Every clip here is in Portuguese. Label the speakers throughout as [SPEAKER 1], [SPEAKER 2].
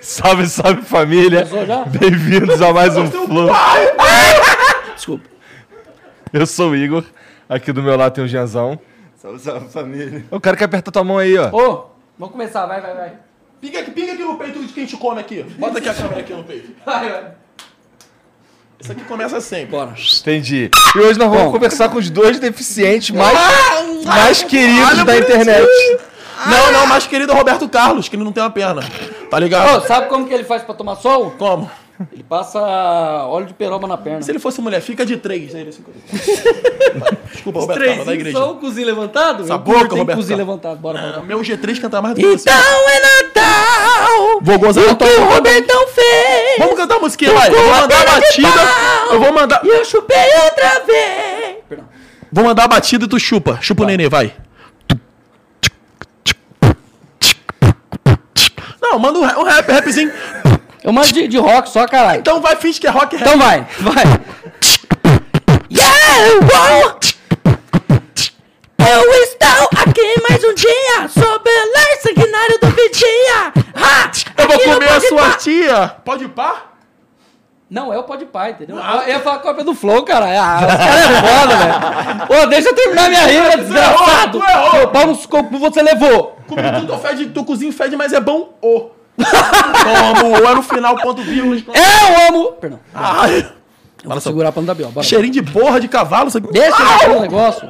[SPEAKER 1] Salve, salve família!
[SPEAKER 2] Começou já?
[SPEAKER 1] Bem-vindos a mais um Flow.
[SPEAKER 2] Desculpa.
[SPEAKER 1] Eu sou o Igor, aqui do meu lado tem o Gianzão.
[SPEAKER 3] Salve, salve, família.
[SPEAKER 1] Eu quero que aperta tua mão aí, ó.
[SPEAKER 2] Ô, vamos começar, vai, vai, vai.
[SPEAKER 3] Piga aqui, piga aqui no peito de quem te come aqui. Bota aqui a câmera aqui no peito.
[SPEAKER 2] Vai, vai.
[SPEAKER 3] Isso aqui começa sempre.
[SPEAKER 2] Bora.
[SPEAKER 1] Entendi. E hoje nós vamos
[SPEAKER 2] Bom.
[SPEAKER 1] conversar com os dois deficientes mais, mais queridos da internet.
[SPEAKER 3] Não, não, mais querido é o Roberto Carlos, que ele não tem uma perna. Tá
[SPEAKER 2] Ô,
[SPEAKER 3] ligado?
[SPEAKER 2] sabe como que ele faz pra tomar sol?
[SPEAKER 3] Como?
[SPEAKER 2] Ele passa óleo de peroba na perna.
[SPEAKER 3] Se ele fosse mulher, fica de três. Né? Ele é cinco- Desculpa, Roberto Carlos, da
[SPEAKER 2] Três,
[SPEAKER 3] igreja.
[SPEAKER 2] só o cozinho levantado? O
[SPEAKER 3] Essa
[SPEAKER 2] Igor
[SPEAKER 3] boca,
[SPEAKER 2] tem
[SPEAKER 3] Roberto.
[SPEAKER 2] cozinho levantado, bora, bora.
[SPEAKER 3] Meu G3 canta mais do que você.
[SPEAKER 2] Então é Natal!
[SPEAKER 3] Vou gozar na tua boca.
[SPEAKER 2] Robertão fez!
[SPEAKER 3] Vamos cantar a musiquinha, vai. Eu vou
[SPEAKER 2] Vou
[SPEAKER 3] mandar a
[SPEAKER 2] bater de
[SPEAKER 3] batida.
[SPEAKER 2] pau.
[SPEAKER 3] Eu vou mandar.
[SPEAKER 2] eu chupei outra vez! Perdão.
[SPEAKER 3] Vou mandar a batida e tu chupa. Chupa o
[SPEAKER 2] Tá.
[SPEAKER 3] nenê, vai. Não, manda um ra- um rap, rapzinho.
[SPEAKER 2] Eu mando de, de rock só, caralho.
[SPEAKER 3] Então vai, finge que é rock e rap.
[SPEAKER 2] Então vai, vai. Yeah, uou. Eu estou aqui mais um dia, sob o lar sanguinário do Vitinha. Ha,
[SPEAKER 3] Eu vou
[SPEAKER 2] aqui no
[SPEAKER 3] comer a
[SPEAKER 2] Pode
[SPEAKER 3] sua
[SPEAKER 2] Pá.
[SPEAKER 3] tia. Pode pá?
[SPEAKER 2] Não, é o Pode Pá, entendeu? Eu ia falar cópia do Flow, cara. Ah, os caras é foda, velho. Ô, deixa eu terminar minha rima, desgraçado.
[SPEAKER 3] tu errou.
[SPEAKER 2] Seu pau no soco você levou.
[SPEAKER 3] Comi tudo, eu fede, tu cozinho fede, mas é bom o. Como o é no final, ponto vírus.
[SPEAKER 2] Eu amo... Perdão.
[SPEAKER 3] Ai,
[SPEAKER 2] Eu vou segurar pra não dar B.O. Bora.
[SPEAKER 3] cheirinho de borra de cavalo, sabe?
[SPEAKER 2] Deixa eu ver o negócio.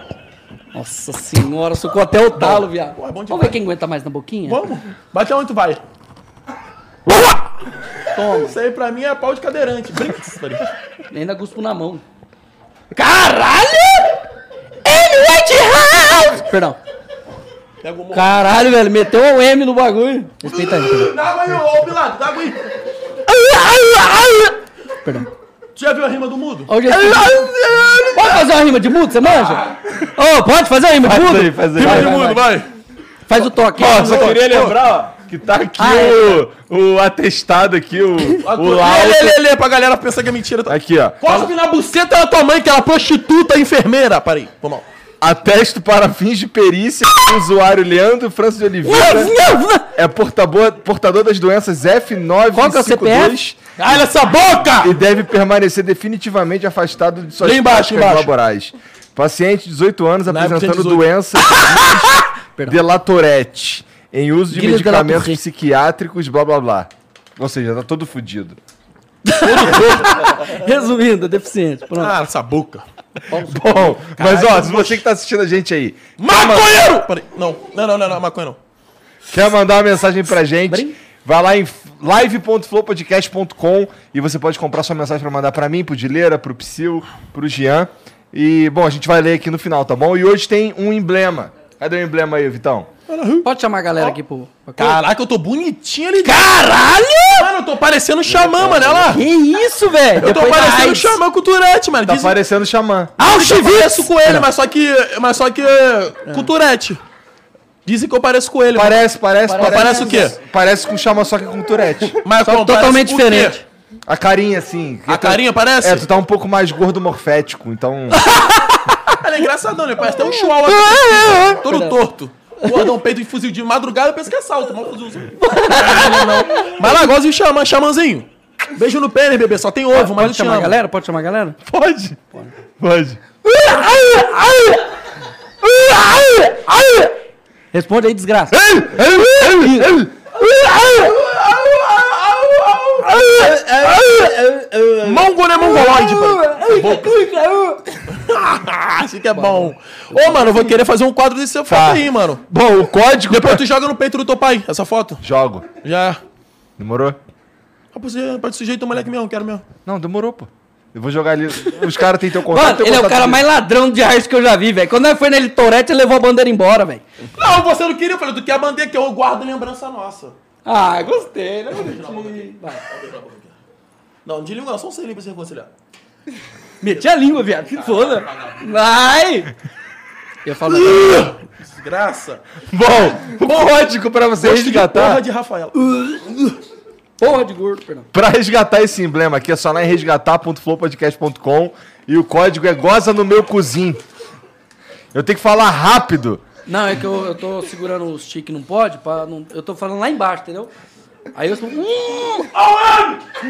[SPEAKER 2] Nossa senhora, socou até o talo, viado.
[SPEAKER 3] Pô, é bom demais.
[SPEAKER 2] Vamos ver quem aguenta mais na boquinha?
[SPEAKER 3] Vamos? Vai até onde tu vai?
[SPEAKER 2] Toma.
[SPEAKER 3] Isso aí pra mim é pau de cadeirante. Brinca com isso, Maria.
[SPEAKER 2] Ainda cuspo na mão.
[SPEAKER 3] Caralho!
[SPEAKER 2] M White House! Perdão.
[SPEAKER 3] Pega o morro.
[SPEAKER 2] Caralho, velho, meteu um M no bagulho. Respeita aí, perdão.
[SPEAKER 3] Dá água aí, ô ô, Bilado, dá água aí.
[SPEAKER 2] perdão.
[SPEAKER 3] Tu já viu a rima do mudo?
[SPEAKER 2] Olha o jeito que- Pode fazer uma rima de mudo, você manja? Ô, pode fazer uma rima de
[SPEAKER 1] Faz
[SPEAKER 2] mudo?
[SPEAKER 1] aí, faz aí.
[SPEAKER 2] Vai,
[SPEAKER 1] Rima de
[SPEAKER 2] vai, vai.
[SPEAKER 3] vai.
[SPEAKER 2] Faz o toque.
[SPEAKER 1] Ó, só
[SPEAKER 3] Pô,
[SPEAKER 1] queria
[SPEAKER 3] pô.
[SPEAKER 1] lembrar, ó, que tá aqui
[SPEAKER 2] Ah,
[SPEAKER 1] o, o atestado aqui, o, o laudo.
[SPEAKER 3] Lê, lê, lê, pra galera pensar que é mentira. Tá-
[SPEAKER 1] Aqui, ó.
[SPEAKER 3] Cospe na buceta da tua mãe, que ela é prostituta enfermeira. Parei, vamos lá.
[SPEAKER 1] Atesto para fins de perícia, usuário Leandro Francis de Oliveira. É portador, portador das doenças F9
[SPEAKER 2] Qual que é o
[SPEAKER 3] Olha essa boca!
[SPEAKER 1] e deve permanecer definitivamente afastado de suas
[SPEAKER 3] Lá embaixo,
[SPEAKER 1] práticas
[SPEAKER 3] embaixo.
[SPEAKER 1] laborais. Paciente de 18 anos
[SPEAKER 3] época
[SPEAKER 1] apresentando
[SPEAKER 3] tinha 18.
[SPEAKER 1] doença
[SPEAKER 2] Perdão.
[SPEAKER 1] delatorete em uso de
[SPEAKER 2] Guilherme
[SPEAKER 1] medicamentos
[SPEAKER 2] Delatorre.
[SPEAKER 1] psiquiátricos, blá blá blá. Ou seja, tá todo fudido.
[SPEAKER 2] Resumindo, é deficiente. Pronto.
[SPEAKER 3] Ah, essa boca.
[SPEAKER 1] Bom, mas ó, se você que tá assistindo a gente aí,
[SPEAKER 3] Maconheiro! Parei, não, não, não, não, não, maconha não.
[SPEAKER 1] Quer mandar uma mensagem pra gente?
[SPEAKER 2] Brim.
[SPEAKER 1] Vai lá em live.flowpodcast.com e você pode comprar sua mensagem pra mandar pra mim, pro Dileira, pro Psyll, pro Gian. E, bom, a gente vai ler aqui no final, tá bom? E hoje tem um emblema. Cadê o emblema aí, Vitão?
[SPEAKER 2] Pode chamar a galera aqui, pô.
[SPEAKER 3] Caraca, eu tô bonitinho ali.
[SPEAKER 2] Caralho!
[SPEAKER 3] Mano, eu tô parecendo um xamã, mano, olha lá.
[SPEAKER 2] Que isso, velho?
[SPEAKER 3] Eu tô
[SPEAKER 2] Depois
[SPEAKER 3] parecendo um
[SPEAKER 2] mais.
[SPEAKER 3] xamã culturete, mano.
[SPEAKER 1] Tá
[SPEAKER 3] Dizem-
[SPEAKER 1] parecendo o Xamã.
[SPEAKER 3] Dizem que eu pareço com ele, mas só que, mas só que
[SPEAKER 2] É.
[SPEAKER 3] culturete. Dizem que eu pareço com ele,
[SPEAKER 1] Parece, parece,
[SPEAKER 3] Parece-
[SPEAKER 1] parece.
[SPEAKER 3] parece o quê?
[SPEAKER 1] Parece com o Xamã, só que com o Tourette.
[SPEAKER 3] mas
[SPEAKER 2] Só
[SPEAKER 3] como,
[SPEAKER 2] totalmente
[SPEAKER 3] parece com o quê?
[SPEAKER 2] diferente.
[SPEAKER 1] A carinha, assim.
[SPEAKER 3] A
[SPEAKER 1] Tu-
[SPEAKER 3] carinha parece?
[SPEAKER 1] É, tu tá um pouco mais gordo morfético, então...
[SPEAKER 3] Ele é engraçadão, ele parece até um chihuahua.
[SPEAKER 2] É,
[SPEAKER 3] né? Todo torto. Porra, dá um peito de fuzil de madrugada, eu penso que é assalto. Mal fuzilzinho. Não, não. Mas lá, gosta de um xamã, xamãzinho. Beijo no pênis, bebê, só tem ovo, mas eu
[SPEAKER 2] Ah, Pode
[SPEAKER 3] te
[SPEAKER 2] chamar a
[SPEAKER 3] amo.
[SPEAKER 2] galera? Pode chamar a galera?
[SPEAKER 1] Pode. Pode.
[SPEAKER 2] Responde aí, desgraça.
[SPEAKER 3] Mongol é mongoloide, Ah, Isso que é bom. Ô, mano, eu vou querer fazer um quadro desse foto
[SPEAKER 1] Tá.
[SPEAKER 3] aí, mano.
[SPEAKER 1] Bom, o código...
[SPEAKER 3] Depois tu joga no peito do teu pai, essa foto.
[SPEAKER 1] Jogo.
[SPEAKER 3] Já.
[SPEAKER 1] Demorou?
[SPEAKER 3] Ah, pô, você- Pode sujeito o moleque mesmo, quero mesmo.
[SPEAKER 1] Não, demorou, pô. Eu vou jogar ali. Os caras têm teu contato.
[SPEAKER 2] Mano,
[SPEAKER 1] teu
[SPEAKER 2] ele é o
[SPEAKER 1] contato
[SPEAKER 2] cara
[SPEAKER 1] dele.
[SPEAKER 2] mais ladrão de artes que eu já vi, velho. Quando nós foi nele Torete, ele levou a bandeira embora, velho.
[SPEAKER 3] Não, você não queria, eu falei, tu quer a bandeira que eu guardo lembrança nossa.
[SPEAKER 2] Ah, gostei, né, bonitinho? Vai.
[SPEAKER 3] Não, de língua, não, só um selinho pra se reconciliar.
[SPEAKER 2] Meti a língua, viado. Que foda. Vai! Eu falo.
[SPEAKER 3] Desgraça.
[SPEAKER 1] Bom, o código pra você
[SPEAKER 3] Gosto de porra
[SPEAKER 1] resgatar.
[SPEAKER 3] de Rafaela.
[SPEAKER 2] Porra de gordo, perdão.
[SPEAKER 1] Pra resgatar esse emblema aqui é só lá em resgatar.flowpodcast.com e o código é goza no meu cozinho. Eu tenho que falar rápido.
[SPEAKER 2] Não, é que eu, eu tô segurando o stick, não pode? Pra não, eu tô falando lá embaixo, entendeu? Aí eu sou. Uh!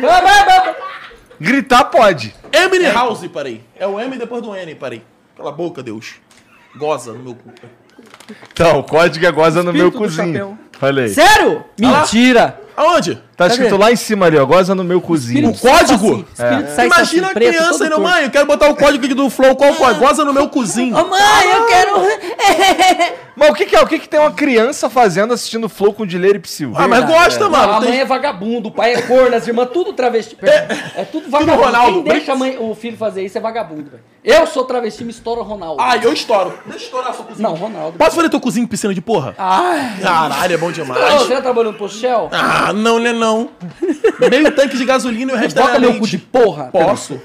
[SPEAKER 2] Vai, vai, vai.
[SPEAKER 1] Gritar pode.
[SPEAKER 3] Emily House, parei. É o M depois do N, parei. Cala a boca, Deus. Goza no meu cu.
[SPEAKER 1] Então, o código é goza no meu
[SPEAKER 4] Espírito do
[SPEAKER 1] cozinho.
[SPEAKER 4] chapéu.
[SPEAKER 1] Falei.
[SPEAKER 2] Sério? Mentira!
[SPEAKER 3] Aonde?
[SPEAKER 1] Tá escrito lá em cima ali, ó. Goza no meu cozinho.
[SPEAKER 3] O código?
[SPEAKER 2] Espírito sai
[SPEAKER 3] Imagina a criança aí, não, mãe, eu quero botar o código aqui do Flow, qual foi? Goza no meu cozinho.
[SPEAKER 4] Ô mãe, eu quero.
[SPEAKER 2] Ah.
[SPEAKER 1] Mas o que, que é? O que, que tem uma criança fazendo assistindo Flow com Dileira e Psyu?
[SPEAKER 3] Ah, mas gosta, mano.
[SPEAKER 2] a
[SPEAKER 3] tem-
[SPEAKER 2] mãe é vagabundo, o pai é corno, as irmãs, tudo travesti. Perdão, É, tudo vagabundo.
[SPEAKER 3] Ronaldo,
[SPEAKER 2] Quem
[SPEAKER 3] Brits.
[SPEAKER 2] deixa a mãe- o filho fazer isso é vagabundo, velho. Eu sou travesti, me estoura o Ronaldo.
[SPEAKER 3] Ai, eu estouro. Deixa eu estourar sua cozinha.
[SPEAKER 2] Não, Ronaldo.
[SPEAKER 3] Posso fazer teu cozinho em piscina de porra?
[SPEAKER 2] Ai.
[SPEAKER 3] Caralho, é bom
[SPEAKER 2] Ô,
[SPEAKER 3] demais.
[SPEAKER 2] você já trabalhou no Shell?
[SPEAKER 3] Ah, não, né, não. Meio tanque de gasolina e o resto da
[SPEAKER 2] Bota
[SPEAKER 3] minha
[SPEAKER 2] meu cu
[SPEAKER 3] mente.
[SPEAKER 2] de porra.
[SPEAKER 3] Posso?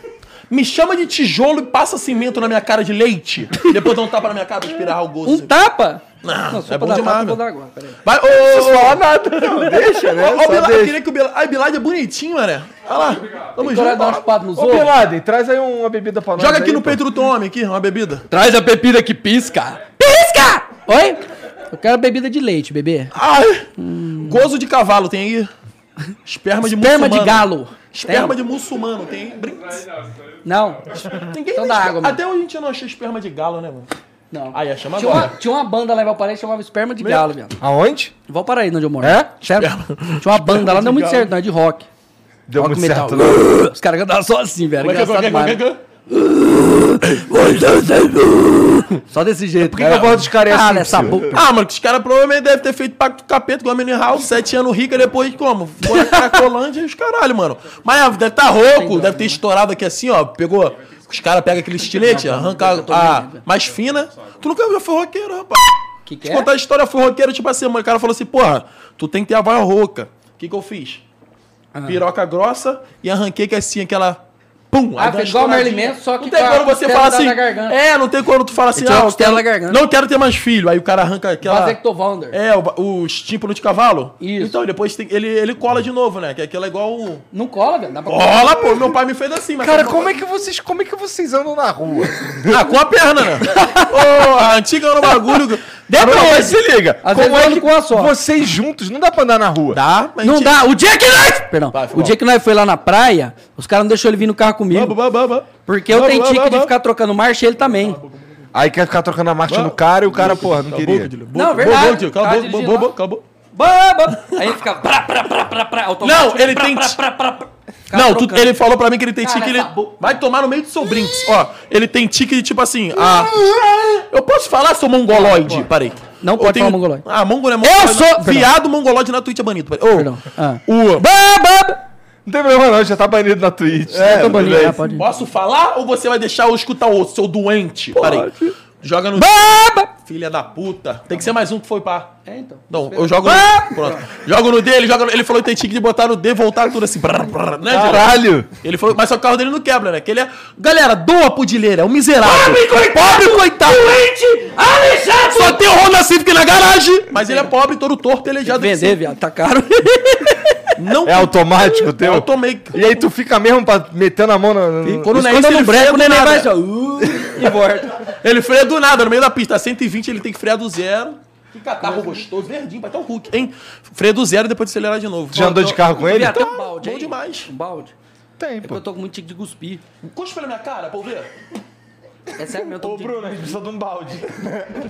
[SPEAKER 3] Me chama de tijolo e passa cimento na minha cara de leite. Depois dá um tapa na minha cara pra espirar o gosto.
[SPEAKER 2] Um tapa?
[SPEAKER 3] Não,
[SPEAKER 2] só pra
[SPEAKER 3] é bom
[SPEAKER 2] dar
[SPEAKER 3] demais,
[SPEAKER 2] tapa, eu vou
[SPEAKER 3] velho.
[SPEAKER 2] dar agora, peraí.
[SPEAKER 3] Vai, ô, ô, ô,
[SPEAKER 1] falar nada. Não, deixa, né?
[SPEAKER 3] Ó, ó,
[SPEAKER 1] Só
[SPEAKER 3] o Bilal, eu
[SPEAKER 1] deixa.
[SPEAKER 3] queria que o Bilal. Ai, Bilal é bonitinho, mané. Olha lá. Tamo
[SPEAKER 2] Tem coragem de dar uma
[SPEAKER 3] junto.
[SPEAKER 2] chupada um nos
[SPEAKER 1] Ô,
[SPEAKER 2] outros?
[SPEAKER 1] Piladen, traz aí uma bebida pra nós.
[SPEAKER 3] Joga
[SPEAKER 1] aí,
[SPEAKER 3] aqui no
[SPEAKER 1] pô.
[SPEAKER 3] peito do teu homem, aqui, uma bebida.
[SPEAKER 2] Traz a bebida que pisca. Pisca! Oi? Eu quero bebida de leite, bebê.
[SPEAKER 3] Ai! Gozo de cavalo, tem aí. Esperma de
[SPEAKER 2] Esperma
[SPEAKER 3] muçulmano.
[SPEAKER 2] de galo.
[SPEAKER 3] Esperma
[SPEAKER 2] Tem?
[SPEAKER 3] de muçulmano, tem aí. Brinks.
[SPEAKER 2] Não.
[SPEAKER 3] Ninguém
[SPEAKER 2] Então
[SPEAKER 3] nem
[SPEAKER 2] dá
[SPEAKER 3] esper-
[SPEAKER 2] água, mano.
[SPEAKER 3] Até hoje a gente não achou esperma de galo, né, mano?
[SPEAKER 2] Não.
[SPEAKER 3] Ah, ia chamar
[SPEAKER 2] tinha
[SPEAKER 3] agora.
[SPEAKER 2] Uma, tinha uma banda lá em Valparaíso que chamava Esperma de Galo, viado.
[SPEAKER 1] Aonde?
[SPEAKER 2] Valparaíso, onde eu moro.
[SPEAKER 1] É?
[SPEAKER 2] Sério? Tinha uma banda lá, não deu muito certo, não, é de rock.
[SPEAKER 1] Deu
[SPEAKER 2] rock
[SPEAKER 1] muito
[SPEAKER 2] metal.
[SPEAKER 1] certo, né?
[SPEAKER 2] Os caras cantavam só assim, velho.
[SPEAKER 3] Como é que é, como é
[SPEAKER 2] Engraçado
[SPEAKER 3] que é, como é
[SPEAKER 2] demais.
[SPEAKER 3] que é? é?
[SPEAKER 2] Só desse jeito.
[SPEAKER 1] Por que, que eu gosto dos caras
[SPEAKER 2] Ah,
[SPEAKER 1] assim?
[SPEAKER 2] nessa
[SPEAKER 1] Psyu?
[SPEAKER 2] boca.
[SPEAKER 3] Ah, mano, que os caras provavelmente devem ter feito pacto com o capeta, igual a Menino House, sete anos rica, depois como? Foi na Cracolândia e os caralho, mano. Mas ah, deve tá rouco, deve ter estourado aqui assim, ó. Pegou. Os caras pegam aquele estilete, arranca a, a mais fina. Tu nunca já foi roqueiro, rapaz.
[SPEAKER 2] Que que
[SPEAKER 3] Te
[SPEAKER 2] é?
[SPEAKER 3] contar a história, eu fui roqueiro, tipo assim, mano. O cara falou assim, porra, tu tem que ter a vaia rouca. O que que eu fiz?
[SPEAKER 2] Ah.
[SPEAKER 3] Piroca grossa e arranquei que assim, aquela. Pum!
[SPEAKER 2] Ah,
[SPEAKER 3] aí deu
[SPEAKER 2] fez
[SPEAKER 3] uma
[SPEAKER 2] igual o Merlin
[SPEAKER 3] estouradinha.
[SPEAKER 2] Manson, só que
[SPEAKER 3] Não tem
[SPEAKER 2] com a
[SPEAKER 3] quando você
[SPEAKER 2] costela
[SPEAKER 3] fala
[SPEAKER 2] da-
[SPEAKER 3] assim.
[SPEAKER 2] na garganta.
[SPEAKER 3] É, não tem quando tu fala assim,
[SPEAKER 2] Ele tinha
[SPEAKER 3] ah,
[SPEAKER 2] uma
[SPEAKER 3] eu quero,
[SPEAKER 2] costela na garganta.
[SPEAKER 3] não quero ter mais filho. Aí o cara arranca aquela.
[SPEAKER 2] Vasectovander.
[SPEAKER 3] É, o, o estímulo de cavalo.
[SPEAKER 2] Isso.
[SPEAKER 3] Então, depois tem- ele, ele cola de novo, né? Que aquilo é igual o...
[SPEAKER 2] Não cola, velho. Dá pra
[SPEAKER 3] Cola, pô. Meu pai me fez assim, mas...
[SPEAKER 1] Cara, como é que vocês, como é que vocês andam na rua?
[SPEAKER 2] é
[SPEAKER 3] Ah, com a perna, né? Ô, a antiga era um bagulho... Dá pra
[SPEAKER 1] Não, mas
[SPEAKER 3] hoje.
[SPEAKER 1] se liga.
[SPEAKER 2] Às
[SPEAKER 1] como
[SPEAKER 2] vezes eu
[SPEAKER 1] é
[SPEAKER 2] ando
[SPEAKER 1] que
[SPEAKER 2] com a só.
[SPEAKER 1] vocês juntos não dá pra andar na rua?
[SPEAKER 3] Dá, tá, mas...
[SPEAKER 2] Não dá. O dia que nós... Perdão.
[SPEAKER 3] Vai,
[SPEAKER 2] o
[SPEAKER 3] fala.
[SPEAKER 2] dia que nós foi lá na praia, os caras não deixaram ele vir no carro comigo. Porque eu tenho tique de ficar trocando marcha e ele
[SPEAKER 3] Tá
[SPEAKER 2] também.
[SPEAKER 1] Aí quer ficar trocando a marcha no cara e o cara, porra, não queria.
[SPEAKER 2] Não, verdade.
[SPEAKER 3] Cala
[SPEAKER 2] Tá
[SPEAKER 3] a boca,
[SPEAKER 2] dirigindo
[SPEAKER 3] bobo,
[SPEAKER 2] lá.
[SPEAKER 3] acabou.
[SPEAKER 2] Ba, ba. Aí ele fica... Pra, pra, pra, pra, pra, automático.
[SPEAKER 3] Não, ele tem-
[SPEAKER 2] Fica
[SPEAKER 3] Não, tu-
[SPEAKER 2] trocando.
[SPEAKER 3] ele falou pra mim que ele tem
[SPEAKER 2] Cala
[SPEAKER 3] tique... Ele...
[SPEAKER 2] essa boca.
[SPEAKER 3] Vai tomar no meio do seu brinks. Ó, ele tem tique de tipo assim... A... Eu posso falar, seu mongoloide? Parei.
[SPEAKER 2] Não
[SPEAKER 3] Eu
[SPEAKER 2] pode falar mongoloide.
[SPEAKER 3] Ah, mongolo é mongoloide.
[SPEAKER 2] sou-
[SPEAKER 3] não. Viado mongoloide na Twitch é banido. Parei. Ô,
[SPEAKER 2] Perdão. Ah.
[SPEAKER 3] o...
[SPEAKER 2] Ba, ba, ba.
[SPEAKER 1] Não tem problema não, já tá banido na Twitch. É,
[SPEAKER 2] Tô banido, né? Pode ir.
[SPEAKER 3] Posso falar ou você vai deixar eu escutar o seu doente? Peraí. Joga no.
[SPEAKER 2] Ba, ba.
[SPEAKER 3] Filha da puta. Tem que ser mais um que foi pá.
[SPEAKER 2] É, então.
[SPEAKER 3] Não, eu jogo no. Pronto. Jogo no dele, joga no... Ele falou que tem tique de botar no D, voltar tudo assim. Brrr, brrr, né, Dileira?
[SPEAKER 1] Caralho.
[SPEAKER 3] Ele falou, mas só que o carro dele não quebra, né? Que ele é. Galera, doa pro Dileira, é um miserável. Pobre coitado! Pobre coitado! Doente!
[SPEAKER 2] Ah,
[SPEAKER 3] Aleijado! Só tem o Honda Civic na garagem! Mas ele é pobre, todo torto, elejado.
[SPEAKER 2] Vender, viado. Tá caro.
[SPEAKER 3] Não
[SPEAKER 1] É automático o teu?
[SPEAKER 3] Eu tomei.
[SPEAKER 1] E aí tu fica mesmo pra- metendo a mão no... no-
[SPEAKER 3] Quando
[SPEAKER 2] Isso
[SPEAKER 3] não é isso,
[SPEAKER 2] Quando eu
[SPEAKER 3] ele
[SPEAKER 2] não
[SPEAKER 3] freia
[SPEAKER 2] breco,
[SPEAKER 3] do
[SPEAKER 2] o neném
[SPEAKER 3] nada.
[SPEAKER 2] vai assim, ó, uh, e volta.
[SPEAKER 3] Ele freia do nada, no meio da pista. 120, ele tem que frear do zero. Que catarro gostoso, verdinho, pra até o Hulk, hein? Freia do zero e depois de acelerar de novo.
[SPEAKER 1] Já andou de carro com ele? Então,
[SPEAKER 2] Viado, tem um
[SPEAKER 3] Tá
[SPEAKER 2] balde
[SPEAKER 3] bom
[SPEAKER 2] aí?
[SPEAKER 3] demais.
[SPEAKER 2] Um balde.
[SPEAKER 1] Tem,
[SPEAKER 2] É porque eu tô com muito tique de cuspir.
[SPEAKER 3] Cuspe na minha cara, pra eu ver.
[SPEAKER 2] É sério mesmo, eu tô com tique-
[SPEAKER 1] a gente precisa de um balde.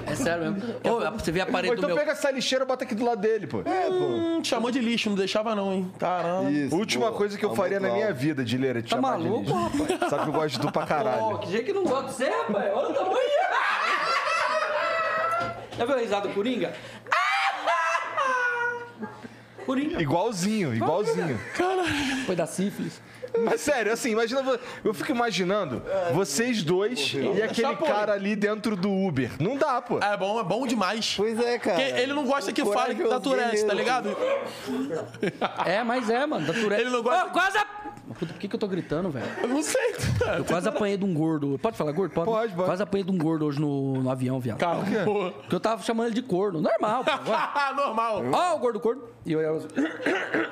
[SPEAKER 2] É sério mesmo. Ô, você vê a parede do
[SPEAKER 1] Então
[SPEAKER 2] meu...
[SPEAKER 1] pega essa lixeira e bota aqui do lado dele, pô. É, pô.
[SPEAKER 3] Hum, te chamou de lixo, não deixava não, hein? Caramba.
[SPEAKER 1] Última coisa que eu faria na minha vida, Dileira, é te
[SPEAKER 2] Tá
[SPEAKER 1] chamar de
[SPEAKER 2] maluco, Tá
[SPEAKER 1] lixo. Sabe que eu gosto de tu pra caralho.
[SPEAKER 2] Pô, que jeito que não gosta de você, rapaz. Olha o tamanho. Já viu a risada do Coringa? Coringa. Tá
[SPEAKER 1] Igualzinho, igualzinho.
[SPEAKER 2] Foi da sífilis.
[SPEAKER 1] Mas sério, assim, imagina. vo- Eu fico imaginando
[SPEAKER 2] É,
[SPEAKER 1] vocês dois e aquele
[SPEAKER 3] Chapolin.
[SPEAKER 1] cara ali dentro do Uber. Não dá, pô.
[SPEAKER 2] Ah,
[SPEAKER 3] É bom, é bom demais.
[SPEAKER 5] Pois é, cara.
[SPEAKER 3] Porque ele não gosta que
[SPEAKER 5] Coragem
[SPEAKER 3] fale que
[SPEAKER 5] eu
[SPEAKER 3] tá
[SPEAKER 5] usei
[SPEAKER 3] Tourette,
[SPEAKER 5] mesmo.
[SPEAKER 3] tá ligado?
[SPEAKER 2] É, mas é, mano. Da Tourette.
[SPEAKER 3] Ele não gosta-
[SPEAKER 2] Ô, quase a... Puta, por que que eu tô gritando, velho?
[SPEAKER 3] Eu não sei.
[SPEAKER 2] Eu quase apanhei de um gordo. Pode falar gordo? Pode,
[SPEAKER 1] Pode, pode.
[SPEAKER 2] Quase apanhei de um gordo hoje no, no avião, viado.
[SPEAKER 3] Calma.
[SPEAKER 2] Porque eu tava chamando ele de corno. Normal, pô. Vai.
[SPEAKER 3] Normal.
[SPEAKER 2] Ó, o gordo, gordo. E eu olhava assim.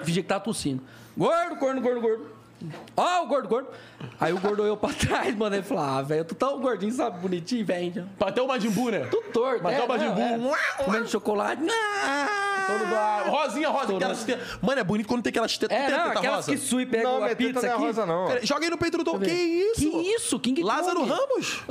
[SPEAKER 2] Fingi que tava tossindo. Gordo, corno, gordo, gordo. Ó, o gordo, gordo. Aí o gordo olhou pra trás, mano. Ele falou: Ah, velho, tu tá um gordinho, sabe, bonitinho, velho.
[SPEAKER 3] Bateu o Majimbu, né?
[SPEAKER 2] Tudo torto. É,
[SPEAKER 3] Bateu o Majimbu.
[SPEAKER 2] Comendo chocolate. Ah!
[SPEAKER 3] Todo mundo, ah, rosinha, rosa, aquelas tetas. Mano, é bonito quando tem aquelas tetas.
[SPEAKER 2] É,
[SPEAKER 3] tem
[SPEAKER 2] não,
[SPEAKER 3] teta
[SPEAKER 2] aquelas
[SPEAKER 3] rosa?
[SPEAKER 2] que sui pega
[SPEAKER 1] Não,
[SPEAKER 2] a
[SPEAKER 1] minha
[SPEAKER 2] pizza
[SPEAKER 1] teta não é
[SPEAKER 2] aqui.
[SPEAKER 1] rosa, não.
[SPEAKER 3] Pera, Joga aí no peito do Tom. Que
[SPEAKER 2] Deixa eu ver.
[SPEAKER 3] isso?
[SPEAKER 2] Que isso? King
[SPEAKER 3] Lázaro
[SPEAKER 2] Kong.
[SPEAKER 3] Ramos?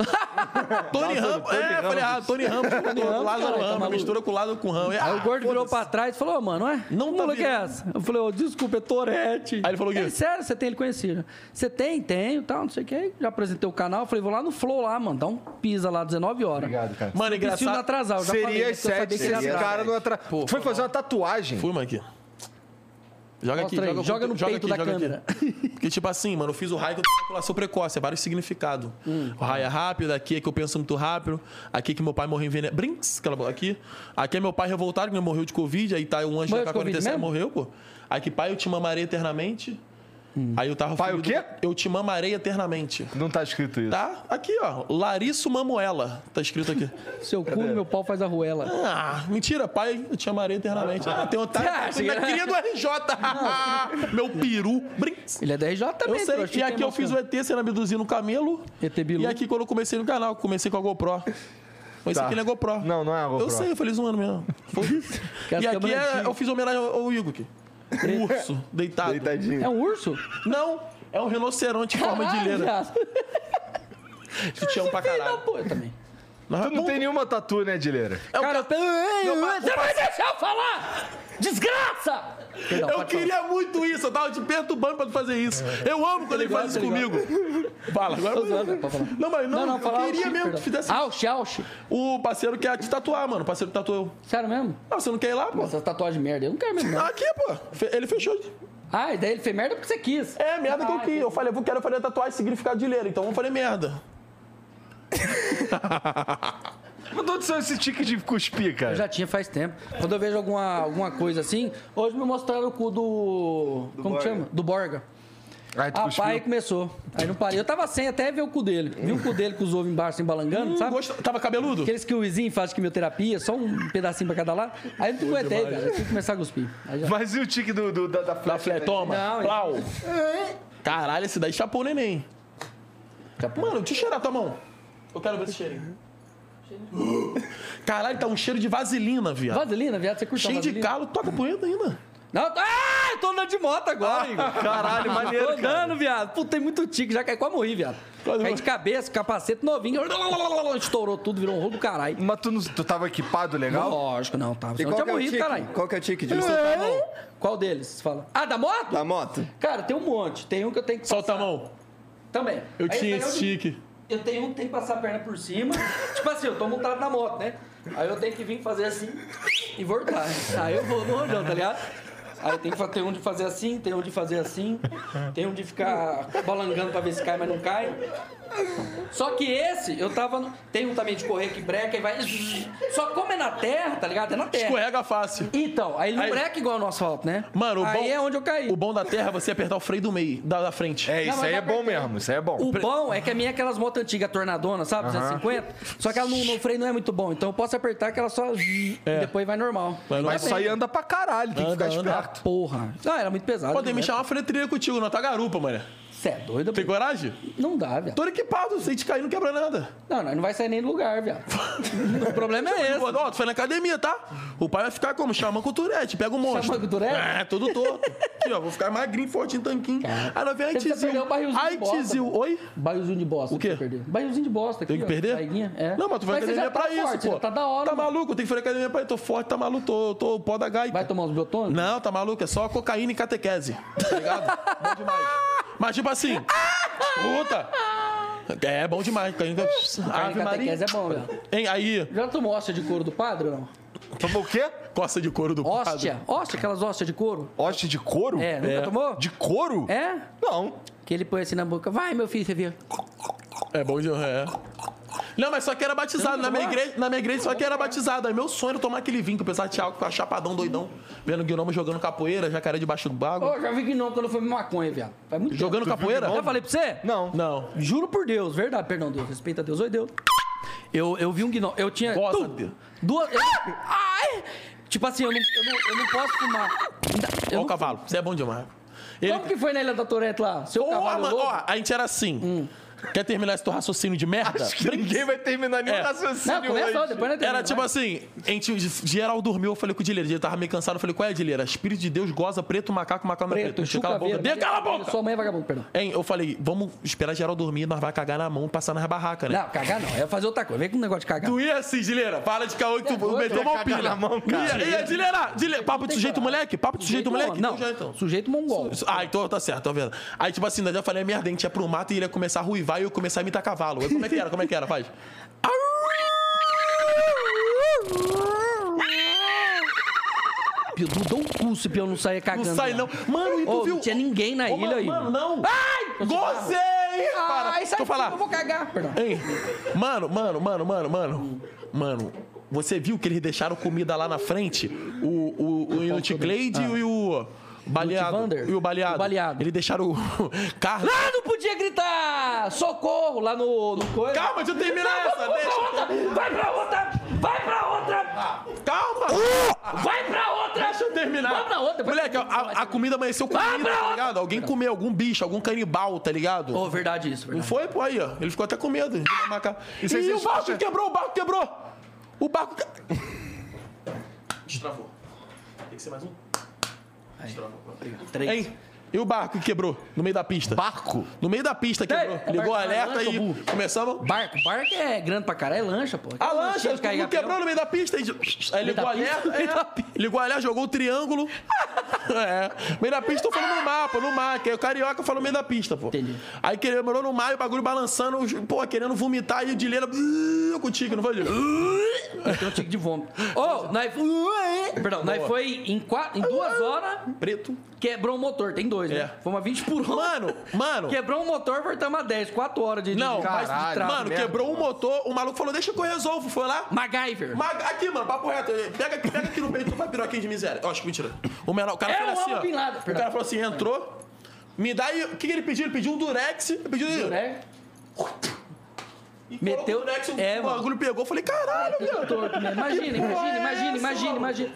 [SPEAKER 3] Tony Ramos?
[SPEAKER 1] Tony
[SPEAKER 3] É,
[SPEAKER 1] Ramos.
[SPEAKER 3] falei, ah, Tony Ramos.
[SPEAKER 2] Ramos,
[SPEAKER 3] Tony Ramos
[SPEAKER 2] cara,
[SPEAKER 3] Lázaro
[SPEAKER 2] tá
[SPEAKER 3] Ramos,
[SPEAKER 2] maluco.
[SPEAKER 3] mistura com o lado com o Ramos.
[SPEAKER 2] Aí o gordo virou
[SPEAKER 3] patrão.
[SPEAKER 2] pra trás e falou, "Ô, mano, é?
[SPEAKER 3] Não
[SPEAKER 2] que
[SPEAKER 3] tá
[SPEAKER 2] falou que é
[SPEAKER 3] virando.
[SPEAKER 2] essa? Eu falei, ô, desculpa, é Torete.
[SPEAKER 3] Aí ele falou o quê?
[SPEAKER 2] sério, você tem? Ele conhecia. né? Você tem? Tenho, tal, não sei o que. Aí já apresentei o canal, falei, vou lá no Flow lá, mano, dá um pisa lá, 19 horas.
[SPEAKER 1] Obrigado, cara.
[SPEAKER 3] Mano,
[SPEAKER 2] Preciso não
[SPEAKER 3] engraçado.
[SPEAKER 2] atrasar, eu já falei,
[SPEAKER 1] Seria
[SPEAKER 2] né,
[SPEAKER 1] às
[SPEAKER 2] porque eu
[SPEAKER 1] sete.
[SPEAKER 2] sabia que ele ia
[SPEAKER 1] Seria
[SPEAKER 2] atrasar.
[SPEAKER 1] cara não atrás.
[SPEAKER 3] Pô,
[SPEAKER 1] Foi fazer uma tatuagem.
[SPEAKER 3] Fui, mano, aqui. Joga aqui,
[SPEAKER 2] Mostra aí,
[SPEAKER 3] o
[SPEAKER 2] joga no
[SPEAKER 3] conteúdo,
[SPEAKER 2] peito da câmera.
[SPEAKER 3] Porque, tipo assim, mano, eu fiz o raio que eu tenho ejaculação precoce, é vários significados.
[SPEAKER 2] Hum.
[SPEAKER 3] O raio é rápido, aqui é que eu penso muito rápido, aqui é que meu pai morreu envenenado. Brinks, aquela bola aqui. Aqui é meu pai revoltado, que morreu de Covid, aí tá um anjo
[SPEAKER 2] Morreu
[SPEAKER 3] da
[SPEAKER 2] de Covid
[SPEAKER 3] K47
[SPEAKER 2] mesmo?
[SPEAKER 3] morreu, pô. Aí que pai, eu te mamarei eternamente.
[SPEAKER 2] Hum.
[SPEAKER 3] Aí eu tava.
[SPEAKER 1] Pai,
[SPEAKER 3] filho
[SPEAKER 1] o
[SPEAKER 3] do-
[SPEAKER 1] quê?
[SPEAKER 3] Eu te mamarei eternamente.
[SPEAKER 1] Não tá escrito isso.
[SPEAKER 3] Tá? Aqui, ó. Larisso Mamuela. Tá escrito aqui.
[SPEAKER 2] Seu cu no meu pau faz a ruela.
[SPEAKER 3] Ah, mentira, pai, eu te amarei eternamente. Ah, tem um otário.
[SPEAKER 2] Ah,
[SPEAKER 3] Ah,
[SPEAKER 2] chega-
[SPEAKER 3] queria do RJ. Meu peru. Brinks.
[SPEAKER 2] Ele é da RJ
[SPEAKER 3] Eu
[SPEAKER 2] também,
[SPEAKER 3] sei.
[SPEAKER 2] trouxa,
[SPEAKER 3] E
[SPEAKER 2] quem
[SPEAKER 3] aqui eu
[SPEAKER 2] mostra?
[SPEAKER 3] fiz o ET sendo abduzido no camelo.
[SPEAKER 2] ET Bilu.
[SPEAKER 3] E aqui quando eu comecei no canal, comecei com a GoPro. Mas isso
[SPEAKER 1] Tá.
[SPEAKER 3] aqui não é GoPro.
[SPEAKER 1] Não, não é a GoPro.
[SPEAKER 3] Eu sei, eu falei zoando mesmo. Foi.
[SPEAKER 2] Quero
[SPEAKER 3] e aqui
[SPEAKER 2] câmera
[SPEAKER 3] é-
[SPEAKER 2] antiga.
[SPEAKER 3] eu fiz homenagem ao ao Igor aqui. Um urso, deitado.
[SPEAKER 1] Deitadinho.
[SPEAKER 2] É um urso?
[SPEAKER 3] Não, é um rinoceronte em forma de leira.
[SPEAKER 2] Ah, viado.
[SPEAKER 3] Que te amo pra
[SPEAKER 2] Filho da
[SPEAKER 3] caralho.
[SPEAKER 2] puta também.
[SPEAKER 3] Mas
[SPEAKER 1] Tu não tem nenhuma tatu, né, Dileira?
[SPEAKER 3] Eu-
[SPEAKER 2] Cara, eu tenho.
[SPEAKER 3] É Meu pai- É
[SPEAKER 2] Você vai deixar eu falar! Desgraça! Perdão, pode
[SPEAKER 3] Eu
[SPEAKER 2] falar. É.
[SPEAKER 3] queria muito isso, eu tava te perturbando pra tu fazer isso. Eu amo quando ele
[SPEAKER 2] ligado,
[SPEAKER 3] faz isso
[SPEAKER 2] tô ligado.
[SPEAKER 3] comigo. Fala, agora.
[SPEAKER 2] Tô Tá zoando, pode falar.
[SPEAKER 3] Não, mas não,
[SPEAKER 2] Não, não,
[SPEAKER 3] eu
[SPEAKER 2] falar.
[SPEAKER 3] queria mesmo que tu fizesse.
[SPEAKER 2] Auxi, auxi.
[SPEAKER 3] O parceiro quer te tatuar, mano. O parceiro tatuou eu.
[SPEAKER 2] Sério mesmo?
[SPEAKER 3] Ah, você não quer ir lá, pô?
[SPEAKER 2] Essas tatuagens merda, eu não quero mesmo. Não.
[SPEAKER 3] Ah, Aqui, pô. Fe- Ele fechou.
[SPEAKER 2] Ah, e daí ele fez merda porque você quis.
[SPEAKER 3] É, merda que eu
[SPEAKER 2] Ah,
[SPEAKER 3] quis. Eu falei, eu quero fazer tatuagem significado de leira, então vamos fazer merda.
[SPEAKER 1] Mas de onde saiu esse tique de cuspir, cara?
[SPEAKER 2] Eu já tinha faz tempo. Quando eu vejo alguma, alguma coisa assim, hoje me mostraram o cu do. como que
[SPEAKER 1] Borga.
[SPEAKER 2] chama? Do Borga.
[SPEAKER 1] Ai, tu
[SPEAKER 2] Ah,
[SPEAKER 1] cuspiu.
[SPEAKER 2] pai começou. Aí não parei. Eu tava sem até ver o cu dele. Vi o cu dele com os ovos embaixo, assim, balangando,
[SPEAKER 3] Não
[SPEAKER 2] sabe?
[SPEAKER 3] gosta- Tava cabeludo?
[SPEAKER 2] Aqueles que o vizinho faz de quimioterapia, só um pedacinho pra cada lado. Aí eu não aguentei, cara. Eu fui começar a cuspir. Aí já...
[SPEAKER 1] Mas e o tique do, do- da, da
[SPEAKER 3] Da
[SPEAKER 1] flecha?
[SPEAKER 3] flecha, toma.
[SPEAKER 2] Não,
[SPEAKER 3] Plau. Caralho, esse daí chapou o neném. Mano, deixa eu cheirar tua mão. Eu quero ver esse cheirinho. Caralho, tá um cheiro de vaselina, viado.
[SPEAKER 2] Vaselina, viado, você curtiu
[SPEAKER 3] Cheio
[SPEAKER 2] vaselina?
[SPEAKER 3] de calo, toca punheta ainda.
[SPEAKER 2] Não, eu tô- ah, eu tô andando de moto
[SPEAKER 3] Ah.
[SPEAKER 2] agora, Igor.
[SPEAKER 1] Caralho, maneiro,
[SPEAKER 2] Tô
[SPEAKER 1] cara.
[SPEAKER 2] andando, viado. Puta, tem muito tique, já cai quase morri, viado.
[SPEAKER 3] Quase
[SPEAKER 2] Cai
[SPEAKER 3] morri.
[SPEAKER 2] de cabeça, capacete novinho. Estourou tudo, virou um rolo do caralho.
[SPEAKER 1] Mas tu, não- tu tava equipado legal?
[SPEAKER 2] Lógico, não, tá. Você
[SPEAKER 4] E
[SPEAKER 2] não
[SPEAKER 4] qual
[SPEAKER 2] tinha
[SPEAKER 4] que é o
[SPEAKER 2] morrido,
[SPEAKER 4] tique?
[SPEAKER 2] caralho.
[SPEAKER 4] Qual que é o tique de você tá bom?
[SPEAKER 2] Qual deles? Você Fala. Ah, da moto?
[SPEAKER 4] Da moto?
[SPEAKER 2] Cara, tem um monte. Tem um que eu tenho que
[SPEAKER 3] Solta a mão.
[SPEAKER 2] Também.
[SPEAKER 3] Eu
[SPEAKER 2] Aí
[SPEAKER 3] tinha
[SPEAKER 2] daí é
[SPEAKER 3] esse tique.
[SPEAKER 2] Eu tenho um que tem que passar a perna por cima. tipo assim, eu tô montado na moto, né? Aí eu tenho que vir fazer assim e voltar. Aí eu vou no rojão, tá ligado? Aí tem, que, fa- tem um de fazer assim, tem um de fazer assim, tem um de ficar balangando pra ver se cai, mas não cai. Só que esse, eu tava. no- Tem um também de correr que breca e vai. Só como é na terra, tá ligado? É na terra.
[SPEAKER 3] Escorrega fácil.
[SPEAKER 2] Então, aí ele não
[SPEAKER 3] Aí-
[SPEAKER 2] breca igual no asfalto, né?
[SPEAKER 3] Mano, o
[SPEAKER 2] aí
[SPEAKER 3] bom-
[SPEAKER 2] é onde eu caí.
[SPEAKER 3] O bom da terra é você apertar o freio do meio, da, da frente.
[SPEAKER 1] É, isso
[SPEAKER 2] mas
[SPEAKER 1] aí
[SPEAKER 2] já
[SPEAKER 1] é bom
[SPEAKER 2] apertei.
[SPEAKER 1] mesmo, isso aí é bom.
[SPEAKER 2] O bom é que a minha é aquelas motos antigas, tornadona, sabe? 250. Só que ela não, no freio não é muito bom. Então eu posso apertar que ela só. E depois vai normal.
[SPEAKER 3] Vai
[SPEAKER 1] Mas isso aí anda pra caralho, tem que
[SPEAKER 3] Anda,
[SPEAKER 1] ficar
[SPEAKER 3] anda.
[SPEAKER 1] esperto.
[SPEAKER 2] Porra. Ah, era muito pesado.
[SPEAKER 3] Podem me chamar pra fazer trilha contigo na tua garupa, mané.
[SPEAKER 2] Você é doido?
[SPEAKER 3] Tem
[SPEAKER 2] pô?
[SPEAKER 3] coragem?
[SPEAKER 2] Não dá, viado.
[SPEAKER 3] Todo equipado, se a gente cair não quebra nada.
[SPEAKER 2] Não, não, não vai sair nem do lugar, viado. o problema é esse.
[SPEAKER 3] Ó, tu foi na academia, tá? O pai vai ficar como? Xamã com turete, pega um monstro.
[SPEAKER 2] Xamã com Tourette?
[SPEAKER 3] É, todo torto. Aqui, ó, vou ficar magrinho, forte em tanquinho. Aí nós vem a
[SPEAKER 2] Você precisa perder
[SPEAKER 3] Itizil.
[SPEAKER 2] o barrilzinho
[SPEAKER 3] A
[SPEAKER 2] de bosta,
[SPEAKER 3] Itizil,
[SPEAKER 2] velho.
[SPEAKER 3] oi?
[SPEAKER 2] Bairrozinho de bosta.
[SPEAKER 3] O quê?
[SPEAKER 2] que você perdeu. Bairrozinho de bosta aqui.
[SPEAKER 3] Tem que
[SPEAKER 2] ó,
[SPEAKER 3] perder?
[SPEAKER 2] barriguinha, É.
[SPEAKER 3] Não, mas tu foi na
[SPEAKER 2] você
[SPEAKER 3] academia
[SPEAKER 2] já
[SPEAKER 3] pra
[SPEAKER 2] tá
[SPEAKER 3] isso,
[SPEAKER 2] forte,
[SPEAKER 3] pô.
[SPEAKER 2] já Tá da hora.
[SPEAKER 3] Tá
[SPEAKER 2] mano.
[SPEAKER 3] maluco? Tem que fazer academia pra isso. Tô forte, tá maluco, tô, tô pó da gaita.
[SPEAKER 2] Vai tomar uns biotônicos?
[SPEAKER 3] Não, tá maluco? É só cocaína e catequese. Tá ligado? bom demais. Mas tipo assim. Puta! É bom demais. Cocaína,
[SPEAKER 2] Carne
[SPEAKER 3] Ave Maria.
[SPEAKER 2] catequese é bom, velho.
[SPEAKER 3] Hein, aí,
[SPEAKER 2] Já tomou hóstia de couro do padre ou não?
[SPEAKER 1] Tomou o quê?
[SPEAKER 3] costa de couro do padre.
[SPEAKER 2] Hóstia? Hóstia, aquelas hóstias de couro?
[SPEAKER 1] Hoste de couro?
[SPEAKER 2] É, nunca tomou?
[SPEAKER 1] De couro?
[SPEAKER 2] É?
[SPEAKER 1] Não.
[SPEAKER 2] Que ele põe assim na boca. Vai, meu filho, você viu?
[SPEAKER 3] É bom demais. É. Não, mas só que era batizado. Na minha,
[SPEAKER 2] tomar?
[SPEAKER 3] igreja, na minha igreja só que era batizado. Aí meu sonho era tomar aquele vinho que eu pensava de Thiago com a chapadão doidão. Vendo Guilherme jogando capoeira, jacaré debaixo do bago.
[SPEAKER 2] Ô, já vi que não quando foi maconha, viado. Faz muito
[SPEAKER 3] Jogando
[SPEAKER 2] tempo.
[SPEAKER 3] capoeira?
[SPEAKER 2] Já falei pra você?
[SPEAKER 1] Não.
[SPEAKER 3] Não.
[SPEAKER 2] Juro por Deus, verdade, perdão, Deus, respeita Deus, oi Deus. Eu, eu vi um gnomo, eu tinha
[SPEAKER 3] Goza,
[SPEAKER 2] Tu-
[SPEAKER 3] Deus.
[SPEAKER 2] duas. eu- ai! Tipo assim, eu não, eu não, eu não posso fumar. Eu
[SPEAKER 3] Ó
[SPEAKER 2] não-
[SPEAKER 3] o cavalo. Você é bom demais. Ele...
[SPEAKER 2] Como que foi na Ilha da Torrente lá? Seu
[SPEAKER 3] Porra,
[SPEAKER 2] um cavalo é
[SPEAKER 3] mano,
[SPEAKER 2] louco? Hum.
[SPEAKER 3] ó, a gente era assim. Quer terminar esse teu raciocínio de merda?
[SPEAKER 1] Acho que ninguém vai terminar nenhum
[SPEAKER 3] É.
[SPEAKER 1] raciocínio
[SPEAKER 2] Não, começa ó,
[SPEAKER 1] hoje.
[SPEAKER 2] depois não tem.
[SPEAKER 3] Era tipo assim, a gente, geral dormiu, eu falei com o Dileira, ele tava meio cansado, eu falei, qual é, Dileira? Espírito de Deus goza preto, macaco, macaco, é
[SPEAKER 2] preto,
[SPEAKER 3] preto. Cala
[SPEAKER 2] chuca
[SPEAKER 3] a boca,
[SPEAKER 2] verde.
[SPEAKER 3] Dê- cala a boca!
[SPEAKER 2] Sua mãe é vagabundo, perdão.
[SPEAKER 3] Hein, eu falei, vamos esperar geral dormir, nós vai cagar na mão e passar nas barracas, né?
[SPEAKER 2] Não, cagar não. É fazer outra coisa. Vem com um negócio de cagar.
[SPEAKER 3] Tu ia assim, Dileira, para de caô e tu
[SPEAKER 2] doido,
[SPEAKER 3] meteu
[SPEAKER 2] vai
[SPEAKER 3] uma
[SPEAKER 1] cagar
[SPEAKER 3] pilha.
[SPEAKER 1] na mão, cara.
[SPEAKER 3] Ia, ia, Dileira, Dileira, papo de sujeito moleque, papo de sujeito moleque.
[SPEAKER 2] Não,
[SPEAKER 3] Então já, então.
[SPEAKER 2] um sujeito mongol.
[SPEAKER 3] Ah, então tá certo, tá vendo? Aí, tipo assim, nós já falei, merda, a gente ia pro mato e ele ia começar a ruivar e eu ia começar a imitar cavalo. Eu, como é que era? Como é que era? Faz.
[SPEAKER 2] Pio, tu dou um cu se Pio não sair cagando.
[SPEAKER 3] Não sai,
[SPEAKER 2] lá.
[SPEAKER 3] não. Mano, e tu
[SPEAKER 2] Ô,
[SPEAKER 3] viu?
[SPEAKER 2] não tinha ninguém na
[SPEAKER 3] Ô,
[SPEAKER 2] ilha aí.
[SPEAKER 3] Mano, não.
[SPEAKER 2] Ai! Ah,
[SPEAKER 3] Gozei! Para.
[SPEAKER 2] Ai, sai
[SPEAKER 3] Deixa eu
[SPEAKER 2] daqui,
[SPEAKER 3] falar.
[SPEAKER 2] eu vou cagar. Perdão.
[SPEAKER 3] Hein? Mano, mano, mano, mano, mano. Mano, você viu que eles deixaram comida lá na frente? O, o, o Inut Glade e o. Baleado.
[SPEAKER 2] Lutvander?
[SPEAKER 3] E o baleado.
[SPEAKER 2] O baleado.
[SPEAKER 3] Eles deixaram o. Carlos.
[SPEAKER 2] Lá não podia gritar! Socorro! Lá no... no coisa.
[SPEAKER 3] Calma, deixa eu terminar essa. Deixa.
[SPEAKER 2] Vai pra outra! Vai pra outra!
[SPEAKER 3] Calma!
[SPEAKER 2] Vai pra outra!
[SPEAKER 3] ah, Deixa eu terminar.
[SPEAKER 2] Tá, Vai pra outra, depois-
[SPEAKER 3] Uh! Moleque, a, a comida amanheceu comida,
[SPEAKER 2] pra
[SPEAKER 3] tá
[SPEAKER 2] outra.
[SPEAKER 3] ligado? Alguém comeu, algum bicho, algum canibal, tá ligado?
[SPEAKER 2] Ô, verdade isso,
[SPEAKER 3] Não
[SPEAKER 2] verdade.
[SPEAKER 3] foi, pô, aí, ó. Ele ficou até com medo. de macaco. E,
[SPEAKER 1] aí vocês
[SPEAKER 3] o barco
[SPEAKER 1] escutam?
[SPEAKER 3] quebrou, o barco quebrou. O barco. que- Destravou. Tem que ser mais um. Destravou.
[SPEAKER 2] Três.
[SPEAKER 3] Hein? E o barco que quebrou no meio da pista?
[SPEAKER 2] Barco?
[SPEAKER 3] No meio da pista quebrou.
[SPEAKER 2] Tem.
[SPEAKER 3] Ligou o
[SPEAKER 2] Barco,
[SPEAKER 3] alerta
[SPEAKER 2] lancha,
[SPEAKER 3] e
[SPEAKER 2] burro.
[SPEAKER 3] começamos.
[SPEAKER 2] Barco. Barco é grande pra caralho. É lancha, pô.
[SPEAKER 3] A
[SPEAKER 2] Aquela
[SPEAKER 3] lancha
[SPEAKER 2] lanchinha de carregar
[SPEAKER 3] não quebrou
[SPEAKER 2] peão.
[SPEAKER 3] no meio da pista. Aí, aí ligou o
[SPEAKER 2] da pista,
[SPEAKER 3] alerta.
[SPEAKER 2] no meio
[SPEAKER 3] é.
[SPEAKER 2] da pista.
[SPEAKER 3] ligou o alerta, jogou o triângulo. é. Meio da pista, eu falo no mapa, no mar. Que aí o carioca falou meio da pista, pô.
[SPEAKER 2] Entendi.
[SPEAKER 3] Aí que ele morou no mar e o bagulho balançando, os- pô, querendo vomitar. E o Dileira "Ih", com o tique, não foi, Dileira?
[SPEAKER 2] Tem um tique de vômito. Ô, nós... Perdão, nós
[SPEAKER 3] Boa. Ah.
[SPEAKER 2] foi em, quatro, em duas horas...
[SPEAKER 3] Preto.
[SPEAKER 2] Quebrou o motor, tem dois, né?
[SPEAKER 3] É.
[SPEAKER 2] Fomos a 20 por hora.
[SPEAKER 3] Mano, mano.
[SPEAKER 2] Quebrou o motor, voltamos a 10, 4 horas de de-
[SPEAKER 3] Não,
[SPEAKER 2] de
[SPEAKER 3] mas,
[SPEAKER 1] Caralho,
[SPEAKER 3] mano,
[SPEAKER 1] merda,
[SPEAKER 3] quebrou um motor. O maluco falou, deixa que eu resolvo. Foi lá,
[SPEAKER 2] MacGyver.
[SPEAKER 3] Mas aqui, mano, papo reto. eh, Pega, aqui- pega aqui no peito, vai piroquinha de miséria. Ó, acho que mentira. O menor, o cara
[SPEAKER 2] É
[SPEAKER 3] falou
[SPEAKER 2] o
[SPEAKER 3] assim,
[SPEAKER 2] Alvin
[SPEAKER 3] ó.
[SPEAKER 2] Laden,
[SPEAKER 3] o cara
[SPEAKER 2] Fernando.
[SPEAKER 3] falou assim, entrou, me dá aí... O que, que ele pediu? Ele pediu um durex, ele pediu...
[SPEAKER 2] Né?
[SPEAKER 3] e colocou
[SPEAKER 2] meteu-
[SPEAKER 3] o durex, o
[SPEAKER 2] é, mano.
[SPEAKER 3] bagulho pegou. Eu falei, caralho,
[SPEAKER 2] Tudo
[SPEAKER 3] velho.
[SPEAKER 2] torto, né? Imagina,
[SPEAKER 3] Que porra
[SPEAKER 2] imagina,
[SPEAKER 3] é
[SPEAKER 2] imagina,
[SPEAKER 3] essa,
[SPEAKER 2] imagina,
[SPEAKER 3] mano?
[SPEAKER 2] imagina.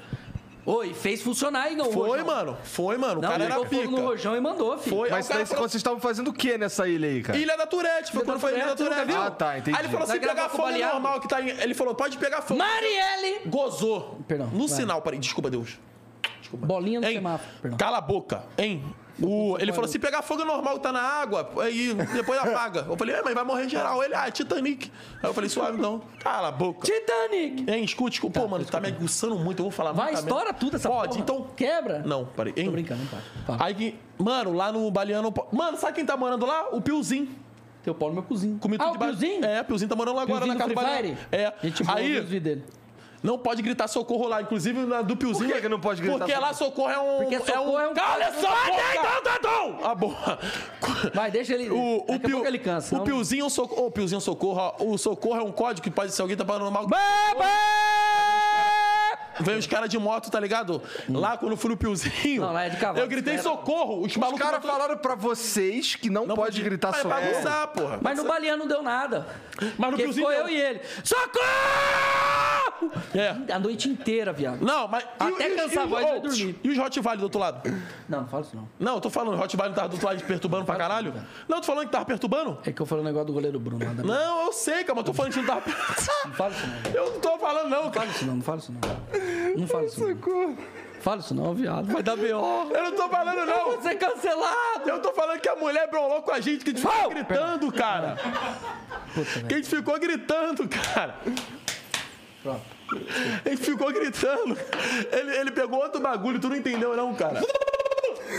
[SPEAKER 2] Oi, fez funcionar, Igão. o
[SPEAKER 3] Foi,
[SPEAKER 2] rojão.
[SPEAKER 3] mano. Foi, mano. O
[SPEAKER 2] Não,
[SPEAKER 3] cara era
[SPEAKER 2] ligou fogo
[SPEAKER 3] pica.
[SPEAKER 2] no rojão e mandou, filho.
[SPEAKER 3] Foi, aí
[SPEAKER 1] Mas
[SPEAKER 3] o cara
[SPEAKER 1] daí,
[SPEAKER 3] falou,
[SPEAKER 1] vocês estavam fazendo o que nessa ilha aí, cara?
[SPEAKER 3] Ilha da Turete, foi
[SPEAKER 2] Ilha
[SPEAKER 3] quando
[SPEAKER 2] da
[SPEAKER 3] foi Ilha da
[SPEAKER 2] Turete,
[SPEAKER 3] Turete.
[SPEAKER 2] nunca viu?
[SPEAKER 1] Ah, tá, entendi.
[SPEAKER 3] Aí ele falou assim,
[SPEAKER 2] Nós
[SPEAKER 3] pegar
[SPEAKER 2] gravamos com o
[SPEAKER 3] fome é
[SPEAKER 2] Baleado.
[SPEAKER 3] normal que tá em... Ele falou, pode pegar fome.
[SPEAKER 2] Marielle!
[SPEAKER 3] Gozou.
[SPEAKER 2] Perdão, vai.
[SPEAKER 3] No sinal, parei. Desculpa, Deus.
[SPEAKER 2] Bolinha no
[SPEAKER 3] Hein?
[SPEAKER 2] semáforo, perdão.
[SPEAKER 3] Cala a boca, hein? O, ele falou: se pegar fogo é normal, tá na água, aí depois apaga. Eu falei, é, mas vai morrer geral. Ele, ah, Titanic. Aí eu falei, suave então. Cala a boca.
[SPEAKER 2] Titanic!
[SPEAKER 3] Hein, escute, escute. Pô, mano, tu tá me aguçando muito, eu vou falar
[SPEAKER 2] Vai,
[SPEAKER 3] muita
[SPEAKER 2] estoura
[SPEAKER 3] merda.
[SPEAKER 2] tudo essa
[SPEAKER 3] Pode,
[SPEAKER 2] porra.
[SPEAKER 3] então.
[SPEAKER 2] Quebra.
[SPEAKER 3] Não, parei. Hein?
[SPEAKER 2] Tô brincando, não pode. Fala.
[SPEAKER 3] Aí que. Mano, lá no Baleano. Mano, sabe quem tá morando lá? O Piozinho.
[SPEAKER 2] Teu pau no meu cozinho.
[SPEAKER 3] Comi
[SPEAKER 2] ah,
[SPEAKER 3] tudo
[SPEAKER 2] o
[SPEAKER 3] de baixo.
[SPEAKER 2] Piozinho?
[SPEAKER 3] É, Piozinho tá morando lá agora
[SPEAKER 2] Piozinho
[SPEAKER 3] na casa do
[SPEAKER 2] do Free
[SPEAKER 3] Baleano.
[SPEAKER 2] Fire?
[SPEAKER 3] É.
[SPEAKER 2] Gente, boa, eu vi os
[SPEAKER 3] Aí.
[SPEAKER 2] vídeos dele.
[SPEAKER 3] Não pode gritar socorro lá, inclusive na do Piozinho.
[SPEAKER 1] Por que que não pode gritar
[SPEAKER 3] Porque
[SPEAKER 1] socorro?
[SPEAKER 3] lá socorro é um.
[SPEAKER 2] Porque socorro é um-
[SPEAKER 3] Cala
[SPEAKER 2] Não
[SPEAKER 3] essa
[SPEAKER 2] pode,
[SPEAKER 3] boca! Dadão! A boa.
[SPEAKER 2] então, Vai, deixa ele.
[SPEAKER 3] O,
[SPEAKER 2] Daqui
[SPEAKER 3] o,
[SPEAKER 2] a pouco
[SPEAKER 3] Pio,
[SPEAKER 2] ele cansa.
[SPEAKER 3] o
[SPEAKER 2] não-
[SPEAKER 3] Piozinho é um socorro. Ô, Piozinho é um socorro. ó. O socorro é um código que pode ser alguém tá parando mal. Vem os caras de moto, tá ligado? Lá quando eu fui no Piozinho.
[SPEAKER 2] Hum. Não, lá é de cavalo.
[SPEAKER 3] Eu gritei
[SPEAKER 2] Era-
[SPEAKER 3] socorro. Os
[SPEAKER 1] Os
[SPEAKER 3] malucos.
[SPEAKER 1] caras
[SPEAKER 3] botaram-
[SPEAKER 1] falaram pra vocês que não, pode
[SPEAKER 3] podia.
[SPEAKER 1] gritar
[SPEAKER 3] Mas
[SPEAKER 1] socorro.
[SPEAKER 3] É bagunçar, porra.
[SPEAKER 2] Mas no Baleano não deu nada.
[SPEAKER 3] Mas no
[SPEAKER 2] Porque
[SPEAKER 3] Piozinho
[SPEAKER 2] ficou
[SPEAKER 3] deu.
[SPEAKER 2] eu e ele. Socorro!
[SPEAKER 3] É.
[SPEAKER 2] A noite inteira, viado.
[SPEAKER 3] Não, mas.
[SPEAKER 2] Até cansar a voz,
[SPEAKER 3] e-
[SPEAKER 2] vai dormir.
[SPEAKER 3] E os Hot Valley do outro lado?
[SPEAKER 2] Não, não fala isso não.
[SPEAKER 3] Não, eu tô falando, o Rottweiler tava do outro lado perturbando pra caralho? Não, eu tô falando que tava perturbando?
[SPEAKER 2] É que eu falei o negócio do goleiro Bruno. Nada não.
[SPEAKER 3] Não, eu sei, calma, eu tô falando que não tava perturbando.
[SPEAKER 2] não fala isso não.
[SPEAKER 3] Eu não tô falando, não, cara.
[SPEAKER 2] Fala isso não, não fala isso não. Não fala isso não. Fala isso não, viado. Vai dar B.O.
[SPEAKER 3] Eu não tô falando,
[SPEAKER 2] Eu
[SPEAKER 3] não.
[SPEAKER 2] vou ser cancelado!
[SPEAKER 3] Eu tô falando que a mulher brolou com a gente, que a gente ficou
[SPEAKER 2] Fala!
[SPEAKER 3] gritando, cara.
[SPEAKER 2] Puta, né?
[SPEAKER 3] Que
[SPEAKER 2] velho.
[SPEAKER 3] a gente ficou gritando, cara.
[SPEAKER 2] Pronto.
[SPEAKER 3] A gente ficou gritando. Ele, ele pegou outro bagulho, tu não entendeu, não, cara.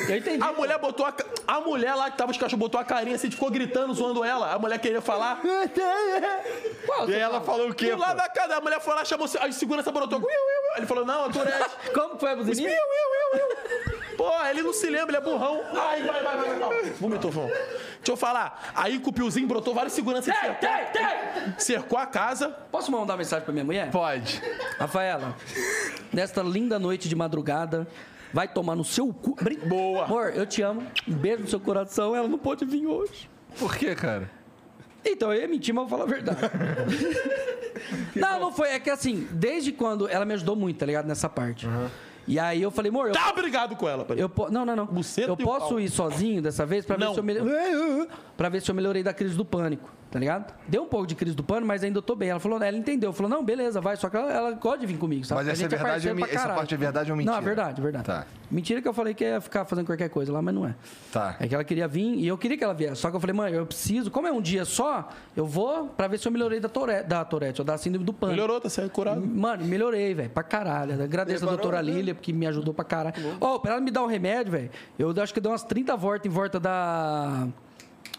[SPEAKER 2] Eu entendi.
[SPEAKER 3] A mulher botou a. ca- A mulher lá que tava os cachorros botou a carinha, assim, ficou gritando, zoando ela. A mulher queria falar.
[SPEAKER 2] Qual?
[SPEAKER 1] É. E aí ela falou o quê?
[SPEAKER 3] Do lado da casa, a mulher foi lá, chamou a segurança, brotou. "Iu, iu, iu". Ele falou, não, a Tourette.
[SPEAKER 2] Como foi a buzininha?
[SPEAKER 3] Iu, iu, iu, iu. Pô, ele não se lembra, ele é burrão. Ai, vai, vai, vai. vai. Vomitou, vão. Deixa eu falar. Aí com o Piozinho brotou várias seguranças. Ele
[SPEAKER 2] Tem,
[SPEAKER 3] cercou,
[SPEAKER 2] tem, tem!
[SPEAKER 3] cercou a casa.
[SPEAKER 2] Posso mandar uma mensagem pra minha mulher?
[SPEAKER 1] Pode.
[SPEAKER 2] Rafaela, nesta linda noite de madrugada, vai tomar no seu cu. Brin-
[SPEAKER 3] Boa.
[SPEAKER 2] Amor, eu te amo. Um beijo no seu coração. Ela não pôde vir hoje.
[SPEAKER 1] Por que, cara?
[SPEAKER 2] Então, eu ia mentir, mas eu vou falar a verdade. não, não foi. É que assim, desde quando. Ela me ajudou muito, tá ligado? Nessa parte. E aí eu falei, amor, eu,
[SPEAKER 3] Tá brigado com ela, pai.
[SPEAKER 2] eu po- não, não, não.
[SPEAKER 3] Buceta
[SPEAKER 2] eu
[SPEAKER 3] e o
[SPEAKER 2] posso
[SPEAKER 3] pau.
[SPEAKER 2] ir sozinho dessa vez pra ver
[SPEAKER 3] Não.
[SPEAKER 2] se eu melhorei. Pra ver se eu melhorei da crise do pânico, tá ligado? Deu um pouco de crise do pânico, mas ainda eu tô bem. Ela falou, ela entendeu, falou: "Não, beleza, vai, só que ela, ela gosta de vir comigo, sabe?
[SPEAKER 1] Mas
[SPEAKER 2] A
[SPEAKER 1] essa é
[SPEAKER 2] gente
[SPEAKER 1] verdade
[SPEAKER 2] parceiro
[SPEAKER 1] ou
[SPEAKER 2] pra
[SPEAKER 1] mi- essa
[SPEAKER 2] caralho.
[SPEAKER 1] parte é verdade ou mentira?
[SPEAKER 2] Não, é verdade, é verdade.
[SPEAKER 1] Tá.
[SPEAKER 2] Mentira que eu falei que ia ficar fazendo qualquer coisa lá, mas não é.
[SPEAKER 1] Tá.
[SPEAKER 2] É que ela queria vir e eu queria que ela viesse. Só que eu falei, mãe, eu preciso, como é um dia só, eu vou pra ver se eu melhorei da Tourette, da, Tourette, ou da síndrome do pânico.
[SPEAKER 3] Melhorou, tá sendo curado.
[SPEAKER 2] Mano, melhorei, velho, pra caralho. Agradeço a doutora
[SPEAKER 1] né?
[SPEAKER 2] Lília, porque me ajudou pra caralho. Ó, pra ela me dar um remédio, velho, eu acho que dei umas 30 voltas em volta da.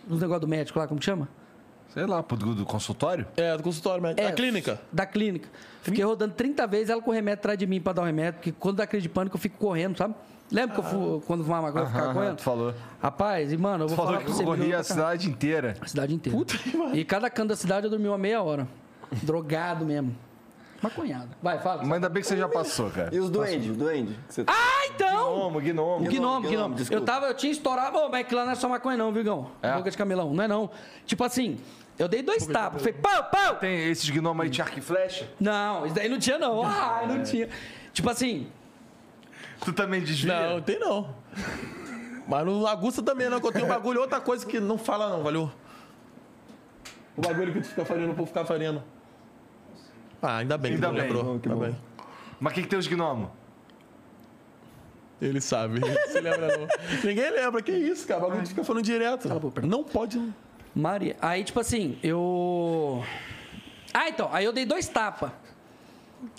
[SPEAKER 2] Nos negócios do médico lá, como que chama?
[SPEAKER 1] Sei lá, pro do, do consultório?
[SPEAKER 3] É, do consultório médico.
[SPEAKER 2] É,
[SPEAKER 3] Da clínica.
[SPEAKER 2] Da clínica. Fiquei
[SPEAKER 1] Hum.
[SPEAKER 2] rodando 30 vezes ela com o remédio atrás de mim pra dar o remédio, porque quando dá crise de pânico eu fico correndo, sabe? Lembra que eu fui, quando fumava maconha, eu
[SPEAKER 1] Ah. Aham,
[SPEAKER 2] ficava
[SPEAKER 1] aham,
[SPEAKER 2] correndo?
[SPEAKER 1] tu falou.
[SPEAKER 2] Rapaz, e mano, eu vou
[SPEAKER 1] Falou
[SPEAKER 2] falar
[SPEAKER 1] que
[SPEAKER 2] pra você. melhorou
[SPEAKER 1] corria
[SPEAKER 2] pra
[SPEAKER 1] a cidade inteira.
[SPEAKER 2] a cidade inteira.
[SPEAKER 3] Puta que pariu.
[SPEAKER 2] E cada canto da cidade eu dormi uma meia hora. Drogado mesmo. Maconhado. Vai, fala.
[SPEAKER 1] Mas ainda bem que você já passou, cara.
[SPEAKER 4] E os duendes, o duende. que você- tá-
[SPEAKER 2] Ah, então!
[SPEAKER 1] Gnomo, gnomo.
[SPEAKER 2] O gnomo,
[SPEAKER 4] Gnomo,
[SPEAKER 2] gnomo.
[SPEAKER 4] desculpa.
[SPEAKER 2] Eu tava, eu tinha estourado. Ô, mas que lá não é só maconha, não, Vigão.
[SPEAKER 1] É?
[SPEAKER 2] Boca de camelão, não é não. Tipo assim, eu dei dois tapas. Falei, pau, pau!
[SPEAKER 1] Então, Tem esses gnomos aí de arco e flecha?
[SPEAKER 2] Não, isso daí não tinha, não. Ah, não tinha. Tipo assim,
[SPEAKER 1] Tu também desvia?
[SPEAKER 3] Não, tem não. Mas não aguça também, não, que eu tenho um bagulho. Outra coisa que não fala, não, valeu? O bagulho que tu fica fazendo, o povo ficar fazendo. Ah, ainda bem que
[SPEAKER 1] Ainda
[SPEAKER 3] tu
[SPEAKER 1] bem,
[SPEAKER 3] lembrou.
[SPEAKER 4] bom, que
[SPEAKER 3] Ainda
[SPEAKER 4] bom.
[SPEAKER 3] bem.
[SPEAKER 1] Mas o que, que tem os gnomos?
[SPEAKER 3] Ele sabe, ele se lembra não. Ninguém lembra, que isso, cara. O bagulho fica falando direto.
[SPEAKER 2] Cala a boca.
[SPEAKER 3] Não pode. um- não.
[SPEAKER 2] Maria. Aí, tipo assim, eu. Ah, então. Aí eu dei dois tapas.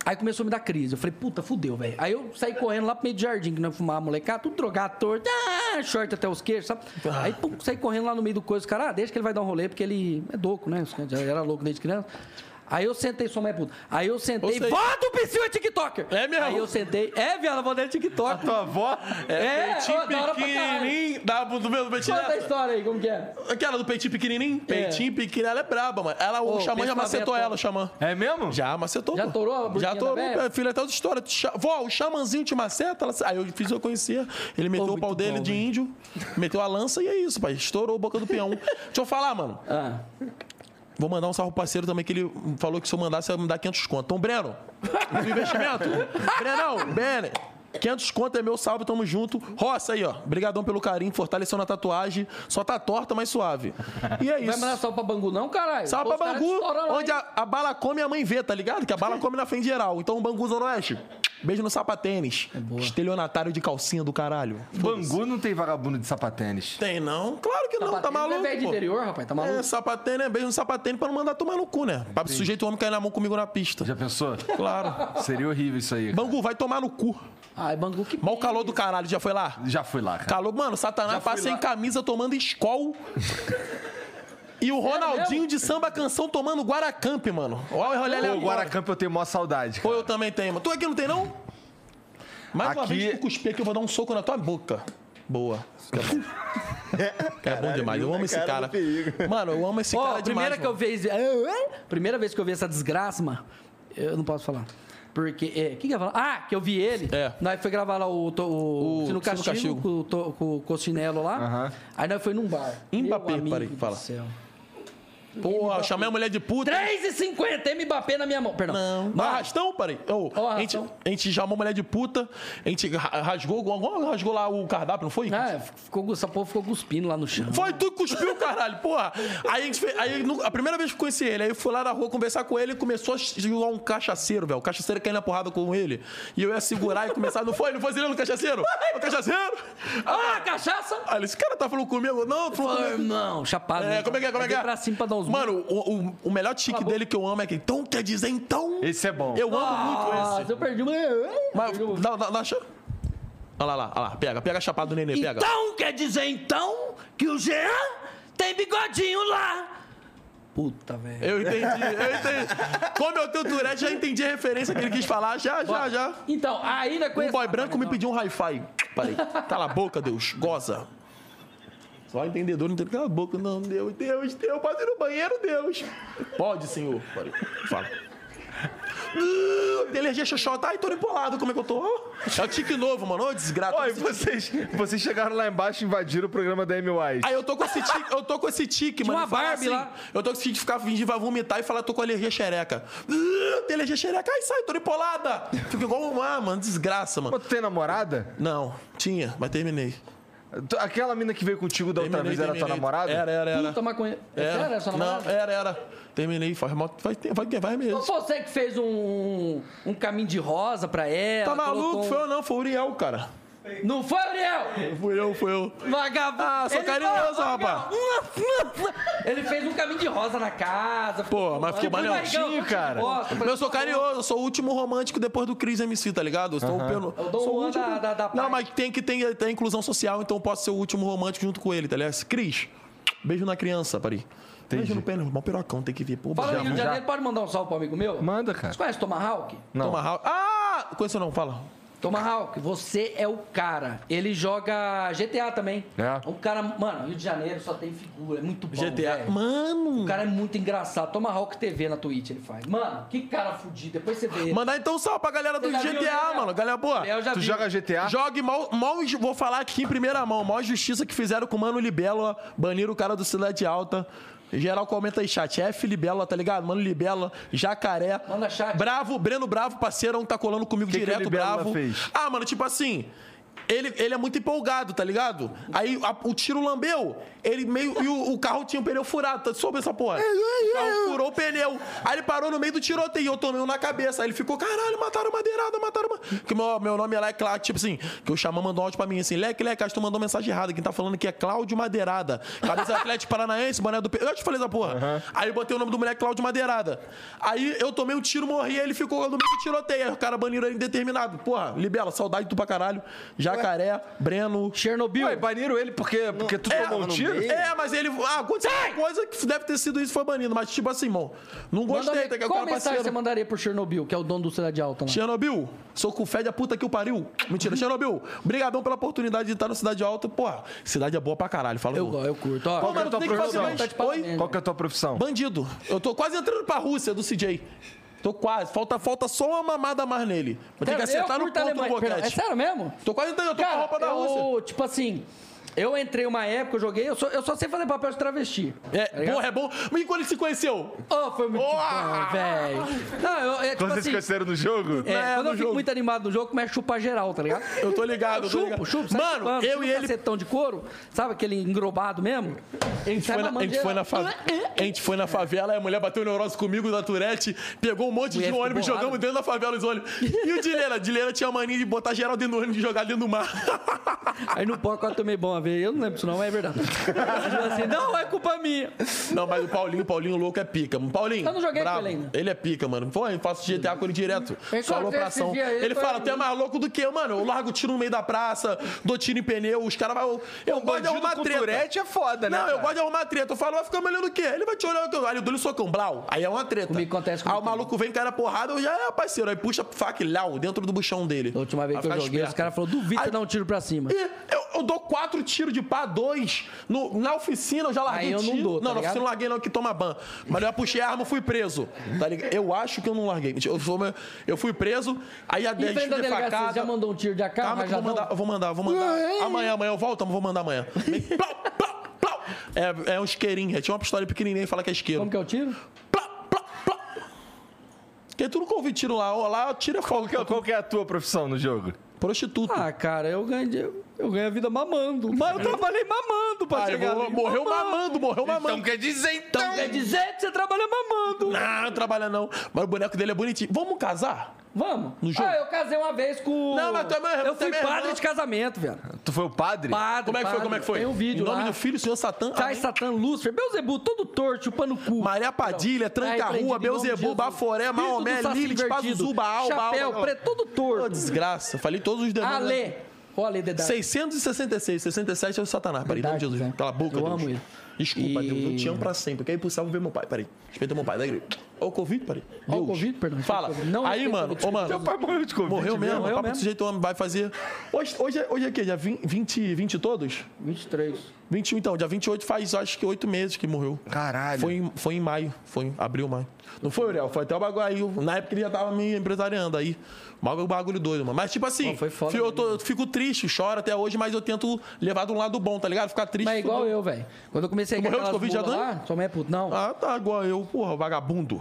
[SPEAKER 2] Aí começou a me dar crise. Eu falei, puta, fudeu, velho. Aí eu saí correndo lá pro meio do jardim, que não fumava molecada, tudo drogado, torto, ah, short até os queixos, sabe?
[SPEAKER 3] Ah.
[SPEAKER 2] Aí pum, saí correndo lá no meio do coisa, os caras, ah, deixa que ele vai dar um rolê, porque ele é louco, né? Já era louco desde criança. Aí eu sentei, sou mais puto. Aí eu sentei,
[SPEAKER 3] Você-
[SPEAKER 2] volta o Psyu é TikToker!
[SPEAKER 3] É mesmo? Ah,
[SPEAKER 2] Aí eu sentei, é, viado, a vó dele é TikTok.
[SPEAKER 1] Tua avó?
[SPEAKER 2] É, ó, da hora pra caralho.
[SPEAKER 3] pequenininho. Da, do meu do peitinho.
[SPEAKER 2] Conta a
[SPEAKER 3] dela.
[SPEAKER 2] história aí, como que é?
[SPEAKER 3] Aquela do peitinho pequenininho? Peitinho pequenininho, ela é braba, mano. Ela, o
[SPEAKER 2] Ô,
[SPEAKER 3] xamã
[SPEAKER 2] pensa
[SPEAKER 3] já
[SPEAKER 2] na
[SPEAKER 3] macetou
[SPEAKER 2] Beto.
[SPEAKER 3] ela, o xamã.
[SPEAKER 1] É mesmo?
[SPEAKER 3] Já macetou.
[SPEAKER 2] Já
[SPEAKER 3] pô.
[SPEAKER 2] torou a
[SPEAKER 3] Já
[SPEAKER 2] bundinha da
[SPEAKER 3] torou,
[SPEAKER 2] velha?
[SPEAKER 3] meu filho, até as histórias. Tu cha- Vó, o xamãzinho te maceta? Ela... Aí eu fiz eu conhecer. Ele meteu o
[SPEAKER 2] muito
[SPEAKER 3] pau dele
[SPEAKER 2] bom,
[SPEAKER 3] de
[SPEAKER 2] velho.
[SPEAKER 3] índio, meteu a lança e é isso, pai. Estourou a boca do peão. Deixa eu falar, mano.
[SPEAKER 2] Ah.
[SPEAKER 3] Vou mandar um salve pro parceiro também, que ele falou que se eu mandasse, ia me dar 500 conto. Então, Breno, do investimento. Brenão, Bene. 500 conto é meu salve, tamo junto. Roça aí, ó. Obrigadão pelo carinho, fortaleceu na tatuagem. Só tá torta, mas suave. E é
[SPEAKER 2] Não vai
[SPEAKER 3] isso.
[SPEAKER 2] mandar salve pra Bangu, não, caralho?
[SPEAKER 3] Salve
[SPEAKER 2] Pô,
[SPEAKER 3] pra
[SPEAKER 2] os caras
[SPEAKER 3] Bangu,
[SPEAKER 2] estouram lá,
[SPEAKER 3] onde
[SPEAKER 2] hein?
[SPEAKER 3] a, a bala come a mãe vê, tá ligado? Que a bala come na frente geral. Então, o Bangu Zona Oeste, beijo no sapatênis.
[SPEAKER 2] É
[SPEAKER 3] Estelionatário de calcinha do caralho.
[SPEAKER 1] Bangu não tem vagabundo de sapatênis.
[SPEAKER 3] Tem não? Claro que não, tá
[SPEAKER 2] Sapatênis
[SPEAKER 3] maluco.
[SPEAKER 2] É velho de
[SPEAKER 3] pô.
[SPEAKER 2] interior, rapaz, tá maluco?
[SPEAKER 3] É, sapatênio é beijo no sapatênio pra não mandar tomar no cu, né? Pra sujeito homem cair na mão comigo na pista.
[SPEAKER 1] Já pensou?
[SPEAKER 3] Claro.
[SPEAKER 1] Seria horrível isso aí. cara.
[SPEAKER 3] Bangu, vai tomar no cu.
[SPEAKER 2] Ai, Bangu, que
[SPEAKER 3] Mal calor do caralho, já foi lá?
[SPEAKER 1] Já fui lá, cara.
[SPEAKER 3] Calor, mano, Satanás passa sem camisa tomando escol. E o Ronaldinho de samba canção tomando Guaracamp, mano. Olha, olha ele
[SPEAKER 1] Pô, o
[SPEAKER 3] agora.
[SPEAKER 1] Guaracamp eu tenho maior saudade.
[SPEAKER 3] Pô,
[SPEAKER 1] Cara.
[SPEAKER 3] eu também tenho, mano. Tu aqui não tem, não? Mais uma
[SPEAKER 1] Aqui-
[SPEAKER 3] vez tu cuspir aqui, eu vou dar um soco na tua boca. Boa. É bom demais, eu
[SPEAKER 4] viu,
[SPEAKER 3] amo
[SPEAKER 4] né,
[SPEAKER 3] esse
[SPEAKER 4] cara?
[SPEAKER 3] cara.
[SPEAKER 4] Do perigo.
[SPEAKER 3] Mano, eu amo esse
[SPEAKER 2] Ó,
[SPEAKER 3] cara
[SPEAKER 2] a primeira
[SPEAKER 3] demais.
[SPEAKER 2] que eu vi. Ah, Primeira vez que eu vi essa desgraça, mano, eu não posso falar. Porque. É, quem que eu ia falar? Ah, que eu vi ele.
[SPEAKER 3] É.
[SPEAKER 2] Nós foi gravar lá o. to- O, Sino
[SPEAKER 3] O Sino
[SPEAKER 2] Castigo,
[SPEAKER 3] Castigo.
[SPEAKER 2] Com, o to- com o Cocinelo lá.
[SPEAKER 1] Aham.
[SPEAKER 2] Aí nós foi num bar.
[SPEAKER 3] Mbappé,
[SPEAKER 2] Meu amigo
[SPEAKER 3] parei,
[SPEAKER 2] do
[SPEAKER 3] fala.
[SPEAKER 2] céu.
[SPEAKER 3] mano. Porra, eu chamei a mulher de puta.
[SPEAKER 2] 3,50 Mbappé na minha mão. Perdão.
[SPEAKER 3] Não.
[SPEAKER 2] Vai.
[SPEAKER 3] Arrastão, parei. Ô,
[SPEAKER 2] Ó,
[SPEAKER 3] a, gente,
[SPEAKER 2] arrastão.
[SPEAKER 3] a gente chamou a mulher de puta, a gente ra- rasgou, alguma- rasgou lá o cardápio, não foi?
[SPEAKER 2] Ah, ficou, essa porra ficou cuspindo lá no chão.
[SPEAKER 3] Foi tu que cuspiu, caralho, porra. Aí a gente fez, aí, no- a primeira vez que eu conheci ele, aí eu fui lá na rua conversar com ele e começou a jogar um cachaceiro, velho. O cachaceiro caindo na porrada com ele. E eu ia segurar e começar. Não foi? Não foi Zilano, o cachaceiro? O cachaceiro?
[SPEAKER 2] Ah, cachaça!
[SPEAKER 3] Aí ele, esse cara tá falando comigo? Não, falou
[SPEAKER 2] Ô,
[SPEAKER 3] comigo.
[SPEAKER 2] irmão, chapado.
[SPEAKER 3] É, como é que é? Como é que é?
[SPEAKER 2] Dei pra cima pra dar uns
[SPEAKER 3] Mano, o, o- o melhor tique dele que eu amo é que. Então quer dizer então?
[SPEAKER 1] Esse é bom.
[SPEAKER 3] Eu amo
[SPEAKER 2] Ah,
[SPEAKER 3] muito esse.
[SPEAKER 2] eu perdi uma.
[SPEAKER 3] Mas, dá, dá, dá, chama. Olha lá, olha lá, pega, pega a chapada do nenê, pega.
[SPEAKER 2] Então quer dizer então que o Jean tem bigodinho lá. Puta, velho.
[SPEAKER 3] Eu entendi, eu entendi. Como eu tenho Tourette, já entendi a referência que ele quis falar, já, já, já.
[SPEAKER 2] Então, aí na
[SPEAKER 3] Um
[SPEAKER 2] coisa.
[SPEAKER 3] boy branco me pediu um hi-fi. Parei. Cala a boca, Deus. Goza. Só entendedor não tem cala a boca, não. Deus, Deus, Deus. Pode ir no banheiro, Deus. Pode, senhor. Parei. Fala. Tem alergia xoxota. Ai, tô empolado. Como é que eu tô? É o tique novo, mano. Ô, desgraça.
[SPEAKER 1] Ó, e vocês, vocês chegaram lá embaixo e invadiram o programa da Amy Wise.
[SPEAKER 3] Aí eu tô com esse tique, eu tô com esse tique,
[SPEAKER 2] Tinha
[SPEAKER 3] mano.
[SPEAKER 2] uma
[SPEAKER 3] e falar
[SPEAKER 2] Barbie lá.
[SPEAKER 3] Eu tô com esse tique de ficar fingindo que vai vomitar e falar, tô com alergia xereca. Uh, tem alergia xereca. Ai, sai, tô empolada. Fico igual um ah, mano, desgraça, mano.
[SPEAKER 1] Pô, tu tem namorada?
[SPEAKER 3] Não, tinha, mas terminei.
[SPEAKER 1] Tu- Aquela mina que veio contigo da outra
[SPEAKER 3] Terminei,
[SPEAKER 1] vez era tua
[SPEAKER 3] terminei.
[SPEAKER 1] namorada?
[SPEAKER 3] Era, era, era.
[SPEAKER 2] Puta maconha. É
[SPEAKER 3] Era.
[SPEAKER 2] sério essa
[SPEAKER 3] Não,
[SPEAKER 2] namorada?
[SPEAKER 3] era, era. Terminei, faz mal. Vai, vai, vai mesmo.
[SPEAKER 2] Não foi você que fez um, um caminho de rosa pra ela?
[SPEAKER 3] Tá maluco?
[SPEAKER 2] colocou um-
[SPEAKER 3] Foi eu não, foi o Uriel, cara.
[SPEAKER 2] Não foi, Ariel?
[SPEAKER 3] Foi eu, foi eu.
[SPEAKER 2] Vagabundo.
[SPEAKER 3] Ah, sou
[SPEAKER 2] Ele-
[SPEAKER 3] carinhoso,
[SPEAKER 2] Ô,
[SPEAKER 3] rapaz.
[SPEAKER 2] Ariel, Ele fez um caminho de rosa na casa.
[SPEAKER 3] Pô, mas ficou
[SPEAKER 2] Tipo,
[SPEAKER 3] maneiro.
[SPEAKER 2] Marigão,
[SPEAKER 1] Sim, cara.
[SPEAKER 2] Nossa,
[SPEAKER 3] Eu sou carinhoso, eu sou o último romântico depois do Cris MC, tá ligado? Eu sou o pelo-
[SPEAKER 2] Eu dou
[SPEAKER 3] sou
[SPEAKER 2] um da- da- da
[SPEAKER 3] Não,
[SPEAKER 2] parte.
[SPEAKER 3] mas tem que ter tem inclusão social, então eu posso ser o último romântico junto com ele, tá ligado? Cris, beijo na criança, pari. Beijo no pênis, irmão pirocão, tem que vir. Pô,
[SPEAKER 2] Fala
[SPEAKER 3] beijar
[SPEAKER 2] aí, Rio de
[SPEAKER 3] muito.
[SPEAKER 2] Janeiro, pode mandar um salve pro amigo meu?
[SPEAKER 1] Manda, cara.
[SPEAKER 2] Você conhece o Tomahawk?
[SPEAKER 1] Não.
[SPEAKER 3] Toma rau- Ah! Conheço não, fala.
[SPEAKER 2] Tomahawk, você é o cara. Ele joga GTA também.
[SPEAKER 1] É.
[SPEAKER 2] Um cara, mano, Rio de Janeiro só tem figura, é muito bom.
[SPEAKER 3] GTA.
[SPEAKER 2] velho.
[SPEAKER 3] Mano!
[SPEAKER 2] O cara é muito engraçado. Tomahawk TV na Twitch ele faz. Mano, que cara fudido. Depois você vê.
[SPEAKER 3] Mandar então um salve pra galera do
[SPEAKER 2] Você já viu, né,
[SPEAKER 3] GTA,
[SPEAKER 2] Gabriel?
[SPEAKER 3] mano. Galera boa.
[SPEAKER 2] Gabriel já
[SPEAKER 1] Tu
[SPEAKER 2] vi.
[SPEAKER 1] joga GTA?
[SPEAKER 3] Jogue mal, mal, vou falar aqui em primeira mão, maior justiça que fizeram com o Mano Libélula, baniram o cara do Cidade Alta. Geral comenta aí, chat. F Libélula, tá ligado? Mano Libélula, Jacaré.
[SPEAKER 2] Manda chat.
[SPEAKER 3] Bravo, Breno Bravo, parceirão, tá colando comigo
[SPEAKER 1] Que que o
[SPEAKER 3] direto,
[SPEAKER 1] Libélula
[SPEAKER 3] Bravo.
[SPEAKER 1] fez?
[SPEAKER 3] Ah, mano, tipo assim. Ele, ele é muito empolgado, tá ligado? Aí a- o tiro lambeu, ele meio. E o, o carro tinha um pneu furado, tá soube essa
[SPEAKER 1] É,
[SPEAKER 3] porra? O carro furou o pneu. Aí ele parou no meio do tiroteio e eu tomei um na cabeça. Aí ele ficou, caralho, mataram madeirada, mataram. ma-" Que meu, meu nome lá é Cláudio, tipo assim, que o Xamã mandou um áudio pra mim assim, Leque, Leque, acho que tu mandou mensagem errada. Quem tá falando que é Cláudio Madeirada. Cabeça Atlético Paranaense, boné do. P- Eu já te falei essa porra. Aí eu botei o nome do moleque Cláudio Madeirada. Aí eu tomei um tiro, morri, aí ele ficou no meio do tiroteio. Aí o cara baniram ele indeterminado. Porra, Libela, saudade de tu pra caralho. Jacaré, Breno.
[SPEAKER 2] Chernobyl.
[SPEAKER 1] Ué, baniram ele porque, porque tu tomou um
[SPEAKER 3] no
[SPEAKER 1] tiro?
[SPEAKER 3] meio? É, mas ele. Ah, aconteceu uma coisa que deve ter sido isso, foi banido. Mas, tipo assim, irmão, não
[SPEAKER 2] Manda
[SPEAKER 3] gostei,
[SPEAKER 2] ver-
[SPEAKER 3] tá que é o
[SPEAKER 2] Qual
[SPEAKER 3] cara
[SPEAKER 2] mensagem você
[SPEAKER 3] parceiro.
[SPEAKER 2] mandaria pro Chernobyl, que é o dono do Cidade Alta lá?
[SPEAKER 3] Chernobyl, sou com fé da puta que o pariu. Mentira, Chernobyl, brigadão pela oportunidade de estar no Cidade Alta. Porra, cidade é boa pra caralho, fala
[SPEAKER 2] Eu,
[SPEAKER 3] eu.
[SPEAKER 2] eu curto, ó.
[SPEAKER 3] Pô, mano,
[SPEAKER 1] que é a tua
[SPEAKER 3] tem que fazer
[SPEAKER 1] profissão?
[SPEAKER 3] mais.
[SPEAKER 2] Tá de
[SPEAKER 3] Oi?
[SPEAKER 2] parabéns.
[SPEAKER 1] Qual que é a tua profissão?
[SPEAKER 3] Bandido. Eu tô quase entrando pra Rússia do CJ. Tô quase. Falta, falta só uma mamada a mais nele. Mas tem
[SPEAKER 2] Cara,
[SPEAKER 3] que acertar
[SPEAKER 2] eu
[SPEAKER 3] no
[SPEAKER 2] curto a
[SPEAKER 3] ponto do
[SPEAKER 2] Alemanha. Perdão, É
[SPEAKER 3] boquete.
[SPEAKER 2] sério mesmo?
[SPEAKER 3] Tô quase entrando, eu tô com a
[SPEAKER 2] Cara,
[SPEAKER 3] roupa da Rússia.
[SPEAKER 2] eu, tipo assim, eu entrei uma época, eu joguei, eu só, eu só sei fazer papel de travesti.
[SPEAKER 3] É,
[SPEAKER 2] tá ligado?
[SPEAKER 3] porra, é bom. Mas e quando ele se conheceu?
[SPEAKER 2] Oh, foi muito
[SPEAKER 3] Uau!
[SPEAKER 2] bom, velho. Não, eu, é, tipo
[SPEAKER 1] Vocês
[SPEAKER 2] assim,
[SPEAKER 1] conheceram no jogo?
[SPEAKER 2] é,
[SPEAKER 3] É,
[SPEAKER 2] quando eu
[SPEAKER 3] no jogo.
[SPEAKER 2] fico muito animado no jogo, começa a chupar geral, tá ligado?
[SPEAKER 3] Eu tô ligado, eu tô
[SPEAKER 2] Chupo,
[SPEAKER 3] ligado.
[SPEAKER 2] chupo. sai
[SPEAKER 3] Mano,
[SPEAKER 2] chupando,
[SPEAKER 3] eu
[SPEAKER 2] chupa
[SPEAKER 3] e ele.
[SPEAKER 2] cacetão de couro, sabe aquele engrobado mesmo?
[SPEAKER 3] A gente, foi na, a, gente foi na fa- a gente foi na favela, a mulher bateu neurose comigo da Turete, pegou um monte
[SPEAKER 2] Mulher
[SPEAKER 3] de
[SPEAKER 2] ficou
[SPEAKER 3] ônibus,
[SPEAKER 2] borrada.
[SPEAKER 3] jogamos dentro da favela os ônibus. E o Dileira? A Dileira tinha a mania de botar geral dentro do ônibus e jogar dentro do mar.
[SPEAKER 2] Aí no pó eu tomei bom a ver. Eu não lembro disso, não, mas é verdade. Tipo assim, não, é culpa minha.
[SPEAKER 3] Não, mas o Paulinho, o Paulinho louco é pica. Paulinho.
[SPEAKER 2] Eu não joguei
[SPEAKER 3] brabo.
[SPEAKER 2] com ele ainda.
[SPEAKER 3] é pica, mano. Pô, eu faço GTA com ele direto.
[SPEAKER 2] Ele
[SPEAKER 3] Só
[SPEAKER 2] só
[SPEAKER 3] alopração.
[SPEAKER 2] esse dia aí,
[SPEAKER 3] Ele
[SPEAKER 2] ele
[SPEAKER 3] fala,
[SPEAKER 2] foi- um
[SPEAKER 3] tu é mais louco do que eu, mano. Eu largo tiro no meio da praça, dou tiro em pneu, os caras vão. Eu gosto de
[SPEAKER 1] bandido
[SPEAKER 3] arrumar
[SPEAKER 1] com
[SPEAKER 3] treta.
[SPEAKER 1] Tourette é foda, né?
[SPEAKER 3] Não, eu
[SPEAKER 1] cara?
[SPEAKER 3] gosto de arrumar treta. Eu falo, vai ficar melhor do que? Ele vai te olhar, eu- aí eu dou-lhe um socão, blau. Aí é uma treta.
[SPEAKER 2] Comigo acontece
[SPEAKER 3] Aí
[SPEAKER 2] comigo
[SPEAKER 3] o maluco vem, cara, porrada, eu já é parceiro. Aí puxa faca, lau, dentro do buchão dele.
[SPEAKER 2] Da última vez
[SPEAKER 3] Pra
[SPEAKER 2] que eu
[SPEAKER 3] ficar
[SPEAKER 2] joguei,
[SPEAKER 3] esperto.
[SPEAKER 2] os caras falaram, duvido
[SPEAKER 3] Aí-
[SPEAKER 2] você dar um tiro pra cima.
[SPEAKER 3] Ih, Eu, eu dou quatro tiros de pá, dois. No, na oficina eu já larguei
[SPEAKER 2] Aí eu não
[SPEAKER 3] tiro.
[SPEAKER 2] dou, tá
[SPEAKER 3] não, na
[SPEAKER 2] ligado?
[SPEAKER 3] oficina eu não larguei, não, que toma ban. Mas eu puxei a arma e fui preso. Tá ligado? Eu acho que eu não larguei. Eu, sou, eu fui preso, aí a
[SPEAKER 2] Em
[SPEAKER 3] 10
[SPEAKER 2] frente da
[SPEAKER 3] tiros é de
[SPEAKER 2] delegacia, você já
[SPEAKER 3] facada.
[SPEAKER 2] mandou um tiro de AK,
[SPEAKER 3] Calma que Tá, eu vou
[SPEAKER 2] rajadão?
[SPEAKER 3] mandar, eu vou mandar, eu vou
[SPEAKER 2] Ah, é?
[SPEAKER 3] mandar. Amanhã, amanhã eu volto, eu vou mandar amanhã. Vem, plau, plau, plau. É, é um isqueirinho, tinha uma pistola pequenininha e fala que é isqueiro.
[SPEAKER 2] Como que é o tiro?
[SPEAKER 3] Plá, plá, plá. Porque tu nunca ouviu tiro lá, ó, lá tira fogo.
[SPEAKER 1] Qual- Qual que é a tua profissão no jogo?
[SPEAKER 3] Prostituta.
[SPEAKER 2] Ah, cara, Ah, eu ganhei, eu, eu ganhei a vida mamando. Mas eu trabalhei mamando pra
[SPEAKER 3] Cara,
[SPEAKER 2] chegar
[SPEAKER 3] mo-
[SPEAKER 2] ali.
[SPEAKER 3] morreu mamando, morreu mamando.
[SPEAKER 1] quer dizer,
[SPEAKER 2] Então quer dizer que você trabalha mamando.
[SPEAKER 3] Não, não trabalha não. Mas o boneco dele é bonitinho. Vamos casar?
[SPEAKER 2] Vamos.
[SPEAKER 3] No jogo?
[SPEAKER 2] Ah, eu casei uma vez com...
[SPEAKER 3] Não, mas tu é meu-
[SPEAKER 2] Eu
[SPEAKER 3] tu é
[SPEAKER 2] fui
[SPEAKER 3] meu
[SPEAKER 2] padre
[SPEAKER 3] irmão.
[SPEAKER 2] de casamento, velho.
[SPEAKER 1] Tu foi o padre?
[SPEAKER 2] Padre,
[SPEAKER 3] Como é que foi?
[SPEAKER 2] padre.
[SPEAKER 3] Como é que foi?
[SPEAKER 2] Ah, Tem um vídeo
[SPEAKER 3] Em nome
[SPEAKER 2] lá. Tá
[SPEAKER 3] do filho, senhor Satã.
[SPEAKER 2] Sai
[SPEAKER 3] amém.
[SPEAKER 2] Satã, Lúcifer, Beuzebu, todo torto, chupando o cu.
[SPEAKER 3] Maria Padilha,
[SPEAKER 2] tá
[SPEAKER 3] Tranca-Rua, Beuzebu, Baforé, Maomé, Lilith, Pazuzuba, Alba, Alba.
[SPEAKER 2] Chapéu, preto, todo
[SPEAKER 3] Ô,
[SPEAKER 2] torto.
[SPEAKER 3] desgraça. né? Falei todos os demônios.
[SPEAKER 2] Ale. Ô, Ale, Dedá.
[SPEAKER 3] 666, 67 é o Satanás. Peraí, em nome de Jesus.
[SPEAKER 2] Verdade, né?
[SPEAKER 3] Cala a boca,
[SPEAKER 2] eu
[SPEAKER 3] Deus.
[SPEAKER 2] amo ele.
[SPEAKER 3] Desculpa,
[SPEAKER 2] E-
[SPEAKER 3] Deus. Eu te amo pra sempre. Eu quero ir pro céu ver meu pai. Peraí. Respeita meu pai da igreja. Ó o Covid, peraí.
[SPEAKER 2] Ó o
[SPEAKER 3] Deus.
[SPEAKER 2] Covid, perdão.
[SPEAKER 3] Fala.
[SPEAKER 2] Não, não
[SPEAKER 3] aí,
[SPEAKER 2] tem
[SPEAKER 3] mano,
[SPEAKER 2] Covid,
[SPEAKER 3] ô, mano.
[SPEAKER 1] Meu pai morreu de Covid.
[SPEAKER 3] Morreu mesmo,
[SPEAKER 2] morreu
[SPEAKER 3] papo
[SPEAKER 2] mesmo.
[SPEAKER 3] desse jeito, homem vai fazer. Hoje, hoje, é- hoje é o quê? Dia 20, 20, 22?
[SPEAKER 2] 23.
[SPEAKER 3] 21, então. Dia 28 faz, acho que, oito meses que morreu.
[SPEAKER 2] Ah,
[SPEAKER 1] Caralho.
[SPEAKER 3] Foi em, foi em maio, foi em abril, maio. Não foi, Uriel, foi até o bagulho aí. Na época ele já tava me empresariando aí. Mago bagulho doido, mano. Mas tipo assim,
[SPEAKER 2] Pô, foi foda,
[SPEAKER 3] fi- eu,
[SPEAKER 2] né,
[SPEAKER 3] tô- eu fico triste, choro até hoje, mas eu tento levar de um lado bom, tá ligado? Ficar triste.
[SPEAKER 2] Mas é igual
[SPEAKER 3] fudeu.
[SPEAKER 2] eu, velho. Quando eu comecei a
[SPEAKER 3] morreu de Covid já,
[SPEAKER 2] bolas
[SPEAKER 3] Dani?
[SPEAKER 2] lá, sua mãe é puta. Não,
[SPEAKER 3] Ah, tá, igual eu, porra, vagabundo.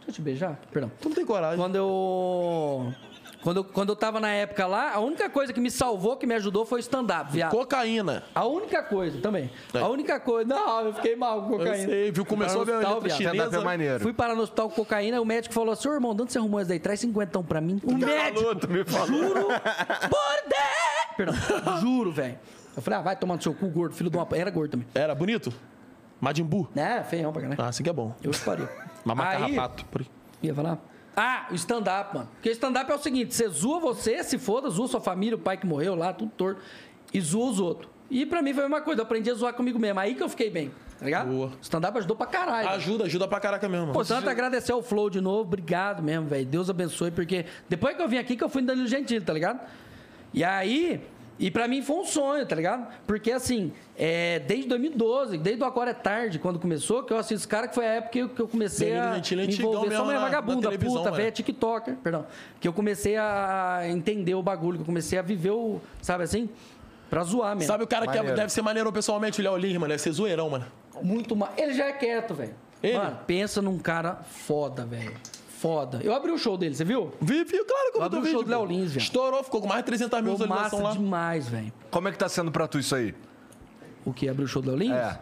[SPEAKER 2] deixa eu te beijar. Perdão.
[SPEAKER 3] Tu não tem coragem.
[SPEAKER 2] Quando eu... Quando, eu- quando eu tava na época lá, a única coisa que me salvou, que me ajudou, foi o stand-up, viado.
[SPEAKER 3] Cocaína.
[SPEAKER 2] A única coisa, também.
[SPEAKER 3] É.
[SPEAKER 2] A única coisa... Não, eu fiquei mal com
[SPEAKER 3] Eu
[SPEAKER 2] cocaína.
[SPEAKER 3] sei, viu? Começou a ver a
[SPEAKER 2] Tal,
[SPEAKER 3] letra
[SPEAKER 2] viado.
[SPEAKER 1] Stand-up é
[SPEAKER 3] chinesa.
[SPEAKER 1] maneiro.
[SPEAKER 2] Fui parar no hospital com cocaína, o médico falou, seu irmão, de onde você arrumou isso daí? Traz 50 pra mim.
[SPEAKER 3] Tá
[SPEAKER 2] O médico...
[SPEAKER 1] Falou, tu me falou.
[SPEAKER 2] Juro por Deus! Perdão, juro, velho. Eu falei, ah, vai tomar no seu cu, gordo, filho de uma... p-". Era gordo também.
[SPEAKER 3] Era bonito? Madimbu.
[SPEAKER 2] É, feião pra caralho.
[SPEAKER 3] Ah, assim que é bom.
[SPEAKER 2] Eu pariu.
[SPEAKER 3] Mamar
[SPEAKER 2] Aí-
[SPEAKER 3] carrapato. Por aí.
[SPEAKER 2] Ia falar? Ah, o stand-up, mano. Porque stand-up é o seguinte: você zoa você, se foda, zoa sua família, o pai que morreu lá, tudo torto, e zoa os outros. E pra mim foi a mesma coisa, eu aprendi a zoar comigo mesmo. Aí que eu fiquei bem, tá ligado?
[SPEAKER 3] Boa.
[SPEAKER 2] Stand-up ajudou pra caralho.
[SPEAKER 3] Ajuda, ajuda pra caraca mesmo. mano.
[SPEAKER 2] Portanto, então agradecer ao Flow de novo. Obrigado mesmo, velho. Deus abençoe, porque depois que eu vim aqui, que eu fui no Danilo Gentili, tá ligado? E aí, e pra mim foi um sonho, tá ligado? Porque assim, é, desde 2012, desde o Agora é Tarde, quando começou, que eu assisto esse cara, que foi a época que eu, que eu comecei
[SPEAKER 3] Danilo
[SPEAKER 2] a
[SPEAKER 3] Gentili é
[SPEAKER 2] me
[SPEAKER 3] antigão
[SPEAKER 2] envolver.
[SPEAKER 3] mesmo
[SPEAKER 2] Só mulher
[SPEAKER 3] na- na
[SPEAKER 2] vagabunda,
[SPEAKER 3] televisão,
[SPEAKER 2] puta,
[SPEAKER 3] né?
[SPEAKER 2] velho, TikToker, perdão. Que eu comecei a entender o bagulho, que eu comecei a viver o, sabe assim? Pra zoar mesmo.
[SPEAKER 3] Sabe o cara que é-
[SPEAKER 1] Maneiro.
[SPEAKER 3] deve ser maneiro pessoalmente, o Léo Lins, mano? Deve ser zoeirão, mano.
[SPEAKER 2] Muito mais. Ele já é quieto, velho.
[SPEAKER 3] Ele?
[SPEAKER 2] Mano, pensa num cara foda, velho. Foda. Eu abri o show dele, você viu?
[SPEAKER 3] Vi, vi, claro que eu
[SPEAKER 2] Lá
[SPEAKER 3] vi teu
[SPEAKER 2] do show
[SPEAKER 3] vídeo,
[SPEAKER 2] do Léo
[SPEAKER 3] pô.
[SPEAKER 2] Lins, viado.
[SPEAKER 3] Estourou, ficou com mais de 300 mil
[SPEAKER 2] Ficou
[SPEAKER 3] visualizações
[SPEAKER 2] massa
[SPEAKER 3] lá.
[SPEAKER 2] demais, velho.
[SPEAKER 1] Como é que tá sendo pra tu isso aí?
[SPEAKER 2] O que abriu o show do Léo Lins?
[SPEAKER 1] É.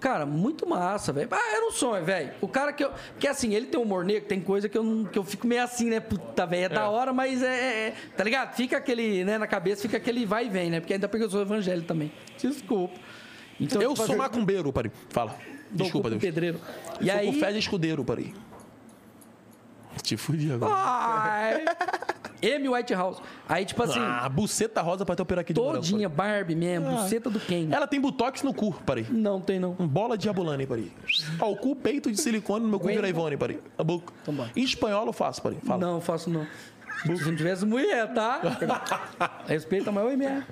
[SPEAKER 2] Cara, muito massa, velho. Ah, era um sonho, velho. O cara que eu. Porque assim, ele tem humor negro, tem coisa que eu, não- que eu fico meio assim, né? Puta, velho, é, da hora, mas é, é- é- Tá ligado? Fica aquele, né, na cabeça, fica aquele vai e vem, né? Porque ainda porque eu sou evangélico também. Desculpa. Então,
[SPEAKER 3] Eu
[SPEAKER 2] tipo,
[SPEAKER 3] sou
[SPEAKER 2] assim,
[SPEAKER 3] macumbeiro, pari. Fala.
[SPEAKER 2] dou culpa
[SPEAKER 3] Desculpa, Deus.
[SPEAKER 2] pro pedreiro. E
[SPEAKER 3] E sou
[SPEAKER 2] aí.
[SPEAKER 3] aí... confés escudeiro, pari. Ah, Te fudi agora.
[SPEAKER 2] Ai. M. Whitehouse. Aí, tipo assim,
[SPEAKER 3] Ah, buceta rosa pra ter o piraquê de
[SPEAKER 2] todinha Barbie mesmo,
[SPEAKER 3] Ah.
[SPEAKER 2] buceta do Ken.
[SPEAKER 3] Ela tem botox no cu, pari.
[SPEAKER 2] Não tem, não.
[SPEAKER 3] Um bola de abulane, pari. Ó, o cu, peito de silicone, no meu cu
[SPEAKER 2] Ué.
[SPEAKER 3] vira Ivone, pari. A boca.
[SPEAKER 2] Então bora.
[SPEAKER 3] Em espanhol eu faço, pari. Fala.
[SPEAKER 2] Não, eu faço não. Se não tivesse mulher, tá? Respeita, mas oi mesmo.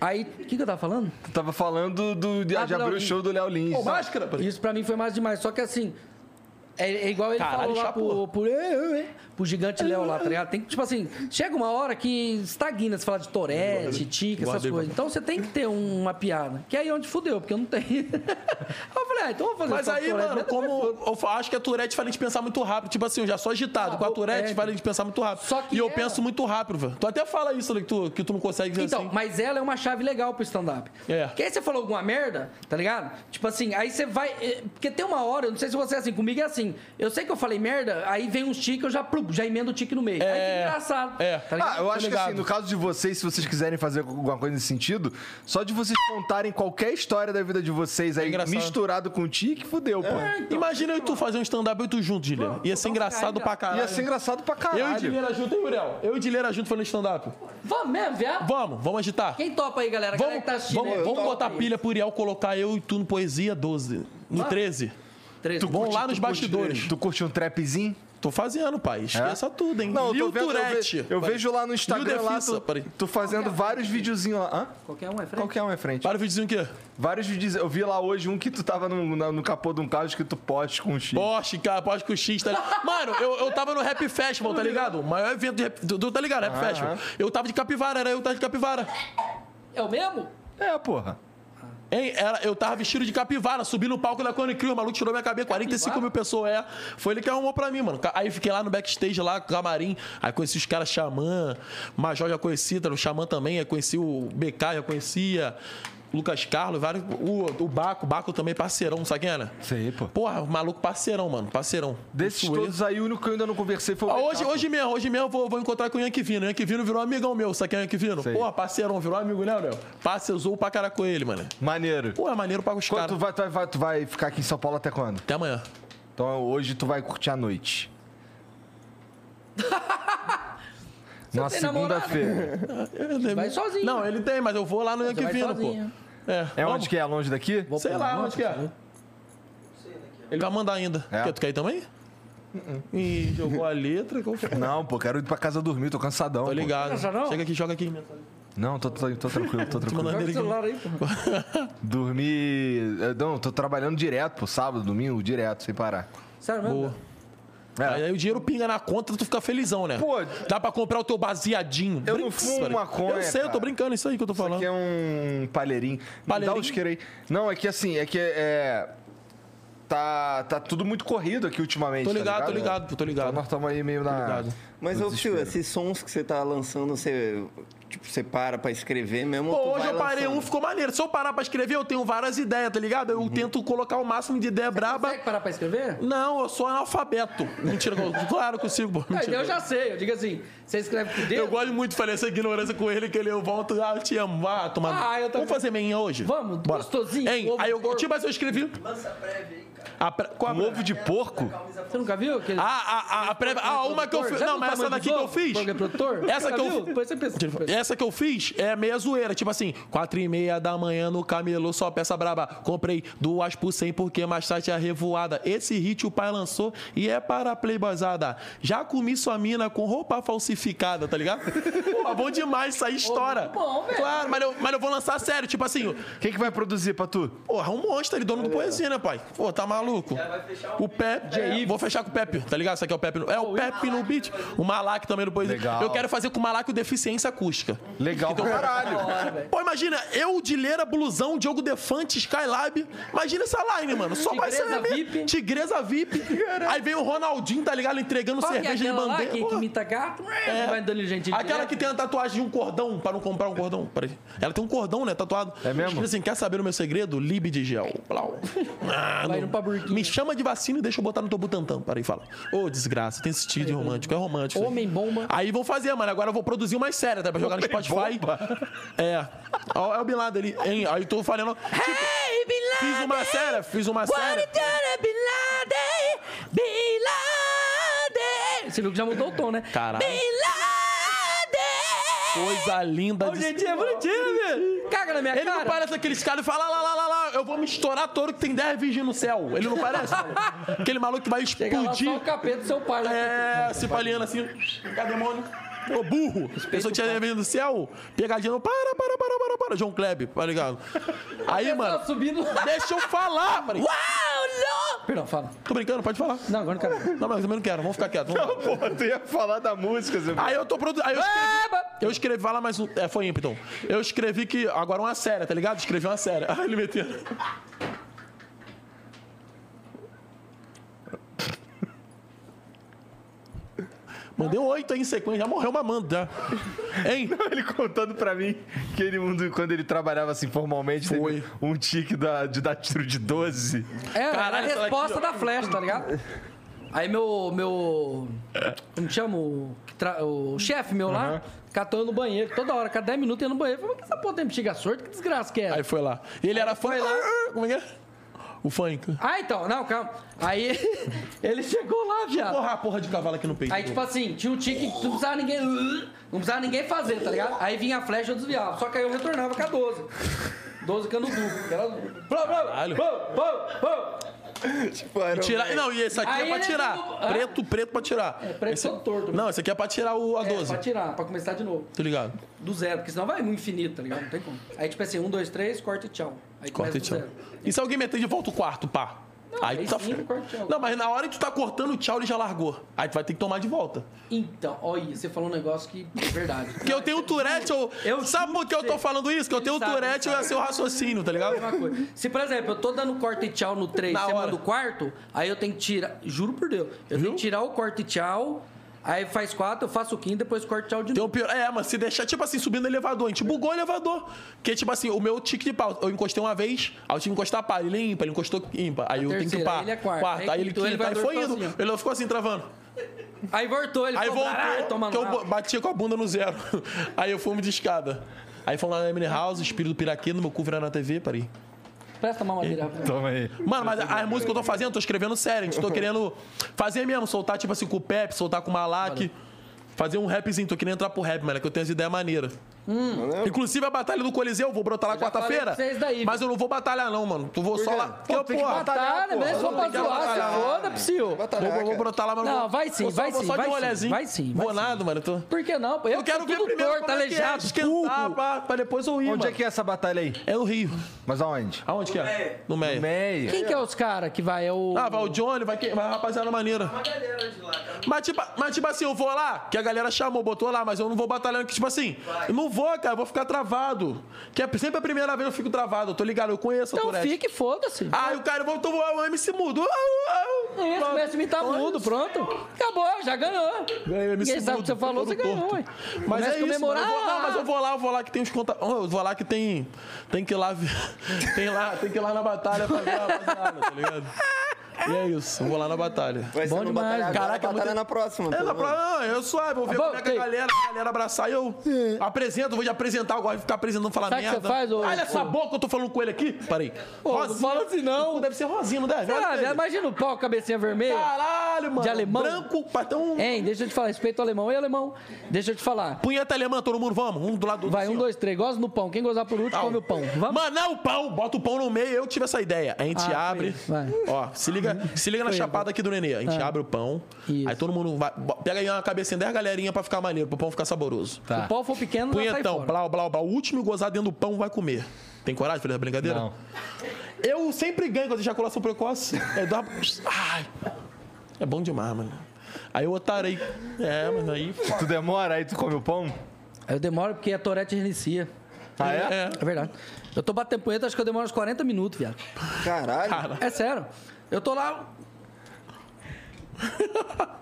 [SPEAKER 2] Aí, o que, que eu tava falando?
[SPEAKER 1] Tu tava falando do, de,
[SPEAKER 2] Ah,
[SPEAKER 1] de
[SPEAKER 2] do
[SPEAKER 1] abrir
[SPEAKER 2] Léo
[SPEAKER 1] o
[SPEAKER 2] Lins.
[SPEAKER 1] show do Léo Lins.
[SPEAKER 3] Pô, máscara, pari.
[SPEAKER 2] Isso pra mim foi mais demais. Só que assim, é, é igual ele
[SPEAKER 3] Caralho,
[SPEAKER 2] falou lá
[SPEAKER 3] chapou.
[SPEAKER 2] pro, pro, é, pro gigante Léo lá, tá ligado? Tem que, tipo assim, chega uma hora que estagna se falar de Torete, Tica, essas
[SPEAKER 3] Guardei,
[SPEAKER 2] coisas.
[SPEAKER 3] mano.
[SPEAKER 2] Então você tem que ter um- uma piada. Que é aí onde fudeu, porque eu não tenho. Aí eu falei, ah, então eu vou fazer
[SPEAKER 3] Mas
[SPEAKER 2] só
[SPEAKER 3] aí,
[SPEAKER 2] Tourette,
[SPEAKER 3] mano,
[SPEAKER 2] mas depois
[SPEAKER 3] como eu fa- acho que a Tourette faz a gente pensar muito rápido. Tipo assim, eu já sou agitado.
[SPEAKER 2] Ah,
[SPEAKER 3] Com a
[SPEAKER 2] eu-
[SPEAKER 3] Tourette
[SPEAKER 2] é.
[SPEAKER 3] faz a gente pensar muito rápido.
[SPEAKER 2] Só que é.
[SPEAKER 3] e eu
[SPEAKER 2] ela-
[SPEAKER 3] penso muito rápido, velho. Tu até fala isso, que tu, que tu não consegue dizer
[SPEAKER 2] Então,
[SPEAKER 3] assim.
[SPEAKER 2] mas ela é uma chave legal pro stand-up.
[SPEAKER 3] É.
[SPEAKER 2] Porque aí você falou alguma merda, tá ligado? Tipo assim, aí você vai. é, Porque tem uma hora, eu não sei se você é assim, comigo é assim. Eu sei que eu falei merda, aí vem uns tiques, eu já, plum, já emendo o tique no meio. Aí
[SPEAKER 3] É.
[SPEAKER 2] fica engraçado.
[SPEAKER 3] É.
[SPEAKER 2] Tá ligado?
[SPEAKER 1] Ah, eu
[SPEAKER 3] Tá
[SPEAKER 1] acho que
[SPEAKER 3] ligado.
[SPEAKER 1] assim, no caso de vocês, se vocês quiserem fazer alguma coisa nesse sentido, só de vocês contarem qualquer história da vida de vocês aí
[SPEAKER 3] É engraçado.
[SPEAKER 1] misturado com o Tique, fudeu, pô.
[SPEAKER 3] Imagina eu e tu fazer um stand-up eu e tu junto, Dileira. Ia ser
[SPEAKER 2] vamos
[SPEAKER 3] engraçado
[SPEAKER 2] ficar
[SPEAKER 3] pra
[SPEAKER 2] aí,
[SPEAKER 3] caralho.
[SPEAKER 1] Ia ser engraçado pra
[SPEAKER 3] Eu e
[SPEAKER 1] caralho.
[SPEAKER 3] Dileira junto, hein, Muriel? Eu e Dileira junto fazendo stand-up.
[SPEAKER 2] Vamos mesmo, viado?
[SPEAKER 3] Vamos, vamos agitar.
[SPEAKER 2] Quem topa aí, galera? A galera
[SPEAKER 3] Vamos,
[SPEAKER 2] que tá assistindo
[SPEAKER 3] vamos,
[SPEAKER 2] aí,
[SPEAKER 3] vamos
[SPEAKER 2] topa
[SPEAKER 3] botar
[SPEAKER 2] aí.
[SPEAKER 3] pilha pro Uriel colocar eu e tu no Poesia 12. No
[SPEAKER 2] Ah.
[SPEAKER 3] 13.
[SPEAKER 2] Três.
[SPEAKER 1] Tu
[SPEAKER 3] Vamos
[SPEAKER 1] curte-
[SPEAKER 3] lá nos
[SPEAKER 1] tu curte-
[SPEAKER 3] bastidores.
[SPEAKER 1] Tu curte um trapzinho?
[SPEAKER 3] Tô fazendo, pai. Esqueça tudo, hein?
[SPEAKER 1] É? Não, eu,
[SPEAKER 3] Lil
[SPEAKER 1] tô vendo, eu,
[SPEAKER 3] Tourette.
[SPEAKER 1] vejo, eu
[SPEAKER 3] Peraí.
[SPEAKER 1] vejo lá no Instagram
[SPEAKER 3] Lil
[SPEAKER 1] lá,
[SPEAKER 3] Defissa,
[SPEAKER 1] tu,
[SPEAKER 3] peraí. é
[SPEAKER 1] tu fazendo vários videozinhos lá. Hã?
[SPEAKER 2] Qualquer um é frente.
[SPEAKER 1] Qual que é um é frente?
[SPEAKER 3] Para o videozinho aqui.
[SPEAKER 1] Vários vídeos. Eu vi lá hoje um que tu tava no, na- no capô de um carro escrito pote com um X.
[SPEAKER 3] Porsche, cara, Porsche com X, tá ligado? Mano, eu, eu tava no Rap Festival, tá ligado? O maior evento de rap, do, do- tá ligado?
[SPEAKER 1] Ah,
[SPEAKER 3] Rap
[SPEAKER 1] é.
[SPEAKER 3] Festival. Eu tava de capivara, era eu que tava de capivara.
[SPEAKER 2] É o mesmo?
[SPEAKER 1] É, porra.
[SPEAKER 3] Hein? Era, eu tava vestido de capivara, subi no palco da Cone Crew, o maluco tirou minha cabeça, 45 mil pessoas, é. Foi ele que arrumou pra mim, mano. Ca- Aí fiquei lá no backstage, lá, camarim, aí conheci os caras Xamã, Major já conhecia, tá, o Xamã também, aí conheci o BK, já conhecia... Lucas Carlos, vários, o, o Baco, o Baco também parceirão, sabe quem era?
[SPEAKER 1] Sei, pô.
[SPEAKER 3] Porra, maluco parceirão, mano, parceirão.
[SPEAKER 1] Desses
[SPEAKER 3] Suei.
[SPEAKER 1] todos aí, o único que eu ainda não conversei foi o
[SPEAKER 3] é. Ah,
[SPEAKER 1] BK,
[SPEAKER 3] hoje,
[SPEAKER 1] pô.
[SPEAKER 3] hoje mesmo, hoje mesmo eu vou, vou encontrar com o Yankee Vino. O Yankee Vino virou amigão meu, sabe quem é o Yankee Vino?
[SPEAKER 1] Sei.
[SPEAKER 3] Pô, parceirão, virou amigo, né, Léo? Parceirzou pra cara com ele, mano.
[SPEAKER 1] Maneiro.
[SPEAKER 3] Pô, é maneiro pra os
[SPEAKER 1] Quando tu
[SPEAKER 3] caras.
[SPEAKER 1] vai, tu, vai, tu vai ficar aqui em São Paulo até quando?
[SPEAKER 3] Até amanhã.
[SPEAKER 1] Então hoje tu vai curtir a noite. Na
[SPEAKER 2] tem namorada?
[SPEAKER 1] segunda-feira.
[SPEAKER 2] Vai sozinho.
[SPEAKER 3] Não, ele tem, mas eu vou lá no Yankee
[SPEAKER 2] vai
[SPEAKER 3] Vino, pô.
[SPEAKER 2] sozinho.
[SPEAKER 3] É,
[SPEAKER 1] É onde que é? Longe daqui?
[SPEAKER 3] Sei lá, onde que é. Ele vai mandar ainda.
[SPEAKER 1] É.
[SPEAKER 3] Quer, tu quer ir também? E jogou a letra. Qual foi?
[SPEAKER 1] Não, pô, quero ir pra casa dormir, tô cansadão.
[SPEAKER 3] Tô
[SPEAKER 1] pô.
[SPEAKER 3] ligado.
[SPEAKER 2] Não, não.
[SPEAKER 3] Chega aqui, joga aqui.
[SPEAKER 1] Não, tô, tô- tô tranquilo, tô
[SPEAKER 3] Te mandando
[SPEAKER 1] tranquilo.
[SPEAKER 2] Joga o
[SPEAKER 3] ele aqui.
[SPEAKER 2] celular aí, pô.
[SPEAKER 1] Dormir. eh, Não, tô trabalhando direto, pô, sábado, domingo, direto, sem parar.
[SPEAKER 2] Sério mesmo?
[SPEAKER 3] Boa.
[SPEAKER 1] É.
[SPEAKER 3] Aí, aí o dinheiro pinga na conta, tu fica felizão, né?
[SPEAKER 1] Pô,
[SPEAKER 3] Dá pra comprar o teu baseadinho.
[SPEAKER 1] Eu não
[SPEAKER 3] Brinks,
[SPEAKER 1] fumo
[SPEAKER 3] cara.
[SPEAKER 1] maconha,
[SPEAKER 3] Eu sei, eu
[SPEAKER 1] cara.
[SPEAKER 3] tô brincando, isso aí que eu tô
[SPEAKER 1] Isso
[SPEAKER 3] falando.
[SPEAKER 1] aqui é um palheirinho.
[SPEAKER 3] Palheirinho?
[SPEAKER 1] Dá os isqueiro aí. Não, é que assim, é que é. Tá, tá tudo muito corrido aqui ultimamente.
[SPEAKER 3] Tô
[SPEAKER 1] tá
[SPEAKER 3] ligado, tô ligado, pô, tô ligado.
[SPEAKER 1] Então nós estamos aí meio na.
[SPEAKER 3] ligado.
[SPEAKER 4] Mas,
[SPEAKER 1] no
[SPEAKER 4] ô, Fio,
[SPEAKER 1] desespero.
[SPEAKER 4] esses sons que você tá lançando, você, tipo, você para pra escrever mesmo? ou tu
[SPEAKER 3] Pô, hoje
[SPEAKER 4] vai
[SPEAKER 3] eu parei
[SPEAKER 4] lançando?
[SPEAKER 3] um, ficou maneiro. Se eu parar pra escrever, eu tenho várias ideias, tá ligado? Eu tento colocar o máximo de ideia braba.
[SPEAKER 2] Consegue parar pra escrever?
[SPEAKER 3] Não, eu sou analfabeto. Mentira, eu- claro que eu consigo, pô.
[SPEAKER 2] Ah,
[SPEAKER 3] mentira.
[SPEAKER 2] eu já sei, eu digo assim, você escreve com o dedo?
[SPEAKER 3] Eu gosto muito de falar essa ignorância com ele, que ele eu volto, ah, eu te amo, ah, tomar.
[SPEAKER 2] Ah, eu também.
[SPEAKER 3] Vamos fazer meinha hoje?
[SPEAKER 2] Vamos, gostosinho,
[SPEAKER 3] Hein,
[SPEAKER 2] ovo
[SPEAKER 3] aí eu,
[SPEAKER 2] de porco.
[SPEAKER 3] tipo assim, eu escrevi. Lança a prévia aí, cara.
[SPEAKER 1] Um ovo de porco?
[SPEAKER 2] Você nunca viu aquele...
[SPEAKER 3] Ah, a, a, a prévia. Ah, uma que eu fiz.
[SPEAKER 2] Já
[SPEAKER 3] Não,
[SPEAKER 2] viu
[SPEAKER 3] mas
[SPEAKER 2] é o
[SPEAKER 3] essa
[SPEAKER 2] tamanho
[SPEAKER 3] daqui
[SPEAKER 2] do
[SPEAKER 3] que eu
[SPEAKER 2] jogo?
[SPEAKER 3] fiz.
[SPEAKER 2] Porque é produtor?
[SPEAKER 3] Essa que
[SPEAKER 2] Nunca
[SPEAKER 3] eu
[SPEAKER 2] viu? Depois você pensa.
[SPEAKER 3] fiz.
[SPEAKER 2] depois.
[SPEAKER 3] Essa que eu fiz é meia zoeira. Tipo assim, quatro e meia da manhã no camelô, só peça braba. Comprei duas por cem porque mais tarde é revoada. Esse hit o pai lançou e é para a playboyzada. Já comi sua mina com roupa falsificada, tá ligado? Pô, bom demais, isso aí estoura.
[SPEAKER 2] muito bom, velho.
[SPEAKER 3] Claro, mas eu, mas eu vou lançar sério. Tipo assim,
[SPEAKER 1] Quem que vai produzir pra tu?
[SPEAKER 3] Porra, é um monstro ele, dono do poesia, né, pai? Pô, tá maluco? o Pepe. é, vou fechar com o Pepe, tá ligado? Isso aqui é o Pepe. no- É o Pepe no beat. O Malak também no poesia.
[SPEAKER 1] Legal.
[SPEAKER 3] Eu quero fazer com o Malak o deficiência acústica.
[SPEAKER 1] Legal pra caralho.
[SPEAKER 3] Pô, imagina, eu, Dileira, Blusão, Diogo Defante, Skylab. Imagina essa line, mano. Só vai ser.
[SPEAKER 2] Tigresa VIP.
[SPEAKER 3] Tigresa VIP. Aí vem o Ronaldinho, tá ligado? Entregando
[SPEAKER 2] Qual que é
[SPEAKER 3] cerveja de
[SPEAKER 2] aquela lá
[SPEAKER 3] bandeira.
[SPEAKER 2] que, que
[SPEAKER 3] Porra.
[SPEAKER 2] imita gato? É. Vai dando gente
[SPEAKER 3] Aquela que tem a tatuagem de um cordão, pra não comprar um cordão. Peraí. Ela tem um cordão, né, tatuado.
[SPEAKER 1] É mesmo?
[SPEAKER 3] Escrito assim, quer saber o meu segredo? Lib de gel. Plau. Ah,
[SPEAKER 2] Vai
[SPEAKER 3] não.
[SPEAKER 2] no pra Burkina.
[SPEAKER 3] Me chama de vacina e deixa eu botar no teu butantã. Peraí, fala. Ô, desgraça, tem esse estilo de romântico. É romântico.
[SPEAKER 2] Homem bomba.
[SPEAKER 3] Aí vão fazer, mano. Agora eu vou produzir uma série, tá? Pra jogar no Spotify. É. Ó, É o Bin Laden ali. Hein? Aí eu tô falando... tipo,
[SPEAKER 5] Hey, Bin Laden!
[SPEAKER 3] Fiz uma série, fiz uma
[SPEAKER 5] What
[SPEAKER 3] série.
[SPEAKER 5] it gonna Bin Laden? Bin Laden!
[SPEAKER 2] Você viu que já mudou o tom, né?
[SPEAKER 3] Caralho.
[SPEAKER 5] Bin Laden!
[SPEAKER 3] Coisa linda
[SPEAKER 2] Ô, gente, é bonitinho, velho. Caga na minha
[SPEAKER 3] Ele
[SPEAKER 2] É, cara.
[SPEAKER 3] não parece aqueles caras e fala, lá, lá, lá, lá, eu vou me estourar todo que tem 10 virgens no céu. Ele não parece? maluco? Aquele maluco que vai
[SPEAKER 2] Chega lá, só o
[SPEAKER 3] explodir.
[SPEAKER 2] capeta do seu pai. né?
[SPEAKER 3] É, se palhando assim, cadê demônio? Ô, burro! Pessoa tinha virgem no céu, pegadinha, não, para, para, para, para, para, João Kleber, tá ligado? Aí,
[SPEAKER 2] Tá
[SPEAKER 3] mano,
[SPEAKER 2] subindo.
[SPEAKER 3] deixa eu falar, falei,
[SPEAKER 5] Uau, louco!
[SPEAKER 2] Perdão, fala.
[SPEAKER 3] tô brincando, pode falar.
[SPEAKER 2] Não, agora não quero.
[SPEAKER 3] Não, mas eu também não quero, vamos ficar quietos. vamos lá.
[SPEAKER 1] Porra, tu ia falar da música, Zé.
[SPEAKER 3] Aí eu tô produzindo. Aí eu escrevi. Eu escrevi, vai lá mais um. É, foi ímpeto. Eu escrevi que. Agora uma série, tá ligado? Escrevi uma série. Aí ele meteu. Mandei um oito aí em sequência. Já morreu uma manda. Hein?
[SPEAKER 1] Ele contando pra mim que ele, um do- quando ele trabalhava assim formalmente, teve
[SPEAKER 3] Foi.
[SPEAKER 1] um tique da, de dar tiro de 12.
[SPEAKER 2] É, era a
[SPEAKER 3] Caralho, fala
[SPEAKER 2] resposta
[SPEAKER 3] aqui,
[SPEAKER 2] da flecha, tá ligado? Aí meu. meu como que chama? O, que tra- o chefe meu lá, catou eu no banheiro. Toda hora, cada 10 minutos eu ia no banheiro. Falei, mas que essa porra tem bexiga sorte? Que desgraça que é?
[SPEAKER 3] Aí foi lá. E ele era fã. lá. Como é que é? O funk.
[SPEAKER 2] Ah, então, não, calma. Aí ele chegou lá, viado.
[SPEAKER 3] Porra, a porra de cavalo aqui no peito.
[SPEAKER 2] Aí, tipo assim, tinha um tique que não precisava ninguém. Não precisava ninguém fazer, tá ligado? Aí vinha a flecha eu desviava. Só que aí eu retornava com a 12. 12 cano duplo. Era. Blá, blá,
[SPEAKER 3] Caralho.
[SPEAKER 2] blá, blá, blá.
[SPEAKER 4] Tipo,
[SPEAKER 3] Tirar, não, um, e esse aqui
[SPEAKER 2] Aí
[SPEAKER 3] é pra
[SPEAKER 2] ele
[SPEAKER 3] tirar.
[SPEAKER 2] não- Ah.
[SPEAKER 3] Preto, preto pra tirar.
[SPEAKER 2] É, preto
[SPEAKER 3] Esse-
[SPEAKER 2] todo torto.
[SPEAKER 3] Não, esse aqui é pra tirar o, a
[SPEAKER 2] É,
[SPEAKER 3] 12.
[SPEAKER 2] pra tirar, pra começar de novo.
[SPEAKER 3] Tô ligado.
[SPEAKER 2] Do zero, porque senão vai no infinito, tá ligado? Não tem como. Aí, tipo assim, um, dois, três, corta e tchau. Aí
[SPEAKER 3] Corta
[SPEAKER 2] começa
[SPEAKER 3] e tchau.
[SPEAKER 2] do zero.
[SPEAKER 3] E se alguém meter de volta o quarto, pá? aí
[SPEAKER 2] aí
[SPEAKER 3] tu tá
[SPEAKER 2] sim,
[SPEAKER 3] ferrado.
[SPEAKER 2] corta o tchau.
[SPEAKER 3] Não, mas na hora que tu tá cortando o tchau, ele já largou. Aí tu vai ter que tomar de volta.
[SPEAKER 2] Então, olha, você falou um negócio que é verdade.
[SPEAKER 3] Porque eu tenho o Tourette, eu.
[SPEAKER 2] Eu
[SPEAKER 3] sabe por que eu tô falando isso? Que eu tenho o
[SPEAKER 2] Ele sabe,
[SPEAKER 3] Tourette, eu ia ser o raciocínio, tá ligado?
[SPEAKER 2] Mesma coisa. Se, por exemplo, eu tô dando corte e tchau no 3,
[SPEAKER 3] Na
[SPEAKER 2] você
[SPEAKER 3] hora.
[SPEAKER 2] manda o quarto, aí eu tenho que tirar. Juro por Deus. Eu tenho que tirar o corte e tchau, aí faz quatro, eu faço o quinto, depois corte e tchau de
[SPEAKER 3] Tem um
[SPEAKER 2] novo.
[SPEAKER 3] pior. É, mas se deixar, tipo assim, subindo o elevador. A gente bugou o elevador. Porque, tipo assim, o meu tique de pau. Eu encostei uma vez, aí eu tive que encostar par. Ele é ímpar, ele encostou ímpar. Aí eu tenho que
[SPEAKER 2] terceira,
[SPEAKER 3] par.
[SPEAKER 2] aí ele é quarto, aí
[SPEAKER 3] Aí ele
[SPEAKER 2] quinto,
[SPEAKER 3] quinta. Aí
[SPEAKER 2] elevador
[SPEAKER 3] foi
[SPEAKER 2] ficou
[SPEAKER 3] indo.
[SPEAKER 2] assim,
[SPEAKER 3] Ele ficou assim, travando.
[SPEAKER 2] Aí voltou, ele
[SPEAKER 3] Aí
[SPEAKER 2] falou, "Caralho,
[SPEAKER 3] voltou,
[SPEAKER 2] toma
[SPEAKER 3] que eu
[SPEAKER 2] no
[SPEAKER 3] bo-
[SPEAKER 2] rabo."
[SPEAKER 3] bati com a bunda no zero. Aí eu fui de escada. Aí fomos lá na Emily House, espírito do piraquê, no meu cu virando na TV, parei.
[SPEAKER 2] Presta uma madeira. rapaz.
[SPEAKER 1] Toma aí.
[SPEAKER 3] Mano, mas a, a música que eu tô fazendo, eu tô escrevendo sério. A gente tô querendo fazer mesmo, soltar tipo assim com o Pepe, soltar com o Malak. Fazer um rapzinho, tô querendo entrar pro rap, mano, é que eu tenho as ideias maneiras.
[SPEAKER 4] Entendeu?
[SPEAKER 3] Inclusive a batalha do Coliseu, eu vou brotar lá
[SPEAKER 2] Hum. já
[SPEAKER 3] quarta-feira.
[SPEAKER 2] falei pra vocês daí,
[SPEAKER 3] Mas eu não vou batalhar, não, mano. Tu vou só lá. Porque,
[SPEAKER 1] Pô, tem que
[SPEAKER 3] porra,
[SPEAKER 1] batalhar.
[SPEAKER 2] Tá, né?
[SPEAKER 1] pô.
[SPEAKER 2] Mas se for pra
[SPEAKER 3] Tem que
[SPEAKER 2] zoar,
[SPEAKER 3] batalhar.
[SPEAKER 2] se foda, psiu.
[SPEAKER 3] vou, vou, vou
[SPEAKER 4] Batalhaca.
[SPEAKER 3] brotar lá, mas
[SPEAKER 2] Não,
[SPEAKER 3] vou-
[SPEAKER 2] vai sim,
[SPEAKER 3] vou só-
[SPEAKER 2] vai
[SPEAKER 3] vou
[SPEAKER 2] sim,
[SPEAKER 3] Só de um
[SPEAKER 2] vai sim,
[SPEAKER 3] rolezinho.
[SPEAKER 2] vai sim, vai
[SPEAKER 3] Vou
[SPEAKER 2] sim.
[SPEAKER 3] nada, mano. Eu tô-
[SPEAKER 2] Por que não? pô? Eu,
[SPEAKER 3] Eu quero ver
[SPEAKER 2] tudo
[SPEAKER 3] primeiro
[SPEAKER 2] torto,
[SPEAKER 3] como é que é,
[SPEAKER 2] aleijado,
[SPEAKER 3] esquentar,
[SPEAKER 2] cuco.
[SPEAKER 3] pra, pra depois eu ir,
[SPEAKER 1] Onde
[SPEAKER 3] mano.
[SPEAKER 1] é que é essa batalha aí?
[SPEAKER 3] É no Rio.
[SPEAKER 1] Mas aonde?
[SPEAKER 3] Aonde que é?
[SPEAKER 6] Meia.
[SPEAKER 3] No Meia.
[SPEAKER 1] Meia.
[SPEAKER 2] Quem que é os caras que vai? É o...
[SPEAKER 3] Ah, vai o Johnny, vai, quem- vai a rapaziada maneira.
[SPEAKER 6] Uma galera de lá, tá? cara.
[SPEAKER 3] Mas tipo, mas tipo assim, eu vou lá, que a galera chamou, botou lá, mas eu não vou batalhando, que tipo assim, eu não vou, cara, eu vou ficar travado. Que é sempre a primeira vez eu fico travado, eu tô Ah, ligado, eu conheço a
[SPEAKER 2] Então
[SPEAKER 3] Tourette.
[SPEAKER 2] fique, foda-se.
[SPEAKER 3] Aí o cara voltou, o MC mudou.
[SPEAKER 2] Isso, o mestre me tá mudo, pronto. Acabou, já ganhou.
[SPEAKER 3] Ganhei,
[SPEAKER 2] Ninguém sabe o que você falou, você ganhou, ué.
[SPEAKER 3] Mas
[SPEAKER 2] Começa
[SPEAKER 3] é
[SPEAKER 2] a
[SPEAKER 3] isso,
[SPEAKER 2] comemorar.
[SPEAKER 3] mano. Eu vou, um não, mas eu vou lá, eu vou lá que tem os conta... Oh, Eu vou lá que tem... Tem que ir lá... tem, lá tem que ir lá na batalha pra ver a rapaziada, tá ligado? E é isso, eu vou lá na batalha.
[SPEAKER 4] um- Vai
[SPEAKER 2] Bom
[SPEAKER 4] ser no
[SPEAKER 2] demais.
[SPEAKER 4] batalha agora,
[SPEAKER 3] Caraca, é
[SPEAKER 4] batalha
[SPEAKER 3] muito-
[SPEAKER 4] na próxima.
[SPEAKER 3] É,
[SPEAKER 4] pelo
[SPEAKER 3] na
[SPEAKER 4] menos.
[SPEAKER 3] praia, eu suave, eu vou ver
[SPEAKER 2] Ah, bom,
[SPEAKER 3] como é que a
[SPEAKER 2] ok.
[SPEAKER 3] galera, a galera abraçar e eu apresento, eu vou de apresentar, eu gosto de ficar apresentando, falar
[SPEAKER 2] Sabe o que
[SPEAKER 3] merda.
[SPEAKER 2] você faz, ô-
[SPEAKER 3] Olha essa
[SPEAKER 2] ô-
[SPEAKER 3] boca, eu tô falando com ele aqui. Peraí.
[SPEAKER 2] Ô, não fala assim, não.
[SPEAKER 3] Deve ser Rosinha, não deve? Olha
[SPEAKER 2] Sei lá,
[SPEAKER 3] pra
[SPEAKER 2] velho,
[SPEAKER 3] ele.
[SPEAKER 2] Ah, imagina o pau, cabecinha vermelha.
[SPEAKER 3] Tá. Caralho, mano.
[SPEAKER 2] De alemão? É.
[SPEAKER 3] Branco, um patão.
[SPEAKER 2] Hein, deixa eu te falar, respeito ao alemão. Ei, alemão, deixa eu te falar.
[SPEAKER 3] Punheta alemã, todo mundo, vamos. Um do lado do outro.
[SPEAKER 2] Vai, um, dois, três, goza no pão. Quem gozar por último,
[SPEAKER 3] Pau.
[SPEAKER 2] come o pão. Vamos?
[SPEAKER 3] Mano, é o pão. Bota o pão no meio, eu tive essa ideia. A gente
[SPEAKER 2] Ah,
[SPEAKER 3] abre.
[SPEAKER 2] foi, vai. Ah.
[SPEAKER 3] Ó, se liga, se liga na chapada aqui do Nenê. A gente abre o pão.
[SPEAKER 2] Isso.
[SPEAKER 3] Aí todo mundo vai. bo- Pega aí uma cabecinha, 10 galerinha pra ficar maneiro, pro pão ficar saboroso.
[SPEAKER 2] Se o pau for pequeno, já Tá. sai
[SPEAKER 3] Punhetão,
[SPEAKER 2] fora.
[SPEAKER 3] blá, blá, blá. O último gozar dentro do pão vai comer. Tem coragem de fazer essa brincadeira?
[SPEAKER 1] Não.
[SPEAKER 3] Eu sempre ganho com a ejaculação precoce. É dá... Ai. É bom demais, mano. Aí eu otarei. É, mas aí.
[SPEAKER 1] Tu demora, aí tu come o pão?
[SPEAKER 2] Eu demoro porque a Torete reinicia.
[SPEAKER 1] Ah, é?
[SPEAKER 3] É.
[SPEAKER 2] É verdade. Eu tô batendo punheta, acho que eu demoro uns 40 minutos, viado.
[SPEAKER 4] Caralho.
[SPEAKER 2] É sério. Eu tô lá.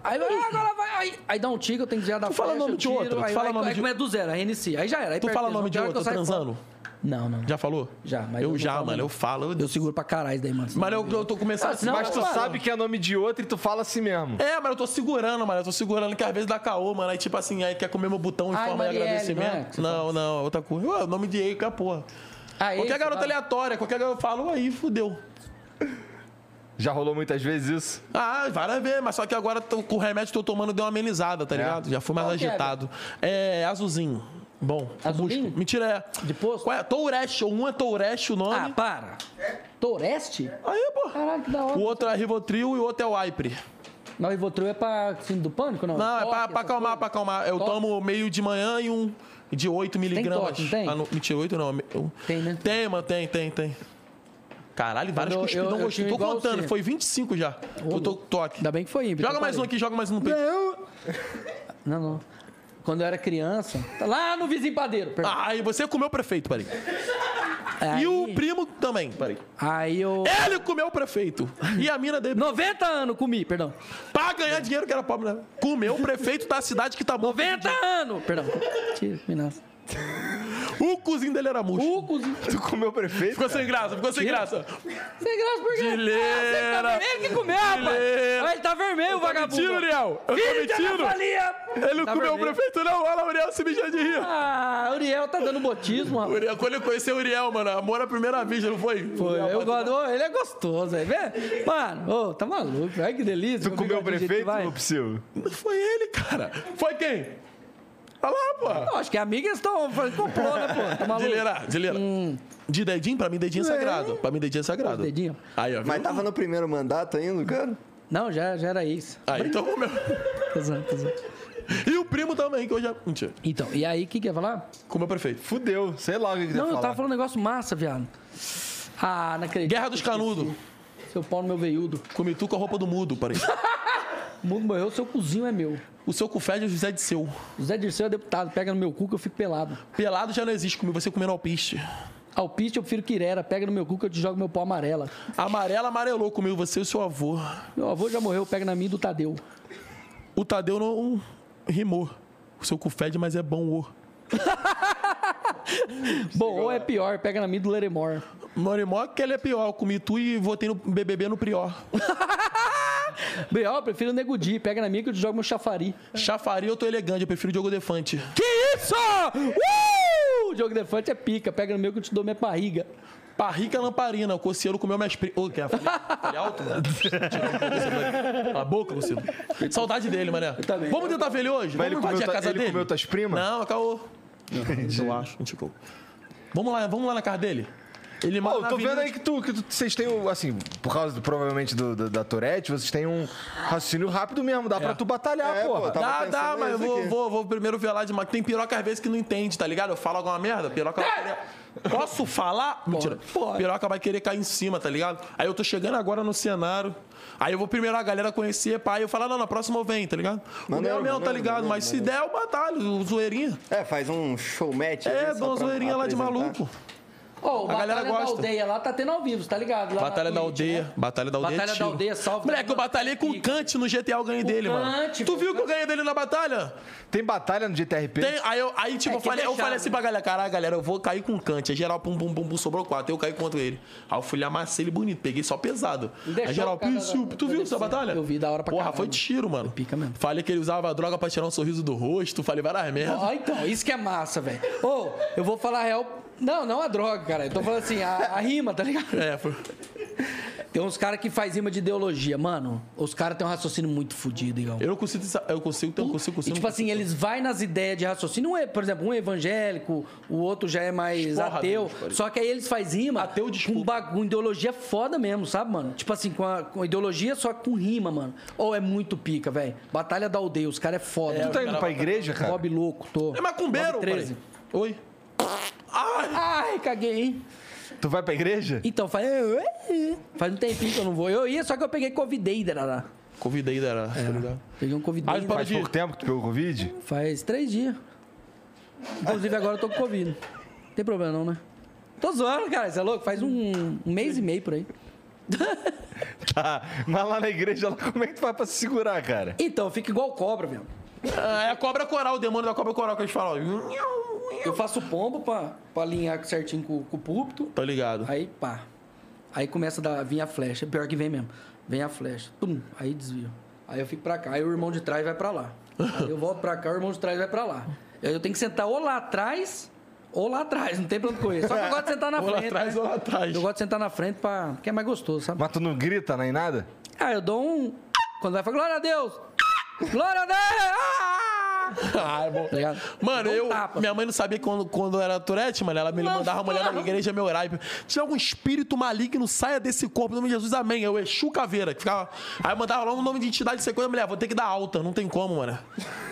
[SPEAKER 2] Aí eu, ah, agora vai. Aí, aí dá um tiro, eu tenho que já dar
[SPEAKER 3] Tu fala
[SPEAKER 2] flecha,
[SPEAKER 3] nome
[SPEAKER 2] eu
[SPEAKER 3] de outro, tu
[SPEAKER 2] Aí,
[SPEAKER 3] fala
[SPEAKER 2] aí,
[SPEAKER 3] nome
[SPEAKER 2] aí
[SPEAKER 3] de-
[SPEAKER 2] começa do zero, aí reinicia. Aí já era. Aí
[SPEAKER 3] Tu
[SPEAKER 2] perde
[SPEAKER 3] fala
[SPEAKER 2] tesão,
[SPEAKER 3] nome de
[SPEAKER 2] já era
[SPEAKER 3] outro,
[SPEAKER 2] que eu saio
[SPEAKER 3] transando?
[SPEAKER 2] fora. Não, não.
[SPEAKER 3] Já falou?
[SPEAKER 2] Já, mas
[SPEAKER 3] Eu,
[SPEAKER 2] eu não
[SPEAKER 3] já,
[SPEAKER 2] falo,
[SPEAKER 3] mano.
[SPEAKER 2] não.
[SPEAKER 3] Eu falo.
[SPEAKER 2] Eu seguro pra caralho daí, mano.
[SPEAKER 3] Mas eu, eu tô começando
[SPEAKER 2] Ah, senão-
[SPEAKER 1] Mas tu
[SPEAKER 2] Claro.
[SPEAKER 1] sabe que é nome de outro e tu fala assim mesmo.
[SPEAKER 3] É, mas eu tô segurando, mano. Eu tô segurando que às vezes dá caô, mano. Aí, tipo assim, aí quer comer meu botão em
[SPEAKER 2] Ai,
[SPEAKER 3] forma
[SPEAKER 2] Marielle,
[SPEAKER 3] de
[SPEAKER 2] não é que
[SPEAKER 3] agradecimento.
[SPEAKER 2] você
[SPEAKER 3] Não, não, é outra coisa. Ué, o nome de Eico é a porra.
[SPEAKER 2] Aí,
[SPEAKER 3] Qualquer
[SPEAKER 2] você
[SPEAKER 3] é garota
[SPEAKER 2] fala-
[SPEAKER 3] aleatória, qualquer garota eu falo, aí fudeu.
[SPEAKER 1] Já rolou muitas vezes isso?
[SPEAKER 3] Ah, várias vezes, mas só que agora tô- com o remédio que eu tô tomando deu uma amenizada, tá ligado? Já fui mais
[SPEAKER 2] Qual que é,
[SPEAKER 3] agitado. É, azulzinho. Bom,
[SPEAKER 2] Azulzinho?
[SPEAKER 3] busco. Mentira, é.
[SPEAKER 2] De posto?
[SPEAKER 3] Qual é? Toureste, um é Toureste o
[SPEAKER 2] Ah,
[SPEAKER 3] nome.
[SPEAKER 2] para. Toreste?
[SPEAKER 3] Aí, pô.
[SPEAKER 2] Caralho, que da hora.
[SPEAKER 3] O outro é Rivotril e o outro é o Aipre.
[SPEAKER 2] Mas o Ivotril é pra fim do pânico, não?
[SPEAKER 3] Não, é pra,
[SPEAKER 2] Toque,
[SPEAKER 3] pra
[SPEAKER 2] essas
[SPEAKER 3] acalmar,
[SPEAKER 2] coisas?
[SPEAKER 3] pra acalmar. Eu
[SPEAKER 2] Toque.
[SPEAKER 3] tomo meio de manhã e um de 8 miligramas.
[SPEAKER 2] toque, não tem?
[SPEAKER 3] Ah, não, mentira, 8 não. eu-
[SPEAKER 2] Tem, né?
[SPEAKER 3] Tem, mano, tem, tem, tem. Caralho, vários
[SPEAKER 2] Quando eu-
[SPEAKER 3] cuspidão
[SPEAKER 2] eu- eu
[SPEAKER 3] gostei.
[SPEAKER 2] tive
[SPEAKER 3] Tô
[SPEAKER 2] igual
[SPEAKER 3] contando,
[SPEAKER 2] você.
[SPEAKER 3] foi 25 já. eu tô
[SPEAKER 2] louco.
[SPEAKER 3] toque.
[SPEAKER 2] Ainda bem que foi ímpeto.
[SPEAKER 3] Joga
[SPEAKER 2] eu
[SPEAKER 3] mais um
[SPEAKER 2] falei.
[SPEAKER 3] aqui, joga mais um no peito.
[SPEAKER 2] Não, não. Quando eu era criança, tá lá no vizinho padeiro. perdão.
[SPEAKER 3] Ah, e você comeu o prefeito, peraí.
[SPEAKER 2] aí,
[SPEAKER 3] Ah, E o primo também, peraí.
[SPEAKER 2] Aí eu.
[SPEAKER 3] Ele comeu o prefeito. E a mina dele.
[SPEAKER 2] 90 anos comi, perdão.
[SPEAKER 3] Pra ganhar dinheiro que era pobre, né? Comeu o prefeito da cidade que tá bom.
[SPEAKER 2] 90 anos! Perdão. Tira, minaça.
[SPEAKER 3] O cozinho dele era murcho.
[SPEAKER 2] O cozinho.
[SPEAKER 1] Tu comeu o prefeito?
[SPEAKER 3] Ficou sem graça, ficou sem
[SPEAKER 2] Tira.
[SPEAKER 3] graça.
[SPEAKER 2] Sem graça, por quê?
[SPEAKER 3] Dileira.
[SPEAKER 2] Ah, você tá vermelho que comeu, rapaz.
[SPEAKER 3] Dileira.
[SPEAKER 2] Ah, Ele tá vermelho, o vagabundo.
[SPEAKER 3] Mentindo, Uriel. Eu tô
[SPEAKER 2] Filho da
[SPEAKER 3] mentindo.
[SPEAKER 2] gafalia.
[SPEAKER 3] Ele não
[SPEAKER 2] Tá
[SPEAKER 3] comeu o
[SPEAKER 2] vermelho.
[SPEAKER 3] prefeito, não. Olha lá, o Uriel se mijando de rir.
[SPEAKER 2] Ah, Uriel tá dando botismo, rapaz.
[SPEAKER 3] Uriel, quando eu conheci o Uriel, mano, amor à primeira vista, não foi?
[SPEAKER 2] Pô,
[SPEAKER 3] Uriel,
[SPEAKER 2] eu
[SPEAKER 3] bate-
[SPEAKER 2] gosto. Ô, ele é gostoso, aí, vê? Mano, ô, tá maluco. Ai, que delícia.
[SPEAKER 1] Tu comeu o
[SPEAKER 2] bigodinho do jeito que
[SPEAKER 1] prefeito,
[SPEAKER 2] vai.
[SPEAKER 1] meu psiu?
[SPEAKER 3] Não foi ele, cara. Foi quem? Olha lá, pô.
[SPEAKER 2] Não, acho que é amigas estão fazendo complô, né, pô? Tá maluco.
[SPEAKER 3] Dileira, dileira. De dedinho, pra mim, dedinho é sagrado. Pra mim, dedinho é sagrado.
[SPEAKER 2] Dedinho.
[SPEAKER 3] Aí, ó.
[SPEAKER 4] Mas
[SPEAKER 3] viu?
[SPEAKER 4] tava no primeiro mandato ainda, cara?
[SPEAKER 2] Não, já, já era isso.
[SPEAKER 3] Aí, então comeu.
[SPEAKER 2] Tô zoando, tô zoando.
[SPEAKER 3] E o primo também, que hoje é. Mentira.
[SPEAKER 2] Então, e aí, o que que eu ia falar?
[SPEAKER 3] Comeu prefeito.
[SPEAKER 1] Fudeu, sei lá o que que tu ia
[SPEAKER 2] Não, eu
[SPEAKER 1] falar.
[SPEAKER 2] tava falando um negócio massa, viado. Ah, não acredito.
[SPEAKER 3] Guerra dos Canudos.
[SPEAKER 2] Seu pau no meu veiudo.
[SPEAKER 3] Comi tu com a roupa do mudo, peraí.
[SPEAKER 2] O mundo morreu, seu cozinho é meu.
[SPEAKER 3] O seu cufé de José de seu.
[SPEAKER 2] O Zé Dirceu é deputado, pega no meu cu que eu fico pelado.
[SPEAKER 3] Pelado já não existe, comi você comendo alpiste.
[SPEAKER 2] Alpiste eu prefiro Quirera, pega no meu cu que eu te jogo meu pau amarela.
[SPEAKER 3] Amarela amarelou comigo, você e o seu avô.
[SPEAKER 2] Meu avô já morreu, pega na minha do Tadeu.
[SPEAKER 3] O Tadeu não rimou. O seu cu fede, mas é bom o.
[SPEAKER 2] Bom, ou é pior, pega na minha do Leremor.
[SPEAKER 3] Morimó que ele é pior. Eu comi tu e votei no BBB no Prior.
[SPEAKER 2] B.O., eu prefiro Negudi, pega na minha que eu te jogo meu chafari.
[SPEAKER 3] Chafari eu tô elegante, eu prefiro Diogo Defante.
[SPEAKER 2] Que isso? Uh! O Diogo Defante é pica, pega no meu que eu te dou minha barriga.
[SPEAKER 3] Parrica lamparina, o Cossielo comeu minhas primas. Ô, que é? Falei, falei alto, né? mano. Cala a boca, Cossielo. Saudade dele, mané.
[SPEAKER 2] também.
[SPEAKER 3] Vamos tentar ver ele hoje?
[SPEAKER 1] Mas ele
[SPEAKER 3] Vamos invadir
[SPEAKER 1] comeu ta-
[SPEAKER 3] a casa
[SPEAKER 1] ele
[SPEAKER 3] dele?
[SPEAKER 1] comeu tuas primas?
[SPEAKER 3] Não, caô. Eu acho, indicou. Vamos lá, vamos lá na casa dele. Ele
[SPEAKER 1] Pô,
[SPEAKER 3] mora
[SPEAKER 1] eu
[SPEAKER 3] na
[SPEAKER 1] tô vendo
[SPEAKER 3] Avenida-
[SPEAKER 1] aí que, tu, que tu- vocês têm, um, assim, por causa do- provavelmente do, do- da Tourette, vocês têm um raciocínio rápido mesmo. Dá pra tu batalhar,
[SPEAKER 4] É,
[SPEAKER 1] porra.
[SPEAKER 4] pô, tá-
[SPEAKER 3] Dá,
[SPEAKER 4] Tava
[SPEAKER 3] dá,
[SPEAKER 4] pensando
[SPEAKER 3] mas eu
[SPEAKER 4] nisso
[SPEAKER 3] vou,
[SPEAKER 4] aqui.
[SPEAKER 3] vou, vou primeiro ver lá de ma- Tem piroca às vezes que não entende, tá ligado? Eu falo alguma merda, a piroca vai querer. Posso falar? Mentira.
[SPEAKER 2] É! pode.
[SPEAKER 3] Piroca vai querer cair em cima, tá ligado? Aí eu tô chegando agora no cenário. Aí eu vou primeiro a galera conhecer, pai. Eu falo, não, na próxima eu venho, tá ligado? o meu
[SPEAKER 4] Maneiro,
[SPEAKER 3] é meu, tá
[SPEAKER 4] maneiro,
[SPEAKER 3] ligado?
[SPEAKER 4] maneiro,
[SPEAKER 3] mas se der, eu batalho, o zoeirinha.
[SPEAKER 4] É, faz um show match.
[SPEAKER 3] É,
[SPEAKER 4] ali, só
[SPEAKER 3] dou uma
[SPEAKER 4] pra
[SPEAKER 3] zoeirinha lá de
[SPEAKER 4] apresentar.
[SPEAKER 3] maluco.
[SPEAKER 2] Ó, o
[SPEAKER 3] A galera
[SPEAKER 2] Batalha da
[SPEAKER 3] gosta.
[SPEAKER 2] Aldeia lá tá tendo ao vivo, tá ligado? Lá na
[SPEAKER 3] Batalha da
[SPEAKER 2] Twitch,
[SPEAKER 3] aldeia.
[SPEAKER 2] né?
[SPEAKER 3] Batalha da aldeia.
[SPEAKER 2] Batalha da
[SPEAKER 3] tiro.
[SPEAKER 2] aldeia, é salve.
[SPEAKER 3] Moleque, eu batalhei com o Kant no GTA, eu ganhei dele, mano.
[SPEAKER 2] Kant,
[SPEAKER 3] Tu
[SPEAKER 2] pô,
[SPEAKER 3] viu que eu
[SPEAKER 2] Kant.
[SPEAKER 3] ganhei dele na batalha?
[SPEAKER 1] Tem batalha no GTRP?
[SPEAKER 3] Tem, aí, eu, aí tipo,
[SPEAKER 2] É,
[SPEAKER 3] eu
[SPEAKER 2] que
[SPEAKER 3] falei, eu
[SPEAKER 2] deixar,
[SPEAKER 3] falei assim
[SPEAKER 2] né?
[SPEAKER 3] pra galera, caralho, galera, eu vou cair com o Kant. Aí geral, pum, pum, pum, pum, sobrou quatro. Eu caí contra ele. Aí eu fui lá, amassei ele bonito, peguei só pesado.
[SPEAKER 2] Deixou
[SPEAKER 3] aí geral,
[SPEAKER 2] o cara
[SPEAKER 3] piu,
[SPEAKER 2] da-
[SPEAKER 3] tu
[SPEAKER 2] da
[SPEAKER 3] viu essa
[SPEAKER 2] deficiência?
[SPEAKER 3] batalha?
[SPEAKER 2] Eu vi, da hora pra
[SPEAKER 3] Porra,
[SPEAKER 2] caralho. É
[SPEAKER 3] foi tiro, mano.
[SPEAKER 2] Pica mesmo.
[SPEAKER 3] Falei que ele usava droga pra tirar um sorriso do rosto, falei várias merda.
[SPEAKER 2] Ó, então, isso que é massa, velho. Ô, eu vou falar a real. Não, não a droga, cara. Eu tô falando assim, a, a rima, tá ligado?
[SPEAKER 3] É, foi.
[SPEAKER 2] Tem uns caras que faz rima de ideologia, mano. Os caras têm um raciocínio muito fodido, Igão.
[SPEAKER 3] Eu não consigo, eu consigo, eu consigo,
[SPEAKER 2] E,
[SPEAKER 3] consigo.
[SPEAKER 2] tipo assim, eles vai nas ideias de raciocínio. Um é, por exemplo, um é evangélico, o outro já é mais
[SPEAKER 3] Porra,
[SPEAKER 2] ateu.
[SPEAKER 3] Deus, pariu.
[SPEAKER 2] só que aí eles faz rima
[SPEAKER 3] Ateu,
[SPEAKER 2] com
[SPEAKER 3] desculpa.
[SPEAKER 2] bagulho, ideologia foda mesmo, sabe, mano? Tipo assim, com, a, com ideologia, só que com rima, mano. Ou é muito pica, velho. Batalha da aldeia, os caras é foda.
[SPEAKER 1] Tu tá indo pra igreja, cara?
[SPEAKER 2] Bob louco, tô.
[SPEAKER 3] É macumbeiro,
[SPEAKER 2] Bob 13.
[SPEAKER 3] pai. Oi. Ai,
[SPEAKER 2] Ai, caguei, hein?
[SPEAKER 1] Tu vai pra igreja?
[SPEAKER 2] Então, faz... faz um tempinho que eu não vou. Eu ia, só que eu peguei Covid lá.
[SPEAKER 3] convidei, era. tá ligado?
[SPEAKER 2] Peguei um Covid
[SPEAKER 3] Aí,
[SPEAKER 1] Faz
[SPEAKER 3] Pode ir.
[SPEAKER 1] pouco tempo que tu pegou Covid?
[SPEAKER 2] Faz três dias. Inclusive agora eu tô com Covid. Não tem problema não, né? Tô zoando, cara. Você é louco? Faz um, um mês e meio por aí.
[SPEAKER 1] Tá. Mas lá na igreja, lá, como é que tu vai pra se segurar, cara?
[SPEAKER 2] Então, fica igual cobra, velho.
[SPEAKER 3] Ah, É a cobra coral, o demônio da cobra coral que eles falam.
[SPEAKER 2] Eu faço pombo pra, pra alinhar certinho com, com o púlpito.
[SPEAKER 3] Tá ligado?
[SPEAKER 2] Aí, pá. Aí começa a dar- vir a flecha. Pior que vem mesmo. Vem a flecha. Tum. Aí desvio. Aí eu fico pra cá. Aí o irmão de trás vai pra lá. Aí eu volto pra cá, o irmão de trás vai pra lá. Aí eu tenho que sentar ou lá atrás ou lá atrás. Não tem pra onde correr. Só que eu gosto de sentar na
[SPEAKER 3] Ou lá
[SPEAKER 2] frente.
[SPEAKER 3] atrás
[SPEAKER 2] né?
[SPEAKER 3] ou lá atrás.
[SPEAKER 2] Eu gosto de sentar na frente pra... porque é mais gostoso, sabe?
[SPEAKER 1] Mas tu não grita nem nada?
[SPEAKER 2] Ah, eu dou um... Quando vai falar, glória a Deus! Glória a Deus! Ah!
[SPEAKER 3] Ah, é bom.
[SPEAKER 2] Tá ligado?
[SPEAKER 3] Mano,
[SPEAKER 2] Dou um
[SPEAKER 3] eu.
[SPEAKER 2] tapa.
[SPEAKER 3] Minha mãe não sabia quando, quando eu era Tourette, mano. Ela me mandava mulher na igreja meu horário. Tinha algum espírito maligno, saia desse corpo, em nome de Jesus, amém. Eu Exu Caveira, que ficava. Aí eu mandava lá um nome de entidade, você coisa, mulher, vou ter que dar alta, não tem como, mano.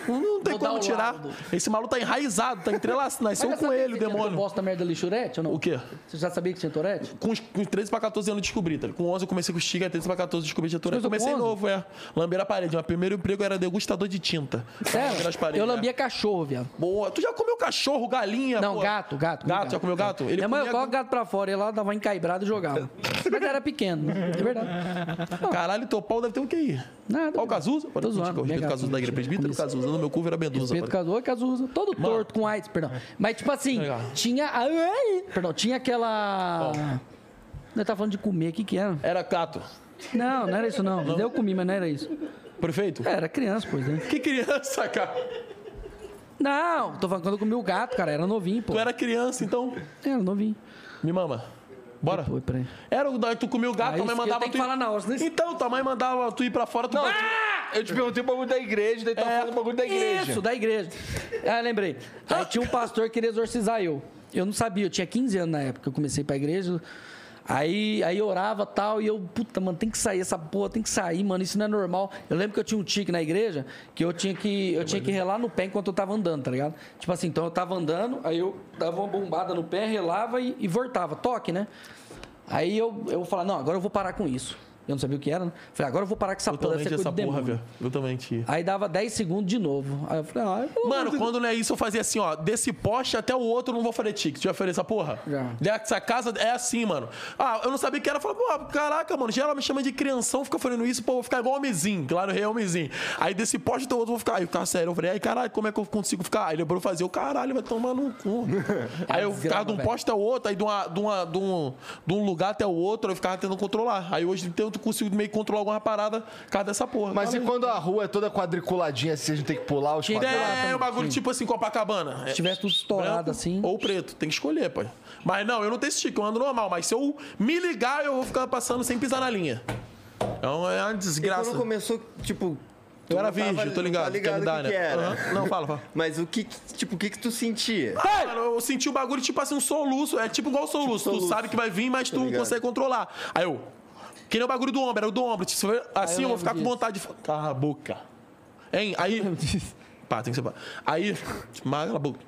[SPEAKER 3] Não, não tem
[SPEAKER 2] Vou dar
[SPEAKER 3] como
[SPEAKER 2] o
[SPEAKER 3] tirar.
[SPEAKER 2] laudo.
[SPEAKER 3] Esse maluco tá enraizado, tá entrelaçado. Nasceu
[SPEAKER 2] Mas
[SPEAKER 3] com
[SPEAKER 2] sabe
[SPEAKER 3] ele, o
[SPEAKER 2] que você entrou
[SPEAKER 3] demônio.
[SPEAKER 2] bosta da merda lixurete ou não?
[SPEAKER 3] O quê?
[SPEAKER 2] Você já sabia que tinha Tourette?
[SPEAKER 3] Com, os- com os 13 pra 14 anos eu descobri, tá? ligado? Com 11 eu comecei com o Stiga, 13 pra 14 eu descobri de Tourette.
[SPEAKER 2] Começou com
[SPEAKER 3] Comecei
[SPEAKER 2] 11?
[SPEAKER 3] novo, é. Lambeira a parede. Meu primeiro emprego era degustador de tinta. Lambeira as
[SPEAKER 2] Sério?
[SPEAKER 3] paredes,
[SPEAKER 2] Eu
[SPEAKER 3] né?
[SPEAKER 2] lambia cachorro, viado.
[SPEAKER 3] Boa. Tu já comeu cachorro, galinha?
[SPEAKER 2] Não,
[SPEAKER 3] pô?
[SPEAKER 2] gato, gato. comi
[SPEAKER 3] Tá Gato, já comeu gato?
[SPEAKER 2] Minha mãe, eu
[SPEAKER 3] comia-
[SPEAKER 2] coloco o gato pra fora, ele lá dava uma encaibrada e jogava. Mas era pequeno, é verdade.
[SPEAKER 3] Caralho, teu pau deve ter um QI.
[SPEAKER 2] Nada.
[SPEAKER 3] Olha o Cazuza. Olha,
[SPEAKER 2] zoando,
[SPEAKER 3] gente, eu
[SPEAKER 2] minha
[SPEAKER 3] respeito o Cazuza
[SPEAKER 2] gata,
[SPEAKER 3] da igreja.
[SPEAKER 2] mentira,
[SPEAKER 3] Presbítero
[SPEAKER 2] comecei.
[SPEAKER 3] Cazuza, no meu cu era Medusa.
[SPEAKER 2] Pedro Cazuza, Cazuza, todo torto com AIDS, perdão. Mas tipo assim,
[SPEAKER 3] Legal.
[SPEAKER 2] tinha. a- ai, Perdão, tinha aquela. Nós tá falando de comer, o que que era?
[SPEAKER 3] Era gato.
[SPEAKER 2] Não, não era isso não. Eu comi, mas não era isso.
[SPEAKER 3] Prefeito?
[SPEAKER 2] É, Era criança, pois é.
[SPEAKER 3] Que criança, cara.
[SPEAKER 2] Não, tô falando quando eu comi o gato, cara, era novinho, pô.
[SPEAKER 3] Tu era criança, então.
[SPEAKER 2] Era novinho.
[SPEAKER 3] Me mama. Bora.
[SPEAKER 2] Pô, peraí.
[SPEAKER 3] Era o da tu comeu gato,
[SPEAKER 2] Aí
[SPEAKER 3] tua
[SPEAKER 2] isso
[SPEAKER 3] mãe
[SPEAKER 2] que eu
[SPEAKER 3] mandava
[SPEAKER 2] tenho
[SPEAKER 3] tu.
[SPEAKER 2] que falar na hora, senão isso- Ah!
[SPEAKER 3] Então, tua mãe mandava tu ir pra fora, tu.
[SPEAKER 1] Eu te perguntei o bagulho da igreja, daí tu tá falando o bagulho da igreja.
[SPEAKER 2] Isso, da igreja. Ah, lembrei. Aí tinha um pastor que queria exorcizar eu. Eu não sabia, eu tinha 15 anos na época, eu comecei pra igreja. Aí, aí eu orava tal, e eu, puta, mano, tem que sair essa porra, tem que sair, mano, isso não é normal. Eu lembro que eu tinha um tique na igreja que eu tinha que, eu tinha que relar no pé enquanto eu tava andando, tá ligado? Tipo assim, então eu tava andando, aí eu dava uma bombada no pé, relava e, e voltava, toque, né? Aí eu, eu falava, não, agora eu vou parar com isso. Eu não sabia o que era, né? Falei, agora eu vou parar com essa
[SPEAKER 3] Eu
[SPEAKER 2] porra,
[SPEAKER 3] também
[SPEAKER 2] deve ser
[SPEAKER 3] tinha
[SPEAKER 2] coisa
[SPEAKER 3] essa
[SPEAKER 2] do
[SPEAKER 3] porra,
[SPEAKER 2] demônio.
[SPEAKER 3] velho. Eu também tinha.
[SPEAKER 2] Aí dava 10 segundos de novo. Aí eu falei, ah, eu vou-
[SPEAKER 3] Mano, quando não é isso, eu fazia assim, ó. Desse poste até o outro, eu não vou fazer tique. Tu já fez essa porra?
[SPEAKER 2] Já.
[SPEAKER 3] Dessa casa é assim, mano. Ah, eu não sabia que era. Eu falava, pô, caraca, mano. Geral me chama de crianção, fica fazendo isso, pô, eu vou ficar igual homenzinho. Claro, no Rio é homenzinho. Aí desse poste até o outro, eu vou ficar. Aí eu ficava sério. Eu falei, ai, caralho, como é que eu consigo ficar? Aí lembrou fazer, o caralho, vai tomar no cu. aí eu ficava de um
[SPEAKER 2] velho.
[SPEAKER 3] poste ao outro, aí de, uma, de, uma, de, um, de um lugar até o outro, eu ficava tentando controlar. Aí hoje eu tento consigo meio que controlar alguma parada por causa dessa porra.
[SPEAKER 1] Mas e
[SPEAKER 3] Fala aí.
[SPEAKER 1] quando a rua é toda quadriculadinha, assim, a gente tem que pular os quadrados?
[SPEAKER 3] É, o bagulho tipo assim, Copacabana.
[SPEAKER 2] se tivesse tudo estourado
[SPEAKER 3] Branco
[SPEAKER 2] assim.
[SPEAKER 3] Ou preto, tem que escolher, pai. Mas não, eu não tenho esse tique, eu ando normal. Mas se eu me ligar, eu vou ficar passando sem pisar na linha. Então é uma
[SPEAKER 4] E
[SPEAKER 3] desgraça.
[SPEAKER 4] Quando começou, tipo,
[SPEAKER 3] Eu era
[SPEAKER 4] não tava-
[SPEAKER 3] virgem, tô
[SPEAKER 4] não
[SPEAKER 3] ligado.
[SPEAKER 4] tá ligado
[SPEAKER 3] quer me
[SPEAKER 4] o
[SPEAKER 3] dar,
[SPEAKER 4] que
[SPEAKER 3] né?
[SPEAKER 4] que era.
[SPEAKER 3] Aham. Não, fala, fala.
[SPEAKER 4] Mas o que, que- tipo, o que que tu sentia?
[SPEAKER 3] Cara, eu senti o bagulho, tipo assim, um soluço. É tipo igual soluço.
[SPEAKER 4] soluço.
[SPEAKER 3] Tu sabe que vai vir, mas tu
[SPEAKER 4] ligado.
[SPEAKER 3] consegue controlar. Aí eu. Que nem o bagulho do ombro, era o do ombro. Tipo, assim eu,
[SPEAKER 2] lembro
[SPEAKER 3] vou ficar com
[SPEAKER 2] disso.
[SPEAKER 3] vontade de. fa- Cala a boca. Hein? Aí. Pá, tem que ser. pá. Aí. Magra a boca.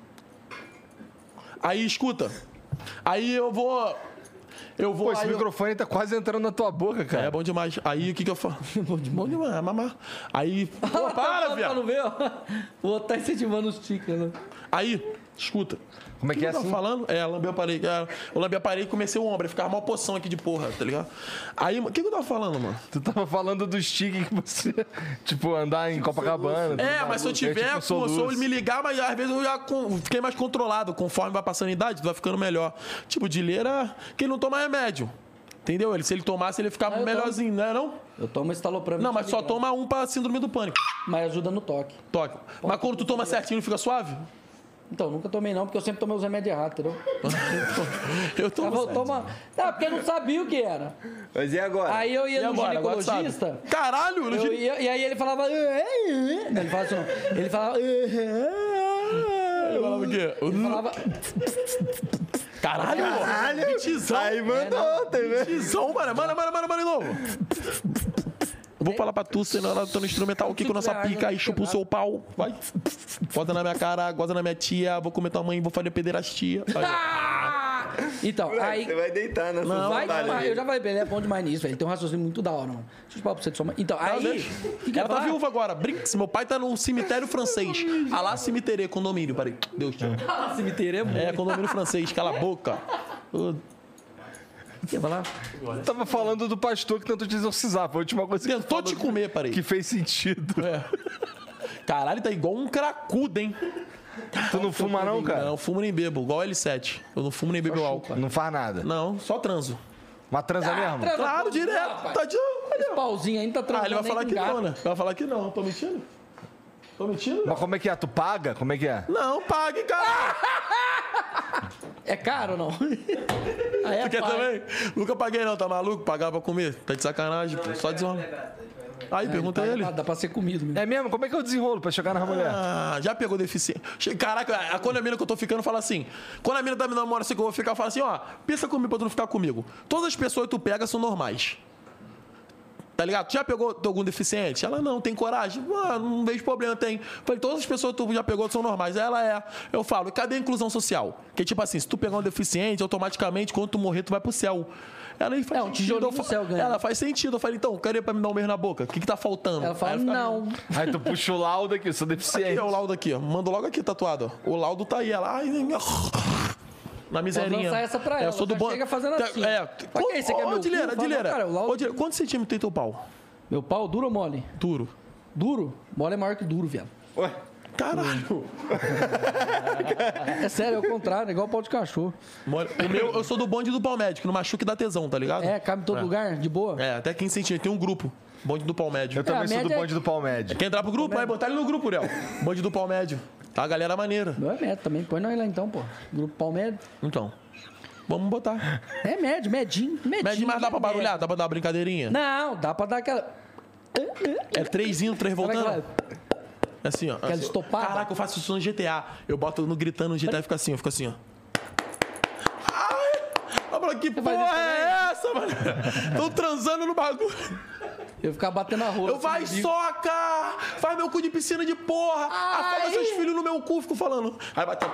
[SPEAKER 3] Aí, escuta. Aí eu vou. Eu vou.
[SPEAKER 1] Pô, esse
[SPEAKER 3] aí eu-
[SPEAKER 1] microfone tá quase entrando na tua boca,
[SPEAKER 3] É
[SPEAKER 1] cara.
[SPEAKER 3] bom demais. Aí o que que eu falo? bom demais. Bom demais, mamar. Aí. Pô, para,
[SPEAKER 2] Pra não
[SPEAKER 3] viado.
[SPEAKER 2] ver, ó. O outro tá incentivando os tickets, né?
[SPEAKER 3] Aí, escuta.
[SPEAKER 1] Como é que é
[SPEAKER 3] eu tava
[SPEAKER 1] assim?
[SPEAKER 3] falando? É, lambei a parede. É, eu lambei a parede e comecei o ombro. Aí Ficava uma poção aqui de porra, tá ligado? Aí, o que, que eu tava falando, mano?
[SPEAKER 1] Tu tava falando do stick que você, tipo, andar em Copacabana. tudo
[SPEAKER 3] É, mas se
[SPEAKER 1] maluco,
[SPEAKER 3] eu
[SPEAKER 1] é
[SPEAKER 3] tiver,
[SPEAKER 1] tipo um
[SPEAKER 3] é,
[SPEAKER 1] soluço.
[SPEAKER 3] me ligar, mas às vezes eu já con- fiquei mais controlado. Conforme vai passando a idade, tu vai ficando melhor. Tipo, de leira, quem não toma remédio. Entendeu? Ele, se ele tomasse, ele ficava
[SPEAKER 2] Ah, eu
[SPEAKER 3] melhorzinho, né? Não,
[SPEAKER 2] Eu tomo estalopram.
[SPEAKER 3] não, mas só toma um pra síndrome do pânico.
[SPEAKER 2] Mas ajuda no toque.
[SPEAKER 3] Toque. Mas quando tu toma certinho, fica suave?
[SPEAKER 2] Então, nunca tomei não, porque eu sempre tomei os remédios errados, entendeu?
[SPEAKER 3] Eu
[SPEAKER 2] Eu
[SPEAKER 3] tomo.
[SPEAKER 2] vou tomar... Tá, porque eu não sabia o que era.
[SPEAKER 4] Mas e agora?
[SPEAKER 2] Aí eu ia
[SPEAKER 3] E
[SPEAKER 2] no
[SPEAKER 3] agora? Agora tu sabe.
[SPEAKER 2] ginecologista...
[SPEAKER 3] Caralho, no
[SPEAKER 2] Eu
[SPEAKER 3] gine-
[SPEAKER 2] ia- e aí ele falava. "Eh, eh, eh". Não, Ele falava assim, não. Ele falava. "Eh, eh, eh".
[SPEAKER 3] Ele falava o quê?
[SPEAKER 2] Ele falava.
[SPEAKER 3] Hum. Caralho, Caralho. Bitizão.
[SPEAKER 4] Aí mandou, tá vendo?
[SPEAKER 3] Bitizão, mano. Mano, mano, mano, mano, de novo. Eu vou falar pra tu, senão ela tá no instrumental aqui com nossa pica aí, chupa o seu pau. Vai. Goza na minha cara, goza na minha tia, vou comer tua mãe, vou fazer pederastia. Aí,
[SPEAKER 2] Então, aí.
[SPEAKER 4] Você vai deitar nessa
[SPEAKER 3] Não,
[SPEAKER 2] Vai
[SPEAKER 4] sandália
[SPEAKER 2] demais.
[SPEAKER 4] aí.
[SPEAKER 2] Eu já falei pra ele, é bom demais nisso, velho. Ele tem um raciocínio muito da hora, mano. Deixa eu falar pra você de sua mãe. Então,
[SPEAKER 3] ó.
[SPEAKER 2] aí. fica
[SPEAKER 3] ela tá
[SPEAKER 2] lá.
[SPEAKER 3] viúva agora, brinks. Meu pai tá num cemitério francês. Alá cemitério, condomínio, peraí. Deus te ama.
[SPEAKER 2] Ah, cemitério é
[SPEAKER 3] É,
[SPEAKER 2] muito.
[SPEAKER 3] condomínio francês, cala a boca. Ô,
[SPEAKER 2] Quer falar?
[SPEAKER 1] Eu tava falando do pastor que tentou te exorcizar. Foi a última coisa que,
[SPEAKER 3] Tentou te comer, parei.
[SPEAKER 1] que fez sentido.
[SPEAKER 3] Caralho, tá igual um cracudo, hein?
[SPEAKER 1] Tu não fuma, não,
[SPEAKER 3] Eu
[SPEAKER 1] cara?
[SPEAKER 3] é não fumo nem bebo, igual L7. Eu não fumo nem bebo álcool.
[SPEAKER 1] Não faz nada.
[SPEAKER 3] Não, Ah, só transo.
[SPEAKER 1] Mas transa mesmo?
[SPEAKER 2] Ah, Transa,
[SPEAKER 3] Claro,
[SPEAKER 2] pô,
[SPEAKER 3] direto.
[SPEAKER 2] rapaz.
[SPEAKER 3] Tá de...
[SPEAKER 2] Esse pauzinho ainda tá
[SPEAKER 3] Ah,
[SPEAKER 2] transando.
[SPEAKER 3] ele vai
[SPEAKER 2] nem
[SPEAKER 3] falar
[SPEAKER 2] com
[SPEAKER 3] que
[SPEAKER 2] gato.
[SPEAKER 3] não, né? Vai falar que não. Tô mentindo? Tô mentindo?
[SPEAKER 1] Mas como é que é? Tu paga? Como é que é?
[SPEAKER 3] Não, pague, cara.
[SPEAKER 2] É caro ou não? Aí é
[SPEAKER 3] Quer
[SPEAKER 2] pai.
[SPEAKER 3] também? Nunca paguei não, tá maluco? Pagar pra comer? Tá de sacanagem, pô.
[SPEAKER 2] é,
[SPEAKER 3] Só desonra. Aí, pergunta a ele.
[SPEAKER 2] Dá, dá É, pra ser comido mesmo.
[SPEAKER 1] É mesmo? Como é que eu desenrolo pra chegar na mulher?
[SPEAKER 3] Ah, já pegou deficiência. Che- Caraca, a- quando a mina que eu tô ficando fala assim. Quando a mina da minha namora assim, que eu vou ficar, fala assim, ó, pensa comigo pra tu não ficar comigo. Todas as pessoas que tu pega são normais. Tá ligado? Tu já pegou de algum deficiente? Ela não, tem coragem. Ah, não vejo problema, tem. Falei, todas as pessoas que tu já pegou são normais. Ela é. Eu falo, e cadê a inclusão social? Que tipo assim, se tu pegar um deficiente, automaticamente, quando tu morrer, tu vai pro céu. Ela aí faz
[SPEAKER 2] É, um
[SPEAKER 3] sentido.
[SPEAKER 2] tijolinho
[SPEAKER 3] Eu fa-
[SPEAKER 2] no céu ganha.
[SPEAKER 3] Ela faz sentido. Eu falei, então, quero ir pra me dar um beijo na boca. O que, que tá faltando?
[SPEAKER 2] Ela fala,
[SPEAKER 3] Aí fica-
[SPEAKER 2] não.
[SPEAKER 1] Aí tu puxa o laudo aqui, eu sou
[SPEAKER 3] Aqui,
[SPEAKER 1] deficiente.
[SPEAKER 3] ó, o laudo aqui, ó. Mando logo aqui tatuado, ó. O laudo tá aí, ela. Ai, ai, ai, na miserinha. É,
[SPEAKER 2] Vou lançar essa pra ela,
[SPEAKER 3] Eu sou do
[SPEAKER 2] já
[SPEAKER 3] bom.
[SPEAKER 2] chega fazendo
[SPEAKER 3] Tá-
[SPEAKER 2] assim.
[SPEAKER 3] É.
[SPEAKER 2] Pra quê? Você quer
[SPEAKER 3] Ô,
[SPEAKER 2] meu cu?
[SPEAKER 3] Dileira,
[SPEAKER 2] Fala, não,
[SPEAKER 3] Dileira.
[SPEAKER 2] cara, o laudo-
[SPEAKER 3] Ô, Dileira, quantos centímetros tem teu pau?
[SPEAKER 2] Meu pau duro ou mole?
[SPEAKER 3] Duro.
[SPEAKER 2] Duro? Mole é maior que duro, viado.
[SPEAKER 4] Ué,
[SPEAKER 3] Caralho.
[SPEAKER 2] É sério, é o contrário, é igual pau de cachorro.
[SPEAKER 3] Mole- O meu, eu sou do bonde do pau médico, no machuque dá tesão, tá ligado?
[SPEAKER 2] É, cabe em todo lugar, de boa.
[SPEAKER 3] É, até 15 centímetros. Tem um grupo. Bonde do pau médio.
[SPEAKER 1] Eu também
[SPEAKER 2] a
[SPEAKER 1] sou do
[SPEAKER 2] média é-
[SPEAKER 1] bonde do Palmédio.
[SPEAKER 3] Quer entrar pro grupo? Vai botar ele no grupo, Léo. Bonde do pau médio. Tá, a galera maneira.
[SPEAKER 2] Meu é médio também, põe nós lá então, pô. Grupo Palmeiras.
[SPEAKER 3] Então. Vamos botar.
[SPEAKER 2] É médio, medinho, medinho.
[SPEAKER 3] Médio, mas dá pra
[SPEAKER 2] é
[SPEAKER 3] barulhar?
[SPEAKER 2] médio.
[SPEAKER 3] Dá pra dar uma brincadeirinha?
[SPEAKER 2] Não, dá pra dar aquela.
[SPEAKER 3] É três indo, três
[SPEAKER 2] Sabe
[SPEAKER 3] voltando?
[SPEAKER 2] aquela-
[SPEAKER 3] É Assim, ó.
[SPEAKER 2] Aquela
[SPEAKER 3] Assim, ó.
[SPEAKER 2] estopada.
[SPEAKER 3] Caraca, eu faço isso no GTA. Eu boto no gritando no GTA e fica assim, ó. Fica assim, ó. Ai! Eu falo, que
[SPEAKER 2] faz
[SPEAKER 3] porra
[SPEAKER 2] isso
[SPEAKER 3] é essa, mano? Tão transando no bagulho.
[SPEAKER 2] Eu ficar batendo a rola.
[SPEAKER 3] Eu vai,
[SPEAKER 2] assim,
[SPEAKER 3] soca! Faz meu cu de piscina de porra! Afoga seus filhos no meu cu, fico falando. Aí bateu.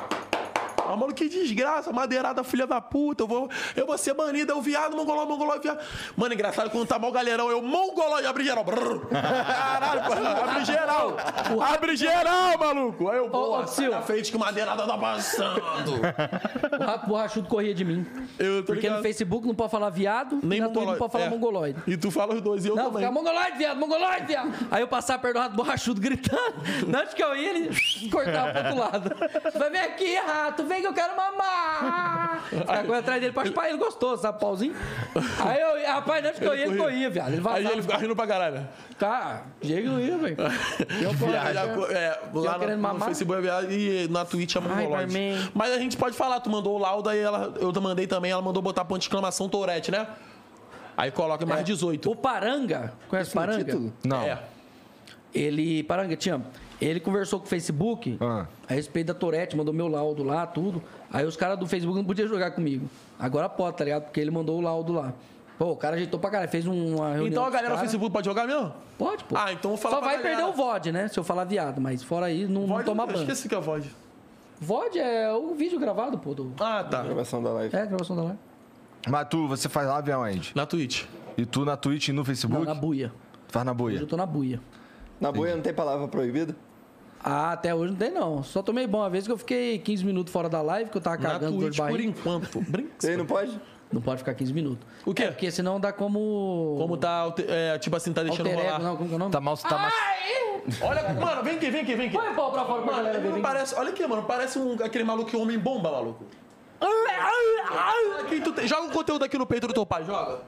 [SPEAKER 3] Ah, mano, que desgraça, madeirada, filha da puta. Eu vou, eu vou ser banido, eu viado, mongoló, mongoló, viado. Mano, engraçado quando tá mal galerão, eu mongoló e abre geral. Brrr. Caralho, pô, abre geral. Abre geral, maluco. Aí eu
[SPEAKER 2] ô,
[SPEAKER 3] vou
[SPEAKER 2] Psyu.
[SPEAKER 3] na frente que madeirada tá passando.
[SPEAKER 2] O ra- o borrachudo corria de mim.
[SPEAKER 3] Eu tô
[SPEAKER 2] Porque no
[SPEAKER 3] ligado.
[SPEAKER 2] Facebook não pode falar viado, nem no Twitter não pode falar
[SPEAKER 3] é.
[SPEAKER 2] mongoloide.
[SPEAKER 3] E tu fala os dois e eu
[SPEAKER 2] Não,
[SPEAKER 3] também.
[SPEAKER 2] ficar mongoloide, viado, mongoloide, viado. Aí eu passava perto do rato borrachudo gritando. Não, antes que eu ia, ele cortava pro outro lado. Vai vir aqui, rato, vem que eu quero mamar. Ficava correndo atrás dele pra chupar ele gostoso, sabe, pauzinho. Aí eu, ia, rapaz, antes que eu ia, ele corria, viado. Ele
[SPEAKER 3] Aí
[SPEAKER 2] vazava.
[SPEAKER 3] ele fica rindo pra caralho.
[SPEAKER 2] Tá, Diego não ia, velho. Eu
[SPEAKER 3] Viagem. É, lá
[SPEAKER 2] querendo
[SPEAKER 3] no, no
[SPEAKER 2] mamar?
[SPEAKER 3] Facebook é viagem e na Twitch é mongoloide.
[SPEAKER 2] Barman.
[SPEAKER 3] Mas a gente pode falar, tu mandou o laudo aí ela, eu mandei também, ela mandou botar ponto de exclamação Tourette, né? Aí coloca mais 18.
[SPEAKER 2] É. O Paranga, conhece o Paranga? Então,
[SPEAKER 4] título?
[SPEAKER 1] Não.
[SPEAKER 3] É.
[SPEAKER 2] Ele. Paranga, te amo. Ele conversou com o Facebook
[SPEAKER 1] Ah.
[SPEAKER 2] a respeito da Torete, mandou meu laudo lá, tudo. Aí os caras do Facebook não podiam jogar comigo. Agora pode, tá ligado? Porque ele mandou o laudo lá. Pô, o cara ajeitou pra caralho, fez um, uma reunião.
[SPEAKER 3] Então a
[SPEAKER 2] com os
[SPEAKER 3] galera do
[SPEAKER 2] caras.
[SPEAKER 3] Facebook pode jogar mesmo?
[SPEAKER 2] Pode, pô.
[SPEAKER 3] Ah, então eu vou falar
[SPEAKER 2] Só
[SPEAKER 3] pra
[SPEAKER 2] vai
[SPEAKER 3] galera.
[SPEAKER 2] perder o VOD, né? Se eu falar viado, mas fora aí, não, não
[SPEAKER 3] Void,
[SPEAKER 2] toma
[SPEAKER 3] eu
[SPEAKER 2] ban.
[SPEAKER 3] Esqueci que é VOD.
[SPEAKER 2] VOD é o vídeo gravado, pô. Do...
[SPEAKER 3] Ah, tá.
[SPEAKER 4] Gravação da live.
[SPEAKER 2] É, gravação da live.
[SPEAKER 1] Mas tu, você faz live aonde?
[SPEAKER 3] Na Twitch.
[SPEAKER 1] E tu na Twitch e no
[SPEAKER 2] Não,
[SPEAKER 1] Facebook?
[SPEAKER 2] na buia.
[SPEAKER 1] Faz na
[SPEAKER 2] Hoje
[SPEAKER 1] boia.
[SPEAKER 2] eu tô na buia.
[SPEAKER 4] Na boia não tem palavra proibida?
[SPEAKER 2] Ah, até hoje não tem não. Só tomei bom uma vez que eu fiquei 15 minutos fora da live, que eu tava
[SPEAKER 3] Na
[SPEAKER 2] cagando dor
[SPEAKER 3] Twitch,
[SPEAKER 2] de
[SPEAKER 3] por
[SPEAKER 2] barriga.
[SPEAKER 3] enquanto. Brinca.
[SPEAKER 4] Você não pode?
[SPEAKER 2] Não pode ficar 15 minutos.
[SPEAKER 3] O quê?
[SPEAKER 2] É, porque senão dá como...
[SPEAKER 3] Como tá, alter- é, tipo assim, tá deixando
[SPEAKER 2] Alter ego,
[SPEAKER 3] rolar.
[SPEAKER 2] não, como que é o nome?
[SPEAKER 1] Tá mal, tá mal.
[SPEAKER 3] Olha, mano, vem aqui, vem aqui, vem aqui.
[SPEAKER 2] Põe o pau pra fora pra galera ver.
[SPEAKER 3] Mano,
[SPEAKER 2] vem.
[SPEAKER 3] parece, olha aqui, mano, parece um, aquele maluco que é um homem bomba, maluco. Aqui, tu tem- joga o conteúdo aqui no peito do teu pai, joga.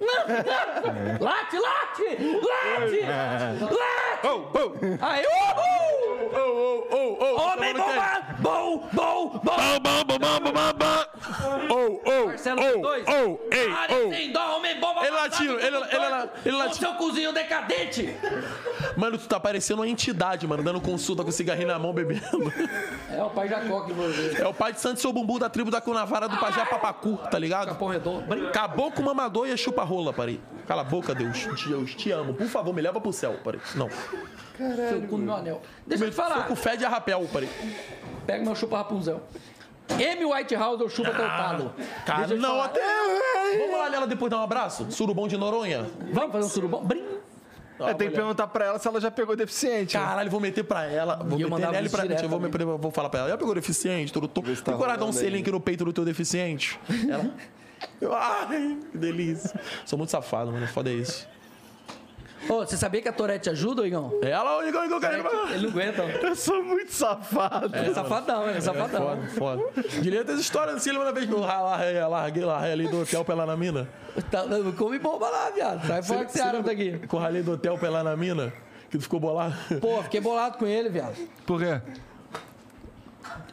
[SPEAKER 2] Late, late! Late!
[SPEAKER 3] É.
[SPEAKER 2] Late! Aí, uhul!
[SPEAKER 3] Oh, oh, oh,
[SPEAKER 2] Homem bomba! Bom, bom, bom! Marcelo oh, dois.
[SPEAKER 3] ei,
[SPEAKER 2] Pare
[SPEAKER 1] oh.
[SPEAKER 2] sem dó, homem bomba!
[SPEAKER 3] Ele
[SPEAKER 2] passado,
[SPEAKER 3] latino,
[SPEAKER 2] tudo
[SPEAKER 3] ele- ele
[SPEAKER 2] torto,
[SPEAKER 3] la- ele
[SPEAKER 2] com
[SPEAKER 3] latino.
[SPEAKER 2] seu cozinho decadente!
[SPEAKER 3] Mano, tu tá parecendo uma entidade, mano, dando consulta com o cigarrinho na mão, bebendo.
[SPEAKER 2] É o pai Jacó que envolveu.
[SPEAKER 3] É o pai de Santo Seu Bumbum da tribo da Cunavara do Pajé Papacu, tá ligado?
[SPEAKER 2] Capão Redondo.
[SPEAKER 3] Acabou com mamador e a chupa rola, parei. Cala a boca, Deus. Deus, te amo. Por favor, me leva pro céu, parei. Não.
[SPEAKER 2] Seu cu no meu anel. Deixa eu te
[SPEAKER 3] Sou
[SPEAKER 2] falar.
[SPEAKER 3] com fé de arrapel, parei.
[SPEAKER 2] Pega meu chupa Rapunzel. M. Whitehouse, eu chupa
[SPEAKER 3] Ah.
[SPEAKER 2] teu talo. Deixa
[SPEAKER 3] Cara,
[SPEAKER 2] eu te
[SPEAKER 3] não,
[SPEAKER 2] falar.
[SPEAKER 3] até. Vamos lá nela depois dar um abraço? Surubom de Noronha?
[SPEAKER 2] Vamos fazer um surubão? Brim.
[SPEAKER 1] É, tem que perguntar pra ela se ela já pegou deficiente. né?
[SPEAKER 3] Caralho, vou meter pra ela. Vou
[SPEAKER 2] E eu
[SPEAKER 3] meter
[SPEAKER 2] mandava
[SPEAKER 3] nele
[SPEAKER 2] isso
[SPEAKER 3] pra
[SPEAKER 2] direto
[SPEAKER 3] eu vou, me,
[SPEAKER 2] também.
[SPEAKER 3] vou falar pra ela. Já pegou deficiente? Tudo torto.
[SPEAKER 4] se tá
[SPEAKER 3] Tem coragem de dar um
[SPEAKER 4] rolando
[SPEAKER 3] selinho
[SPEAKER 4] aí.
[SPEAKER 3] aqui no peito do teu deficiente? Ela. Eu, Ai, que delícia. Sou muito safado, mano. é Foda isso.
[SPEAKER 2] Ô, você sabia que a Torete ajuda, Igão?
[SPEAKER 3] Ela, ô, É, Igor, Igor, caramba.
[SPEAKER 2] Ele não aguenta. ó.
[SPEAKER 1] Eu sou muito safado.
[SPEAKER 2] É safadão, é safadão.
[SPEAKER 3] Foda, foda. Direito essa história assim, lembra da vez que eu ra- larguei, larguei, larguei ali do hotel pra ela na mina?
[SPEAKER 2] Tá, não, come bomba lá, viado. Sai fora que você árabe daqui.
[SPEAKER 3] Que eu ralei do hotel pra ela na mina? Que tu ficou bolado?
[SPEAKER 2] Pô, fiquei bolado com ele, viado.
[SPEAKER 3] Tá.
[SPEAKER 1] Por quê?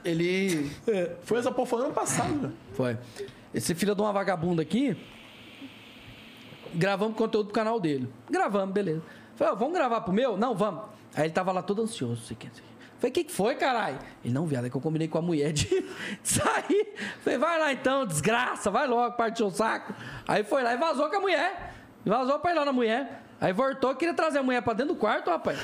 [SPEAKER 2] Ele.
[SPEAKER 3] É, Foi essa porra, foi ano passado, né?
[SPEAKER 2] Foi. Esse filho de uma vagabunda aqui. Gravamos conteúdo pro canal dele. Gravamos, beleza. Falei, ó, vamos gravar pro meu? Não, vamos. Aí ele tava lá todo ansioso, sei que. sei que. Falei, o que, que foi, caralho? Ele, não, viado, é que eu combinei com a mulher de de sair. Falei, vai lá então, desgraça, vai logo, partiu o saco. Aí foi lá e vazou com a mulher. Vazou pra ir lá na mulher. Aí voltou, queria trazer a mulher pra dentro do quarto, rapaz.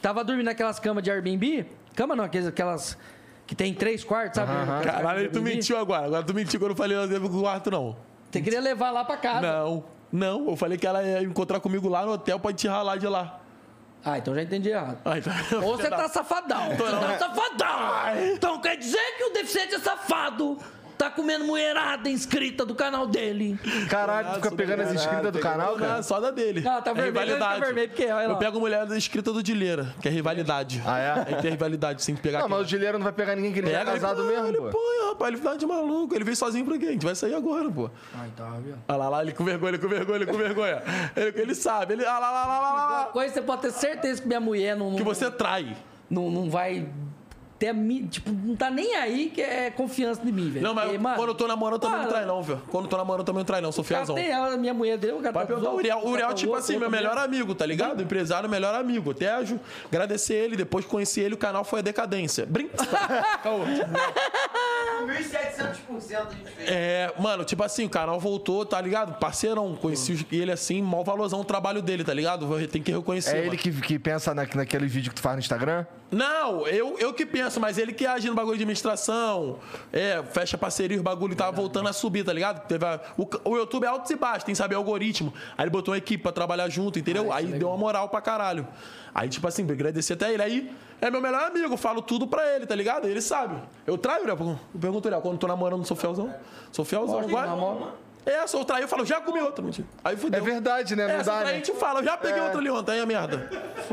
[SPEAKER 2] Tava dormindo naquelas camas de Airbnb. Cama não, aquelas, aquelas que tem três quartos, sabe? Aquelas
[SPEAKER 3] Caralho,
[SPEAKER 2] camas de
[SPEAKER 3] tu
[SPEAKER 2] Airbnb.
[SPEAKER 3] mentiu agora. Agora tu mentiu quando eu falei nós íamos pro quarto, não.
[SPEAKER 2] Você queria levar lá pra casa.
[SPEAKER 3] Não, não. Eu falei que ela ia encontrar comigo lá no hotel pra te ralar de lá.
[SPEAKER 2] Ah, então já entendi errado.
[SPEAKER 3] Ai, tá.
[SPEAKER 2] Ou você tá safadão. Você tá um safadão. Então quer dizer que o deficiente é safado. Tá comendo mulherada inscrita do canal dele.
[SPEAKER 1] Caralho, tu fica pegando as
[SPEAKER 3] né?
[SPEAKER 1] inscritas do canal,
[SPEAKER 3] Não,
[SPEAKER 1] cara?
[SPEAKER 3] é só da dele.
[SPEAKER 2] Não, tá vermelho,
[SPEAKER 3] rivalidade.
[SPEAKER 2] tá vermelho, porque olha lá.
[SPEAKER 3] Eu pego mulher escrita do Dileira, que é rivalidade.
[SPEAKER 1] Ah, é?
[SPEAKER 3] Aí tem rivalidade, sem pegar
[SPEAKER 1] Não,
[SPEAKER 3] quem-
[SPEAKER 1] mas o Gileiro não vai pegar ninguém que ele é
[SPEAKER 3] Pega,
[SPEAKER 1] casado
[SPEAKER 3] ele, põe,
[SPEAKER 1] mesmo,
[SPEAKER 3] Ele
[SPEAKER 1] pô.
[SPEAKER 3] põe, rapaz, ele tá de maluco. Ele veio sozinho pra quê? A gente vai sair agora, pô.
[SPEAKER 2] Ah, então, viu?
[SPEAKER 3] Olha lá, lá, ele com vergonha, ele com vergonha, ele com vergonha. Ele, ele sabe, ele. Olha lá, lá, lá, lá, lá, lá.
[SPEAKER 2] Coisa que você pode ter certeza que minha mulher não, não,
[SPEAKER 3] Que você trai.
[SPEAKER 2] não, não vai ter. a mi- Tipo, não tá nem aí que é confiança em mim, velho.
[SPEAKER 3] Não, mas
[SPEAKER 2] Porque, mano,
[SPEAKER 3] quando eu tô namorando, eu também não
[SPEAKER 2] para.
[SPEAKER 3] trai, não, velho. Quando eu tô namorando, eu também não trai, não. Sou fiazão.
[SPEAKER 2] Catei ela, minha mulher dele, o cara
[SPEAKER 3] Vai perguntar o Uriel. O Uriel, tipo assim, meu melhor amigo, tá ligado? Empresário, melhor amigo. Até aju- agradecer ele, depois conheci ele, o canal foi a decadência. Brinca. Caô.
[SPEAKER 2] tipo,
[SPEAKER 6] 1700% a gente fez.
[SPEAKER 3] É, mano, tipo assim, o canal voltou, tá ligado? Parceirão, conheci os- ele assim, mal valorzão o trabalho dele, tá ligado? Tem que reconhecer.
[SPEAKER 1] É ele
[SPEAKER 3] mano.
[SPEAKER 1] que, que pensa na, naquele vídeo que tu faz no Instagram?
[SPEAKER 3] Não, eu, eu que penso, mas ele que age no bagulho de administração, é, fecha parceria, os bagulho tava voltando a subir, tá ligado? Teve a- o, ca- o YouTube é altos e baixos, tem que saber algoritmo. Aí ele botou uma equipe pra trabalhar junto, entendeu?
[SPEAKER 1] Ah, é
[SPEAKER 3] aí deu uma moral pra caralho. Aí, tipo assim, agradeci até ele. Aí é meu melhor amigo, eu falo tudo pra ele, tá ligado? Ele sabe. Eu traio, Uriel. Eu pergunto, Uriel, quando eu tô namorando, sou fielzão? Sou fielzão agora? É, sou traio, eu falo, já comi outra, mentira. Aí fudeu.
[SPEAKER 1] É verdade, né?
[SPEAKER 3] É,
[SPEAKER 1] Não
[SPEAKER 3] sou
[SPEAKER 1] dá,
[SPEAKER 3] traio, a
[SPEAKER 1] né?
[SPEAKER 3] gente fala, eu já peguei outra ali ontem, aí é merda.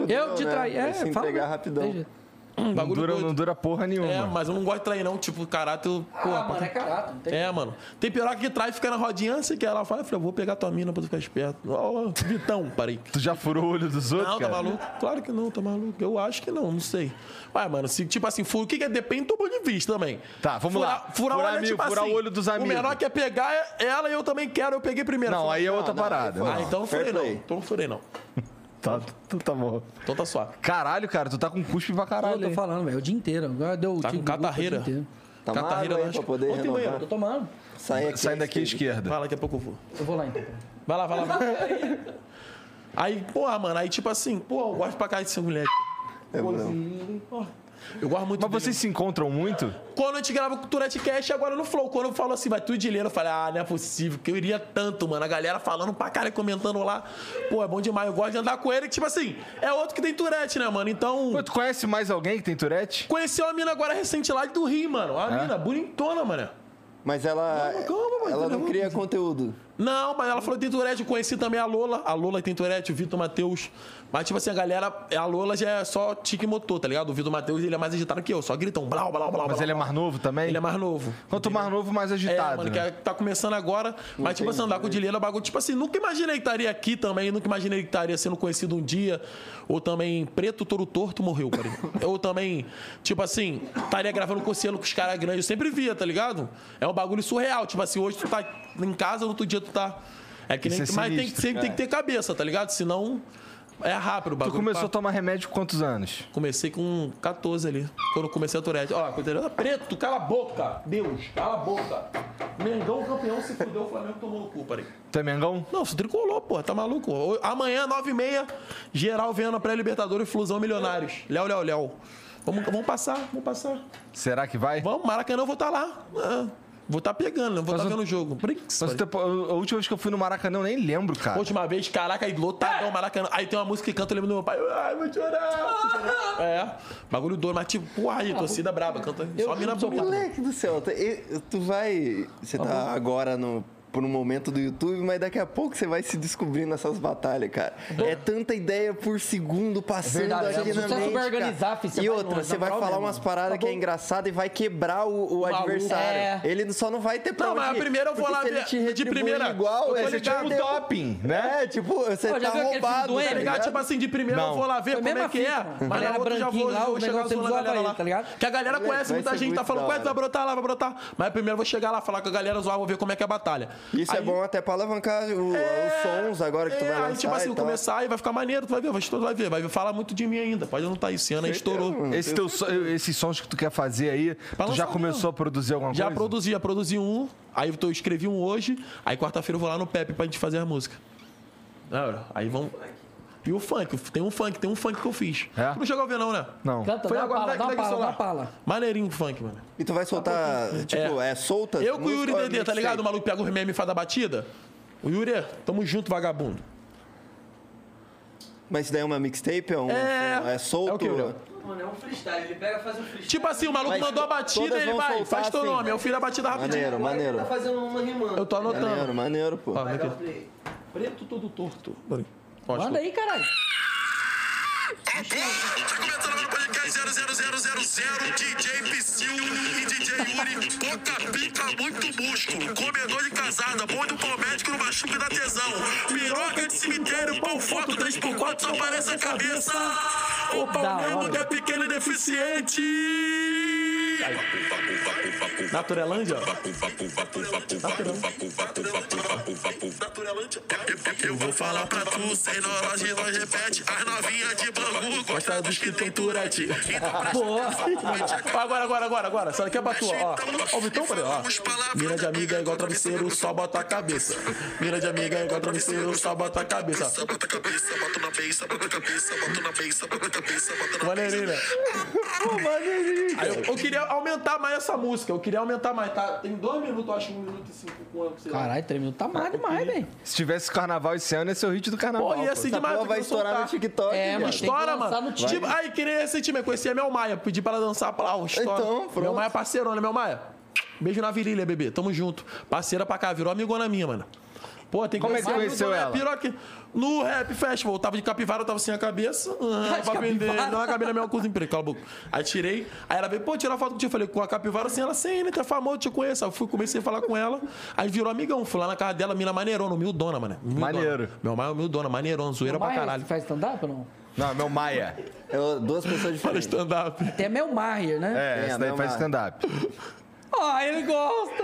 [SPEAKER 2] Eu te
[SPEAKER 4] né?
[SPEAKER 2] traí. É,
[SPEAKER 4] Vai se
[SPEAKER 2] fala.
[SPEAKER 4] entregar
[SPEAKER 2] mesmo.
[SPEAKER 4] rapidão.
[SPEAKER 2] Tem jeito.
[SPEAKER 3] Um
[SPEAKER 1] Não
[SPEAKER 3] bagulho
[SPEAKER 1] dura,
[SPEAKER 3] doido.
[SPEAKER 1] não dura porra
[SPEAKER 3] É,
[SPEAKER 1] nenhuma.
[SPEAKER 3] mas eu não gosto de trair, não. Tipo, caráter. eu- Porra,
[SPEAKER 2] Ah, mano, é caraca. Não tem
[SPEAKER 3] É, mano. Tem piroca que trai e fica na rodinha, assim, que ela fala, eu falei, eu vou pegar tua mina pra tu ficar esperto. Ó, ó, Vitão, parei.
[SPEAKER 1] Tu já furou o olho dos outros,
[SPEAKER 3] Não, tá
[SPEAKER 1] cara?
[SPEAKER 3] maluco? Claro que não, tá maluco. Eu acho que não, não sei. Ué, mano, se, tipo assim, furo, o que, que é? Depende do ponto de vista também.
[SPEAKER 1] Tá, vamos
[SPEAKER 3] furar,
[SPEAKER 1] lá.
[SPEAKER 3] Furar, o
[SPEAKER 1] Furar
[SPEAKER 3] olho, é
[SPEAKER 1] amigo,
[SPEAKER 3] tipo
[SPEAKER 1] furar
[SPEAKER 3] assim,
[SPEAKER 1] o olho dos amigos.
[SPEAKER 3] O menor quer pegar é ela e eu também quero, eu peguei primeiro.
[SPEAKER 1] Não,
[SPEAKER 3] Falei,
[SPEAKER 1] aí é outra
[SPEAKER 4] não, aí
[SPEAKER 1] parada.
[SPEAKER 4] foi.
[SPEAKER 1] não.
[SPEAKER 3] Ah, então não
[SPEAKER 4] fair
[SPEAKER 3] furei não.
[SPEAKER 4] play.
[SPEAKER 3] Então não furei não.
[SPEAKER 1] Tá, tu tá bom.
[SPEAKER 3] Então tá suave.
[SPEAKER 1] Caralho, cara, tu tá com cuspe pra
[SPEAKER 2] Eu
[SPEAKER 1] caralho.
[SPEAKER 2] tô
[SPEAKER 1] hein?
[SPEAKER 2] falando, velho, o dia inteiro. Agora deu
[SPEAKER 3] Tá com
[SPEAKER 2] tive grupo o dia
[SPEAKER 3] catarreira.
[SPEAKER 2] inteiro.
[SPEAKER 4] Tá
[SPEAKER 3] Catarina
[SPEAKER 4] magro aí
[SPEAKER 3] Lange.
[SPEAKER 4] pra poder
[SPEAKER 3] Ontem
[SPEAKER 4] renovar.
[SPEAKER 3] manhã,
[SPEAKER 2] Eu tô tomando.
[SPEAKER 4] Sai aqui.
[SPEAKER 1] tá Saindo daqui à esquerda.
[SPEAKER 3] é Fala, daqui a pouco eu vou.
[SPEAKER 2] Eu vou lá então.
[SPEAKER 3] Vai lá, vai lá. vai lá. aí, porra, mano, aí tipo assim, pô, eu gosto pra caralho dessa mulher.
[SPEAKER 4] Eu É, não.
[SPEAKER 3] Eu gosto muito
[SPEAKER 1] Mas
[SPEAKER 3] dele.
[SPEAKER 1] vocês se encontram muito?
[SPEAKER 3] Quando a gente grava com o Turete Cash, agora no Flow. Quando eu falo assim, vai tudo de leira, eu falei, ah, não é possível, que eu iria tanto, mano. A galera falando pra caralho, comentando lá. Pô, é bom demais, eu gosto de andar com ele. que, Tipo assim, é outro que tem Turete, né, mano? Então.
[SPEAKER 1] Pô, tu conhece mais alguém que tem Tourette?
[SPEAKER 3] Conheceu a mina agora recente lá do Rio, mano. A
[SPEAKER 1] É?
[SPEAKER 3] mina, bonitona, mano.
[SPEAKER 4] Mas ela.
[SPEAKER 3] calma, mano,
[SPEAKER 4] ela
[SPEAKER 3] tá
[SPEAKER 4] não cria conteúdo.
[SPEAKER 3] Não, mas ela falou que tem Tourette. Eu conheci também a Lola. A Lola tem Tourette, o Vitor Matheus. Mas, tipo assim, a galera... A Lola já é só tique e motor, tá ligado? O Vitor Matheus, ele é mais agitado que eu. Só gritam blau, blau, blau,
[SPEAKER 1] Mas
[SPEAKER 3] blau,
[SPEAKER 1] ele é
[SPEAKER 3] blau.
[SPEAKER 1] mais novo também?
[SPEAKER 3] Ele é mais novo.
[SPEAKER 1] Quanto mais novo, mais
[SPEAKER 3] É,
[SPEAKER 1] agitado.
[SPEAKER 3] mano, que
[SPEAKER 1] né?
[SPEAKER 3] é- tá começando agora. mas, tipo assim, andar com o Dileira é bagulho. Tipo assim, nunca imaginei que estaria aqui também. Nunca imaginei que estaria sendo conhecido um dia. Ou também Preto Toro Torto morreu, cara. Ou também, tipo assim, estaria gravando conselho com os caras grandes. Eu sempre via, tá ligado? É um bagulho surreal. Tipo assim, hoje tu tá em casa, no outro dia tu tá. É que nem.
[SPEAKER 1] Isso é
[SPEAKER 3] mas tem, que-
[SPEAKER 1] sinistro,
[SPEAKER 3] sempre tem que ter cabeça, tá ligado? Senão. É rápido o
[SPEAKER 1] Tu
[SPEAKER 3] bagulho.
[SPEAKER 1] começou a
[SPEAKER 3] Pá.
[SPEAKER 1] tomar remédio com quantos anos?
[SPEAKER 3] Comecei com 14 ali, quando eu comecei a Tourette. Ó, considerando preto, cala a boca! Deus, cala a boca! Mengão campeão se fudeu, o Flamengo tomou no cu, peraí.
[SPEAKER 1] Tu é Mengão?
[SPEAKER 3] Não, se tricolou, porra, tá maluco? O- Amanhã, 9h30, geral vendo a pré-Libertadores Flusão Milionários. Léo, Léo, Léo. Vamos, vamos passar, vamos passar.
[SPEAKER 1] Será que vai?
[SPEAKER 3] Vamos, Maracanã, eu vou estar lá. Ah, vou estar pegando, não vou estar vendo o jogo. Brinks,
[SPEAKER 1] Mas
[SPEAKER 3] peraí.
[SPEAKER 1] o tempo- a última vez que eu fui no Maracanã, eu nem lembro, cara.
[SPEAKER 3] Última vez, caraca, aí lotadão,
[SPEAKER 4] É.
[SPEAKER 3] maracanã. Aí tem uma música que canta, eu lembro do meu pai. Ai, vou chorar. É, bagulho doido, mas tipo, porra
[SPEAKER 4] Ah,
[SPEAKER 3] aí, torcida braba, canta. Só mina bonita.
[SPEAKER 4] Moleque do céu, tá- e- tu vai. Você tá agora no. Por um momento do YouTube, mas daqui a pouco você vai se descobrindo nessas batalhas, cara. É tanta ideia por segundo passando
[SPEAKER 2] Verdade,
[SPEAKER 4] aqui
[SPEAKER 2] se
[SPEAKER 4] na
[SPEAKER 2] você
[SPEAKER 4] mente,
[SPEAKER 2] souber organizar,
[SPEAKER 4] cara.
[SPEAKER 2] fi, você
[SPEAKER 4] E
[SPEAKER 2] vai
[SPEAKER 4] outra,
[SPEAKER 2] longe,
[SPEAKER 4] você
[SPEAKER 2] na
[SPEAKER 4] vai
[SPEAKER 2] moral
[SPEAKER 4] falar
[SPEAKER 2] mesmo.
[SPEAKER 4] umas paradas que é engraçada e vai quebrar o, o adversário.
[SPEAKER 2] É.
[SPEAKER 4] Ele só não vai ter pra
[SPEAKER 3] Não, mas
[SPEAKER 4] onde ir,
[SPEAKER 3] primeiro eu vou
[SPEAKER 4] porque
[SPEAKER 3] lá
[SPEAKER 4] se ele
[SPEAKER 3] ver-
[SPEAKER 4] te
[SPEAKER 3] de
[SPEAKER 4] retribuir
[SPEAKER 3] primeira, eu
[SPEAKER 4] Igual,
[SPEAKER 3] tô
[SPEAKER 4] é, você
[SPEAKER 3] ligado.
[SPEAKER 4] perdeu.
[SPEAKER 1] Topping, tipo um né?
[SPEAKER 4] É, tipo, você
[SPEAKER 2] Pô, já
[SPEAKER 4] tá
[SPEAKER 2] viu aquele filme
[SPEAKER 4] roubado,
[SPEAKER 2] do
[SPEAKER 4] tá
[SPEAKER 2] Eminem?
[SPEAKER 3] Tá,
[SPEAKER 4] ligado?
[SPEAKER 3] tipo assim, de primeira
[SPEAKER 1] Não.
[SPEAKER 3] eu vou lá ver
[SPEAKER 2] Foi
[SPEAKER 3] como é
[SPEAKER 2] mesma
[SPEAKER 3] que
[SPEAKER 2] fita,
[SPEAKER 3] é.
[SPEAKER 2] mano.
[SPEAKER 3] Mas na
[SPEAKER 2] Galera
[SPEAKER 3] outra eu já
[SPEAKER 2] branquinho
[SPEAKER 3] vou,
[SPEAKER 2] lá,
[SPEAKER 3] já vou
[SPEAKER 2] o
[SPEAKER 3] chegar
[SPEAKER 2] negócio
[SPEAKER 3] zoando a
[SPEAKER 2] zoava
[SPEAKER 3] galera
[SPEAKER 2] ele,
[SPEAKER 3] lá.
[SPEAKER 2] tá ligado?
[SPEAKER 3] Que a galera
[SPEAKER 4] Moleque,
[SPEAKER 3] conhece
[SPEAKER 4] vai
[SPEAKER 3] muita
[SPEAKER 4] ser
[SPEAKER 3] gente, tá
[SPEAKER 4] muito
[SPEAKER 3] falando,
[SPEAKER 4] da
[SPEAKER 3] ué, tu vai
[SPEAKER 4] hora."
[SPEAKER 3] brotar lá, vai brotar. Mas primeiro eu vou chegar lá, falar com a galera zoar, vou ver como é que é a batalha.
[SPEAKER 4] Isso é
[SPEAKER 3] Aí-
[SPEAKER 4] bom até pra alavancar o- os sons agora que tu vai
[SPEAKER 3] É,
[SPEAKER 4] lançar
[SPEAKER 3] aí, tipo assim,
[SPEAKER 4] e
[SPEAKER 3] eu
[SPEAKER 4] tal.
[SPEAKER 3] começar e vai ficar maneiro, tu vai ver, vai, tu vai ver, vai falar muito de mim ainda. Pode não estar esse ano, aí estourou.
[SPEAKER 1] Esse teu so- esses sons que tu quer fazer aí, tu já
[SPEAKER 3] lançar
[SPEAKER 1] começou a produzir alguma
[SPEAKER 3] Já
[SPEAKER 1] coisa?
[SPEAKER 3] produzi, já produzi um. Aí eu tô- escrevi um hoje. Aí quarta-feira eu vou lá no Pepe pra gente fazer a música. Ah, Aí vamos. E o funk, tem um funk, tem um funk que eu fiz.
[SPEAKER 1] É?
[SPEAKER 3] Tu não chegou a ver, não, né?
[SPEAKER 1] Não.
[SPEAKER 2] Canta, dá uma pala, dá uma pala,
[SPEAKER 3] daqui
[SPEAKER 2] dá
[SPEAKER 3] solar.
[SPEAKER 2] uma pala.
[SPEAKER 3] Maneirinho o funk, mano.
[SPEAKER 4] E tu vai soltar,
[SPEAKER 3] Tá
[SPEAKER 4] tipo, é, solta?
[SPEAKER 3] Eu com o
[SPEAKER 4] música
[SPEAKER 3] Yuri
[SPEAKER 4] ou é
[SPEAKER 3] Dedê, tá
[SPEAKER 4] mixtape?
[SPEAKER 3] ligado? O maluco pega o meme e faz a batida. O Yuri, tamo junto, vagabundo.
[SPEAKER 4] Mas isso daí é uma mixtape? É, um,
[SPEAKER 3] É.
[SPEAKER 4] é solto?
[SPEAKER 3] É o que, Gabriel?
[SPEAKER 5] Mano, é um freestyle. Ele pega e faz um freestyle.
[SPEAKER 3] Tipo assim, o maluco
[SPEAKER 4] Mas
[SPEAKER 3] mandou a batida,
[SPEAKER 4] todas
[SPEAKER 3] ele
[SPEAKER 4] vão
[SPEAKER 3] vai,
[SPEAKER 4] soltar
[SPEAKER 3] faz teu
[SPEAKER 4] assim.
[SPEAKER 3] nome. Eu fiz a batida rapidinho.
[SPEAKER 4] maneiro, maneiro.
[SPEAKER 5] Tá fazendo uma rimando.
[SPEAKER 3] Eu tô
[SPEAKER 4] Maneiro,
[SPEAKER 3] anotando.
[SPEAKER 4] maneiro, pô.
[SPEAKER 3] Ó, é vem
[SPEAKER 5] Dá o
[SPEAKER 3] aqui.
[SPEAKER 5] play.
[SPEAKER 3] Preto todo torto.
[SPEAKER 2] Manda aí, caralho.
[SPEAKER 6] Tá começando agora o podcast 00000 DJ Psyu e DJ Yuri. Toca pica, muito músculo. Comedor de casada, bom do palmético no machuque da tesão. Piroca de cemitério, pau foto 3x4, só aparece a cabeça. O
[SPEAKER 2] Da
[SPEAKER 6] palmeiras
[SPEAKER 2] hora.
[SPEAKER 6] é pequeno e deficiente.
[SPEAKER 3] Naturelândia?
[SPEAKER 6] Naturalante. Eu vou falar pra tu, sem nós e nós repete. As novinhas de Bangu gostam dos que tem turete. Então presta
[SPEAKER 2] Boa.
[SPEAKER 3] Ó, Agora, agora, agora, agora. Essa daqui é pra tua, ó. Ó, o Vitão, peraí, ó.
[SPEAKER 6] Então, Falamos palavras
[SPEAKER 3] Mira de
[SPEAKER 6] da
[SPEAKER 3] amiga é igual travesseiro, só bota a cabeça. Mira de amiga é igual travesseiro, só bota a cabeça.
[SPEAKER 6] cabeça, bota a cabeça, bota na beça, bota a cabeça, bota na beça, bota a cabeça, bota na
[SPEAKER 3] Maneirinho, né? Aí eu, eu queria aumentar mais essa música. Eu queria aumentar mais, tá? Tem dois minutos, eu acho, um minuto e cinco, quanto, sei lá.
[SPEAKER 2] Caralho, três minutos tá mais demais, velho.
[SPEAKER 1] Se tivesse carnaval esse ano, esse é o hit do carnaval.
[SPEAKER 3] Pô, ia ser
[SPEAKER 4] Essa
[SPEAKER 3] demais.
[SPEAKER 4] porra
[SPEAKER 3] eu
[SPEAKER 4] vai
[SPEAKER 3] queria
[SPEAKER 4] estourar
[SPEAKER 3] soltar.
[SPEAKER 4] no TikTok,
[SPEAKER 2] É,
[SPEAKER 4] viado.
[SPEAKER 2] mas tem-
[SPEAKER 3] Estoura,
[SPEAKER 2] que lançar
[SPEAKER 3] mano.
[SPEAKER 2] no time.
[SPEAKER 3] Tipo, aí, que nem recentemente, conheci a Mel Maia. Pedi pra ela dançar pra lá, ó, estoura.
[SPEAKER 4] Então, pronto.
[SPEAKER 3] Mel Maia é parceirona, Mel Maia. Beijo na virilha, bebê. Tamo junto. Parceira pra cá, virou amigona minha, mano. Pô, tem que
[SPEAKER 1] Como é que
[SPEAKER 3] conhecer
[SPEAKER 1] conheceu
[SPEAKER 3] amigona,
[SPEAKER 1] ela?
[SPEAKER 3] piroca. No Rap Festival, eu tava de capivara, eu tava sem a cabeça. Ah,
[SPEAKER 2] de
[SPEAKER 3] pra vender.
[SPEAKER 2] capivara?
[SPEAKER 3] Não, acabei na minha cozinha. Peraí, cala a boca. Aí tirei. Aí ela veio, pô, tirar foto contigo. Eu falei, com a capivara, sem ela, sem ele, tá famoso, te conheço. Aí eu fui, comecei a falar com ela. Aí virou amigão. Fui lá na casa dela, mina maneirona, humildona, mano. Humildona.
[SPEAKER 1] Maneiro.
[SPEAKER 3] Meu Maia é humildona, maneirona, zoeira pra
[SPEAKER 2] Maia, é
[SPEAKER 3] caralho.
[SPEAKER 2] você Faz stand-up ou não?
[SPEAKER 1] Não, meu Maia.
[SPEAKER 4] É duas pessoas
[SPEAKER 3] Fala
[SPEAKER 4] diferentes.
[SPEAKER 3] stand-up.
[SPEAKER 2] Até Mel é Maher, né?
[SPEAKER 1] É,
[SPEAKER 4] É,
[SPEAKER 1] essa daí
[SPEAKER 4] meu
[SPEAKER 1] faz
[SPEAKER 4] Maia.
[SPEAKER 1] stand-up.
[SPEAKER 2] Ah, ele gosta.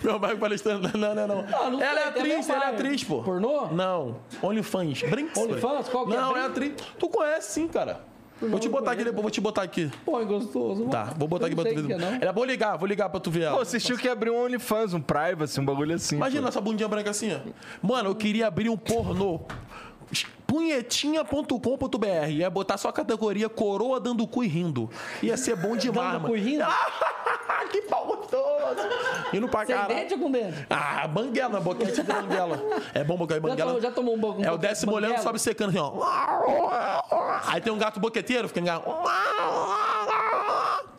[SPEAKER 3] Meu Marco Palestrano, não, não, não.
[SPEAKER 2] Ah, não
[SPEAKER 3] ela é
[SPEAKER 2] sei, tem
[SPEAKER 3] atriz,
[SPEAKER 2] meu
[SPEAKER 3] ela é
[SPEAKER 2] pai.
[SPEAKER 3] atriz, pô.
[SPEAKER 2] Pornô?
[SPEAKER 3] Não. OnlyFans. Brinks.
[SPEAKER 2] OnlyFans? Qual que é
[SPEAKER 3] Não, é atriz.
[SPEAKER 2] Brinks?
[SPEAKER 3] Tu conhece sim, cara. vou te
[SPEAKER 2] não
[SPEAKER 3] botar
[SPEAKER 2] conheço.
[SPEAKER 3] aqui depois, vou te botar aqui.
[SPEAKER 2] Põe é gostoso.
[SPEAKER 3] Tá, vou botar
[SPEAKER 2] Eu
[SPEAKER 3] aqui
[SPEAKER 2] não
[SPEAKER 3] pra tu
[SPEAKER 2] sei o
[SPEAKER 3] ver.
[SPEAKER 2] que é, não.
[SPEAKER 3] Ela, vou ligar, vou ligar pra tu ver ela.
[SPEAKER 1] Pô, vocês tinham que abrir um OnlyFans, um privacy, um bagulho assim.
[SPEAKER 3] Imagina
[SPEAKER 1] pô.
[SPEAKER 3] essa bundinha branca assim, ó. Mano, eu queria abrir um pornô. Punhetinha.com.br Ia botar só a categoria coroa dando cu e rindo. Ia ser bom demais,
[SPEAKER 2] Dando
[SPEAKER 3] mano.
[SPEAKER 2] cu e rindo?
[SPEAKER 3] Ah, que pau gostoso! Indo pra
[SPEAKER 2] Sem
[SPEAKER 3] cara.
[SPEAKER 2] dente ou com dente?
[SPEAKER 3] Ah, banguela, boquete de banguela. É bom bocar em
[SPEAKER 2] Já
[SPEAKER 3] banguela.
[SPEAKER 2] tomou, já tomou um pouco.
[SPEAKER 3] É o décimo olhando, sobe secando assim, ó. Aí tem um gato boqueteiro, fica enganado.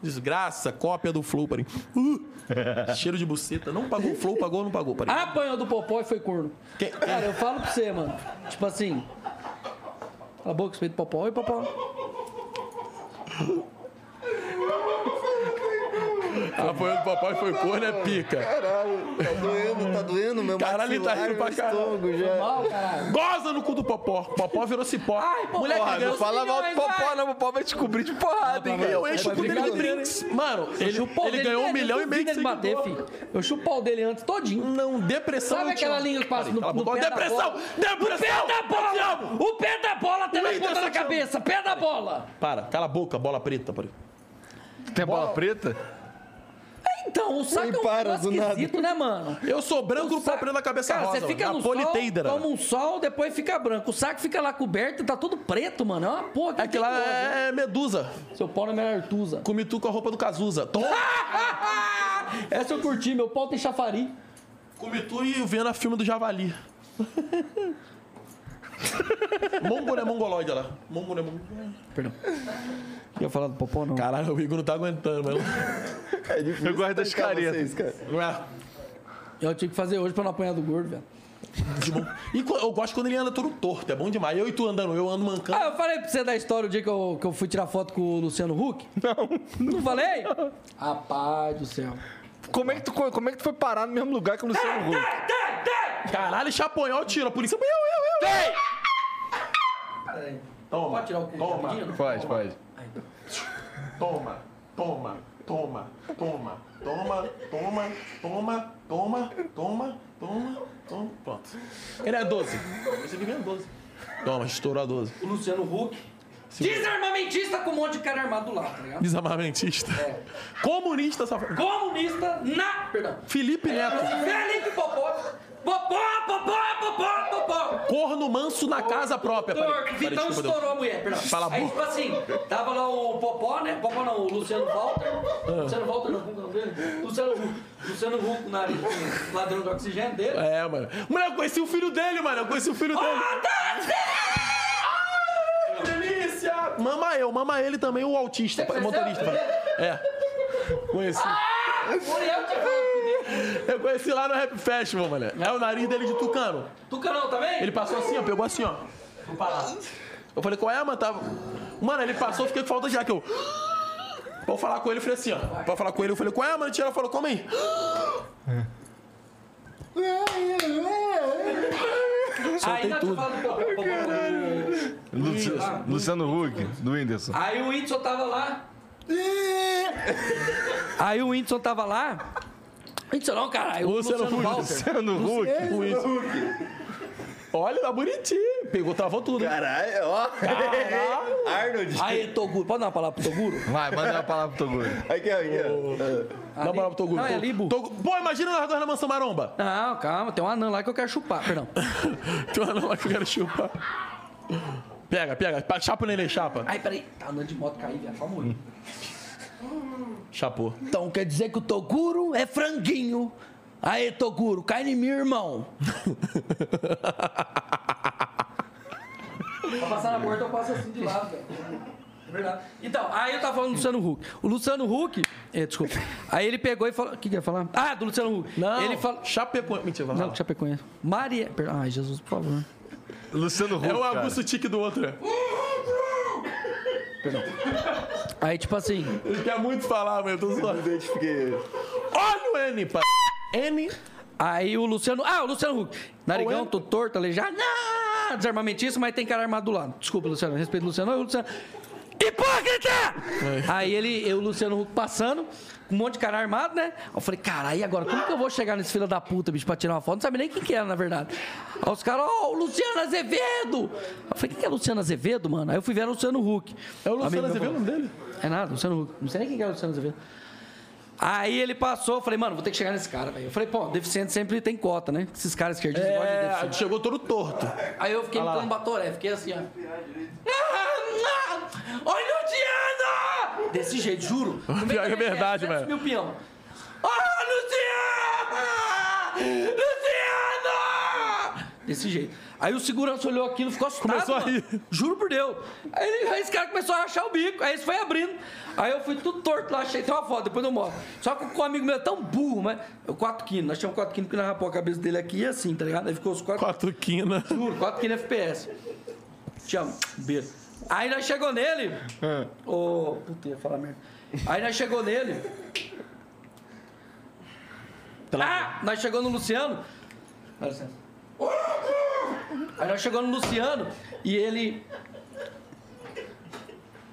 [SPEAKER 3] Desgraça, cópia do Flow, peraí. Uh, cheiro de buceta. Não pagou o Flow, pagou ou não pagou, peraí.
[SPEAKER 2] Apanhou do popó e foi corno.
[SPEAKER 3] Quem-
[SPEAKER 2] Cara, eu falo pra você, mano. Tipo assim. Cala a boca, respeito popó. Oi, popó.
[SPEAKER 3] Apoiando o papai Ah, foi corno, é pica.
[SPEAKER 4] Caralho, tá doendo, tá doendo, meu
[SPEAKER 3] Caralho, ele tá
[SPEAKER 4] maxilar,
[SPEAKER 3] rindo pra
[SPEAKER 4] meu
[SPEAKER 3] caralho.
[SPEAKER 4] estômago já.
[SPEAKER 2] Mal, caralho.
[SPEAKER 3] Goza no cu do popó. Popó virou cipó.
[SPEAKER 2] Ai, popó.
[SPEAKER 3] Moleque
[SPEAKER 1] Porra,
[SPEAKER 3] ganhou
[SPEAKER 1] não fala mal do
[SPEAKER 2] milhões, vai.
[SPEAKER 1] Popó, não. O Popó vai te cobrir de porrada, hein, cara.
[SPEAKER 3] Eu
[SPEAKER 2] É
[SPEAKER 3] encho o cu dele de brinks. Mano, ele,
[SPEAKER 2] Eu chupo o
[SPEAKER 3] ele
[SPEAKER 2] dele
[SPEAKER 3] ganhou um
[SPEAKER 2] antes
[SPEAKER 3] milhão e
[SPEAKER 2] do
[SPEAKER 3] meio de
[SPEAKER 2] Zidane bater,
[SPEAKER 3] seguidor.
[SPEAKER 2] filho. Eu chupo o pau dele antes todinho.
[SPEAKER 3] Não, depressão
[SPEAKER 2] Sabe
[SPEAKER 3] não tinha.
[SPEAKER 2] aquela linha que passa
[SPEAKER 3] Peraí,
[SPEAKER 2] no-
[SPEAKER 3] cala a
[SPEAKER 2] no
[SPEAKER 3] boca.
[SPEAKER 2] pé da
[SPEAKER 3] Depressão!
[SPEAKER 2] bola?
[SPEAKER 3] Depressão!
[SPEAKER 2] Pé da
[SPEAKER 3] Eu te amo.
[SPEAKER 2] bola! O pé da bola até na
[SPEAKER 3] Whindersson
[SPEAKER 2] ponta da
[SPEAKER 3] te amo.
[SPEAKER 2] cabeça! Pé da bola!
[SPEAKER 3] Para, cala a boca, bola preta, peraí.
[SPEAKER 1] Tem bola preta?
[SPEAKER 2] Então, o saco
[SPEAKER 4] Ele
[SPEAKER 2] é um
[SPEAKER 4] para,
[SPEAKER 2] negócio
[SPEAKER 4] do nada.
[SPEAKER 2] esquisito, né, mano?
[SPEAKER 3] Eu sou branco no
[SPEAKER 2] saco-
[SPEAKER 3] papel da cabeça
[SPEAKER 2] cara,
[SPEAKER 3] rosa.
[SPEAKER 2] você fica no sol,
[SPEAKER 3] Napoliteidera.
[SPEAKER 2] toma um sol, depois fica branco. O saco fica lá coberto, tá todo preto, mano. É uma porra. que
[SPEAKER 3] É que
[SPEAKER 2] tem
[SPEAKER 3] lá
[SPEAKER 2] como, né?
[SPEAKER 3] é medusa.
[SPEAKER 2] Seu pau não é minha artusa.
[SPEAKER 3] Come tu com a roupa do Cazuza. Toma!
[SPEAKER 2] Essa eu curti, meu pau tem chafariz.
[SPEAKER 3] Come tu e vendo a filme do Javali. Mongo não é mongoloide olha lá. Mongo não é mongoloide.
[SPEAKER 2] Perdão. Ia falar do popó, não.
[SPEAKER 3] Caralho, o Igor não tá aguentando, mano.
[SPEAKER 4] É difícil
[SPEAKER 1] Eu gosto das
[SPEAKER 4] tancar
[SPEAKER 1] caretas.
[SPEAKER 4] vocês, cara.
[SPEAKER 3] Não é?
[SPEAKER 2] Eu tive que fazer hoje pra não apanhar do gordo, velho.
[SPEAKER 3] De bom. E co- eu gosto quando ele anda todo torto, é bom demais. Eu e tu andando, eu ando mancando.
[SPEAKER 2] Ah, eu falei pra você da história o dia que eu, que eu fui tirar foto com o Luciano Huck? Não. Não falei? Rapaz do céu.
[SPEAKER 1] Como é, que tu, co- como é que tu foi parar no mesmo lugar que o Luciano Huck?
[SPEAKER 3] Caralho, chaponhol tira, a polícia. Eu, eu, eu. Tem! Toma.
[SPEAKER 2] Pode tirar o cu
[SPEAKER 3] Toma.
[SPEAKER 2] rapidinho?
[SPEAKER 1] Pode, pode.
[SPEAKER 3] Toma, toma, toma, toma, toma, toma, toma, toma, toma, toma, toma. Pronto. Ele é 12. Esse aqui
[SPEAKER 2] é
[SPEAKER 3] ganha 12. Toma, estourou a 12.
[SPEAKER 2] O Luciano Huck. Desarmamentista com um monte de cara armado lá, tá ligado?
[SPEAKER 3] Desarmamentista.
[SPEAKER 2] É.
[SPEAKER 3] Comunista safado.
[SPEAKER 2] Comunista na. Perdão.
[SPEAKER 3] Felipe Neto.
[SPEAKER 2] Felipe Popó. Popó, popó, popó, popó.
[SPEAKER 3] Corno manso na casa própria. Peraí, peraí,
[SPEAKER 2] Vitão
[SPEAKER 3] desculpa, Deus.
[SPEAKER 2] estourou a mulher, perdão.
[SPEAKER 3] Fala a
[SPEAKER 2] Aí,
[SPEAKER 3] boca.
[SPEAKER 2] tipo assim, tava lá o Popó, né? Popó não, o Luciano Walter.
[SPEAKER 3] Ah.
[SPEAKER 2] Luciano Walter não, como que é o nome dele? Luciano Huck. Luciano Huck, o nariz, o ladrão de oxigênio dele.
[SPEAKER 3] É, mano. Mano, eu conheci o filho dele, mano. Eu conheci o filho dele. Ah, Delícia! Mama eu, mama ele também, o autista,
[SPEAKER 2] Você
[SPEAKER 3] motorista.
[SPEAKER 2] conheceu?
[SPEAKER 3] É. Conheci.
[SPEAKER 2] Por eu te falo.
[SPEAKER 3] Eu conheci lá no Rap Festival, mano. É o nariz dele de tucano.
[SPEAKER 2] Tucanão também?
[SPEAKER 3] Ele passou assim, ó, pegou assim, ó. No Pará. Eu falei, qual é, mano? Tava... Mano, ele passou, fiquei com falta de ar, que eu... Pra eu falar com ele, eu falei assim, ó. Pra eu falar com ele, eu falei, qual é, mano? Tira, falou, come aí.
[SPEAKER 2] Aí
[SPEAKER 3] soltei
[SPEAKER 2] nós
[SPEAKER 3] tudo.
[SPEAKER 2] falamos do Popó, Popó, Popó.
[SPEAKER 1] Luci- Luciano Huck, do Whindersson.
[SPEAKER 3] Ah,
[SPEAKER 2] Aí o Whindersson tava lá. Aí o Whindersson tava lá. Whindersson não, caralho. O
[SPEAKER 3] Luciano
[SPEAKER 2] Luciano,
[SPEAKER 3] Huck.
[SPEAKER 2] Walter.
[SPEAKER 1] Luciano Huck.
[SPEAKER 3] Com isso. Olha, tá bonitinho. Pegou, travou tudo. hein?
[SPEAKER 4] Caralho, ó. Arnold.
[SPEAKER 2] Aí, Toguro. Pode dar uma palavra pro Toguro?
[SPEAKER 1] Vai, manda uma palavra pro Toguro.
[SPEAKER 4] Aqui, ó, aqui, ó.
[SPEAKER 3] Dá moral pro Toguro.
[SPEAKER 2] Não, é
[SPEAKER 3] Toguro.
[SPEAKER 2] Libo.
[SPEAKER 3] Toguro. Pô, imagina nós dois na mansão maromba.
[SPEAKER 2] Não, calma. Tem um anão lá que eu quero chupar. Perdão.
[SPEAKER 3] Tem uma lá que eu quero chupar. Pega, pega. Pa- Chapa o neném, chapa.
[SPEAKER 2] Ai, peraí. Tá andando de moto, caí, velho. Só um morri.
[SPEAKER 3] Chapou.
[SPEAKER 2] Então quer dizer que o Toguro é franguinho. Aê, Toguro, cai em mim, irmão. pra passar na porta, eu passo assim de lado, velho. É verdade. Então, aí eu tava falando do Luciano Huck. O Luciano Huck. É, desculpa. Aí ele pegou e falou. O que, que eu ia falar? Ah, do Luciano Huck.
[SPEAKER 3] Não,
[SPEAKER 2] Ele falou.
[SPEAKER 3] Chapecoense. Mentira, vai
[SPEAKER 2] Não,
[SPEAKER 3] lá.
[SPEAKER 2] Chapecoense. Maria. Perdão. Ai, Jesus, por favor.
[SPEAKER 1] Luciano Huck.
[SPEAKER 3] É o
[SPEAKER 1] cara.
[SPEAKER 3] Augusto Tique do outro. né?
[SPEAKER 2] Aí, tipo assim.
[SPEAKER 3] Ele quer muito falar, mas eu tô
[SPEAKER 4] Eu
[SPEAKER 3] zoando.
[SPEAKER 4] Ah, identifiquei.
[SPEAKER 3] Olha o N, pai. N.
[SPEAKER 2] Aí o Luciano. Ah, o Luciano Huck.
[SPEAKER 3] Ou
[SPEAKER 2] Narigão,
[SPEAKER 3] ele-
[SPEAKER 2] tô torto, aleijado. Não! Desarmamentista, mas tem cara armado do lado. Desculpa, Luciano. Respeito, Luciano. Aí o Luciano. Hipócrita!
[SPEAKER 3] É.
[SPEAKER 2] Aí ele, eu, o Luciano Huck passando, com um monte de cara armado, né? Eu falei, cara, e agora? Como que eu vou chegar nesse filho da puta, bicho, pra tirar uma foto? Não sabe nem quem que era, na verdade. Aí os caras, ó, o Luciano Azevedo! Eu falei, quem que é Luciano Azevedo, mano? Aí eu fui ver era o Luciano Huck.
[SPEAKER 3] É o Luciano
[SPEAKER 2] Amigo meu
[SPEAKER 3] Azevedo o
[SPEAKER 2] falou,
[SPEAKER 3] nome dele?
[SPEAKER 2] É nada, Luciano Huck. Não sei nem quem que é o Luciano Azevedo. Aí ele passou, eu falei, mano, vou ter que chegar nesse cara, velho. Eu falei, pô, deficiente sempre tem cota, né? Esses caras esquerdistas gostam de deficiente.
[SPEAKER 3] É, chegou todo torto.
[SPEAKER 2] Aí eu fiquei imitando Batoré, fiquei assim, ó. Ah, não! Olha o Luciano! Desse jeito, juro. No meio
[SPEAKER 3] Pior
[SPEAKER 2] da
[SPEAKER 3] que é
[SPEAKER 2] minha
[SPEAKER 3] verdade,
[SPEAKER 2] cara,
[SPEAKER 3] mano.
[SPEAKER 2] 200 mil peão. Ah, Luciano! Luciano! Desse jeito. Aí o segurança olhou aquilo, ficou assustado.
[SPEAKER 3] Começou a
[SPEAKER 2] mano.
[SPEAKER 3] rir.
[SPEAKER 2] Juro por Deus. Aí, ele- aí esse cara começou a achar o bico, aí isso foi abrindo. Aí eu fui tudo torto lá, achei, tem uma foto, depois eu mostro. Só que o amigo meu é tão burro, mas... Eu, 4 quinos, nós tínhamos 4 quinos, porque nós rapou a cabeça dele aqui e assim, tá ligado? Aí ficou os 4
[SPEAKER 3] Quatro quina.
[SPEAKER 2] Juro, 4 kg FPS. Te amo. Beijo. Aí nós chegou nele. Ô. Puta, ia falar merda. Aí nós chegou nele. Ah! Nós chegou no Luciano. Dá licença. Aí nós chegou no Luciano e ele.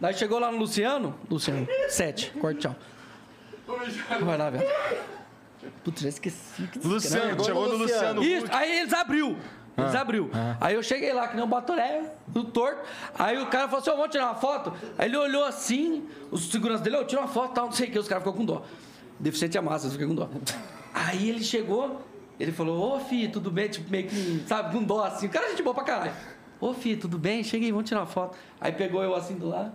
[SPEAKER 2] Nós chegou lá no Luciano. Luciano, 7, corte, tchau. Vai lá, velho. Putz, já esqueci. Que
[SPEAKER 1] Luciano, chegou no Luciano.
[SPEAKER 2] isso, aí eles abriu. Eles
[SPEAKER 1] Ah,
[SPEAKER 2] abriu. Aí eu cheguei lá, que nem um batoré, do torto. Aí o cara falou assim: Ó, vamos tirar uma foto? Aí ele olhou assim, os seguranças dele, ó, tira uma foto, tal, não sei o que. Os caras ficou com dó. Deficiente é massa, fiquei com dó. Aí ele chegou, ele falou: Ô, fi, tudo bem? Tipo, meio que, sabe, com dó assim. O cara é gente boa pra caralho. Ô, fi, tudo bem? Cheguei, vamos tirar uma foto. Aí pegou eu assim do lado.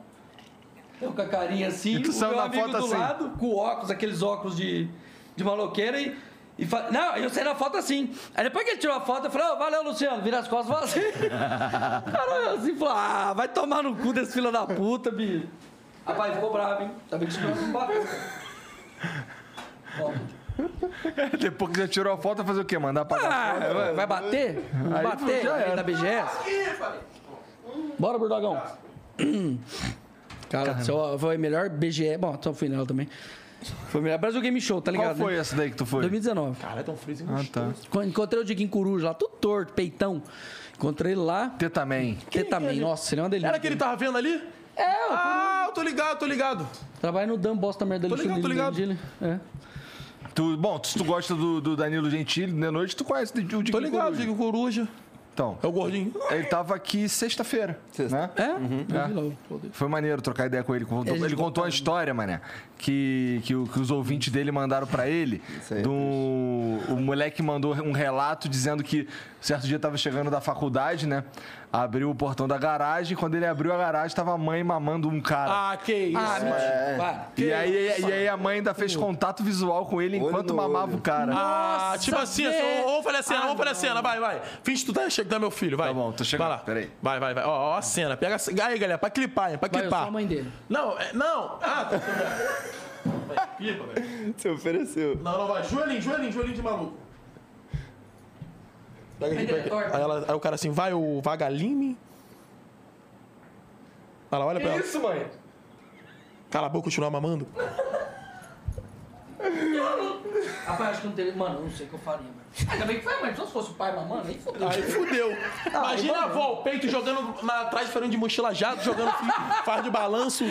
[SPEAKER 2] Eu com a carinha assim,
[SPEAKER 1] E tu
[SPEAKER 2] o
[SPEAKER 1] saiu
[SPEAKER 2] meu
[SPEAKER 1] na
[SPEAKER 2] amigo
[SPEAKER 1] foto
[SPEAKER 2] do
[SPEAKER 1] assim?
[SPEAKER 2] lado, com óculos, aqueles óculos de, de maloqueira e. e fa- Não, eu saí na foto assim. Aí depois que ele tirou a foto, eu falei, ô, valeu, Luciano, vira as costas e fala assim. O cara olhou assim e falou, ah, vai tomar no cu desse fila da puta, bicho. Rapaz, ficou bravo, hein? Tá vendo que isso não bateu. Ó.
[SPEAKER 1] Depois que já tirou a foto, fazer o quê? Mandar
[SPEAKER 2] Ah,
[SPEAKER 1] pagar a
[SPEAKER 2] vai- vai bater? Vai bater aí na BGS? Bora, Burdogão. Cara, só foi a melhor BGS. Bom, só fui nela também. Foi a melhor Brasil Game Show, tá
[SPEAKER 1] Qual
[SPEAKER 2] ligado?
[SPEAKER 1] foi
[SPEAKER 2] né?
[SPEAKER 1] essa daí que tu foi?
[SPEAKER 2] 2019.
[SPEAKER 3] Caralho, é tão assim, friozinho.
[SPEAKER 1] Ah, tá.
[SPEAKER 2] Quando encontrei o Diguinho Coruja lá, tudo torto, peitão. Encontrei ele lá.
[SPEAKER 1] Tê também.
[SPEAKER 2] Ele também, nossa, ele é uma delícia.
[SPEAKER 3] Era que ele tava vendo ali?
[SPEAKER 2] É, eu
[SPEAKER 3] Ah, eu tô ligado, tô ligado.
[SPEAKER 2] trabalha no Dan Bosta Merda
[SPEAKER 3] Tô
[SPEAKER 2] do
[SPEAKER 3] ligado, tô ligado.
[SPEAKER 2] Dele. É.
[SPEAKER 1] Tu, bom, se tu gosta do, do Danilo Gentili, de noite, tu conhece o Diguinho
[SPEAKER 3] Tô ligado,
[SPEAKER 1] Coruja.
[SPEAKER 3] digo coruja.
[SPEAKER 1] Então,
[SPEAKER 3] É o gordinho.
[SPEAKER 1] ele tava aqui sexta-feira,
[SPEAKER 4] Sexta.
[SPEAKER 1] né?
[SPEAKER 2] É? Eu vi logo.
[SPEAKER 1] Foi maneiro trocar ideia com ele.
[SPEAKER 4] É,
[SPEAKER 1] Contou-
[SPEAKER 2] Ele
[SPEAKER 1] ele contou
[SPEAKER 2] contou-
[SPEAKER 1] uma história, mané, que, que, o- que os ouvintes dele mandaram pra ele.
[SPEAKER 4] aí é
[SPEAKER 1] do- o moleque mandou um relato dizendo que certo dia tava chegando da faculdade, né? Abriu o portão da garagem. Quando ele abriu a garagem, tava a mãe mamando um cara.
[SPEAKER 3] Ah, que isso.
[SPEAKER 2] Ah, mentira. Para.
[SPEAKER 1] e, aí, e aí a mãe ainda fez contato visual com ele
[SPEAKER 4] Olho
[SPEAKER 1] enquanto
[SPEAKER 4] no
[SPEAKER 1] mamava
[SPEAKER 4] olho.
[SPEAKER 1] o cara.
[SPEAKER 3] Ah,
[SPEAKER 2] Nossa,
[SPEAKER 3] tipo assim,
[SPEAKER 2] velho.
[SPEAKER 3] assim, vamos fazer a cena,
[SPEAKER 2] Ah,
[SPEAKER 3] vamos fazer a
[SPEAKER 2] não.
[SPEAKER 3] cena, vai, vai. Finge que tu tá chegando, meu filho, vai.
[SPEAKER 1] Tá bom, tô chegando,
[SPEAKER 3] Vai lá.
[SPEAKER 1] peraí.
[SPEAKER 3] Vai, vai, vai. Ó, ó a cena. Pega a cena. Aí, galera, pra clipar, hein, pra
[SPEAKER 2] Vai, eu sou
[SPEAKER 3] clipar.
[SPEAKER 2] a mãe dele.
[SPEAKER 3] Não, é- não. Ah, tá. Vai, clipa, velho.
[SPEAKER 4] Você ofereceu.
[SPEAKER 3] Não, não, vai. Joelhinho, joelhinho, joelhinho de maluco. Pega aqui, pega aqui. Aí, ela- aí o cara assim, vai o Vagalime. Olha lá, olha pra ela.
[SPEAKER 1] isso, mãe?
[SPEAKER 3] Cala a boca, continua mamando.
[SPEAKER 2] Rapaz, acho que não teria. Mano, eu não sei o que eu faria, mano. Ah, Ainda bem que foi, mas só se fosse o pai mamando, aí fodeu.
[SPEAKER 3] Aí fudeu. Imagina a avó, o peito jogando na, atrás, ferando de mochila jato, jogando fi- faz de balanço.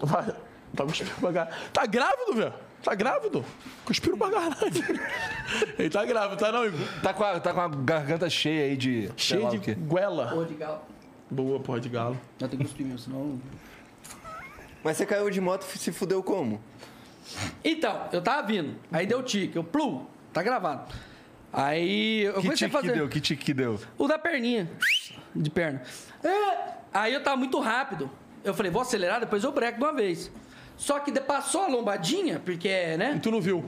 [SPEAKER 3] Vai. Tá cuspindo pra caralho. Tá grávido, velho? Tá grávido? Cuspiram pra caralho. Ele tá grávido, tá não, Igor?
[SPEAKER 1] Tá com, a, tá com a garganta cheia aí de. sei lá
[SPEAKER 3] Cheio
[SPEAKER 1] o
[SPEAKER 3] de
[SPEAKER 1] quê.
[SPEAKER 3] guela.
[SPEAKER 2] Porra de galo.
[SPEAKER 3] Boa, porra de galo.
[SPEAKER 2] Não tem que cuspir mesmo, senão.
[SPEAKER 4] Mas você caiu de moto e se fudeu como?
[SPEAKER 2] Então, eu tava vindo. Aí deu tique, eu plum, tá gravado. Aí eu
[SPEAKER 1] Que
[SPEAKER 2] comecei
[SPEAKER 1] tique
[SPEAKER 2] a
[SPEAKER 1] que
[SPEAKER 2] fazer.
[SPEAKER 1] deu? Que tique que deu?
[SPEAKER 2] O da perninha. De perna. É, Aí eu tava muito rápido. Eu falei, vou acelerar, depois eu breco de uma vez. Só que de- passou a lombadinha, porque é, né?
[SPEAKER 3] E tu não viu?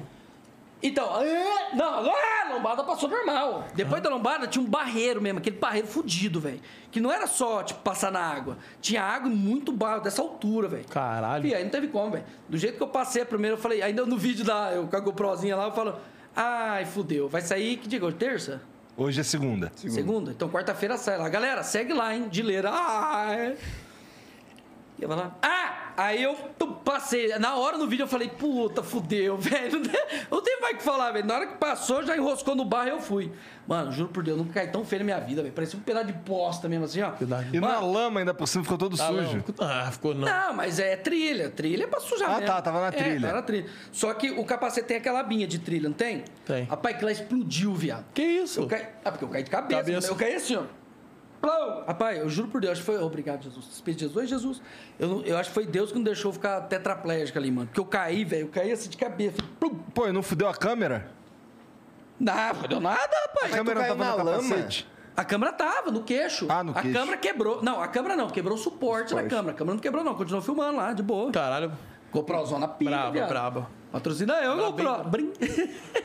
[SPEAKER 2] Então, é, não, é, a lombada passou normal. Depois da lombada tinha um barreiro mesmo, aquele barreiro fudido, velho. Que não era só, tipo, passar na água. Tinha água e muito barro dessa altura, velho.
[SPEAKER 3] Caralho.
[SPEAKER 2] E aí não teve como, velho. Do jeito que eu passei a primeira, eu falei, ainda no vídeo da eu com a GoProzinha lá, eu falo, ai, fudeu. Vai sair que dia? hoje? Terça?
[SPEAKER 1] Hoje é segunda.
[SPEAKER 2] Segunda. Então quarta-feira sai lá. Galera, segue lá, hein? Dileira. Ah! é. E eu vou lá. Ah! Aí eu tum, passei. Na hora no vídeo eu falei, puta, fudeu, velho. Não tem mais o que falar, velho. Na hora que passou, já enroscou no barro e eu fui. Mano, juro por Deus, eu nunca caí tão feio na minha vida, velho. Parecia um pedaço de bosta mesmo, assim, ó.
[SPEAKER 1] E na
[SPEAKER 2] Mano,
[SPEAKER 1] lama ainda por cima ficou todo sujo.
[SPEAKER 3] Ah, ficou não.
[SPEAKER 2] não, mas é trilha. Trilha é pra sujar
[SPEAKER 1] Ah,
[SPEAKER 2] mesmo.
[SPEAKER 1] tá, tava na
[SPEAKER 2] É,
[SPEAKER 1] trilha.
[SPEAKER 2] tava na trilha. Só que o capacete tem aquela abinha de trilha, não tem?
[SPEAKER 3] Tem.
[SPEAKER 2] Rapaz, que lá explodiu, viado.
[SPEAKER 3] Que isso?
[SPEAKER 2] Eu caí... Ah, porque eu caí de cabeça.
[SPEAKER 3] Cabeça.
[SPEAKER 2] Eu caí assim, ó. Plum! Rapaz, eu juro por Deus, acho que foi. Obrigado, Jesus. Despede Jesus, Oi, Jesus. Eu, não- eu acho que foi Deus que não deixou eu ficar tetraplégico ali, mano. Porque eu caí, velho. Eu caí assim de cabeça. Plum!
[SPEAKER 1] Pô, e não fudeu a câmera?
[SPEAKER 2] Não, não deu nada, rapaz.
[SPEAKER 1] a câmera
[SPEAKER 4] caiu na lama?
[SPEAKER 2] A câmera tava no queixo.
[SPEAKER 1] Ah, no
[SPEAKER 2] a
[SPEAKER 1] queixo.
[SPEAKER 2] câmera quebrou. Não, a câmera não. Quebrou o suporte, da câmera. A câmera não quebrou, não. Continuou filmando lá, de boa.
[SPEAKER 1] Tá.
[SPEAKER 3] Caralho.
[SPEAKER 2] GoProzona pica,
[SPEAKER 3] Braba,
[SPEAKER 2] viado.
[SPEAKER 3] braba.
[SPEAKER 2] Patrocina eu, GoPro. Brin...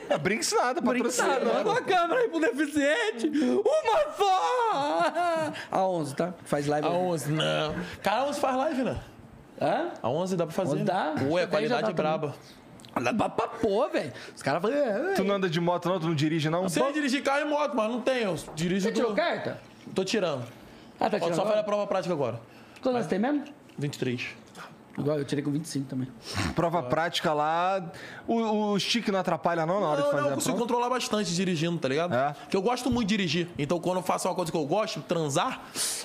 [SPEAKER 1] É, brinks nada, patrocina.
[SPEAKER 2] Brincadeira. Uma câmera aí pro deficiente. Uma fó! A 11, tá? Faz live.
[SPEAKER 3] A
[SPEAKER 2] aí.
[SPEAKER 3] 11, não. Cara, a 11 faz live, né?
[SPEAKER 2] Hã?
[SPEAKER 3] A 11 dá pra fazer.
[SPEAKER 2] 11 dá. Acho
[SPEAKER 3] Ué,
[SPEAKER 2] que
[SPEAKER 3] a
[SPEAKER 2] 10 já dá
[SPEAKER 3] qualidade é braba.
[SPEAKER 2] Dá pra- pra pôr, velho. Os caras falam. "É, é,
[SPEAKER 1] Tu não anda de moto, não? Tu não dirige, não?
[SPEAKER 3] Sei dirigir carro e moto, mas não tenho. Eu dirijo
[SPEAKER 2] Você tirou
[SPEAKER 3] do-
[SPEAKER 2] carta?
[SPEAKER 3] Tô tirando.
[SPEAKER 2] Ah, tá
[SPEAKER 3] Ó,
[SPEAKER 2] tirando.
[SPEAKER 3] Só faz a
[SPEAKER 2] agora?
[SPEAKER 3] prova prática agora.
[SPEAKER 2] Quantos anos você tem mesmo?
[SPEAKER 3] 23.
[SPEAKER 2] Igual eu tirei com 25 também.
[SPEAKER 1] Prova prática lá. O, o stick não atrapalha, não, na hora
[SPEAKER 3] Não,
[SPEAKER 1] de fazer
[SPEAKER 3] não, eu
[SPEAKER 1] a
[SPEAKER 3] consigo
[SPEAKER 1] prova?
[SPEAKER 3] controlar bastante dirigindo, tá ligado?
[SPEAKER 1] É.
[SPEAKER 3] Porque eu gosto muito de dirigir. Então, quando eu faço uma coisa que eu gosto, transar.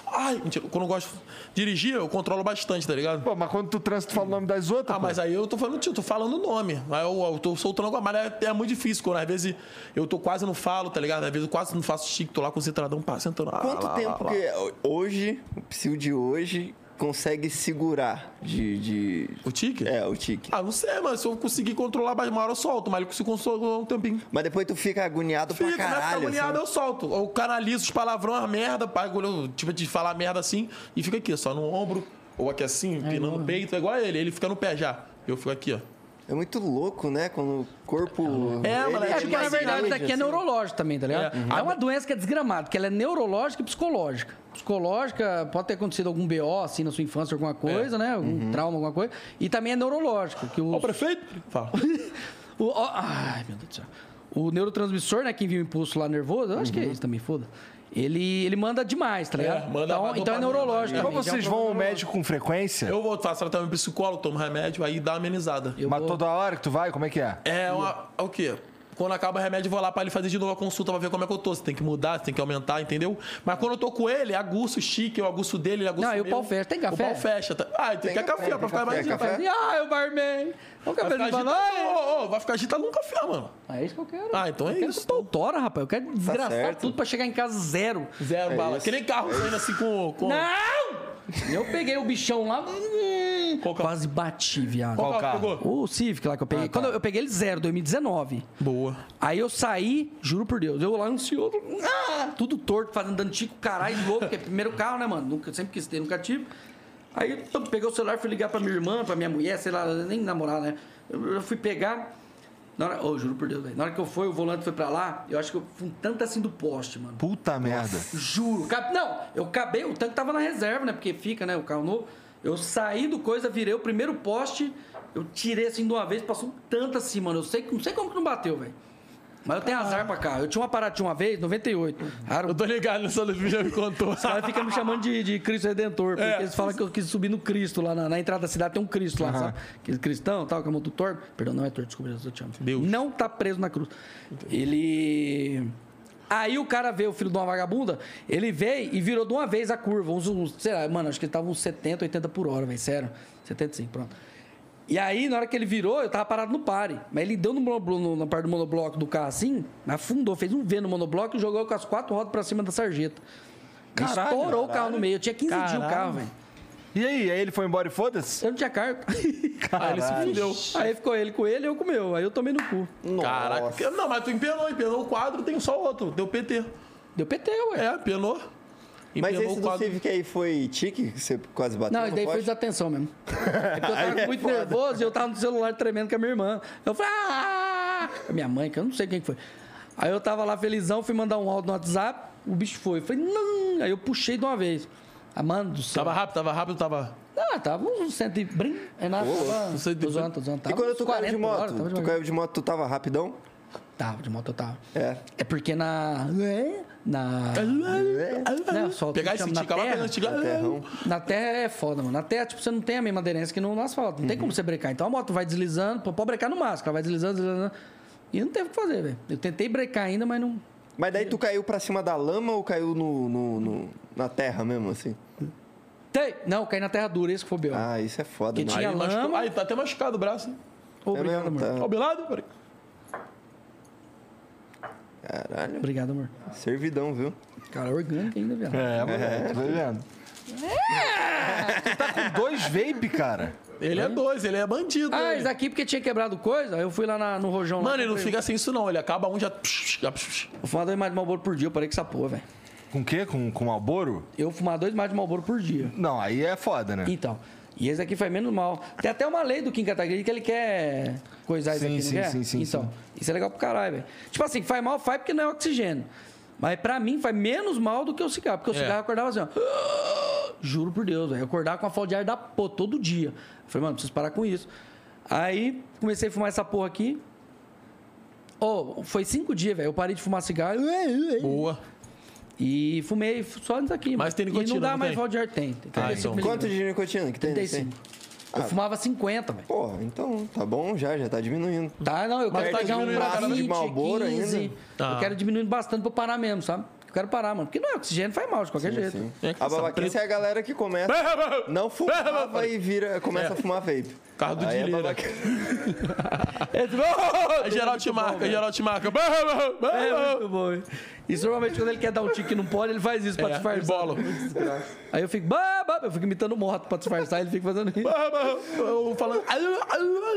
[SPEAKER 3] Ai, mentira. Quando eu gosto de dirigir, eu controlo bastante, tá ligado?
[SPEAKER 1] Pô, mas quando tu transa, tu fala o nome das outras,
[SPEAKER 3] Ah, mas aí eu tô falando, tio, tô falando o nome. Aí eu, eu tô soltando alguma mas é, é muito difícil, quando às vezes eu tô quase não falo, tá ligado? Às vezes eu quase não faço chique, tô lá concentradão, pá, sentando. Ah,
[SPEAKER 4] Quanto
[SPEAKER 3] lá, lá,
[SPEAKER 4] tempo
[SPEAKER 3] lá.
[SPEAKER 4] que é? hoje, o psil de hoje, consegue segurar de. de...
[SPEAKER 3] O tique?
[SPEAKER 4] É, o tique.
[SPEAKER 3] Ah, não sei, mano. Se eu conseguir controlar, mas uma hora eu solto, mas se eu consigo controlar um tempinho.
[SPEAKER 4] Mas depois tu fica agoniado pra
[SPEAKER 3] Fico, mas fica
[SPEAKER 4] caralho. assim.
[SPEAKER 3] agoniado,
[SPEAKER 4] sabe?
[SPEAKER 3] eu solto. Eu canalizo os palavrão, a merda, pago, eu, tipo, de falar merda assim, e fica aqui, só no ombro, ou aqui assim, empinando o peito, é igual a ele, ele fica no pé já. Eu fico aqui, ó.
[SPEAKER 4] É muito louco, né? Quando o corpo.
[SPEAKER 3] É, mano,
[SPEAKER 4] ele
[SPEAKER 3] é
[SPEAKER 2] É, porque na
[SPEAKER 4] assim,
[SPEAKER 2] verdade
[SPEAKER 4] ele
[SPEAKER 2] isso aqui é
[SPEAKER 4] assim.
[SPEAKER 2] neurológico também, tá ligado?
[SPEAKER 3] É.
[SPEAKER 2] É, uma doença que é desgramada, que ela é neurológica e psicológica. Psicológica, pode ter acontecido algum BO, assim, na sua infância, alguma coisa, né? Algum trauma, alguma coisa. E também é neurológico. Que
[SPEAKER 3] Ó,
[SPEAKER 2] os,
[SPEAKER 3] prefeito! Fala.
[SPEAKER 2] O, ó, ai, meu Deus do céu. O neurotransmissor, né, que envia o impulso lá nervoso, eu acho que é isso também, foda. Ele, ele manda demais, tá ligado?
[SPEAKER 3] Uhum. manda
[SPEAKER 2] então,
[SPEAKER 3] pra
[SPEAKER 2] então é
[SPEAKER 3] dopamina,
[SPEAKER 2] neurológico.
[SPEAKER 1] Mas
[SPEAKER 3] né?
[SPEAKER 2] também, já é um
[SPEAKER 1] vocês vão
[SPEAKER 2] problema
[SPEAKER 1] ao médico com frequência?
[SPEAKER 3] Eu vou, faço tratamento psicólogo, tomo remédio, aí dá uma amenizada.
[SPEAKER 2] Eu
[SPEAKER 1] mas
[SPEAKER 2] vou-
[SPEAKER 1] toda hora que tu vai, como é que é?
[SPEAKER 3] É, uma, é o quê? Quando acaba o remédio, eu vou lá pra ele fazer de novo a consulta pra ver como é que eu tô. Se tem que mudar, se tem que aumentar, entendeu? Mas quando eu tô com ele, aguço o chique, eu aguço dele, ele aguço
[SPEAKER 2] Não, e o
[SPEAKER 3] meu.
[SPEAKER 2] pau fecha. Tem café?
[SPEAKER 3] O pau fecha. Tá... Ah, tem, que ter café, pra ficar mais...
[SPEAKER 4] tem
[SPEAKER 2] nervoso.
[SPEAKER 4] café?
[SPEAKER 2] Ah, eu barman. Olha o
[SPEAKER 3] Vai ficar
[SPEAKER 2] cafezinho
[SPEAKER 3] tá agitado,
[SPEAKER 2] falando. "Ai,
[SPEAKER 3] ô, ô, vai ficar agitado num café, mano.
[SPEAKER 2] Ah, é isso que eu quero.
[SPEAKER 3] Ah, então é
[SPEAKER 2] eu quero
[SPEAKER 3] isso.
[SPEAKER 2] Pautora, rapaz. Eu quero desgraçar
[SPEAKER 4] Tá certo.
[SPEAKER 2] tudo pra chegar em casa zero.
[SPEAKER 3] Zero bala.
[SPEAKER 4] isso.
[SPEAKER 3] Que nem carro saindo assim com... com...
[SPEAKER 2] Não! Eu peguei o bichão lá. hum,
[SPEAKER 3] Qual carro?
[SPEAKER 2] Quase bati, viado.
[SPEAKER 3] Qual Ah, tá. carro
[SPEAKER 1] carro?
[SPEAKER 3] pegou?
[SPEAKER 2] O Civic lá que eu peguei. Quando eu, eu peguei ele zero, 2019.
[SPEAKER 3] Boa.
[SPEAKER 2] Aí eu saí, juro por Deus, eu lá ansioso, ah, tudo torto, fazendo dando tico, caralho, louco, porque é primeiro carro, né, mano? Nunca, sempre quis ter, nunca tive. Aí eu tô- peguei o celular, fui ligar pra minha irmã, pra minha mulher, sei lá, nem namorar, né? Eu, eu fui pegar. Na hora, oh, juro por Deus, velho. Na hora que eu fui, o volante foi pra lá, eu acho que eu fui um tanto assim do poste, mano.
[SPEAKER 1] Puta merda.
[SPEAKER 2] Juro. Cap- Não, eu cabei, o tanque tava na reserva, né? Porque fica, né? O carro novo. Eu saí do coisa, virei o primeiro poste, eu tirei assim de uma vez, passou um tanto assim, mano. Eu sei, que- não sei como que não bateu, velho. Mas eu tenho azar pra cá. Eu tinha uma parada de uma vez, 98. Cara,
[SPEAKER 3] Eu
[SPEAKER 2] os
[SPEAKER 3] tô ligado, nessa luz já me contou.
[SPEAKER 2] caras ficam me chamando de, de Cristo Redentor, porque
[SPEAKER 3] É.
[SPEAKER 2] eles falam que eu quis subir no Cristo lá na, na entrada da cidade, tem um Cristo lá, sabe? Aquele cristão e tal, que é muito torto. Perdão, não é torto, desculpa, Jesus, eu te amo.
[SPEAKER 3] Deus.
[SPEAKER 2] Não tá preso na cruz. Ele. Aí o cara veio, o filho de uma vagabunda, ele veio e virou de uma vez a curva. Uns, uns sei lá, mano, acho que ele tava uns 70, 80 por hora, velho, sério. 75, pronto. E aí, na hora que ele virou, eu tava parado no pare. Mas ele deu no, monoblo- no- na parte do monobloco do carro assim, afundou, fez um V no monobloco e jogou com as quatro rodas pra cima da sarjeta. Estourou o carro no meio. Eu tinha 15 dias o carro, velho.
[SPEAKER 1] E aí, aí ele foi embora e foda-se?
[SPEAKER 2] Eu não tinha carta.
[SPEAKER 3] Aí ele se fudeu.
[SPEAKER 2] aí ficou ele com ele e eu com o meu. Aí eu tomei no cu.
[SPEAKER 3] Caraca. Não, mas tu empenou, empenou o quadro, tem só outro. Deu PT.
[SPEAKER 2] Deu PT, ué.
[SPEAKER 3] É, empenou.
[SPEAKER 4] Mas
[SPEAKER 3] Empenou
[SPEAKER 4] esse do Civic aí foi tique? que Você quase bateu?
[SPEAKER 2] Não, e
[SPEAKER 4] no
[SPEAKER 2] daí foi
[SPEAKER 4] poste?
[SPEAKER 2] desatenção mesmo. É porque eu
[SPEAKER 4] Aí
[SPEAKER 2] tava
[SPEAKER 4] é
[SPEAKER 2] muito
[SPEAKER 4] foda.
[SPEAKER 2] nervoso e eu tava no celular tremendo com a minha irmã. Eu falei, ah! Minha mãe, que eu não sei quem que foi. Aí eu tava lá felizão, fui mandar um áudio no WhatsApp, o bicho foi. Eu falei, não! Aí eu puxei de uma vez. Ah, mano do céu.
[SPEAKER 3] Tava rápido, tava rápido, tava.
[SPEAKER 2] Ah, tava uns cento e... Brim, é nada, tava...
[SPEAKER 3] cento e-
[SPEAKER 2] Tô zoando, tô zoando.
[SPEAKER 4] Tá. E
[SPEAKER 2] Tava
[SPEAKER 4] quando
[SPEAKER 2] uns
[SPEAKER 4] tu caiu de
[SPEAKER 2] 40 por hora,
[SPEAKER 4] moto?
[SPEAKER 2] tava
[SPEAKER 4] tu
[SPEAKER 2] devagar.
[SPEAKER 4] caiu de moto, tu tava rapidão?
[SPEAKER 2] Tava de moto, eu tava.
[SPEAKER 4] É.
[SPEAKER 2] É porque na. É? Na. Né, só
[SPEAKER 3] Pegar e
[SPEAKER 2] chama na
[SPEAKER 3] sentir, calar
[SPEAKER 2] terra.
[SPEAKER 3] pela antiga.
[SPEAKER 2] Na terra é foda, mano. Na terra, tipo, você não tem a mesma aderência que no asfalto. Não
[SPEAKER 4] Uhum.
[SPEAKER 2] tem como você brecar. Então a moto vai deslizando, pô, pode brecar no máximo, ela vai deslizando, deslizando. E não teve o que fazer, velho. Eu tentei brecar ainda, mas não.
[SPEAKER 4] Mas daí tu caiu pra cima da lama ou caiu no, no- no- na terra mesmo, assim?
[SPEAKER 2] Tem! Não, eu caí na terra dura, esse que foi o B.O.
[SPEAKER 4] Ah, isso é foda,
[SPEAKER 2] Que
[SPEAKER 4] né?
[SPEAKER 2] tinha
[SPEAKER 3] Aí, machucou.
[SPEAKER 2] lama.
[SPEAKER 3] Aí, tá até machucado o braço. hein?
[SPEAKER 4] é
[SPEAKER 2] Obrigado,
[SPEAKER 4] mesmo,
[SPEAKER 2] amor.
[SPEAKER 4] tá.
[SPEAKER 3] Ó, o Bilado, peraí.
[SPEAKER 4] Caralho,
[SPEAKER 2] Obrigado, amor.
[SPEAKER 4] servidão, viu?
[SPEAKER 2] Cara, é orgânico ainda, velho.
[SPEAKER 1] É, mano, tá vendo? Tu tá com dois vape, cara.
[SPEAKER 3] Ele é dois, ele é bandido. né,
[SPEAKER 2] Ah,
[SPEAKER 3] ele?
[SPEAKER 2] isso aqui porque tinha quebrado coisa, aí eu fui lá na- no rojão lá.
[SPEAKER 3] Mano, ele não
[SPEAKER 2] comprei-
[SPEAKER 3] fica sem isso não. Ele acaba um já... já-
[SPEAKER 2] Eu fumava dois mais de Malboro por dia, eu parei com essa porra, velho.
[SPEAKER 1] Com o quê? Com, com Malboro?
[SPEAKER 2] Eu fumava dois mais de Malboro por dia.
[SPEAKER 1] Não, aí é foda, né?
[SPEAKER 2] Então, e esse aqui faz menos mal. Tem até uma lei do Kim Kataguiri que ele quer coisar isso
[SPEAKER 1] Sim,
[SPEAKER 2] aqui,
[SPEAKER 1] sim,
[SPEAKER 2] não quer?
[SPEAKER 1] sim, sim,
[SPEAKER 2] Então, isso é legal pro caralho, velho. Tipo assim, faz mal, faz porque não é oxigênio. Mas pra mim faz menos mal do que o cigarro, porque o
[SPEAKER 3] É.
[SPEAKER 2] cigarro eu acordava assim, ó. Juro por Deus, velho. Eu acordava com a falta de ar da pô todo dia. Eu falei, mano, preciso parar com isso. Aí comecei a fumar essa porra aqui. Oh, foi cinco dias, velho. Eu parei de fumar cigarro.
[SPEAKER 3] Boa.
[SPEAKER 2] E fumei só isso aqui.
[SPEAKER 3] Mas tem
[SPEAKER 2] E
[SPEAKER 3] nicotina,
[SPEAKER 2] não dá
[SPEAKER 3] não
[SPEAKER 2] mais
[SPEAKER 3] tem?
[SPEAKER 2] falta de ar, tem. tem 45
[SPEAKER 3] então.
[SPEAKER 2] miligramas.
[SPEAKER 4] Quanto de nicotina que tem?
[SPEAKER 2] 35.
[SPEAKER 4] Ah.
[SPEAKER 2] Eu fumava 50, velho.
[SPEAKER 4] Porra, então tá bom já, já tá diminuindo.
[SPEAKER 2] Tá, não, eu
[SPEAKER 3] Mas
[SPEAKER 2] quero
[SPEAKER 3] tá
[SPEAKER 2] pegar um
[SPEAKER 3] diminuindo a
[SPEAKER 2] pra
[SPEAKER 3] cara de
[SPEAKER 2] 20,
[SPEAKER 4] Marlboro
[SPEAKER 2] 15.
[SPEAKER 4] ainda?
[SPEAKER 3] Tá.
[SPEAKER 2] Eu quero diminuindo bastante pra eu parar mesmo, sabe? Eu quero parar, mano. Porque não é oxigênio, faz mal de qualquer jeito.
[SPEAKER 4] Sim.
[SPEAKER 3] É que
[SPEAKER 4] A
[SPEAKER 3] essa
[SPEAKER 4] babaquice
[SPEAKER 3] preta-
[SPEAKER 4] é a galera que começa. Não fumava e vira, começa a fumar vape.
[SPEAKER 3] É. Carro do
[SPEAKER 4] Aí é
[SPEAKER 3] Dileira.
[SPEAKER 4] babaquice.
[SPEAKER 3] Aí Geral te marca, geral te marca.
[SPEAKER 2] É muito bom, hein? Isso normalmente quando ele quer dar um tique e não pode, ele faz isso pra
[SPEAKER 3] É,
[SPEAKER 2] disfarçar.
[SPEAKER 3] e bolo.
[SPEAKER 2] Aí eu fico, "Bah, bah", eu fico imitando o morto pra disfarçar, ele fica fazendo isso.
[SPEAKER 3] Eu falando...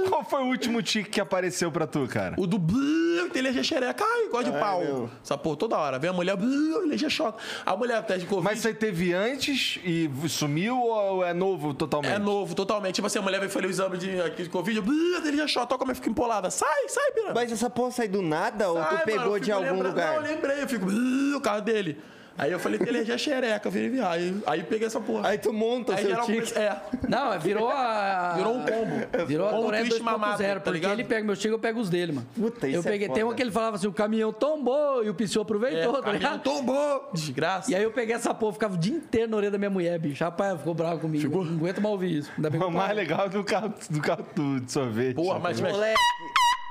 [SPEAKER 1] Qual foi o último tique que apareceu pra tu, cara?
[SPEAKER 3] O do blá, tem legia xereca, é ai, gosta de pau.
[SPEAKER 4] É, meu.
[SPEAKER 3] Essa porra toda hora. Vem a mulher, blá, legia choca. A mulher teste de Covid.
[SPEAKER 1] Mas você teve antes e sumiu ou é novo totalmente?
[SPEAKER 3] É novo, totalmente. Tipo assim, a mulher vai fazer o exame de, aqui de Covid, blá, ele já chora, toca, mas fica empolada. Sai, sai, piranha.
[SPEAKER 4] Mas essa porra sai do nada ou
[SPEAKER 3] Sai,
[SPEAKER 4] tu
[SPEAKER 3] mano,
[SPEAKER 4] pegou
[SPEAKER 3] eu
[SPEAKER 4] de
[SPEAKER 3] fico
[SPEAKER 4] algum
[SPEAKER 3] lembrando-
[SPEAKER 4] lugar?
[SPEAKER 3] Não, eu lembrei, eu fico, "Ih, o carro dele. Aí eu falei, ele é já xereca, virei viado. Aí, aí peguei essa porra.
[SPEAKER 4] Aí tu monta
[SPEAKER 3] Aí
[SPEAKER 4] seu
[SPEAKER 3] geral
[SPEAKER 4] tique.
[SPEAKER 3] começa- é.
[SPEAKER 2] Não, é, virou a.
[SPEAKER 3] Virou um combo.
[SPEAKER 2] Virou a
[SPEAKER 3] Combo
[SPEAKER 2] Tourette
[SPEAKER 3] triste mamado,
[SPEAKER 2] 2.0,
[SPEAKER 3] tá
[SPEAKER 2] porque
[SPEAKER 3] ligado?
[SPEAKER 2] ele pega meu tigre, eu pego os dele, mano.
[SPEAKER 4] Puta,
[SPEAKER 2] eu
[SPEAKER 4] isso é
[SPEAKER 2] peguei, tem um
[SPEAKER 4] foda.
[SPEAKER 2] que ele falava assim, o caminhão tombou e o pneu
[SPEAKER 3] É,
[SPEAKER 2] aproveitou, tá
[SPEAKER 3] caminhão
[SPEAKER 2] ligado?
[SPEAKER 3] tombou. é Desgraça.
[SPEAKER 2] E aí eu peguei essa porra, ficava o dia inteiro na orelha da minha mulher, bicho. Rapaz, ela ficou bravo comigo. Não aguento mal ouvir isso. Ainda bem que
[SPEAKER 1] É O
[SPEAKER 2] eu
[SPEAKER 1] mais
[SPEAKER 2] parei.
[SPEAKER 1] legal do carro, do carro do- de sorvete.
[SPEAKER 3] Porra, mas mexe.
[SPEAKER 4] Moleque,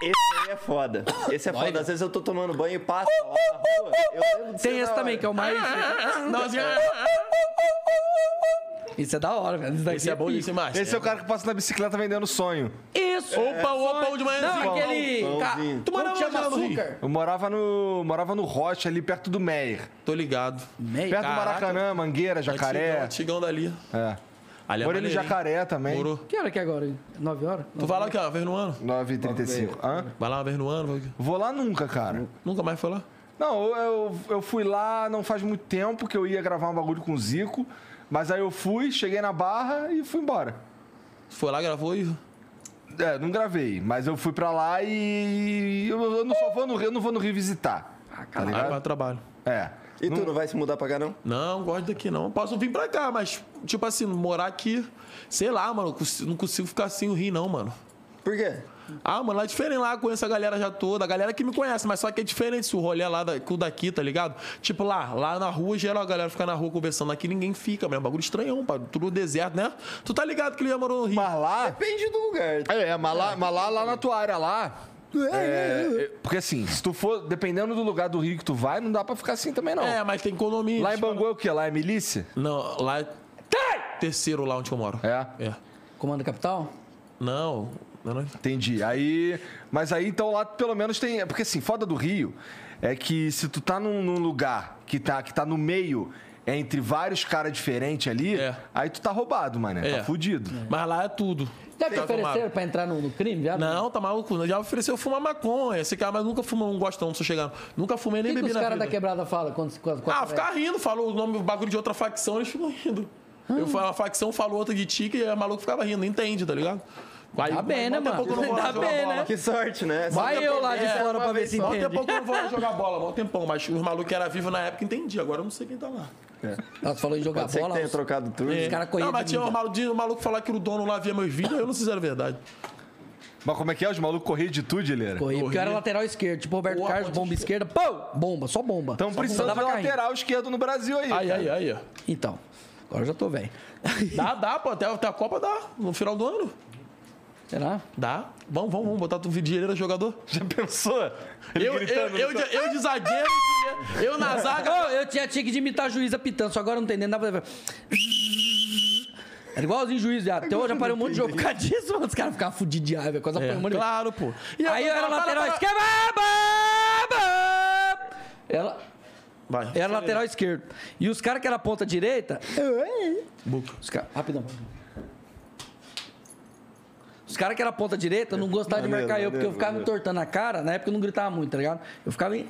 [SPEAKER 4] esse aí é foda. Esse é
[SPEAKER 3] né?
[SPEAKER 4] foda. Às vezes eu tô tomando banho e passo lá na rua. Eu lembro
[SPEAKER 2] Tem esse também, que é o mais.
[SPEAKER 3] Não, assim, ah,
[SPEAKER 2] Isso é da hora, velho. Isso daqui
[SPEAKER 3] esse é bom
[SPEAKER 2] pica.
[SPEAKER 3] desse macho.
[SPEAKER 1] Esse é o cara que passa na bicicleta vendendo sonho.
[SPEAKER 2] Isso!
[SPEAKER 3] Opa, opa, um de manhã.
[SPEAKER 2] Não,
[SPEAKER 3] assim,
[SPEAKER 2] aquele.
[SPEAKER 4] pão,
[SPEAKER 2] Ca...
[SPEAKER 4] pãozinho.
[SPEAKER 2] Tu mora
[SPEAKER 3] Pão que
[SPEAKER 2] onde
[SPEAKER 3] chama
[SPEAKER 2] lá no Rio?
[SPEAKER 3] açúcar.
[SPEAKER 1] Eu morava no, morava no Rocha, ali perto do Meyer.
[SPEAKER 3] Tô ligado.
[SPEAKER 2] Meio.
[SPEAKER 1] Perto do
[SPEAKER 3] Caraca.
[SPEAKER 1] Maracanã, Mangueira, Jacaré.
[SPEAKER 3] Antigão, antigão dali.
[SPEAKER 1] É.
[SPEAKER 3] Ali é
[SPEAKER 1] Morei no
[SPEAKER 3] maneiro, hein?
[SPEAKER 1] Jacaré também.
[SPEAKER 3] Morou.
[SPEAKER 2] Que hora que é agora? hein? Nove horas?
[SPEAKER 3] Tu vai lá o quê? Uma vez no ano?
[SPEAKER 1] 9h35. Hã?
[SPEAKER 3] Vai lá uma vez no ano? vai o quê?
[SPEAKER 1] Vou lá nunca, cara.
[SPEAKER 3] Nunca mais foi lá?
[SPEAKER 1] Não, eu, eu, eu fui lá não faz muito tempo que eu ia gravar um bagulho com o Zico. Mas aí eu fui, cheguei na barra e fui embora.
[SPEAKER 3] Foi lá, gravou e.
[SPEAKER 1] É, não gravei, mas eu fui pra lá e. Eu, eu não só vou no Rio, eu não vou no Rio visitar. Tá
[SPEAKER 3] Aí vai
[SPEAKER 1] ligado?
[SPEAKER 3] pro trabalho.
[SPEAKER 1] É.
[SPEAKER 4] E tu não vai se mudar pra cá, não?
[SPEAKER 3] Não, gosto daqui não. Posso vir pra cá, mas, tipo assim, morar aqui, sei lá, mano, cons- não consigo ficar sem o Rio, não, mano.
[SPEAKER 4] Por quê?
[SPEAKER 3] Ah, mano, lá é diferente lá, conheço a galera já toda, a galera que me conhece, mas só que é diferente o rolê lá da, com o daqui, tá ligado? Tipo lá, lá na rua, geral a galera fica na rua conversando, aqui ninguém fica, mano, é um bagulho estranhão, pá, tudo deserto, né? Tu tá ligado que ele já morou no Rio?
[SPEAKER 1] Mas lá.
[SPEAKER 4] Depende do lugar.
[SPEAKER 1] É, mas lá, mas lá, lá na tua área lá. é, é, porque assim, se tu for, dependendo do lugar do Rio que tu vai, não dá pra ficar assim também, não.
[SPEAKER 3] É, mas tem condomínio.
[SPEAKER 1] lá em Bangu é o quê? Lá é milícia?
[SPEAKER 3] Não, lá é terceiro lá onde eu moro.
[SPEAKER 1] É.
[SPEAKER 3] É.
[SPEAKER 2] Comando Capital?
[SPEAKER 3] Não, não, é não.
[SPEAKER 1] Entendi. Aí. Mas aí então lá pelo menos tem. Porque assim, foda do Rio é que se tu tá num, num lugar que tá, que tá no meio entre vários caras diferentes ali,
[SPEAKER 3] É.
[SPEAKER 1] aí tu tá roubado, mané.
[SPEAKER 3] É.
[SPEAKER 1] Tá fudido.
[SPEAKER 3] Mas lá é tudo.
[SPEAKER 2] Já te
[SPEAKER 3] Tá
[SPEAKER 2] ofereceram
[SPEAKER 3] tomado.
[SPEAKER 2] pra entrar no, no crime? Já?
[SPEAKER 3] Não, tá maluco. Já ofereceu fumar maconha. Esse cara, mas nunca fumou, não gosta não, só chegar. Nunca fumei
[SPEAKER 2] O
[SPEAKER 3] nem
[SPEAKER 2] que, que
[SPEAKER 3] bebi
[SPEAKER 2] os
[SPEAKER 3] na
[SPEAKER 2] caras
[SPEAKER 3] vida.
[SPEAKER 2] da quebrada falam quando. quando, quando
[SPEAKER 3] Ah, ficar rindo, falou o nome, o bagulho de outra facção, eles ficam rindo. Eu
[SPEAKER 2] Hum.
[SPEAKER 3] falo, a facção falou outra de tique e o maluco ficava rindo, entende, tá ligado? Aí,
[SPEAKER 2] Tá bem, né,
[SPEAKER 3] daqui a
[SPEAKER 2] mano?
[SPEAKER 3] pouco eu não vou lá
[SPEAKER 2] Tá
[SPEAKER 3] jogar
[SPEAKER 2] bem,
[SPEAKER 3] bola.
[SPEAKER 2] né?
[SPEAKER 4] Que sorte, né? Só
[SPEAKER 2] Vai
[SPEAKER 4] que
[SPEAKER 2] eu lá de
[SPEAKER 3] É,
[SPEAKER 2] fora pra ver se
[SPEAKER 3] Só daqui a
[SPEAKER 2] entende.
[SPEAKER 3] pouco eu não vou lá jogar bola, mal tempão. Mas os malucos que eram vivos na época entendi, agora eu não sei quem tá lá.
[SPEAKER 2] Ela falou em jogar
[SPEAKER 4] Pode ser que
[SPEAKER 2] bola.
[SPEAKER 4] tenha
[SPEAKER 2] os-
[SPEAKER 4] trocado turno.
[SPEAKER 3] É.
[SPEAKER 2] Os caras
[SPEAKER 3] Não, mas
[SPEAKER 2] conhecem.
[SPEAKER 3] tinha um maluco, o maluco falar que o dono lá via meus vídeos, eu não sei se era verdade.
[SPEAKER 1] Mas como é que é? Os malucos corriam de tudo, Helena?
[SPEAKER 2] Corri, porque eu era lateral esquerdo. Tipo, Roberto
[SPEAKER 3] Boa,
[SPEAKER 2] Carlos,
[SPEAKER 3] ponte
[SPEAKER 2] bomba esquerda. Pô! Bomba, só bomba.
[SPEAKER 1] Estão
[SPEAKER 2] Só
[SPEAKER 1] precisando
[SPEAKER 2] bomba,
[SPEAKER 1] Então de
[SPEAKER 2] dava carrinho.
[SPEAKER 1] lateral esquerdo no Brasil aí.
[SPEAKER 3] Aí, aí, aí, ó.
[SPEAKER 2] Então, agora eu já tô velho.
[SPEAKER 3] Dá, dá, pô. Até, até a Copa dá. No final do ano.
[SPEAKER 2] Será?
[SPEAKER 3] Dá. Vamos, vamos, vamos. Botar tu de dinheiro jogador.
[SPEAKER 1] Já pensou? Ele
[SPEAKER 3] Eu, eu,
[SPEAKER 1] gritando
[SPEAKER 3] eu,
[SPEAKER 1] no
[SPEAKER 3] de, eu de zagueiro. Eu na zaga.
[SPEAKER 2] Ô, eu tinha, tinha que de imitar juiz apitando, só agora eu não entendendo nada. pra- Era igualzinho juiz, viado. Até hoje eu parei um monte de jogo por causa disso, mano. Os caras ficavam fudidos de raiva, quase
[SPEAKER 3] É.
[SPEAKER 2] apanhou um monte de-
[SPEAKER 3] claro, pô.
[SPEAKER 2] Aí eu era
[SPEAKER 3] Para,
[SPEAKER 2] lateral
[SPEAKER 3] para,
[SPEAKER 2] esquerdo. Ela
[SPEAKER 3] Vai.
[SPEAKER 2] era lateral esquerdo. E os caras que era ponta direita.
[SPEAKER 3] Buco.
[SPEAKER 2] Os caras. Rapidão. Os caras que era ponta direita não gostavam de marcar eu, porque eu ficava entortando a cara. Na época eu não gritava muito, tá ligado? Eu ficava. em-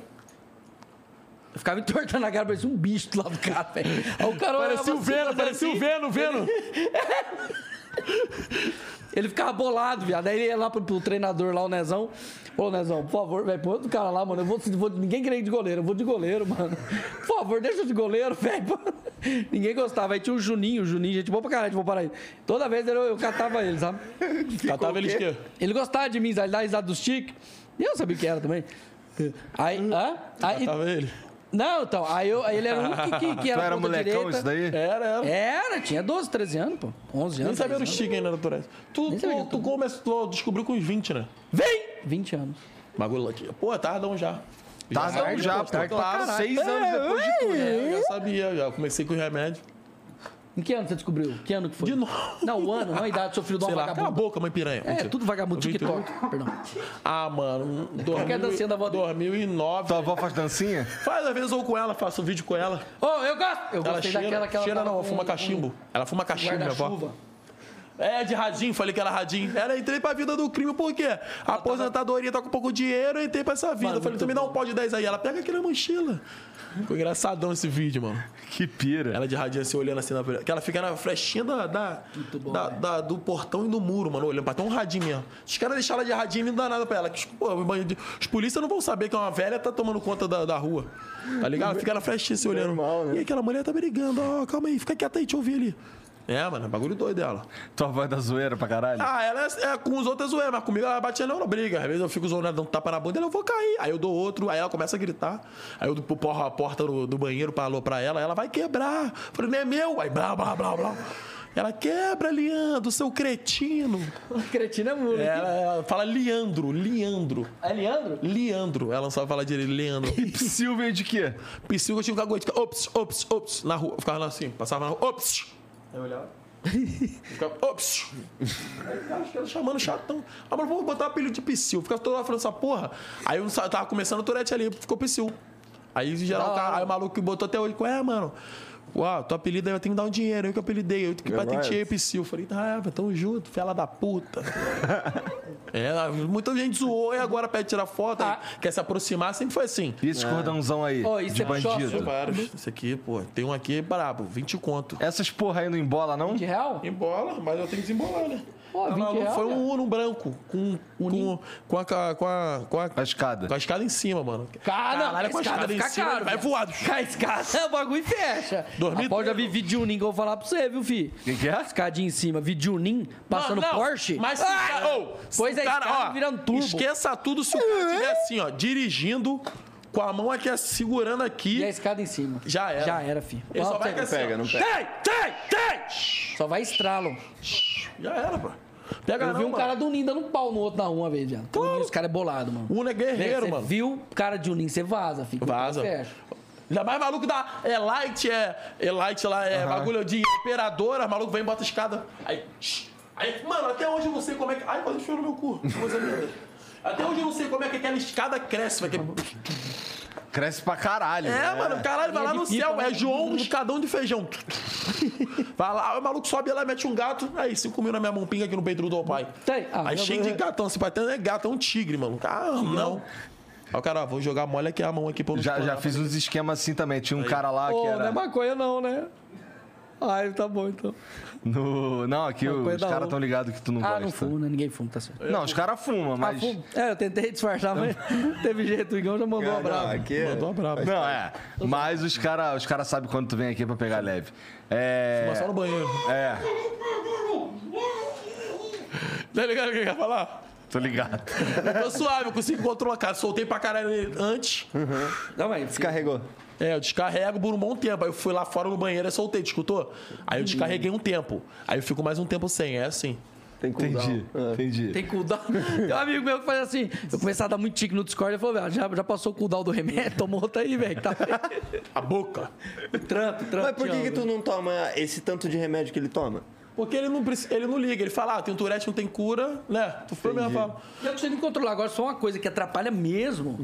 [SPEAKER 2] Eu ficava entortando a cara, parecia um bicho do lado do cara, velho. Aí o cara olhava
[SPEAKER 3] Parecia o
[SPEAKER 2] assim,
[SPEAKER 3] Veno,
[SPEAKER 2] fazia
[SPEAKER 3] parecia o
[SPEAKER 2] assim.
[SPEAKER 3] Veno, o Veno.
[SPEAKER 2] Ele ficava bolado, viado. Aí ele ia lá pro, pro treinador lá, o Nezão. Ô, Nezão, por favor, velho, põe outro cara lá, mano. Eu vou, vou- ninguém queria ir de goleiro, eu vou de goleiro, mano. Por favor, deixa eu de goleiro, velho. Ninguém gostava. Aí tinha o Juninho, o Juninho, gente boa pra caralho, tipo, para aí. Toda vez eu, eu catava ele, sabe?
[SPEAKER 3] Catava ele esquerdo.
[SPEAKER 2] Ele gostava de mim, sabe? Ele dava risada dos tiques. E eu sabia que era também. Aí, hã? Aí,
[SPEAKER 3] Tava ele.
[SPEAKER 2] não, então, aí, eu, aí ele era um que, que, que
[SPEAKER 1] Tu
[SPEAKER 2] era
[SPEAKER 1] era
[SPEAKER 2] ponta
[SPEAKER 1] molecão
[SPEAKER 2] direita. É.
[SPEAKER 1] isso daí?
[SPEAKER 3] Era, era.
[SPEAKER 2] Era, tinha 12, 13 anos, pô. 11 anos.
[SPEAKER 3] Nem
[SPEAKER 2] 10
[SPEAKER 3] sabia do
[SPEAKER 2] anos.
[SPEAKER 3] Chico ainda, natureza. Tu,
[SPEAKER 2] Nem sabia
[SPEAKER 3] tu,
[SPEAKER 2] que
[SPEAKER 3] tu
[SPEAKER 2] tu-
[SPEAKER 3] começou, tu descobriu com uns 20, né?
[SPEAKER 2] Vem! 20 anos.
[SPEAKER 3] Bagulho aqui. Pô, é tardão já.
[SPEAKER 1] Tardão
[SPEAKER 2] Tarde,
[SPEAKER 1] já,
[SPEAKER 2] pô,
[SPEAKER 1] pô.
[SPEAKER 2] tarde pra
[SPEAKER 1] Claro,
[SPEAKER 2] caralho. É.
[SPEAKER 1] seis anos depois de tudo.
[SPEAKER 3] É, eu já sabia, já comecei com remédio.
[SPEAKER 2] Em que ano você descobriu? Que ano que foi?
[SPEAKER 3] De novo.
[SPEAKER 2] Não, o ano, não a idade, seu filho de uma
[SPEAKER 3] Sei lá, cala a
[SPEAKER 2] vagabunda.
[SPEAKER 3] boca, mãe piranha.
[SPEAKER 2] É,
[SPEAKER 3] Mentira.
[SPEAKER 2] tudo vagabundo,
[SPEAKER 3] Eu vi
[SPEAKER 2] TikTok.
[SPEAKER 3] tudo.
[SPEAKER 2] Perdão.
[SPEAKER 3] Ah, mano,
[SPEAKER 2] Qual que é a dancinha da avó dele?
[SPEAKER 3] 2009.
[SPEAKER 1] Tua avó faz dancinha?
[SPEAKER 3] Faz, às vezes eu com ela, faço um vídeo com ela.
[SPEAKER 2] Ô, eu gosto! Eu
[SPEAKER 3] Ela
[SPEAKER 2] gostei
[SPEAKER 3] cheira,
[SPEAKER 2] daquela que ela
[SPEAKER 3] cheira
[SPEAKER 2] tava
[SPEAKER 3] não, ela
[SPEAKER 2] com-
[SPEAKER 3] fuma cachimbo. Ela fuma
[SPEAKER 2] com
[SPEAKER 3] cachimbo, minha avó.
[SPEAKER 2] Guarda-chuva.
[SPEAKER 3] É, de radinho, falei que era radinho. Ela entrei pra vida do crime, por quê? A aposentadoria tá com pouco dinheiro, eu entrei pra essa vida.
[SPEAKER 2] Mano,
[SPEAKER 3] Eu falei,
[SPEAKER 2] muito
[SPEAKER 3] tu me dá um pau de 10 aí. Ela pega aqui na mochila. Ficou engraçadão esse vídeo, mano.
[SPEAKER 1] Que pira.
[SPEAKER 3] Ela de radinho assim, olhando assim na Que ela fica na flechinha da, da-
[SPEAKER 2] bom,
[SPEAKER 3] da-
[SPEAKER 2] né?
[SPEAKER 3] da- do portão e do muro, mano, olhando. Bateu um radinho mesmo. Os caras deixaram ela de radinho e não dá nada pra ela. que os- Pô, os bandidos- os polícias não vão saber que é uma velha tá tomando conta da, da rua. Tá ligado? Ela Fica na flechinha assim, olhando.
[SPEAKER 4] Normal, né?
[SPEAKER 3] E aquela mulher tá brigando. Ó, calma aí, fica quieta aí, te ouvir ali. É, mano, bagulho doido dela.
[SPEAKER 1] Tua avó é da zoeira pra caralho.
[SPEAKER 3] Ah, ela é, é com os outros zoeira, mas comigo ela bate não, não briga. Às vezes eu fico zoando, dando um tapa na bunda, ela eu vou cair. Aí eu dou outro, aí ela começa a gritar. Aí eu dou- porro a porta do, do banheiro pra aloprar ela, ela vai quebrar. Falei, não é meu. Aí blá, blá, blá, blá. Ela quebra, Leandro, seu cretino.
[SPEAKER 2] Cretina é muito.
[SPEAKER 3] Ela, ela fala Leandro, Leandro.
[SPEAKER 2] É Leandro?
[SPEAKER 3] Leandro, ela não sabe falar direito, Leandro.
[SPEAKER 1] Psyu veio é de quê?
[SPEAKER 3] Psiu, eu tinha um cagou de ficar, ops, ops, ops, na rua. Eu ficava lá assim, passava na rua, ops. Aí eu olhava. Eu Ficava, ops. Aí os caras ficaram chamando chatão. Ah, mas vamos botar apelido de Psiu. Ficava toda hora falando essa porra. Aí eu não sa- eu tava começando o Tourette ali, ficou Psiu. Aí em geral, o cara- aí o maluco que botou até hoje, qual é, mano? Uau, teu apelido aí eu tenho que dar um dinheiro, eu que apelidei, eu que patenteei o Psiu. Falei, tá, ah, tamo junto, fela da puta. é, muita gente zoou e agora pede tirar foto, aí quer se aproximar, sempre foi assim.
[SPEAKER 1] E esses cordãozão aí,
[SPEAKER 2] Ó, Ah. isso
[SPEAKER 1] de
[SPEAKER 2] é xoxo.
[SPEAKER 1] bandido?
[SPEAKER 3] Vários. Esse aqui, pô, tem um aqui brabo, 20 conto.
[SPEAKER 1] Essas porra aí não embola, não?
[SPEAKER 2] De real?
[SPEAKER 3] Embola, mas eu tenho que desembolar, né?
[SPEAKER 2] Pô,
[SPEAKER 3] Tá
[SPEAKER 2] 20
[SPEAKER 3] maluco?
[SPEAKER 2] real,
[SPEAKER 3] foi
[SPEAKER 2] cara.
[SPEAKER 3] um Uno branco, com, com, com, a, ca- com, a, com, a,
[SPEAKER 1] A escada.
[SPEAKER 3] com a escada em cima, mano.
[SPEAKER 2] Cara,
[SPEAKER 3] Caralho, com a escada, em cima, ele vai
[SPEAKER 2] viado.
[SPEAKER 3] voado.
[SPEAKER 2] Cai a
[SPEAKER 3] É,
[SPEAKER 2] escada, o bagulho fecha.
[SPEAKER 3] 2003,
[SPEAKER 2] Rapaz, já vi vídeo de um ninho que eu vou falar pra você, viu, fi?
[SPEAKER 1] Quem que é?
[SPEAKER 2] Escadinha em cima, vídeo de um ninho passando
[SPEAKER 3] Mano, não,
[SPEAKER 2] Porsche.
[SPEAKER 3] Mas se o
[SPEAKER 2] Ah!
[SPEAKER 3] cara, ô, se
[SPEAKER 2] Pois
[SPEAKER 3] o
[SPEAKER 2] é,
[SPEAKER 3] cara,
[SPEAKER 2] escada
[SPEAKER 3] ó,
[SPEAKER 2] virando turbo. É?
[SPEAKER 3] Esqueça tudo se o cara estiver assim, ó, dirigindo, com a mão aqui, ó, segurando aqui.
[SPEAKER 2] E a escada em cima.
[SPEAKER 3] Já era.
[SPEAKER 2] Já era, fi.
[SPEAKER 3] Ele só vai
[SPEAKER 2] Só
[SPEAKER 3] que assim, ó,
[SPEAKER 4] Pega, não pega.
[SPEAKER 3] Tem, tem, tem!
[SPEAKER 2] só vai estralo.
[SPEAKER 3] Já era, pô. Pega
[SPEAKER 2] Eu
[SPEAKER 3] não,
[SPEAKER 2] vi um
[SPEAKER 3] mano.
[SPEAKER 2] cara do Ninho dando um pau no outro na rua uma vez, já. Claro. Os caras é bolado, mano.
[SPEAKER 3] O Uno é guerreiro,
[SPEAKER 2] Você
[SPEAKER 3] mano.
[SPEAKER 2] viu o cara de um Ninho, você vaza, fica.
[SPEAKER 3] Vaza.
[SPEAKER 2] Fecha.
[SPEAKER 3] Ainda mais maluco da. É light, é. É light lá, é bagulho de imperadora. Maluco vem e bota a escada. Aí. tch, Aí, mano, até hoje eu não sei como é que. Ai, quase enfiou no meu cu. Coisa linda. Até hoje eu não sei como é que aquela escada cresce, vai que-
[SPEAKER 1] Cresce pra caralho.
[SPEAKER 3] É, mano, caralho, vai lá no céu, é João, um escadão de feijão. Vai lá, aí o maluco sobe lá, mete um gato, aí cinco mil na minha mão, pinga aqui no peito do pai.
[SPEAKER 2] Tem. Ah,
[SPEAKER 3] aí
[SPEAKER 2] eu-
[SPEAKER 3] cheio de gatão, se batendo não é gato, é um tigre, mano. Ah, não. Aí o cara, ó, vou jogar mole aqui a mão aqui pra eu não
[SPEAKER 1] Já, já
[SPEAKER 3] estourar.
[SPEAKER 1] fiz uns esquemas assim também. Tinha um cara lá
[SPEAKER 2] Ô,
[SPEAKER 1] que
[SPEAKER 2] não é
[SPEAKER 1] era.
[SPEAKER 2] maconha não, né? Ai, tá bom então.
[SPEAKER 1] No... Não, aqui
[SPEAKER 2] coisa
[SPEAKER 1] os
[SPEAKER 2] da
[SPEAKER 1] caras
[SPEAKER 2] outra.
[SPEAKER 1] tão ligados que tu não
[SPEAKER 2] Ah,
[SPEAKER 1] gosta.
[SPEAKER 2] não fumo, né? Ninguém fuma, tá certo.
[SPEAKER 1] Não, os caras fumam,
[SPEAKER 2] Ah,
[SPEAKER 1] mas.
[SPEAKER 2] fumo? É, eu tentei disfarçar, mas não teve jeito. O Igão já mandou um uma
[SPEAKER 4] Não,
[SPEAKER 2] brava.
[SPEAKER 4] aqui é-
[SPEAKER 3] Mandou um uma braba.
[SPEAKER 1] Não, é. Mas os caras os cara sabem quando tu vem aqui pra pegar leve.
[SPEAKER 3] Mas só
[SPEAKER 1] É.
[SPEAKER 3] no banheiro.
[SPEAKER 1] É.
[SPEAKER 3] Tá ligado o que eu ia falar?
[SPEAKER 1] Tô ligado.
[SPEAKER 3] Eu tô suave, eu consigo controlar, cara. Soltei pra caralho ele antes.
[SPEAKER 2] Não, mas
[SPEAKER 4] Descarregou.
[SPEAKER 3] É, eu descarrego por um bom tempo. Aí eu fui lá fora no banheiro e soltei, te escutou? Aí eu descarreguei um tempo. Aí eu fico mais um tempo sem, é assim.
[SPEAKER 4] Tem
[SPEAKER 1] Entendi, entendi.
[SPEAKER 2] Tem cooldown. Tem um amigo meu que faz assim. Eu começava a dar muito tique no Discord. Ele falou, velho, já, já passou o cooldown do remédio? Tomou outra aí, velho. que Tá...
[SPEAKER 3] A boca.
[SPEAKER 2] trampo, trampo.
[SPEAKER 4] Mas por
[SPEAKER 2] te
[SPEAKER 4] que, que
[SPEAKER 2] amo.
[SPEAKER 4] tu não toma esse tanto de remédio que ele toma?
[SPEAKER 3] Porque ele não, preci- ele não liga, ele fala, ah, tem um Tourette, não tem cura, né? Tu foi mesmo, fala.
[SPEAKER 2] Eu consigo me controlar agora, só uma coisa que atrapalha mesmo.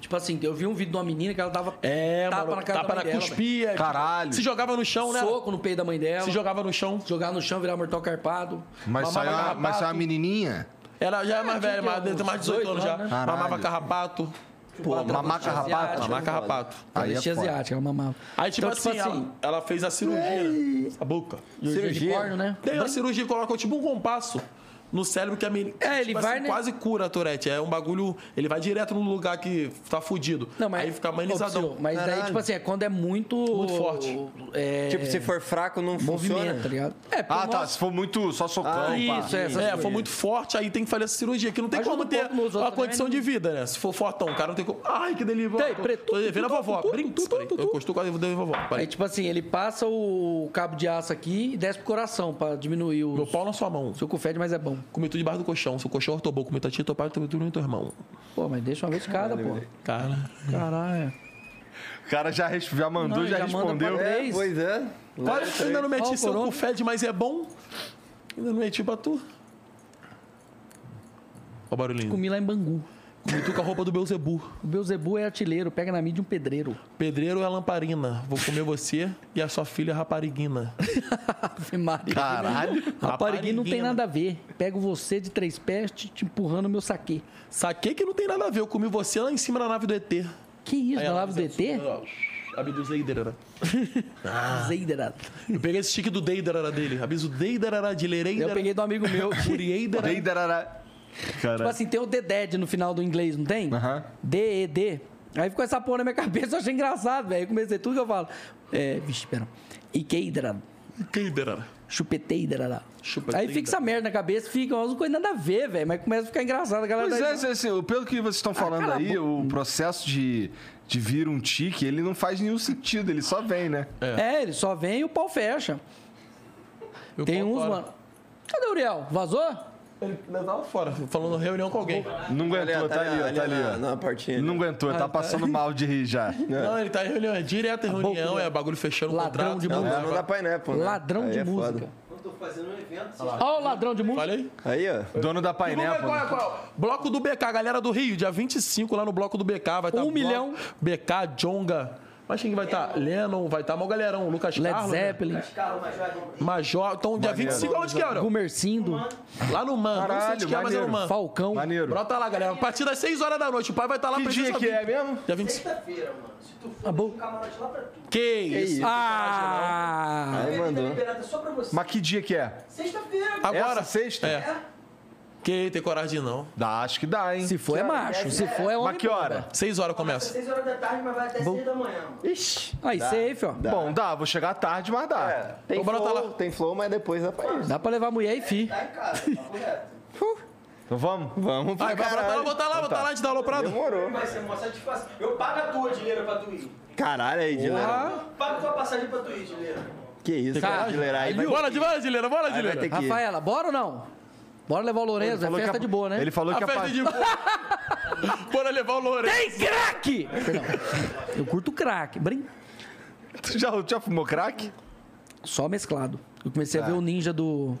[SPEAKER 2] Tipo assim, eu vi um vídeo de uma menina que ela dava
[SPEAKER 3] É,
[SPEAKER 2] tapa
[SPEAKER 3] mano,
[SPEAKER 2] na cara
[SPEAKER 3] tapa
[SPEAKER 2] da
[SPEAKER 3] na
[SPEAKER 2] mãe dela,
[SPEAKER 3] cuspia. tipo,
[SPEAKER 1] Caralho.
[SPEAKER 3] Se jogava no chão, né?
[SPEAKER 2] velho. soco no peito da mãe dela.
[SPEAKER 3] Se jogava no chão.
[SPEAKER 2] Jogar no chão, virar mortal carpado.
[SPEAKER 1] Mas
[SPEAKER 2] mamava
[SPEAKER 1] saiu, uma, mas
[SPEAKER 2] carrapato.
[SPEAKER 1] saiu uma menininha?
[SPEAKER 3] Ela já é mais velha, mas tem mais de 18 anos já.
[SPEAKER 2] Né?
[SPEAKER 3] Mamava
[SPEAKER 1] Caralho.
[SPEAKER 3] carrapato.
[SPEAKER 2] Pô,
[SPEAKER 1] mamar
[SPEAKER 2] travesti
[SPEAKER 1] carrapato,
[SPEAKER 2] asiática.
[SPEAKER 1] mamar
[SPEAKER 3] Mamava carrapato.
[SPEAKER 1] Aí é
[SPEAKER 2] Travesti
[SPEAKER 1] foda.
[SPEAKER 2] asiática, ela mamava.
[SPEAKER 3] Aí, tipo
[SPEAKER 2] Então,
[SPEAKER 3] assim, Ela, ela fez a cirurgia. né? A boca.
[SPEAKER 2] cirurgia de
[SPEAKER 4] cirurgia.
[SPEAKER 2] porno, né?
[SPEAKER 3] Tem uma cirurgia, coloca tipo um compasso no cérebro que a menina.
[SPEAKER 2] É, ele
[SPEAKER 3] tipo
[SPEAKER 2] vai, né?
[SPEAKER 3] quase cura a Tourette. É um bagulho. Ele vai direto no lugar que tá fudido. Aí fica
[SPEAKER 2] Ô,
[SPEAKER 3] manizadão.
[SPEAKER 2] Psyu, mas daí,
[SPEAKER 4] Caralho.
[SPEAKER 2] tipo assim, é quando é muito.
[SPEAKER 3] Muito forte.
[SPEAKER 2] É,
[SPEAKER 4] Tipo, se for fraco, não
[SPEAKER 2] movimento, tá
[SPEAKER 4] funciona.
[SPEAKER 2] ligado? É, pô,
[SPEAKER 1] Ah, tá. Então
[SPEAKER 2] nossa,
[SPEAKER 1] Se for muito só socão, pá.
[SPEAKER 2] Isso, é, essas
[SPEAKER 3] É, foi
[SPEAKER 2] coisas.
[SPEAKER 3] muito forte, aí tem que fazer essa cirurgia, que não tem
[SPEAKER 2] Ajuda
[SPEAKER 3] como
[SPEAKER 2] um
[SPEAKER 3] ter
[SPEAKER 2] pouco nos
[SPEAKER 3] uma
[SPEAKER 2] outros
[SPEAKER 3] condição
[SPEAKER 2] também,
[SPEAKER 3] de vida, né? Se for fortão, o cara não tem como. Ai, que delírio.
[SPEAKER 2] Tem,
[SPEAKER 3] Tô-
[SPEAKER 2] preto,
[SPEAKER 3] Tô devendo a
[SPEAKER 2] tu, tu,
[SPEAKER 3] vovó.
[SPEAKER 2] tu, tu,
[SPEAKER 3] Brinks,
[SPEAKER 2] tu, tu,
[SPEAKER 3] peraí.
[SPEAKER 2] tu,
[SPEAKER 3] Eu costumo quase devendo a vovó.
[SPEAKER 2] Aí,
[SPEAKER 3] Peraí.
[SPEAKER 2] tipo assim, ele passa o cabo de aço aqui e desce pro coração pra diminuir o.
[SPEAKER 3] Meu pau na sua mão.
[SPEAKER 2] Seu cu fede, mas é bom.
[SPEAKER 3] Comi tudo debaixo do colchão. Seu colchão ortobou, comi tua tia, teu pai, teu teu- teu irmão.
[SPEAKER 2] Pô, mas deixa uma vez cada, pô.
[SPEAKER 3] Cara.
[SPEAKER 2] Caralho.
[SPEAKER 1] O cara já, res- já mandou,
[SPEAKER 2] Não,
[SPEAKER 1] já,
[SPEAKER 2] já manda pra
[SPEAKER 1] respondeu.
[SPEAKER 2] três.
[SPEAKER 4] É, pois é.
[SPEAKER 3] Quase ainda não
[SPEAKER 2] Ó,
[SPEAKER 3] meti
[SPEAKER 2] o
[SPEAKER 3] seu
[SPEAKER 2] corona.
[SPEAKER 3] cu fede, mas é bom. Ainda não meti pra tu. Ó o barulhinho.
[SPEAKER 2] Comi
[SPEAKER 3] Comi
[SPEAKER 2] lá em Bangu.
[SPEAKER 3] tu com a roupa do Beuzebu.
[SPEAKER 2] O Beuzebu é artilheiro, pega na mídia um pedreiro.
[SPEAKER 3] Pedreiro é lamparina. Vou comer você e a sua filha rapariguina.
[SPEAKER 2] Ave Maria.
[SPEAKER 1] Caralho.
[SPEAKER 2] Rapariguinho não tem
[SPEAKER 3] Rapariguinha.
[SPEAKER 2] nada a ver. Pego você de três pés te, te empurrando meu saque.
[SPEAKER 3] Saquei que não tem nada a ver. Eu comi você lá em cima da nave do ET.
[SPEAKER 2] Que isso, na lava do
[SPEAKER 1] é
[SPEAKER 2] ET?
[SPEAKER 3] Abduzei Deidara.
[SPEAKER 2] Tá
[SPEAKER 1] Ah.
[SPEAKER 2] Zeiderado.
[SPEAKER 3] Eu peguei esse chique do Deidara dele. Abiso Deidara de Leireira.
[SPEAKER 2] Eu peguei do amigo meu.
[SPEAKER 3] Curieidara.
[SPEAKER 1] Deidarara.
[SPEAKER 2] Tipo
[SPEAKER 1] Caralho.
[SPEAKER 2] assim, tem o DEDED no final do inglês, não tem?
[SPEAKER 1] Aham.
[SPEAKER 2] D-E-D. Aí ficou essa porra na minha cabeça, eu achei engraçado, velho. Aí comecei tudo que eu falo. É, vixe, pera. Ikeidrado.
[SPEAKER 3] Deidara.
[SPEAKER 2] Chupeteidra.
[SPEAKER 3] Chupeteidra.
[SPEAKER 2] Aí fica essa merda na cabeça, fica umas coisas nada a ver, velho. Mas começa a ficar engraçado, a galera.
[SPEAKER 1] Pois
[SPEAKER 2] daí-
[SPEAKER 1] é, assim, assim, pelo que vocês estão falando
[SPEAKER 2] Ah, cala a
[SPEAKER 1] aí, o processo de, de vir um tique, ele não faz nenhum sentido, ele só vem, né?
[SPEAKER 2] É, ele só vem e o pau fecha.
[SPEAKER 3] Meu
[SPEAKER 2] Tem
[SPEAKER 3] pau
[SPEAKER 2] uns,
[SPEAKER 3] fora.
[SPEAKER 2] mano. Cadê o Uriel? Vazou?
[SPEAKER 3] Ele tava fora, falando reunião com alguém.
[SPEAKER 1] Não aguentou, tá ali, ó, tá ali,
[SPEAKER 4] na,
[SPEAKER 1] ó.
[SPEAKER 4] na partinha. né?
[SPEAKER 1] Não aguentou, tá passando mal de rir já.
[SPEAKER 3] Não, ele tá em reunião, é direto em reunião, é bagulho fechando o
[SPEAKER 2] Ladrão
[SPEAKER 3] contrato. tá
[SPEAKER 2] de
[SPEAKER 4] Não,
[SPEAKER 2] música.
[SPEAKER 4] não dá pineapple, né?
[SPEAKER 2] Ladrão
[SPEAKER 4] Aí
[SPEAKER 2] de
[SPEAKER 4] é foda.
[SPEAKER 2] música.
[SPEAKER 5] Quando eu tô fazendo um evento, vocês
[SPEAKER 2] Olha o ladrão de música.
[SPEAKER 3] Falei?
[SPEAKER 4] Aí, ó.
[SPEAKER 1] Dono da Pineapple.
[SPEAKER 3] Qual é,
[SPEAKER 1] né?
[SPEAKER 3] qual é? Bloco do BK, galera do Rio, dia 25 lá no bloco do BK. Vai tá
[SPEAKER 2] Um
[SPEAKER 3] bloco-
[SPEAKER 2] milhão.
[SPEAKER 3] BK, Jonga. Mas quem que vai estar? Tá? Lennon, vai estar tá, mal galerão. Lucas
[SPEAKER 2] Led
[SPEAKER 3] Carlos. né?
[SPEAKER 2] Zeppelin,
[SPEAKER 5] calam, mas vai não.
[SPEAKER 3] Major. Então, dia 25 aonde que é, Aurel?
[SPEAKER 2] Gumercindo,
[SPEAKER 3] Lá no Man. não sei
[SPEAKER 1] Caralho,
[SPEAKER 3] onde que é, mas é no
[SPEAKER 1] maneiro.
[SPEAKER 3] Man.
[SPEAKER 2] Falcão.
[SPEAKER 1] Maneiro.
[SPEAKER 3] Brota lá, galera. A partir das 6 horas da noite. O pai vai estar tá lá
[SPEAKER 1] Que dia
[SPEAKER 3] presença
[SPEAKER 1] que é
[SPEAKER 3] VIP.
[SPEAKER 1] mesmo?
[SPEAKER 3] Dia 25.
[SPEAKER 5] Sexta-feira, mano. Se tu for
[SPEAKER 2] Ah, bom.
[SPEAKER 5] um camarote lá pra tu,
[SPEAKER 3] Que isso.
[SPEAKER 2] Ah!
[SPEAKER 4] Aí
[SPEAKER 5] bebida
[SPEAKER 4] mandou.
[SPEAKER 5] liberada só pra você.
[SPEAKER 1] Mas que dia que é?
[SPEAKER 5] Sexta-feira, mano.
[SPEAKER 3] Agora.
[SPEAKER 1] Essa sexta?
[SPEAKER 3] É. Que tem coragem não.
[SPEAKER 1] Dá, acho que dá, hein?
[SPEAKER 2] Se for é macho, se for é homem.
[SPEAKER 1] Mas que hora?
[SPEAKER 2] bomba.
[SPEAKER 3] 6 horas começa.
[SPEAKER 5] 6 horas da tarde, mas vai até 6 da manhã, mano.
[SPEAKER 4] Ixi.
[SPEAKER 2] Aí, safe, ó.
[SPEAKER 1] Bom, dá, vou chegar tarde, mas dá.
[SPEAKER 4] Tem
[SPEAKER 3] Ô, bora, tá
[SPEAKER 4] flow,
[SPEAKER 3] lá.
[SPEAKER 4] tem flow, mas depois dá pra ir.
[SPEAKER 2] Dá pra levar mulher e fi.
[SPEAKER 5] Tá em casa, tá correto.
[SPEAKER 1] Então vamos?
[SPEAKER 4] Vamos pra
[SPEAKER 3] Vai, vai, brota lá,
[SPEAKER 4] caralho.
[SPEAKER 3] bota lá, bota lá, a gente dá alô pra
[SPEAKER 4] Demorou.
[SPEAKER 5] Vai ser uma satisfação. Eu pago a tua, Dileira, pra tu ir.
[SPEAKER 4] Caralho aí, Dileira.
[SPEAKER 5] Pago tua passagem pra tu ir, Dileira.
[SPEAKER 4] Que isso, cara, Dileira. Aí vai,
[SPEAKER 3] Bora, Dileira, Dileira, bora,
[SPEAKER 4] aí vai
[SPEAKER 3] Dileira.
[SPEAKER 4] ter que ir.
[SPEAKER 2] Rafaela, bora ou não? Bora levar o
[SPEAKER 1] Ele
[SPEAKER 2] Lourenço, é
[SPEAKER 1] falou que
[SPEAKER 2] festa
[SPEAKER 1] a-
[SPEAKER 2] de boa, né?
[SPEAKER 1] Ele falou
[SPEAKER 3] A
[SPEAKER 1] que a
[SPEAKER 3] festa
[SPEAKER 1] pa-
[SPEAKER 3] de Bora levar o Lourenço.
[SPEAKER 2] Tem craque! Perdão. Eu curto craque. Brin...
[SPEAKER 1] Tu já, já fumou crack?
[SPEAKER 2] Só mesclado. Eu comecei
[SPEAKER 1] É.
[SPEAKER 2] a ver o ninja do.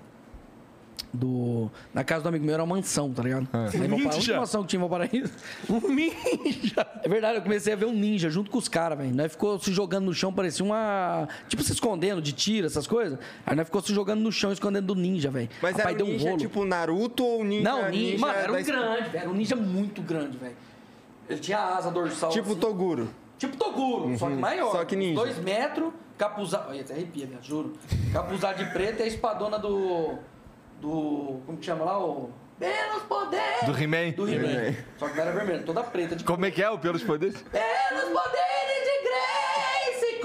[SPEAKER 2] Do. Na casa do amigo meu era uma mansão, tá ligado?
[SPEAKER 1] É.
[SPEAKER 2] Aí, meu pai- A única
[SPEAKER 3] Ninja.
[SPEAKER 2] mansão que tinha em Valparaíso.
[SPEAKER 3] Um ninja.
[SPEAKER 2] É verdade, eu comecei a ver um ninja junto com os caras, velho. Nós ficou se jogando no chão, parecia uma. Tipo, se escondendo de tiro, essas coisas. Aí nós ficou se jogando no chão, escondendo do ninja, velho.
[SPEAKER 4] Mas
[SPEAKER 2] Rapaz,
[SPEAKER 4] era um ninja tipo Naruto ou ninja?
[SPEAKER 2] Não, ninja, mano, era um
[SPEAKER 4] da-
[SPEAKER 2] grande, velho. Era um ninja muito grande, velho. Ele tinha asa dorsal.
[SPEAKER 4] Tipo
[SPEAKER 2] assim,
[SPEAKER 4] Toguro.
[SPEAKER 2] tipo Toguro, só que maior.
[SPEAKER 4] Só que ninja.
[SPEAKER 2] Dois metros, capuzado. Olha, até arrepia, velho, juro. Capuzado de preto e a espadona do. Do. Como que chama lá? O. Menos poderes!
[SPEAKER 1] Do He-Man?
[SPEAKER 2] Do He-Man. Só que não era vermelho, toda preta de
[SPEAKER 1] Como é que é o Pelos Poderes?
[SPEAKER 2] pelos poderes de Grace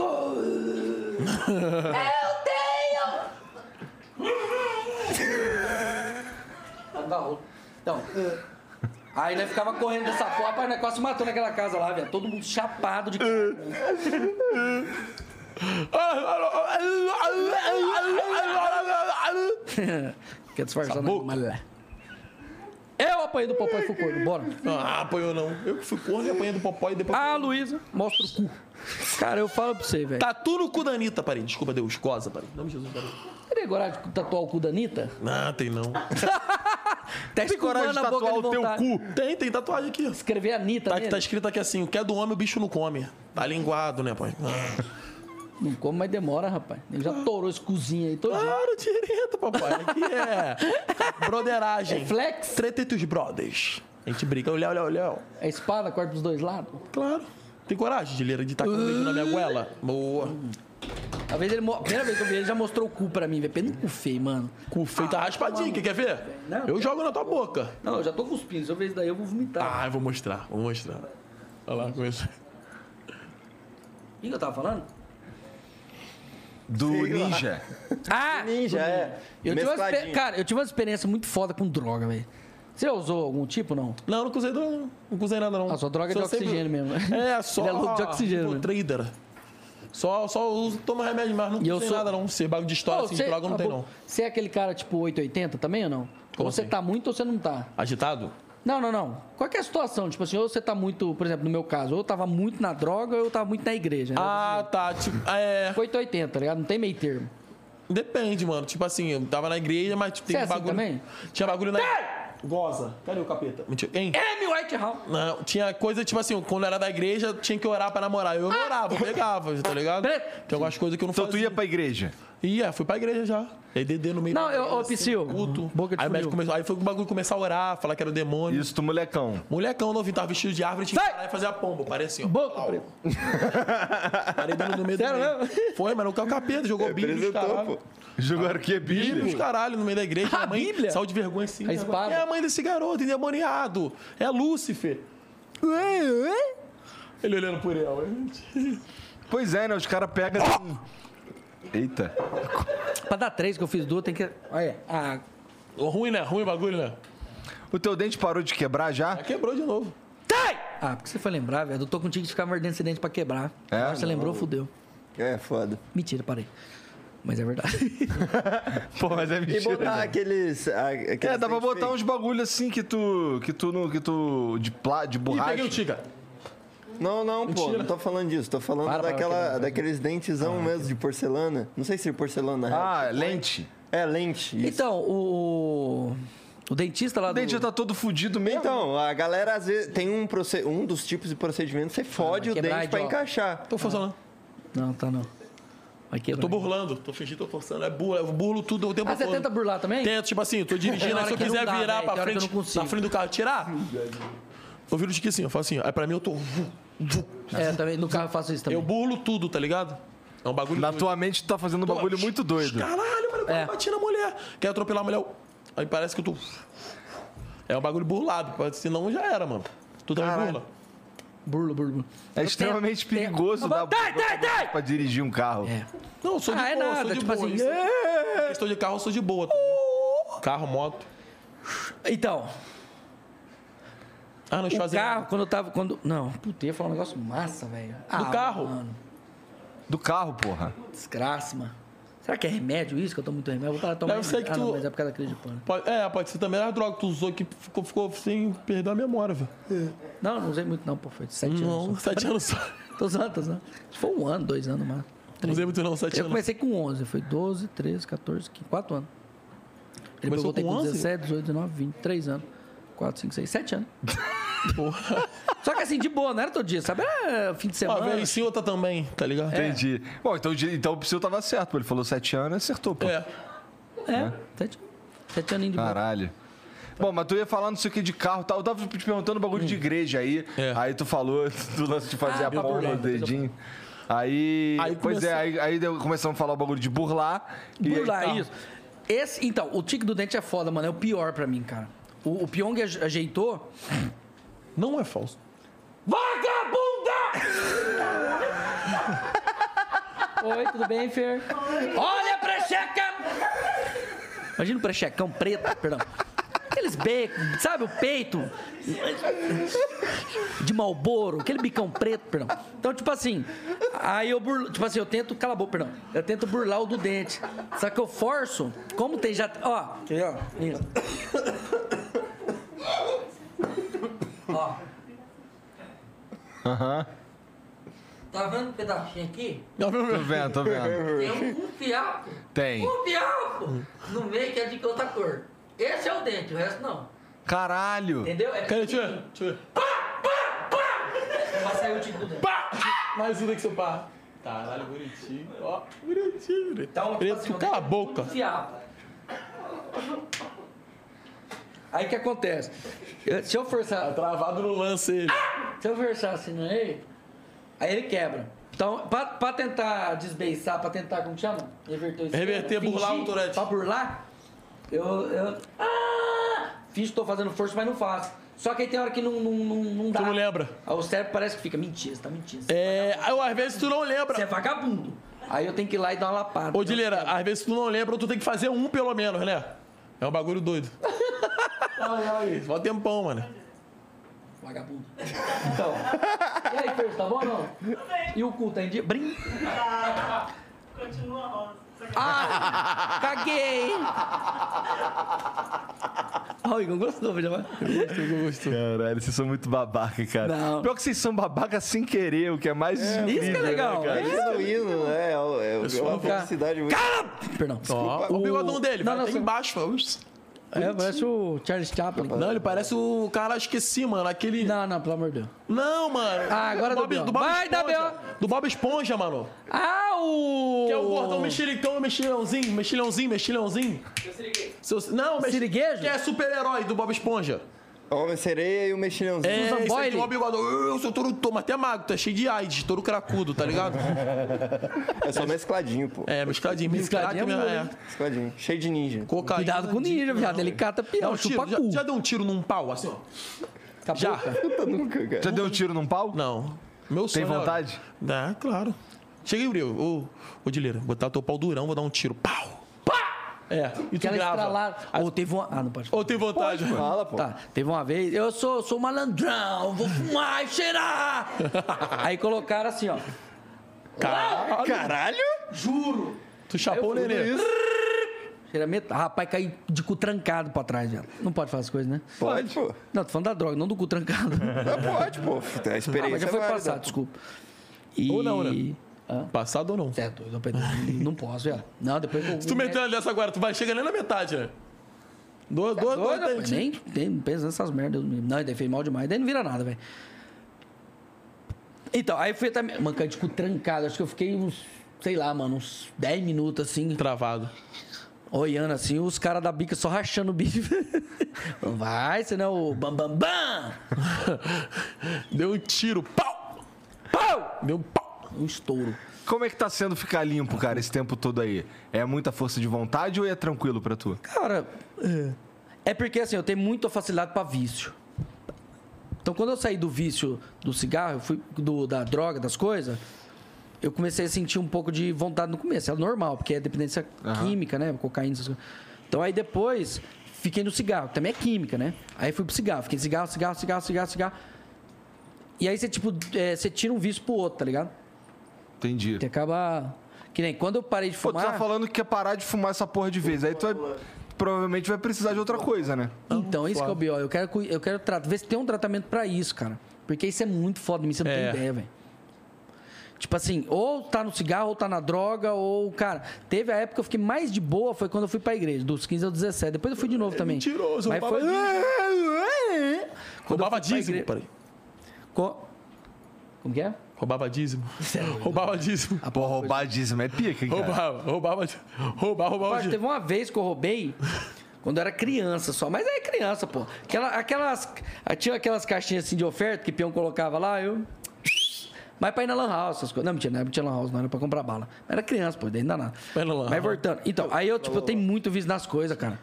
[SPEAKER 2] Eu tenho! Agarrou. Tá Então. Aí nós ficava correndo dessa forma, rapaz, nós quase se matou naquela casa lá, velho. Todo mundo chapado de cara. Quer disfarçar na malé. Eu apanhei do papai fui corno, bora.
[SPEAKER 3] Ah, apanhou não. Eu que fui corno e apanhei do popó e depois.
[SPEAKER 2] Ah, Luísa, mostra o cu. Tá, Cara, eu falo pra você, velho.
[SPEAKER 3] Tatu no cu da Anitta, parei. Desculpa, Deus. Cosa, parei. Não, Jesus, parei.
[SPEAKER 2] Teria coragem de tatuar o cu da Anitta?
[SPEAKER 3] Não, tem não.
[SPEAKER 2] Teste
[SPEAKER 1] Tem coragem de
[SPEAKER 2] na boca
[SPEAKER 1] tatuar
[SPEAKER 2] de
[SPEAKER 1] o teu
[SPEAKER 2] vontade.
[SPEAKER 1] cu?
[SPEAKER 3] Tem, tem tatuagem aqui. ó.
[SPEAKER 2] Escrever Anitta
[SPEAKER 3] Tá,
[SPEAKER 2] nele.
[SPEAKER 3] tá escrito aqui assim: o que é do homem, o bicho não come. Tá linguado, né, pai? Ah,
[SPEAKER 2] Não como, mas demora, rapaz. Ele já torou esse cozinho aí todo
[SPEAKER 3] claro, direto, papai. Aqui é. Broderagem.
[SPEAKER 2] Flex?
[SPEAKER 3] Treta entre os brothers. A gente briga, olha, olha, olha.
[SPEAKER 2] É espada, corta pros dois lados.
[SPEAKER 3] Claro. Tem coragem de ler de tacar um beijo na minha goela? Boa.
[SPEAKER 2] A, vez ele, mo- a primeira vez que eu vi ele já mostrou o cu pra mim, velho. Pena no cu feio, mano.
[SPEAKER 3] Cu feito a raspadinha, que quer ver?
[SPEAKER 2] Não,
[SPEAKER 3] eu jogo na tua boca.
[SPEAKER 2] Não, eu já tô cuspindo. Se eu ver isso daí, eu vou vomitar.
[SPEAKER 3] Ah, eu vou mostrar, vou mostrar. Olha lá, começou.
[SPEAKER 2] O que que eu tava falando?
[SPEAKER 1] Do ninja.
[SPEAKER 2] Ah!
[SPEAKER 4] Ninja, é.
[SPEAKER 2] Eu tive uma expe-
[SPEAKER 4] Mescladinho.
[SPEAKER 2] Cara, eu tive uma experiência muito foda com droga, velho. Você já usou algum tipo, não?
[SPEAKER 3] Não, não usei droga, não. Não usei nada, não.
[SPEAKER 2] Ah, só droga de
[SPEAKER 3] sempre-
[SPEAKER 2] oxigênio mesmo.
[SPEAKER 3] É, só.
[SPEAKER 2] Ele é louco de oxigênio
[SPEAKER 3] tipo, trader. Só, só uso, tomo remédio, mas não
[SPEAKER 2] E eu
[SPEAKER 3] usei
[SPEAKER 2] sou-
[SPEAKER 3] nada, não. Se bagulho de história,
[SPEAKER 2] Ô,
[SPEAKER 3] assim,
[SPEAKER 2] você-
[SPEAKER 3] droga,
[SPEAKER 2] tá
[SPEAKER 3] não tem,
[SPEAKER 2] bom.
[SPEAKER 3] não.
[SPEAKER 2] Você é aquele cara tipo 880 também ou não?
[SPEAKER 3] Como
[SPEAKER 2] ou você
[SPEAKER 3] assim?
[SPEAKER 2] tá muito ou você não tá?
[SPEAKER 3] Agitado?
[SPEAKER 2] Não, não, não. Qual que é a situação? Tipo assim, ou você tá muito, por exemplo, no meu caso, ou eu tava muito na droga ou eu tava muito na igreja. Né?
[SPEAKER 3] Ah, tá. Tipo, é.
[SPEAKER 2] 880, tá ligado? Não tem meio termo.
[SPEAKER 3] Depende, mano. Tipo assim, eu tava na igreja, mas tipo, tem
[SPEAKER 2] Você é assim
[SPEAKER 3] bagulho.
[SPEAKER 2] também?
[SPEAKER 3] Tinha bagulho na. Goza. Cadê o capeta? Mentira. Hein?
[SPEAKER 2] M. Whitehouse.
[SPEAKER 3] Não, tinha coisa, tipo assim, quando era da igreja, tinha que orar pra namorar. Eu não orava, eu pegava, tá ligado?
[SPEAKER 2] Peraí.
[SPEAKER 3] Tem algumas coisas que eu não
[SPEAKER 1] Então tu
[SPEAKER 3] fazia.
[SPEAKER 1] ia pra igreja.
[SPEAKER 3] Ia, fui pra igreja já. E aí DD no meio
[SPEAKER 2] Não,
[SPEAKER 3] da
[SPEAKER 2] eu-
[SPEAKER 3] igreja, assim,
[SPEAKER 2] ô, Psyu,
[SPEAKER 3] culto.
[SPEAKER 2] boca de
[SPEAKER 3] aí, o médico
[SPEAKER 2] funil.
[SPEAKER 3] começou, aí foi o bagulho começar a orar, falar que era o demônio.
[SPEAKER 1] Isso, tu molecão.
[SPEAKER 3] Molecão novinho, tava vestido de árvore, tinha
[SPEAKER 2] Sai!
[SPEAKER 3] que parar e fazer a pomba. Parei assim, ó.
[SPEAKER 2] Boca, preto.
[SPEAKER 3] Parei dando no meio do
[SPEAKER 2] Sério
[SPEAKER 3] meio. Foi, mano, o
[SPEAKER 1] É,
[SPEAKER 3] capeta jogou bíblia os
[SPEAKER 4] Apresentou,
[SPEAKER 3] caralho.
[SPEAKER 4] pô.
[SPEAKER 1] Jogou
[SPEAKER 3] Bíblia os
[SPEAKER 1] arquebíblia.
[SPEAKER 3] caralho no meio da igreja.
[SPEAKER 2] A
[SPEAKER 3] Minha mãe
[SPEAKER 2] Ah, Bíblia?
[SPEAKER 3] Saiu de vergonha assim.
[SPEAKER 2] A espada.
[SPEAKER 3] É a mãe desse garoto, endemoniado. É Lúcifer. Ele olhando por ela.
[SPEAKER 1] Pois é, né? Os caras pegam. assim. Eita.
[SPEAKER 2] Pra dar três que eu fiz duas, tem que. Olha. Ah,
[SPEAKER 3] Ruim, né? Ruim o bagulho, né?
[SPEAKER 1] O teu dente parou de quebrar já?
[SPEAKER 3] Aí Quebrou de novo.
[SPEAKER 2] ah, porque você foi lembrar, velho. Eu tô contigo de ficar mordendo esse dente pra quebrar.
[SPEAKER 1] É?
[SPEAKER 2] Agora você
[SPEAKER 1] Não.
[SPEAKER 2] lembrou, fudeu.
[SPEAKER 4] É, foda.
[SPEAKER 2] Mentira, parei. Mas é verdade.
[SPEAKER 1] Pô, mas é
[SPEAKER 4] E
[SPEAKER 1] mentira.
[SPEAKER 4] botar aqueles. a- aqueles
[SPEAKER 1] É, dá pra
[SPEAKER 4] dentes
[SPEAKER 1] botar
[SPEAKER 4] fake.
[SPEAKER 1] uns bagulho assim que tu. que tu não. que tu. de plá, de
[SPEAKER 3] Ih,
[SPEAKER 1] borracha.
[SPEAKER 3] peguei um o Tica.
[SPEAKER 1] um-
[SPEAKER 4] Não, não, pô, não tô falando disso. Tô falando
[SPEAKER 2] Para, para,
[SPEAKER 4] daquela,
[SPEAKER 2] quebra,
[SPEAKER 4] daqueles dentezão mesmo de porcelana. Não sei se é porcelana, na real.
[SPEAKER 1] ah, lente.
[SPEAKER 4] É lente. isso.
[SPEAKER 2] então, o. O dentista lá
[SPEAKER 1] O dente já
[SPEAKER 2] do.
[SPEAKER 1] tá todo fudido mesmo.
[SPEAKER 4] Então, a galera às vezes tem um, proce- um dos tipos de procedimento, você fode
[SPEAKER 2] vai
[SPEAKER 4] o
[SPEAKER 2] Ah, quebrar,
[SPEAKER 4] dente pra
[SPEAKER 2] idiota.
[SPEAKER 4] encaixar.
[SPEAKER 3] Tô funcionando.
[SPEAKER 2] Não, tá não. Vai quebrar.
[SPEAKER 3] Tô burlando, tô fingindo, tô forçando. É burlo, eu burlo tudo o tempo
[SPEAKER 2] Ah, você
[SPEAKER 3] todo.
[SPEAKER 2] tenta burlar também?
[SPEAKER 3] Tento, tipo assim, tô
[SPEAKER 2] Tem
[SPEAKER 3] dirigindo,
[SPEAKER 2] hora
[SPEAKER 3] aí se eu
[SPEAKER 2] que não
[SPEAKER 3] quiser
[SPEAKER 2] dá,
[SPEAKER 3] virar
[SPEAKER 2] velho, tem
[SPEAKER 3] pra
[SPEAKER 2] hora que eu
[SPEAKER 3] frente,
[SPEAKER 2] não consigo.
[SPEAKER 3] na frente do carro, tirar. Eu viro o tiquinho, eu falo assim, aí pra mim eu tô.
[SPEAKER 2] É, também, no carro eu faço isso também.
[SPEAKER 3] Eu burlo tudo, tá ligado? É um bagulho.
[SPEAKER 1] Na
[SPEAKER 3] doido.
[SPEAKER 1] tua mente tu tá fazendo um bagulho muito doido.
[SPEAKER 3] Caralho, mano, eu
[SPEAKER 2] É.
[SPEAKER 3] bati na mulher. Quer atropelar a mulher. eu- Aí parece que eu tô. É um bagulho burlado, pode- senão já era, mano. Tu também burla.
[SPEAKER 2] Burlo, burlo, burlo.
[SPEAKER 1] É extremamente perigoso dar
[SPEAKER 3] Tá
[SPEAKER 2] Dai, dai, dai!
[SPEAKER 1] pra dirigir um carro.
[SPEAKER 2] É.
[SPEAKER 3] Não, eu sou de
[SPEAKER 2] Ah, é
[SPEAKER 3] boa, eu
[SPEAKER 2] nada,
[SPEAKER 3] sou de
[SPEAKER 2] tipo
[SPEAKER 3] boa.
[SPEAKER 2] assim,
[SPEAKER 3] Isso é- Questão de carro, eu sou de boa. tá
[SPEAKER 2] Uh!
[SPEAKER 3] ligado? Carro, moto.
[SPEAKER 2] Então,
[SPEAKER 3] Ah, não,
[SPEAKER 2] o
[SPEAKER 3] Schwarzenegger.
[SPEAKER 2] carro, quando eu tava. Quando... Não, puta, eu ia falar um negócio massa, velho. Ah,
[SPEAKER 3] carro?
[SPEAKER 2] Mano,
[SPEAKER 1] Do carro, porra.
[SPEAKER 2] desgraça, mano. Será que é remédio isso? Que eu tomo muito remédio? Eu Vou estar tomando.
[SPEAKER 3] Deve ser que
[SPEAKER 2] ah, não,
[SPEAKER 3] tu-
[SPEAKER 2] mas é por causa da crise de pano.
[SPEAKER 3] Pode- é, pode ser também a droga que tu usou que ficou, ficou sem perder a memória, velho.
[SPEAKER 2] Não, não usei muito, não, pô. Foi de sete
[SPEAKER 3] Não,
[SPEAKER 2] anos.
[SPEAKER 3] sete anos só.
[SPEAKER 2] só. Tô usando, tô usando. Acho que Foi um ano, dois anos, mano.
[SPEAKER 3] Não usei muito não, sete
[SPEAKER 2] Eu
[SPEAKER 3] anos.
[SPEAKER 2] comecei com 11, foi 12, 13, 14, 15, 4 anos. Depois eu
[SPEAKER 3] Começou
[SPEAKER 2] voltei
[SPEAKER 3] com
[SPEAKER 2] com,
[SPEAKER 3] 11?
[SPEAKER 2] 17, 18, 19, 20, 3 anos. 4, 5, 6, 7 anos.
[SPEAKER 3] Porra.
[SPEAKER 2] Só que assim, de boa, não era todo dia, sabe? Era fim de
[SPEAKER 3] Uma
[SPEAKER 2] semana.
[SPEAKER 3] vez sim, outra também, tá ligado?
[SPEAKER 2] É.
[SPEAKER 1] Entendi. Bom, então, de- então o Psyu tava certo, pô. Ele falou sete anos e acertou, pô.
[SPEAKER 3] É.
[SPEAKER 2] É, sete, sete aninhos de boa.
[SPEAKER 1] Caralho. Bom, mas tu ia falar não sei o que de carro e tal. Eu tava te perguntando um bagulho de igreja aí.
[SPEAKER 3] É.
[SPEAKER 1] Aí tu falou do lance de fazer
[SPEAKER 2] Ah,
[SPEAKER 1] a
[SPEAKER 2] pra
[SPEAKER 1] palma
[SPEAKER 2] burlar,
[SPEAKER 1] no
[SPEAKER 2] depois eu
[SPEAKER 1] dedinho. Aí.
[SPEAKER 3] Aí
[SPEAKER 1] pois
[SPEAKER 3] começou-
[SPEAKER 1] é, aí, aí deu- começamos a falar o bagulho de burlar. e aí
[SPEAKER 2] Burlar
[SPEAKER 1] tá.
[SPEAKER 2] isso. Esse, então, o tique do dente é foda, mano. É o pior pra mim, cara. O, o Pyong aje- ajeitou.
[SPEAKER 3] Não é falso.
[SPEAKER 2] Vagabunda! Oi, tudo bem, Fer? Olha, precheca! Imagina o prechecão preto, perdão.
[SPEAKER 7] Aqueles becos, sabe? O peito de Malboro, aquele bicão preto, perdão. Então, tipo assim, aí eu burlo, tipo assim, eu tento, cala a boca, perdão. Eu tento burlar o do dente. Só que eu forço, como tem já, ó, quer ver, ó? Isso. Ó.
[SPEAKER 1] Aham.
[SPEAKER 7] Tá vendo um pedacinho aqui?
[SPEAKER 1] Tô vendo, tô vendo.
[SPEAKER 7] Tem um, um fiapo.
[SPEAKER 1] Tem.
[SPEAKER 7] Um fiapo no meio que é de outra cor. Esse é o dente, o resto não.
[SPEAKER 1] Caralho.
[SPEAKER 7] Entendeu? É
[SPEAKER 3] Cara, deixa, eu- deixa eu ver.
[SPEAKER 7] pra sair o tipo tico do dente.
[SPEAKER 3] Mais um daqui, seu pá. Caralho, bonitinho. Ó, bonitinho. Preto,
[SPEAKER 2] Então, tipo assim,
[SPEAKER 3] preto cala a boca.
[SPEAKER 7] um
[SPEAKER 2] Fiapa. Aí o que acontece? Eu- Se eu forçar,
[SPEAKER 3] Tá travado no lance ele.
[SPEAKER 2] se eu forçar assim no meio, aí ele quebra. Então, pra, pra tentar desbeiçar, pra tentar, como que chama? Reverter o esquema,
[SPEAKER 3] Reverter, burlar o Tourette.
[SPEAKER 2] Pra burlar, eu. eu ah! Fiz, tô fazendo força, mas não faço. Só que aí tem hora que não, não, não, não dá.
[SPEAKER 3] Tu não lembra?
[SPEAKER 2] Aí o cérebro parece que fica, mentira, você tá mentindo.
[SPEAKER 3] É, eu, às vezes tu não
[SPEAKER 2] Você é
[SPEAKER 3] lembra.
[SPEAKER 2] vagabundo. Aí eu tenho que ir lá e dar uma lapada.
[SPEAKER 3] Ô, Dileira, às vezes tu não lembra, ou tu tem que fazer um pelo menos, né? É um bagulho doido. Olha aí. Só tempão, mano.
[SPEAKER 2] Vagabundo. Então. E aí, Fer, tá bom ou não? E o cu tá em dia? Brin.
[SPEAKER 5] Continua rosa.
[SPEAKER 2] Ah! Caguei! Ah, o Igor gostou, já vai.
[SPEAKER 1] Caralho, vocês são muito babaca, cara.
[SPEAKER 2] Não.
[SPEAKER 1] Pior que vocês são babaca sem querer, o que é mais. incrível,
[SPEAKER 2] Isso que é
[SPEAKER 1] né,
[SPEAKER 2] legal.
[SPEAKER 1] cara?
[SPEAKER 4] É genuíno, né? É, o- é, o- é uma felicidade muito.
[SPEAKER 2] Perdão.
[SPEAKER 3] Ó, o bigodão dele,
[SPEAKER 2] Não,
[SPEAKER 3] vai
[SPEAKER 2] não,
[SPEAKER 3] até
[SPEAKER 2] só-
[SPEAKER 3] embaixo, fala. Ups.
[SPEAKER 2] É, parece o Charles Chaplin.
[SPEAKER 3] Não, ele parece o cara, esqueci, mano. Aquele. Não,
[SPEAKER 2] Não, não, pelo amor de Deus.
[SPEAKER 3] mano.
[SPEAKER 2] Ah, agora
[SPEAKER 3] do
[SPEAKER 2] do
[SPEAKER 3] Bob,
[SPEAKER 2] B.O.
[SPEAKER 3] do Bob
[SPEAKER 2] Vai, dá
[SPEAKER 3] Esponja.
[SPEAKER 2] B.O.
[SPEAKER 3] Do Bob Esponja, mano.
[SPEAKER 2] Ah, o.
[SPEAKER 3] Que é o gordão mexericão, mexilhãozinho, mexilhãozinho, mexilhãozinho. Seu, não, mex...
[SPEAKER 2] Siriguejo?
[SPEAKER 3] Que é super-herói do Bob Esponja.
[SPEAKER 4] Homem É sereia e o mexilhãozinho.
[SPEAKER 3] É, esse
[SPEAKER 2] Boyle?
[SPEAKER 3] aqui, o Bob Esponja. Eu sou todo tomo, até magro, tá cheio de AIDS, todo cracudo, tá ligado?
[SPEAKER 4] É só mescladinho, pô.
[SPEAKER 3] É, mescladinho,
[SPEAKER 2] Mescladinho
[SPEAKER 3] mescladinho,
[SPEAKER 2] é
[SPEAKER 3] mesmo,
[SPEAKER 2] bom,
[SPEAKER 3] é,
[SPEAKER 2] hein?
[SPEAKER 4] Mescladinho. Cheio de ninja.
[SPEAKER 3] Cocaína.
[SPEAKER 2] Cuidado com o ninja, viado. Ele cata
[SPEAKER 3] Dá
[SPEAKER 2] peão,
[SPEAKER 3] um
[SPEAKER 2] chupa
[SPEAKER 3] tiro, já,
[SPEAKER 2] cu.
[SPEAKER 3] já deu um tiro num pau, assim, ó?
[SPEAKER 2] Acabou?
[SPEAKER 3] Já?
[SPEAKER 4] Puta nunca, cara.
[SPEAKER 1] Já deu um tiro num pau?
[SPEAKER 3] Não. Meu
[SPEAKER 1] Tem
[SPEAKER 3] sonho é-
[SPEAKER 1] vontade?
[SPEAKER 3] Dá, claro. Chega aí, Bril. Ô, ô Dileira, botar teu pau durão, vou dar um tiro. Pau! Pá! É, e tu
[SPEAKER 2] Aquela
[SPEAKER 3] grava.
[SPEAKER 2] estralada. Ou teve uma. Ah, não pode
[SPEAKER 3] Ou tem vontade?
[SPEAKER 4] Fala, pô.
[SPEAKER 2] Tá, teve uma vez, eu sou, sou malandrão, vou fumar e cheirar. Aí colocaram assim, ó.
[SPEAKER 3] Caralho!
[SPEAKER 4] Caralho?
[SPEAKER 2] Juro.
[SPEAKER 3] Tu chapou o
[SPEAKER 2] Eu fui
[SPEAKER 3] nenê.
[SPEAKER 2] Cheira metade. Rapaz, caí de cu trancado pra trás, velho. Não pode fazer as coisas, né?
[SPEAKER 4] Pode, pô.
[SPEAKER 2] Não, tô falando da droga, não do cu trancado.
[SPEAKER 4] Mas pode, pô. A
[SPEAKER 2] Ah,
[SPEAKER 4] experiência
[SPEAKER 2] mas já foi
[SPEAKER 4] é válida.
[SPEAKER 2] passado, desculpa. E...
[SPEAKER 3] Ou não, né?
[SPEAKER 2] Hã?
[SPEAKER 3] Passado ou não?
[SPEAKER 2] Cê é doido, eu perdi. não posso, velho. Não, depois que eu...
[SPEAKER 3] Se tu meter uma dessa agora, tu vai chegar nem na metade, né? Dois,
[SPEAKER 2] é
[SPEAKER 3] dois, dois,
[SPEAKER 2] Doido,
[SPEAKER 3] dois,
[SPEAKER 2] rapaz, nem, nem pensa nessas merdas. Não, e daí fez mal demais. Daí não vira nada, velho. Então, aí eu fui até... Mano, cara, de cu trancado. Acho que eu fiquei uns... Sei lá, mano, uns 10 minutos, assim,
[SPEAKER 3] Travado.
[SPEAKER 2] olhando assim, os caras da bica só rachando o bife. Vai, senão o bam, bam, bam!
[SPEAKER 3] Deu um tiro. Pau!
[SPEAKER 2] Pau!
[SPEAKER 3] Deu um pau.
[SPEAKER 2] Um estouro.
[SPEAKER 1] Como é que tá sendo ficar limpo, cara, esse tempo todo aí? É muita força de vontade ou é tranquilo pra tu?
[SPEAKER 2] Cara, é porque assim, eu tenho muita facilidade pra vício. Então, quando eu saí do vício do cigarro, eu fui do, da droga, das coisas, eu comecei a sentir um pouco de vontade no começo. É normal, porque é dependência química, né? Cocaína, essas coisas. Então, aí depois, fiquei no cigarro. Também é química, né? Aí fui pro cigarro. Fiquei cigarro, cigarro, cigarro, cigarro, cigarro. E aí você, tipo, é, você tira um vício pro outro, tá ligado?
[SPEAKER 1] Entendi.
[SPEAKER 2] Que acaba... Que nem quando eu parei de
[SPEAKER 1] Pô, tu
[SPEAKER 2] fumar...
[SPEAKER 1] tá falando que quer parar de fumar essa porra de vez. Aí tu vai, provavelmente vai precisar de outra coisa, né?
[SPEAKER 2] Então, isso que é o B.O. Eu quero, cu- eu quero tra- ver se tem um tratamento pra isso, cara. Porque isso é muito foda de mim, você não
[SPEAKER 3] É.
[SPEAKER 2] tem ideia, velho. Tipo assim, ou tá no cigarro, ou tá na droga, ou, cara, teve a época que eu fiquei mais de boa, foi quando eu fui pra igreja, dos 15 aos 17. Depois eu fui de novo também.
[SPEAKER 3] É mentiroso,
[SPEAKER 2] Mas
[SPEAKER 3] roubava
[SPEAKER 2] foi... Ah! É. Quando eu
[SPEAKER 3] Roubava
[SPEAKER 2] fui pra
[SPEAKER 3] dízimo.
[SPEAKER 2] igre-
[SPEAKER 3] Peraí.
[SPEAKER 2] Co- Como que é?
[SPEAKER 3] Roubava dízimo. Roubava dízimo.
[SPEAKER 1] Pô, roubar dízimo é pica, hein, cara?
[SPEAKER 3] Roubava, roubava, roubava, roubava
[SPEAKER 2] Pode,
[SPEAKER 3] dízimo.
[SPEAKER 2] teve uma vez que eu roubei quando eu era criança só. Mas é criança, pô. Aquela, aquelas. Tinha aquelas caixinhas assim de oferta que o peão colocava lá, eu. Mas pra ir na Lan House, essas coisas. Não, mentira, não era- não tinha Lan House, não era pra comprar bala. Era criança, pô, daí não dá nada.
[SPEAKER 3] Vai na Lan
[SPEAKER 2] Mas
[SPEAKER 3] House.
[SPEAKER 2] voltando. Então, aí eu, tipo, eu tenho muito vício nas coisas, cara.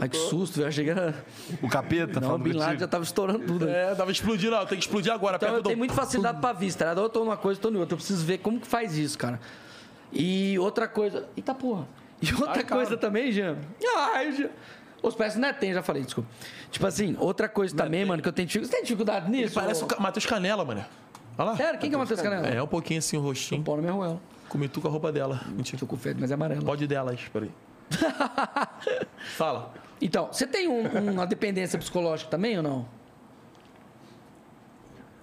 [SPEAKER 2] Ai, que susto, velho. Eu achei que era.
[SPEAKER 1] O
[SPEAKER 3] Tá
[SPEAKER 1] capeta
[SPEAKER 2] Não, o
[SPEAKER 1] falando
[SPEAKER 2] Bin Laden
[SPEAKER 1] contigo.
[SPEAKER 2] já tava estourando tudo. né? ali.
[SPEAKER 3] É, tava explodindo, ó, tem que explodir agora.
[SPEAKER 2] Então
[SPEAKER 3] perto
[SPEAKER 2] eu
[SPEAKER 3] do-
[SPEAKER 2] tenho muita facilidade pra vista, tá ligado? Ou eu tô numa coisa, ou tô em outra. Eu preciso ver como que faz isso, cara. E outra coisa. Eita porra. E outra coisa também, Jean. Ai, Jean. Os pés não é tem, já falei, desculpa. Tipo assim, outra coisa também, mano, que eu tenho dificuldade. Você tem dificuldade nisso?
[SPEAKER 3] Parece
[SPEAKER 2] ô?
[SPEAKER 3] o Ca- Matheus Canela, mano. Olha lá.
[SPEAKER 2] Sério, quem que é o Matheus Canela?
[SPEAKER 3] É, um pouquinho assim o rostinho.
[SPEAKER 2] Pau no meu ruel.
[SPEAKER 3] Comi tu com a roupa dela. Mentira.
[SPEAKER 2] Tô com fede, mas é amarelo.
[SPEAKER 3] Pode delas. Peraí. Fala.
[SPEAKER 2] Então, você tem um- uma dependência psicológica também ou não?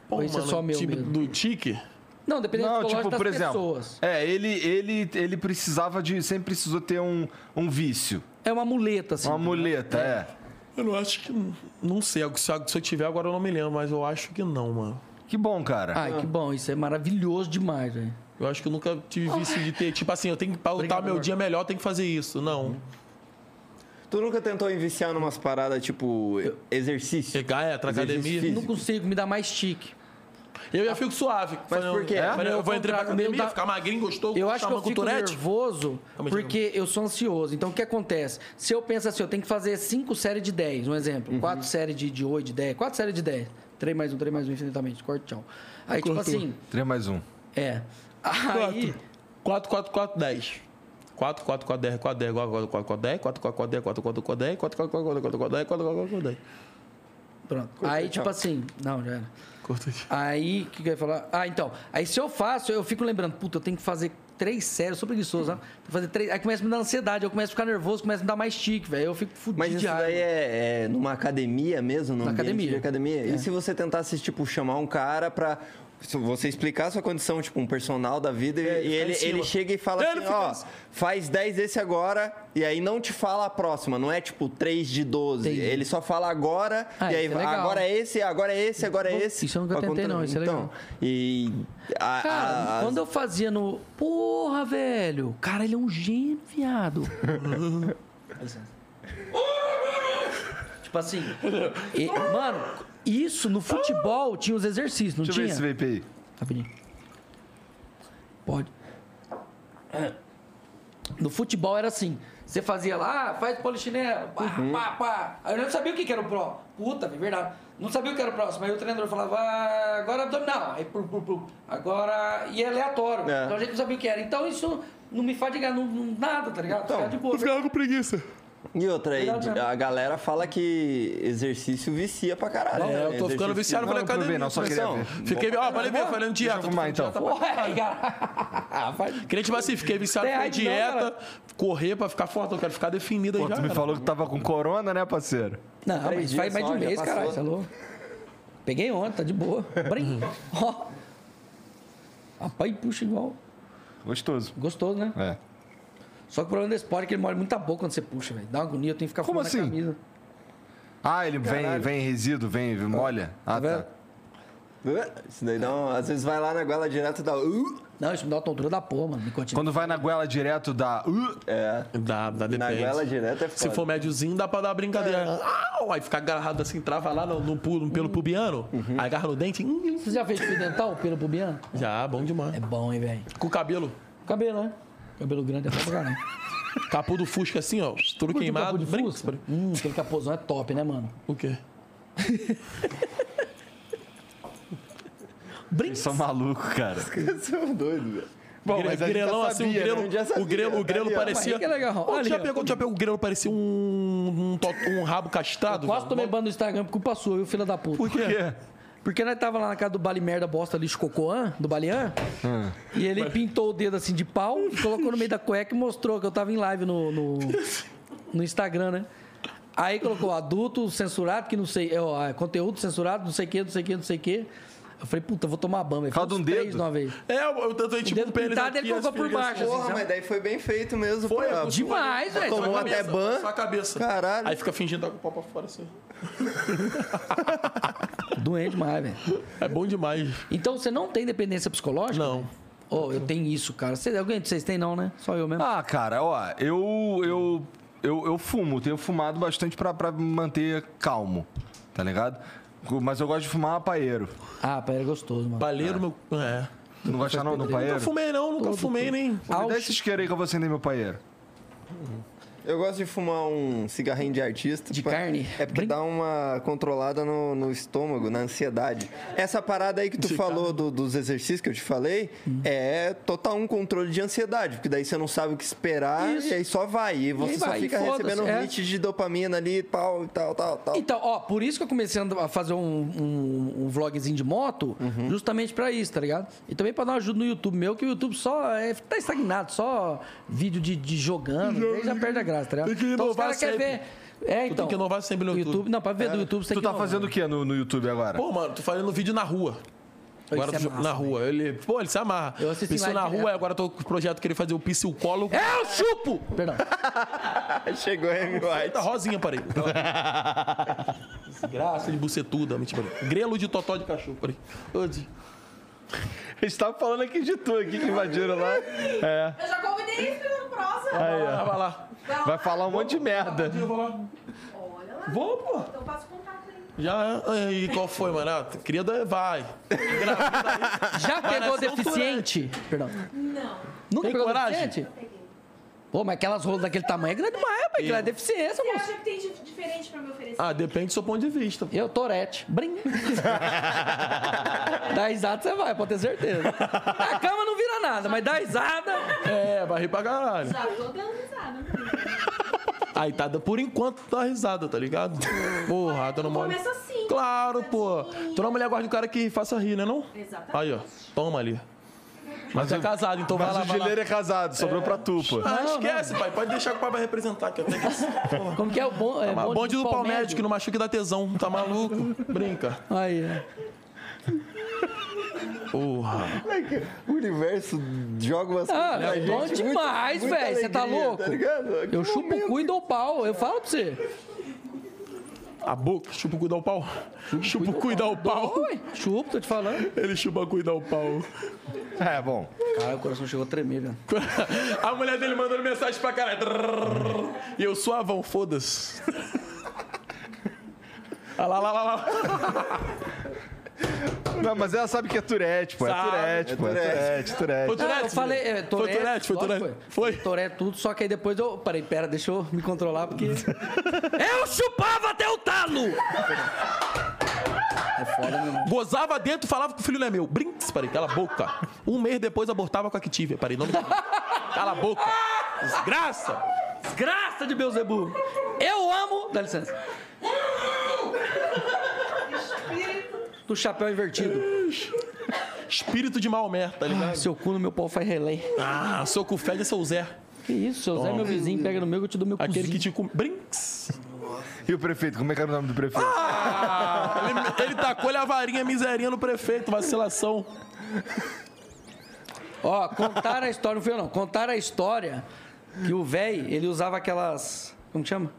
[SPEAKER 3] Pô,
[SPEAKER 2] Esse é só meu
[SPEAKER 3] time
[SPEAKER 2] mesmo.
[SPEAKER 3] do Tique.
[SPEAKER 2] Não, dependência
[SPEAKER 1] Não,
[SPEAKER 2] psicológica
[SPEAKER 1] tipo,
[SPEAKER 2] das
[SPEAKER 1] por exemplo.
[SPEAKER 2] pessoas.
[SPEAKER 1] É, ele, ele, ele precisava de. Sempre precisou ter um, um vício.
[SPEAKER 2] É uma muleta, assim.
[SPEAKER 1] Uma muleta, é.
[SPEAKER 3] Eu não acho que. Não sei. Se eu- se eu tiver agora eu não me lembro, mas eu acho que não, mano.
[SPEAKER 1] Que bom, cara.
[SPEAKER 2] Ai, que bom, isso é maravilhoso demais, velho.
[SPEAKER 3] Eu acho que eu nunca tive vício de ter. Tipo assim, eu tenho que pautar
[SPEAKER 2] Obrigado,
[SPEAKER 3] meu
[SPEAKER 2] amor. Uhum.
[SPEAKER 3] dia melhor, eu tenho que fazer isso. Não.
[SPEAKER 4] Tu nunca tentou enviciar numas paradas tipo exercício?
[SPEAKER 3] Chegar é pra academia.
[SPEAKER 4] Exercício
[SPEAKER 2] Não
[SPEAKER 4] físico.
[SPEAKER 2] consigo, me dá mais chique.
[SPEAKER 3] Eu já fico suave.
[SPEAKER 4] Mas por quê? É?
[SPEAKER 3] Eu, falei, eu
[SPEAKER 2] Meu,
[SPEAKER 3] vou
[SPEAKER 2] ao
[SPEAKER 3] entrar
[SPEAKER 2] contrário,
[SPEAKER 3] pra
[SPEAKER 2] meu
[SPEAKER 3] academia,
[SPEAKER 2] dá-
[SPEAKER 3] ficar magrinho, gostou,
[SPEAKER 2] Eu acho que
[SPEAKER 3] chamar
[SPEAKER 2] eu fico
[SPEAKER 3] culturete.
[SPEAKER 4] é
[SPEAKER 2] nervoso
[SPEAKER 3] Calma,
[SPEAKER 2] porque eu sou ansioso. Então, o que acontece? Se eu penso assim, eu tenho que fazer cinco séries de 10, um exemplo.
[SPEAKER 4] Uhum.
[SPEAKER 2] quatro séries de, de 8, de 10. quatro séries de 10. 3 mais um, 3 mais um, infinitamente. Corte, tchau. Aí,
[SPEAKER 3] Cortou.
[SPEAKER 2] tipo assim,
[SPEAKER 1] 3 mais um.
[SPEAKER 2] é. Aí,
[SPEAKER 3] 4, 4, 4, 10. 4, 4, 4, 10, 4, 10, 4, 4, 4, 10, 4, 4, 4, 10, 4, 4, 4, 10, 4, 4, 4, 4, 4, 10, 4, 4, 4, 10.
[SPEAKER 2] pronto. Aí, tipo assim, não, já era.
[SPEAKER 3] Curta aí.
[SPEAKER 2] Aí, o que, que eu ia falar? Ah, então. Aí se eu faço, eu fico lembrando, puta, eu tenho que fazer três séries, eu sou preguiçoso, né? Tenho que Fazer três. Aí começa a me dar ansiedade, eu começo a ficar nervoso, começa a me dar mais tique, velho. Eu fico fudido
[SPEAKER 4] Mas isso
[SPEAKER 2] de raiva.
[SPEAKER 4] daí é, é numa academia mesmo? Num
[SPEAKER 2] Na
[SPEAKER 4] ambiente
[SPEAKER 2] academia. É.
[SPEAKER 4] De academia? E se você tentasse, tipo, chamar um cara pra... se Você explicar a sua condição, tipo, um personal da vida,
[SPEAKER 2] É,
[SPEAKER 4] e- e ele, ele chega e fala assim, ó, faz 10 desse agora, e aí não te fala a próxima, não é tipo 3 de 12.
[SPEAKER 2] Entendi.
[SPEAKER 4] Ele só fala agora,
[SPEAKER 2] Ah,
[SPEAKER 4] e aí
[SPEAKER 2] isso é legal.
[SPEAKER 4] agora é esse, agora é esse, agora é esse.
[SPEAKER 2] isso eu nunca
[SPEAKER 4] Pra
[SPEAKER 2] tentei,
[SPEAKER 4] contra-
[SPEAKER 2] não, isso é
[SPEAKER 4] então,
[SPEAKER 2] legal.
[SPEAKER 4] E. a-
[SPEAKER 2] Cara,
[SPEAKER 4] a-
[SPEAKER 2] quando eu fazia no. Porra, velho! Cara, ele é um gênio, viado. tipo assim. e- mano, isso no futebol tinha os exercícios, não
[SPEAKER 1] Deixa eu ver esse
[SPEAKER 2] tinha?
[SPEAKER 1] vape aí.
[SPEAKER 2] Rapidinho. Pode. É. No futebol era assim. Você fazia lá, ah, faz polichinelo, pá, pá, pá. Aí eu não sabia o que que era o pró. Puta, é verdade. Não sabia o que era o próximo. Aí o treinador falava, ah, agora abdominal. Aí, pum, pum, pum. Agora. E é aleatório.
[SPEAKER 4] É.
[SPEAKER 2] Então a gente não sabia o que era. Então isso não me fadiga, não, não- nada, tá ligado? Ficar de boa.
[SPEAKER 3] com preguiça.
[SPEAKER 4] E outra aí,
[SPEAKER 2] Verdade, né?
[SPEAKER 4] a galera fala que exercício vicia pra caralho.
[SPEAKER 3] É, eu tô ficando
[SPEAKER 4] Exercício-
[SPEAKER 3] viciado, eu falei
[SPEAKER 1] Não, não
[SPEAKER 3] academia.
[SPEAKER 1] provei, não, só queria
[SPEAKER 4] pressão.
[SPEAKER 1] ver.
[SPEAKER 3] Fiquei, ó, falei ver, falei dieta.
[SPEAKER 2] tá
[SPEAKER 1] eu arrumar,
[SPEAKER 3] tô fazendo
[SPEAKER 1] então.
[SPEAKER 3] dieta
[SPEAKER 2] Porra, aí, É, cara. Vai.
[SPEAKER 4] então.
[SPEAKER 3] pra- Queria, tipo assim, fiquei viciado
[SPEAKER 2] Tem
[SPEAKER 3] em
[SPEAKER 2] AIDS não,
[SPEAKER 3] dieta, correr pra ficar forte, eu quero ficar definido aí
[SPEAKER 1] Pô,
[SPEAKER 3] já.
[SPEAKER 1] tu me
[SPEAKER 3] cara.
[SPEAKER 1] falou que tava com corona, né, parceiro?
[SPEAKER 2] Não,
[SPEAKER 4] Três
[SPEAKER 2] mas faz mais
[SPEAKER 4] dias
[SPEAKER 2] de
[SPEAKER 4] só,
[SPEAKER 2] um
[SPEAKER 4] já
[SPEAKER 2] mês,
[SPEAKER 4] passou.
[SPEAKER 2] caralho, você é louco. Peguei ontem, tá de boa. Brim. Ó. Rapaz, puxa igual.
[SPEAKER 1] Gostoso.
[SPEAKER 2] Gostoso, né?
[SPEAKER 1] É.
[SPEAKER 2] Só que o problema desse esporte é que ele molha muita boca quando você puxa, velho. Dá uma agonia, eu tenho que ficar
[SPEAKER 1] Como
[SPEAKER 2] fumando
[SPEAKER 1] assim?
[SPEAKER 2] a camisa.
[SPEAKER 1] Ah, ele vem, vem resíduo, vem, vem molha. Ah, tá.
[SPEAKER 2] vendo?
[SPEAKER 4] Isso daí dá um- Às vezes vai lá na goela direto e dá. "Uh",
[SPEAKER 2] Não, isso me dá uma tontura da porra, mano. Nicotina.
[SPEAKER 1] Quando vai na goela direto da. Uh,
[SPEAKER 4] é.
[SPEAKER 3] Dá, dá,
[SPEAKER 4] Na
[SPEAKER 3] depende.
[SPEAKER 4] goela direto é foda. É.
[SPEAKER 3] Se for médiozinho, dá pra dar uma brincadeira. Au! Aí ficar agarrado assim, trava lá no, no, pulo- no pelo pubiano,
[SPEAKER 4] Uhum.
[SPEAKER 3] aí agarra no dente. hum,
[SPEAKER 2] Você já fez fio dental pelo pubiano?
[SPEAKER 3] Já, bom demais.
[SPEAKER 2] É bom, hein, velho.
[SPEAKER 3] Com o cabelo,
[SPEAKER 2] Cabelo, né? Cabelo grande é foda pra caralho.
[SPEAKER 3] capô do Fusca assim, ó, tudo
[SPEAKER 2] Curte um capô
[SPEAKER 3] queimado.
[SPEAKER 2] de
[SPEAKER 3] brinca.
[SPEAKER 2] fusca? Hum, aquele capozão é top, né, mano?
[SPEAKER 3] O quê?
[SPEAKER 1] eles são malucos, cara.
[SPEAKER 4] Você é um doido, velho.
[SPEAKER 1] Bom,
[SPEAKER 3] Gre-
[SPEAKER 1] mas a gente
[SPEAKER 3] grelão
[SPEAKER 1] já
[SPEAKER 3] assim, o
[SPEAKER 1] sabia,
[SPEAKER 3] grelo,
[SPEAKER 1] né?
[SPEAKER 4] Já sabia,
[SPEAKER 3] o grelo, o
[SPEAKER 4] tá
[SPEAKER 3] grelo
[SPEAKER 4] ali, ó.
[SPEAKER 3] parecia.
[SPEAKER 2] Aí que é legal,
[SPEAKER 3] Pô, tu já
[SPEAKER 2] olha.
[SPEAKER 3] pegou, tu já pegou o grelo parecia um um, to- um rabo castrado?
[SPEAKER 2] Quase
[SPEAKER 3] velho?
[SPEAKER 2] tomei banho no Instagram por culpa sua, viu, filha da puta.
[SPEAKER 3] Por quê?
[SPEAKER 2] Porque nós tava lá na casa do Bali Merda Bosta lixo Cocoan, do Balian,
[SPEAKER 1] Ah.
[SPEAKER 2] e ele pintou o dedo assim de pau, colocou no meio da cueca e mostrou que eu tava em live no, no, no Instagram, né? Aí colocou adulto censurado, que não sei, é, ó, é, conteúdo censurado, não sei o que, não sei o que, não sei o que. Eu falei, puta, eu vou tomar banho.
[SPEAKER 1] Causa de um dedo?
[SPEAKER 2] Uma vez.
[SPEAKER 3] É, eu, eu tentei tipo
[SPEAKER 2] dedo
[SPEAKER 3] pênis
[SPEAKER 2] pintado,
[SPEAKER 3] aqui,
[SPEAKER 2] ele colocou
[SPEAKER 3] as
[SPEAKER 2] por
[SPEAKER 3] filhas-
[SPEAKER 2] baixo, assim.
[SPEAKER 4] Porra, mas daí foi bem feito mesmo.
[SPEAKER 3] Foi,
[SPEAKER 4] pra-
[SPEAKER 3] eu-
[SPEAKER 2] Demais, velho.
[SPEAKER 1] um
[SPEAKER 4] Tomou
[SPEAKER 3] Só a
[SPEAKER 4] até
[SPEAKER 3] cabeça,
[SPEAKER 4] ban.
[SPEAKER 3] Só a cabeça.
[SPEAKER 4] Caralho.
[SPEAKER 3] Aí fica fingindo que tá com o pau pra fora assim.
[SPEAKER 2] Doente demais, velho.
[SPEAKER 3] É bom demais.
[SPEAKER 2] Então você não tem dependência psicológica?
[SPEAKER 3] Não.
[SPEAKER 2] Oh, eu tenho isso, cara. Cê- alguém de vocês tem, não, né? Só eu mesmo.
[SPEAKER 1] Ah, cara, ó, eu. Eu, eu, eu fumo, tenho fumado bastante pra, pra me manter calmo, tá ligado? Mas eu gosto de fumar paeiro.
[SPEAKER 2] Ah, pai, era gostoso, mano.
[SPEAKER 3] Baleiro, meu. É.
[SPEAKER 1] Tu não gosta não do
[SPEAKER 3] Nunca
[SPEAKER 1] paeiro?
[SPEAKER 3] fumei, não, nunca fumei, nem.
[SPEAKER 1] Me dá esse isqueiro aí que eu vou acender meu paeiro.
[SPEAKER 4] Eu gosto de fumar um cigarrinho de artista.
[SPEAKER 2] De carne?
[SPEAKER 4] É porque
[SPEAKER 2] Brin-
[SPEAKER 4] dá uma controlada no, no estômago, na ansiedade. Essa parada aí que tu falou do- dos exercícios que eu te falei
[SPEAKER 2] Hum.
[SPEAKER 4] é total um controle de ansiedade, porque daí você não sabe o que esperar e aí só vai. E você só
[SPEAKER 2] vai, e
[SPEAKER 4] fica
[SPEAKER 2] foda-se,
[SPEAKER 4] recebendo um
[SPEAKER 2] é.
[SPEAKER 4] hit de dopamina ali e tal, e tal, tal, tal.
[SPEAKER 2] Então, ó, por isso que eu comecei a fazer um, um, um vlogzinho de moto,
[SPEAKER 3] Uhum.
[SPEAKER 2] justamente pra isso, tá ligado? E também pra dar uma ajuda no YouTube meu, que o YouTube só é, tá estagnado, só vídeo de, de jogando, daí já perde a graça, tá ligado?
[SPEAKER 3] Tem que
[SPEAKER 2] então, os
[SPEAKER 3] inovar
[SPEAKER 2] caras querem ver.
[SPEAKER 3] sempre.
[SPEAKER 2] É, então.
[SPEAKER 3] tem que inovar sempre no YouTube. É,
[SPEAKER 2] Não, pra ver do YouTube você
[SPEAKER 1] Tu
[SPEAKER 2] tem
[SPEAKER 1] tá
[SPEAKER 2] que inovar.
[SPEAKER 1] fazendo o que no, no YouTube agora?
[SPEAKER 3] né? Pô, mano, tô fazendo vídeo na rua. Agora
[SPEAKER 2] Ele se
[SPEAKER 3] eu tô-
[SPEAKER 2] amarra, né?
[SPEAKER 3] na rua. Ele, pô, ele se amarra.
[SPEAKER 2] Eu assisto em
[SPEAKER 3] Pensou
[SPEAKER 2] live
[SPEAKER 3] na rua,
[SPEAKER 2] direto.
[SPEAKER 3] agora eu tô com o projeto que ele fazer o psicólogo.
[SPEAKER 2] É, eu chupo! Perdão.
[SPEAKER 4] Chegou a Amy
[SPEAKER 3] Da
[SPEAKER 4] White.
[SPEAKER 3] Rosinha, parei. Desgraça de bucetuda, mentira. parei. Grelo de totó de cachorro, parei. Ô, de-
[SPEAKER 1] A gente tava falando aqui de tu aqui que invadiram lá. É.
[SPEAKER 8] Eu já convidei isso pelo próximo.
[SPEAKER 1] Aí,
[SPEAKER 3] Ah,
[SPEAKER 1] ó.
[SPEAKER 3] vai lá.
[SPEAKER 1] Vai falar um monte de merda.
[SPEAKER 3] Eu vou lá.
[SPEAKER 8] Olha lá.
[SPEAKER 3] Vou, pô.
[SPEAKER 8] Então passa o contato aí.
[SPEAKER 3] Já. E qual foi, mano? Ah, Queria dar. Vai.
[SPEAKER 2] Já pegou deficiente? Perdão.
[SPEAKER 8] Não.
[SPEAKER 2] Nunca
[SPEAKER 3] Tem
[SPEAKER 2] pegou
[SPEAKER 3] coragem?
[SPEAKER 2] deficiente? Pô, mas aquelas rolas daquele tamanho é grande demais, pai. Aquilo é deficiência,
[SPEAKER 8] Você
[SPEAKER 2] moço.
[SPEAKER 8] acha que tem de diferente pra me oferecer?
[SPEAKER 3] Tá Ah, depende do seu ponto de vista.
[SPEAKER 2] Eu, Torete. Brim. dá risada, você vai, pode ter certeza. A cama não vira nada, mas dá risada.
[SPEAKER 3] É, vai rir pra caralho.
[SPEAKER 8] Já Tá, tô dando risada. né?
[SPEAKER 3] Tá Aí tá, por enquanto tá risada, tá ligado? Porra, tá no mole.
[SPEAKER 8] Começa assim.
[SPEAKER 3] Claro, pô. Toda mulher gosta de um cara que faça rir, né não?
[SPEAKER 8] Exatamente.
[SPEAKER 3] Aí, ó. Toma ali. Mas é casado, então vai
[SPEAKER 1] Mas
[SPEAKER 3] lá,
[SPEAKER 1] o é
[SPEAKER 3] vai lá.
[SPEAKER 1] Gileiro é casado, sobrou pra tu, pô.
[SPEAKER 3] Ah, esquece, pai. Pode deixar que o pai vai representar, que eu tenho que...
[SPEAKER 2] Como que é o bom, é,
[SPEAKER 3] Mas
[SPEAKER 2] bonde
[SPEAKER 3] bonde
[SPEAKER 2] do
[SPEAKER 3] do
[SPEAKER 2] Palmédio?
[SPEAKER 3] Palmédio, que não machuca e dá tesão. Tá maluco? Brinca.
[SPEAKER 2] Aí, é.
[SPEAKER 3] Porra.
[SPEAKER 4] O universo joga umas
[SPEAKER 2] Ah,
[SPEAKER 4] pra
[SPEAKER 2] é bom
[SPEAKER 4] gente,
[SPEAKER 2] demais,
[SPEAKER 4] muita
[SPEAKER 2] velho, cê tá
[SPEAKER 4] alegria,
[SPEAKER 2] louco?
[SPEAKER 4] ligado? Que
[SPEAKER 2] Eu chupo
[SPEAKER 4] momento.
[SPEAKER 2] o cu e dou pau, eu falo pra você.
[SPEAKER 3] A boca. Chupa o cu e dá o pau. Chupa o cu e dá o pau.
[SPEAKER 2] Oi, chupo, tô te falando.
[SPEAKER 3] Ele chupa o cu e dá o pau.
[SPEAKER 1] É, bom.
[SPEAKER 2] Cara, o coração chegou a tremer, velho.
[SPEAKER 3] A mulher dele mandando mensagem pra caralho. E eu suavão, foda-se. Ah lá, lá, lá, lá.
[SPEAKER 1] Não, mas ela sabe que é Turete, pô. É
[SPEAKER 3] Sabe.
[SPEAKER 1] Turete, pô. É Turete,
[SPEAKER 3] Foi
[SPEAKER 1] Turete.
[SPEAKER 2] Não,
[SPEAKER 3] Tourette,
[SPEAKER 2] eu falei, é, Tourette,
[SPEAKER 3] Foi Tourette, foi
[SPEAKER 2] lógico
[SPEAKER 3] Tourette.
[SPEAKER 2] que
[SPEAKER 3] Foi.
[SPEAKER 2] Tourette tudo, só que aí depois eu... Peraí, pera, deixa eu me controlar, porque... eu chupava até o talo! É foda, meu irmão.
[SPEAKER 3] Gozava dentro, falava que o filho não é meu. Brinks, parei, cala a boca. Um mês depois abortava com a que tive. Parei, não me... Cala a boca. Desgraça.
[SPEAKER 2] Desgraça de Beuzebu! Eu amo. Dá licença. Do chapéu invertido.
[SPEAKER 3] Espírito de Maomé, tá ligado?
[SPEAKER 2] Seu cu no meu pau faz relém.
[SPEAKER 3] Ah, seu cu fede é seu Zé.
[SPEAKER 2] Que isso, seu Zé, meu vizinho, pega no meu que eu te dou meu
[SPEAKER 3] Aquele que
[SPEAKER 2] cuzinho.
[SPEAKER 3] te come. Brinks.
[SPEAKER 1] E o prefeito, como é que era o nome do prefeito?
[SPEAKER 3] Ah, Ele, ele tacou-lhe a varinha miserinha no prefeito, vacilação.
[SPEAKER 2] Ó, contaram a história, não fui eu não. Contaram a história que o véi, ele usava aquelas... Como que chama?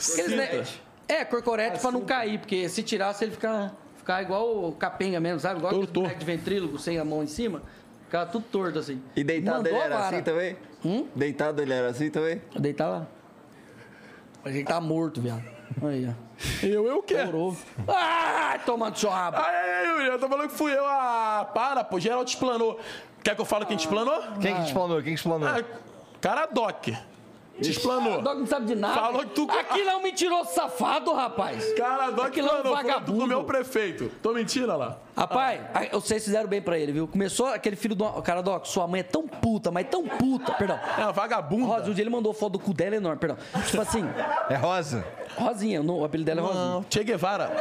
[SPEAKER 2] Aqueles ne- É, corcorete pra não cair, porque se tirasse ele ficar, ficar igual o capenga mesmo, sabe? Igual aquele
[SPEAKER 3] Torto.
[SPEAKER 2] moleque de ventrílogo sem a mão em cima. Ficava tudo torto assim.
[SPEAKER 4] E deitado
[SPEAKER 2] Mandou Hum?
[SPEAKER 4] ele
[SPEAKER 2] a
[SPEAKER 4] era
[SPEAKER 2] vara.
[SPEAKER 4] assim também? Deitado ele era assim também?
[SPEAKER 2] Eu deitar lá. Mas ele tá morto, viado. Aí, ó.
[SPEAKER 3] Eu, eu o quê?
[SPEAKER 2] Morou. Ah, tomando churrasco.
[SPEAKER 3] Ai, ai, ai, eu tô falando que fui eu. Ah, para, pô. Geraldo explanou. Quer que eu fale quem te explanou?
[SPEAKER 1] Quem que te explanou? Quem que te explanou?
[SPEAKER 3] Ah, cara, Doc. Te explanou.
[SPEAKER 2] O Ah, dog não sabe de nada.
[SPEAKER 3] Falou que tu-
[SPEAKER 2] Aquilo é um mentiroso safado, rapaz.
[SPEAKER 3] Cara, Doc
[SPEAKER 2] Aquilo é um
[SPEAKER 3] explanou. Foi
[SPEAKER 2] vagabundo.
[SPEAKER 3] Do meu prefeito. Tô mentindo, olha lá.
[SPEAKER 2] Rapaz, a- vocês fizeram bem pra ele, viu? Começou aquele filho do. Ô, Cara, Doc, sua mãe é tão puta, mas tão puta. Perdão.
[SPEAKER 3] É uma vagabunda.
[SPEAKER 2] Rosa, um dia ele mandou foto do cu dela enorme, perdão. Tipo assim,
[SPEAKER 1] É Rosa?
[SPEAKER 2] Rosinha, não, o apelido dela é Rosinha.
[SPEAKER 3] Não, Che Guevara.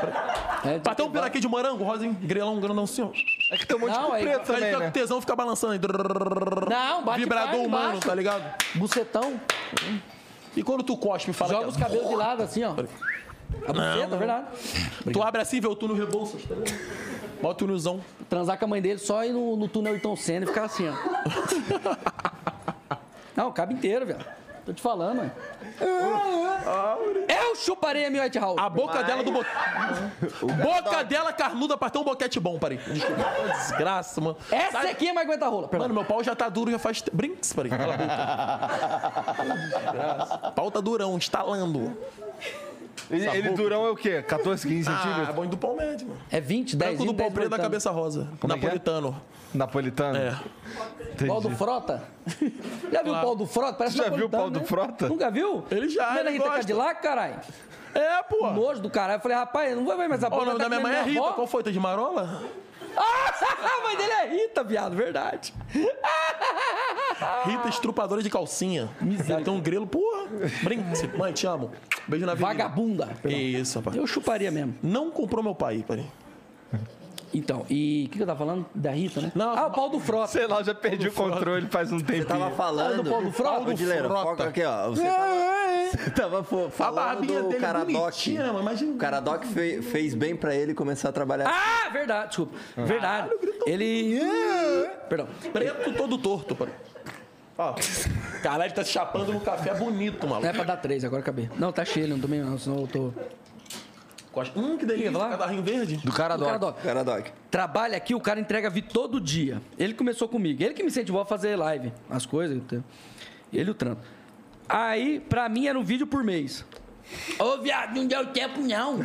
[SPEAKER 2] É,
[SPEAKER 3] Bateu um piraquê de morango, rosa, hein? grelão, grandão, assim, ó.
[SPEAKER 1] É que tem um monte de
[SPEAKER 2] Não,
[SPEAKER 1] cu
[SPEAKER 2] é
[SPEAKER 1] preto
[SPEAKER 2] igual-
[SPEAKER 1] também,
[SPEAKER 3] Aí
[SPEAKER 1] né?
[SPEAKER 3] o tesão fica balançando aí.
[SPEAKER 2] Não, bate
[SPEAKER 3] Vibrador
[SPEAKER 2] parte
[SPEAKER 3] humano,
[SPEAKER 2] embaixo.
[SPEAKER 3] tá ligado?
[SPEAKER 2] Bucetão,
[SPEAKER 3] E quando tu cospe, fala
[SPEAKER 2] joga
[SPEAKER 3] que- é
[SPEAKER 2] os cabelos de lado assim, ó. A buceta, é verdade.
[SPEAKER 3] Tu abre assim e vê o túnel Rebouças, tá ligado? Mó túnelzão.
[SPEAKER 2] transar com a mãe dele só ir no, no túnel Ayrton Senna e ficar assim, ó. Não, cabe inteiro, velho. Tô te falando, mano. Eu chuparei a minha White House.
[SPEAKER 3] A boca dela do bo... Boca dela carnuda pra ter um boquete bom, parei. Desculpa. Desgraça, mano.
[SPEAKER 2] Essa
[SPEAKER 3] Sai-
[SPEAKER 2] aqui é mais aguenta rola. Perdão.
[SPEAKER 3] Mano, meu pau já tá duro, já faz. te- Brinks, peraí. Cala a boca. Desgraça. Pau tá durão, estalando.
[SPEAKER 1] Ele, ele
[SPEAKER 3] Sabuco.
[SPEAKER 1] durão é o quê? 14, 15
[SPEAKER 3] Ah, é
[SPEAKER 1] centímetros?
[SPEAKER 3] bom do Palmeiras, mano.
[SPEAKER 2] É 20, 10
[SPEAKER 3] Branco do
[SPEAKER 2] idas,
[SPEAKER 3] pau
[SPEAKER 2] 10
[SPEAKER 3] preto da
[SPEAKER 2] voltando.
[SPEAKER 3] cabeça rosa.
[SPEAKER 1] Como é que é?
[SPEAKER 3] Napolitano.
[SPEAKER 1] Napolitano?
[SPEAKER 3] É.
[SPEAKER 1] Entendi.
[SPEAKER 2] Pau do Frota? Já viu o pau do Frota? Parece
[SPEAKER 1] Você já viu o pau
[SPEAKER 2] napolitano,
[SPEAKER 1] do Frota?
[SPEAKER 2] né? Nunca viu?
[SPEAKER 3] Ele já,
[SPEAKER 2] Não é da
[SPEAKER 3] ele
[SPEAKER 2] Rita
[SPEAKER 3] gosta.
[SPEAKER 2] Cadillac, caralho?
[SPEAKER 3] É, pô. Ó,
[SPEAKER 2] Nojo do caralho. Eu falei, rapaz, não vai ver mais essa
[SPEAKER 3] O nome da minha mãe é Rita.
[SPEAKER 2] avó.
[SPEAKER 3] Qual foi? Tá de marola?
[SPEAKER 2] Ah, a mãe dele é Rita, viado, verdade.
[SPEAKER 1] Ah.
[SPEAKER 3] Rita, estrupadora de calcinha. Miséria. Tem um grelo, porra. Brinca. Mãe, te amo. Beijo na vida.
[SPEAKER 2] Vagabunda.
[SPEAKER 3] Que isso, rapaz.
[SPEAKER 2] Eu chuparia mesmo.
[SPEAKER 3] Não comprou meu pai, peraí.
[SPEAKER 2] Então, e o que, que eu tava falando? Da Rita, né?
[SPEAKER 3] Não,
[SPEAKER 2] ah, o pau do Frota.
[SPEAKER 1] Sei lá, eu já perdi o controle faz um tempinho.
[SPEAKER 4] Tava falando.
[SPEAKER 2] do Paulo Frota?
[SPEAKER 4] Ô, Dileiro,
[SPEAKER 3] Frota.
[SPEAKER 4] foca aqui, ó. Você
[SPEAKER 1] Ah, é,
[SPEAKER 4] tava, você tava fo- falando
[SPEAKER 3] barbinha dele
[SPEAKER 4] do
[SPEAKER 3] é
[SPEAKER 4] Caradoc.
[SPEAKER 3] bonitinha, mano, imagina.
[SPEAKER 4] O Caradoc fe- fez bem pra ele começar a trabalhar.
[SPEAKER 2] Ah, verdade, desculpa. Verdade. Ele.
[SPEAKER 1] é.
[SPEAKER 2] Perdão.
[SPEAKER 3] Preto todo torto, peraí. Ó, caralho, tá se chapando no café bonito,
[SPEAKER 2] Não é
[SPEAKER 3] maluco.
[SPEAKER 2] pra dar três, agora acabei. Não, tá cheio, não tomei não, senão eu tô.
[SPEAKER 3] Costa- Hum, que delícia.
[SPEAKER 2] lá?
[SPEAKER 3] Cadarrinho verde.
[SPEAKER 1] Do cara
[SPEAKER 2] O cara
[SPEAKER 1] adora.
[SPEAKER 2] adora.
[SPEAKER 4] Caradoc.
[SPEAKER 2] Trabalha aqui, o cara entrega vídeo todo dia. Ele começou comigo. Ele que me incentivou a fazer live, as coisas. tá? Ele e o trampo. Aí, pra mim, era um vídeo por mês. Ô, viado, não deu tempo, não.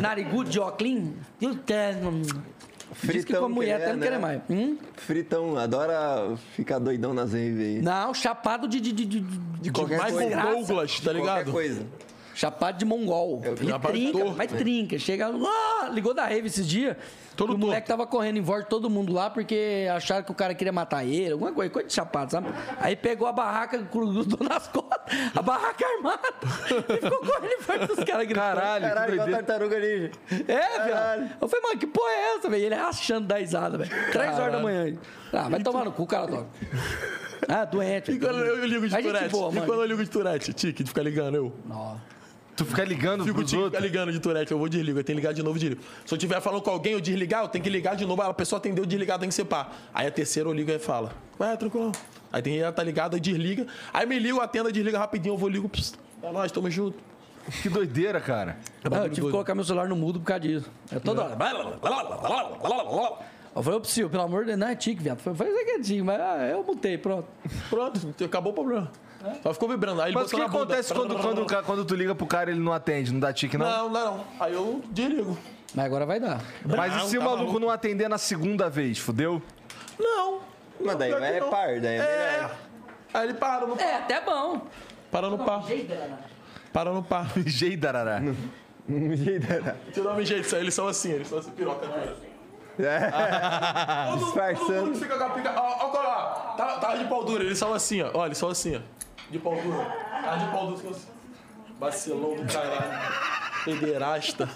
[SPEAKER 2] Narigudo de Oclin. Deus quer, mano. Diz é, hum, que
[SPEAKER 4] Fritão
[SPEAKER 2] com a mulher
[SPEAKER 4] que
[SPEAKER 2] até
[SPEAKER 4] ele é,
[SPEAKER 2] não querer
[SPEAKER 4] né?
[SPEAKER 2] mais. Hum?
[SPEAKER 4] Fritão, adora ficar doidão nas raves aí.
[SPEAKER 2] Não, chapado de. de, de, de- de-
[SPEAKER 4] qualquer
[SPEAKER 3] Michael
[SPEAKER 4] coisa.
[SPEAKER 3] Douglas, tá
[SPEAKER 4] Qualquer
[SPEAKER 3] ligado?
[SPEAKER 4] coisa.
[SPEAKER 2] chapado de mongol. Ele
[SPEAKER 3] É, chapado
[SPEAKER 2] trinca,
[SPEAKER 3] torto, né?
[SPEAKER 2] mas trinca. Chega. Ah, ligou da rave esses dias.
[SPEAKER 3] Todo
[SPEAKER 2] que o moleque
[SPEAKER 3] torto.
[SPEAKER 2] tava correndo em volta de todo mundo lá porque acharam que o cara queria matar ele, alguma coisa, coisa de chapado, sabe? Aí pegou a barraca, grudou nas costas, a barraca armada e ficou correndo em volta dos caras gritando.
[SPEAKER 1] Caralho, que
[SPEAKER 4] Caralho, igual
[SPEAKER 1] doideira.
[SPEAKER 4] tartaruga ninja.
[SPEAKER 2] É, velho. Eu falei, mano, que porra é essa, velho? Ele rachando da risada, velho. Três horas da manhã. Ah, vai tomar no cu, cara, toca. Ah, doente.
[SPEAKER 3] E quando eu ligo de
[SPEAKER 2] Mas gente
[SPEAKER 3] Tourette?
[SPEAKER 2] boa,
[SPEAKER 3] e
[SPEAKER 2] mano.
[SPEAKER 3] quando eu ligo de Tourette? Tique, de ficar ligando eu.
[SPEAKER 2] Não.
[SPEAKER 1] Tu fica ligando
[SPEAKER 3] Fico
[SPEAKER 1] pros
[SPEAKER 3] tique, ficar
[SPEAKER 1] outros.
[SPEAKER 3] ligando de Tourette. Eu vou desligo. Eu tenho que ligar de novo, desligo. Se eu tiver falando com alguém, eu desligar, eu tenho que ligar de novo. Ah, A pessoa atendeu, desligar, tem que ser pá. Aí a terceira eu ligo e fala. Ué, tranquilo. Aí tem ela tá ligada, aí desliga. Aí me liga, atenda, desliga rapidinho, eu vou ligo. Pss, é nóis, tamo junto.
[SPEAKER 1] Que doideira, cara.
[SPEAKER 3] É
[SPEAKER 2] Ah, eu
[SPEAKER 3] bagulho
[SPEAKER 2] tive que
[SPEAKER 3] doido.
[SPEAKER 2] colocar meu celular no mudo por causa disso. É toda hora. Eu falei, ô Psyu, pelo amor de Deus, não é tique, viado. Eu falei, você que é tique, mas ah, eu mutei, pronto.
[SPEAKER 3] Pronto, acabou o problema. Só ficou vibrando. Aí ele
[SPEAKER 1] Mas o
[SPEAKER 3] botou
[SPEAKER 1] que
[SPEAKER 3] na bunda.
[SPEAKER 1] acontece quando, quando, o cara- quando tu liga pro cara ele não atende, não dá tique, não?
[SPEAKER 3] Não, não, não. Aí eu desligo.
[SPEAKER 2] Mas agora vai dar.
[SPEAKER 1] Mas e se o
[SPEAKER 3] tá
[SPEAKER 1] maluco
[SPEAKER 3] maluco.
[SPEAKER 1] não atender na segunda vez, fudeu?
[SPEAKER 3] Não.
[SPEAKER 4] Mas daí
[SPEAKER 3] Pior que
[SPEAKER 4] é
[SPEAKER 3] não.
[SPEAKER 4] par, daí é melhor.
[SPEAKER 3] Aí ele parou no,
[SPEAKER 2] É, até bom.
[SPEAKER 3] parou no par. Parou no par.
[SPEAKER 1] Jeidarará.
[SPEAKER 3] Seu nome é jeito, eles são assim, eles são assim, piroca. né? Todo- Todo
[SPEAKER 4] Disfarçando.
[SPEAKER 3] mundo fica com a pica. Ó, ó, ó, ó, tá, tá de pau dura, eles são assim, ó. Ó, eles são assim, ó. De pau dura. Tá de pau dura. são assim. Vacilão do caralho. Pederasta.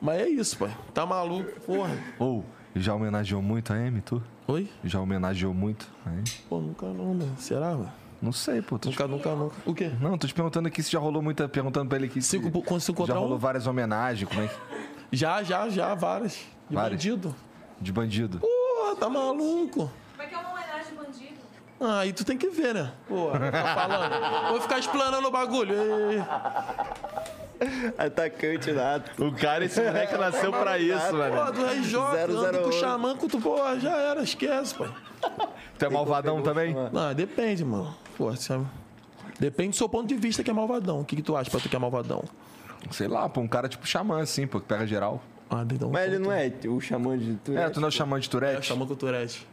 [SPEAKER 3] Mas é isso, pai. Tá maluco, porra.
[SPEAKER 1] Ou, já homenageou muito a Amy, tu?
[SPEAKER 3] Oi?
[SPEAKER 1] Já homenageou muito a Amy?
[SPEAKER 3] Pô, nunca não, né? Será, velho?
[SPEAKER 1] Não sei, pô. Tô te...
[SPEAKER 3] Nunca, nunca, nunca. O quê?
[SPEAKER 1] Não, tô te perguntando aqui se já rolou muita. Perguntando pra ele aqui se.
[SPEAKER 3] Cinco, quando se
[SPEAKER 1] Já
[SPEAKER 3] encontrar
[SPEAKER 1] rolou
[SPEAKER 3] um.
[SPEAKER 1] várias homenagens, como é que.
[SPEAKER 3] Já, já, já, várias. De
[SPEAKER 1] Várias?
[SPEAKER 3] bandido.
[SPEAKER 1] De bandido.
[SPEAKER 3] Porra, tá maluco.
[SPEAKER 8] Vai que é uma homenagem ao bandido.
[SPEAKER 3] Ah, aí tu tem que ver, né? Pô, tá falando. Vou ficar explanando o bagulho. Ei,
[SPEAKER 4] Atacante nato.
[SPEAKER 1] O cara, esse moleque nasceu pra isso,
[SPEAKER 3] Pô, do RJ, anda com
[SPEAKER 4] 001.
[SPEAKER 3] o xamã, com tu, pô, já era, esquece, pai.
[SPEAKER 1] Tu é malvadão também?
[SPEAKER 3] Ah, depende, mano. Pô, sabe? Depende do seu ponto de vista que é malvadão. O que, que tu acha pra tu que é malvadão?
[SPEAKER 1] Sei lá, pô, um cara tipo xamã, assim, pô, que pega geral.
[SPEAKER 3] Ah, então.
[SPEAKER 4] Mas ele não é o xamã de tudo.
[SPEAKER 1] É, tu não é o xamã de
[SPEAKER 3] É,
[SPEAKER 1] Tourette?
[SPEAKER 3] xamã com o Tourette.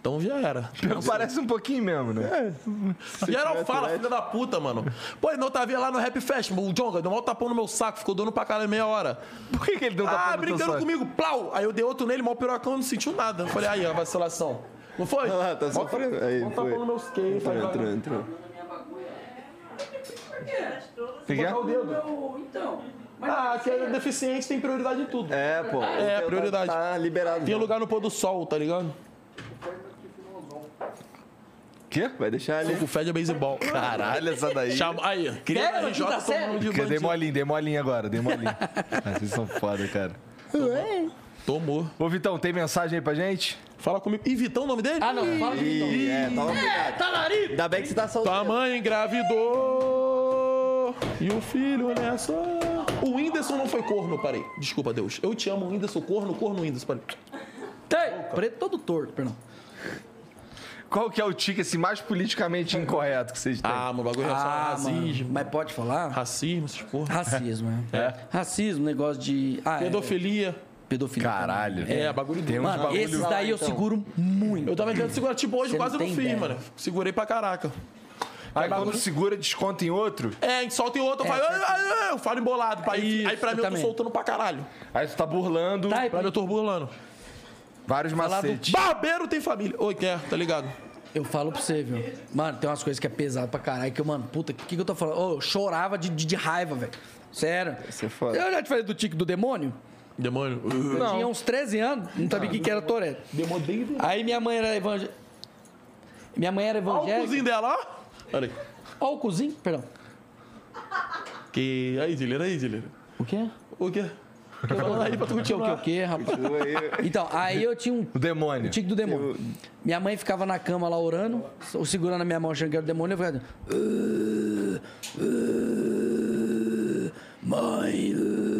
[SPEAKER 3] Então já era.
[SPEAKER 1] Parece um pouquinho mesmo,
[SPEAKER 3] É.
[SPEAKER 1] né?
[SPEAKER 3] Geral fala, filha da puta, mano. Pô, não tá vendo lá no Rap Fest, o Jonga deu um tapão no meu saco, ficou dando pra caralho meia hora.
[SPEAKER 1] Por que, que ele tá deu
[SPEAKER 3] Ah,
[SPEAKER 1] tapa no teu
[SPEAKER 3] brincando
[SPEAKER 1] saco?
[SPEAKER 3] comigo, plau! Aí eu dei outro nele, mal pirocão, não sentiu nada. Eu falei, aí, ó, vacilação. Não foi?
[SPEAKER 4] Olha lá, tá
[SPEAKER 3] Mó-
[SPEAKER 4] sofrendo. Aí,
[SPEAKER 3] mó tapão
[SPEAKER 4] foi.
[SPEAKER 3] no meu skate,
[SPEAKER 4] Entrou,
[SPEAKER 3] falei,
[SPEAKER 4] entrou, entrou.
[SPEAKER 1] Que que é?
[SPEAKER 3] botar o dedo. Ah, que é deficiente tem prioridade em tudo.
[SPEAKER 4] É, pô.
[SPEAKER 3] É,
[SPEAKER 4] o teu
[SPEAKER 3] prioridade.
[SPEAKER 4] Tá, tá liberado.
[SPEAKER 3] Tem
[SPEAKER 4] já.
[SPEAKER 3] lugar no pôr do sol, tá ligado?
[SPEAKER 1] Quê?
[SPEAKER 4] Vai deixar ali.
[SPEAKER 3] O Fed é beisebol.
[SPEAKER 1] Caralho, essa daí.
[SPEAKER 3] Chama, aí, queria
[SPEAKER 2] Pega,
[SPEAKER 3] na RJ
[SPEAKER 2] quinta
[SPEAKER 3] todo mundo de
[SPEAKER 1] Que eu dei
[SPEAKER 3] bandido.
[SPEAKER 1] molinho, dei molinho agora, dei molinho. Ah, Vocês são foda, cara.
[SPEAKER 3] Tomou.
[SPEAKER 1] Ô, Vitão, tem mensagem aí pra gente?
[SPEAKER 3] Fala comigo. E Vitão, o nome dele?
[SPEAKER 2] Ah, não, fala que então.
[SPEAKER 4] Ih, é, toma cuidado.
[SPEAKER 2] Talarico!
[SPEAKER 4] Ainda bem que você tá
[SPEAKER 3] Tua
[SPEAKER 4] soltando.
[SPEAKER 3] mãe engravidou e o filho nessa. O Whindersson não foi corno, parei. Desculpa, Deus. Eu te amo, Whindersson. Corno, corno, Whindersson. Parei.
[SPEAKER 2] Tem! Preto todo torto, perdão.
[SPEAKER 1] Qual que é o tique assim, mais politicamente incorreto que vocês têm?
[SPEAKER 3] Ah, mano, o bagulho é só
[SPEAKER 2] Ah,
[SPEAKER 3] racismo.
[SPEAKER 2] mano, mas pode falar?
[SPEAKER 3] Racismo, essas porra.
[SPEAKER 2] Racismo, é. Racismo, negócio de. Ah, é,
[SPEAKER 3] Pedofilia.
[SPEAKER 2] pedofilia.
[SPEAKER 1] Caralho.
[SPEAKER 3] É, bagulho
[SPEAKER 1] Tem
[SPEAKER 3] doido.
[SPEAKER 1] uns
[SPEAKER 2] Mano,
[SPEAKER 1] bagulho.
[SPEAKER 2] esses daí eu seguro muito.
[SPEAKER 3] Eu tava tentando segurar, tipo, hoje
[SPEAKER 2] Você não
[SPEAKER 3] quase eu não
[SPEAKER 2] tem
[SPEAKER 3] fiz,
[SPEAKER 2] ideia. É
[SPEAKER 3] mano. Segurei pra caraca.
[SPEAKER 1] Aí quando
[SPEAKER 3] bagulho-
[SPEAKER 1] segura, desconta em outro,
[SPEAKER 3] É, solta em outro, eu falo, "Ai, ai, ai", eu falo embolado. pra- Aí, aí pra mim eu tô
[SPEAKER 2] também.
[SPEAKER 3] soltando pra caralho.
[SPEAKER 1] aí você tá burlando
[SPEAKER 2] Tá, e-
[SPEAKER 3] Pra mim eu tô burlando.
[SPEAKER 1] vários macetes.
[SPEAKER 3] Barbeiro tem família. Oi, quem é? Tá ligado?
[SPEAKER 2] eu falo pra você, viu? Mano, tem umas coisas que é pesado pra caralho. Que eu, mano, puta, o que, que eu tô falando? Ô, eu chorava de, de, de raiva, velho. Sério.
[SPEAKER 4] Isso é foda.
[SPEAKER 2] Eu já te falei do tique do demônio?
[SPEAKER 3] Demônio.
[SPEAKER 2] Eu tinha uns 13 anos, não sabia o que, que era Toreto.
[SPEAKER 3] Demônio bem
[SPEAKER 2] Aí minha mãe era evangélica. Minha mãe era
[SPEAKER 3] Olha o
[SPEAKER 2] evangélica.
[SPEAKER 3] cozinho dela, ó. Olha aí.
[SPEAKER 2] Ó, o cozinho? Perdão.
[SPEAKER 3] Que... Aí, Dileira, aí, Dileira.
[SPEAKER 2] O quê?
[SPEAKER 3] O quê? Tô falando aí pra tu
[SPEAKER 2] O que, o que, o
[SPEAKER 3] continuar.
[SPEAKER 2] que, rapaz? Então, aí eu tinha um
[SPEAKER 1] O demônio.
[SPEAKER 2] tique do demônio. Minha mãe ficava na cama lá orando, ou segurando a minha mão achando que era o demônio, eu ficava. assim, "Ah, ah, Mãe.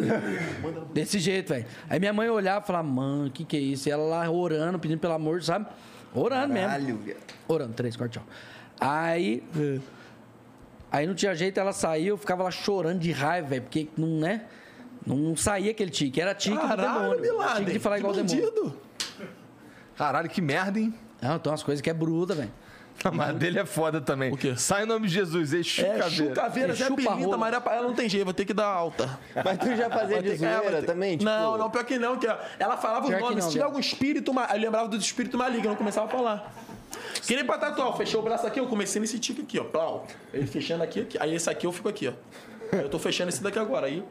[SPEAKER 2] ah." Desse jeito, velho. Aí minha mãe olhava e falava, mãe, o que, que é isso? E ela lá orando, pedindo pelo amor, sabe? Orando mesmo.
[SPEAKER 4] Caralho, viado.
[SPEAKER 2] Orando, três, quatro, tchau. Aí. Aí não tinha jeito, ela saiu, eu ficava lá chorando de raiva, velho, porque não, né? Não saía aquele tique, era tique do
[SPEAKER 3] Caralho,
[SPEAKER 2] é um demônio.
[SPEAKER 3] Milagre.
[SPEAKER 2] tique de falar igual o demônio.
[SPEAKER 3] bandido.
[SPEAKER 1] Caralho, que merda, hein?
[SPEAKER 2] Não, tem umas coisas que é bruta, velho.
[SPEAKER 1] Não, mas a dele é foda também.
[SPEAKER 3] O quê?
[SPEAKER 1] Sai em nome de Jesus, Exu
[SPEAKER 3] É,
[SPEAKER 1] Caveira.
[SPEAKER 3] chucaveira,
[SPEAKER 2] É,
[SPEAKER 3] Zé
[SPEAKER 2] chupa
[SPEAKER 3] Pelinta,
[SPEAKER 2] rola.
[SPEAKER 3] Maria Paela não tem jeito, vai ter que dar alta.
[SPEAKER 4] Mas tu já
[SPEAKER 2] Ah,
[SPEAKER 4] fazia de
[SPEAKER 3] É, vai
[SPEAKER 4] zoeira
[SPEAKER 3] ter-
[SPEAKER 4] também? Tipo,
[SPEAKER 3] Não, não, pior que não. Que ela falava
[SPEAKER 2] Pior
[SPEAKER 3] os
[SPEAKER 2] que
[SPEAKER 3] nomes.
[SPEAKER 2] não, né?
[SPEAKER 3] Se tiver
[SPEAKER 2] velho.
[SPEAKER 3] algum espírito, ma- eu lembrava do espírito maligno, eu não começava a falar. Que nem pra tatuar, eu fechei o braço aqui, eu comecei nesse tique aqui, ó. Plau. Ele fechando aqui, aqui. Aí esse aqui eu fico aqui, ó. Eu tô fechando esse daqui agora. Aí.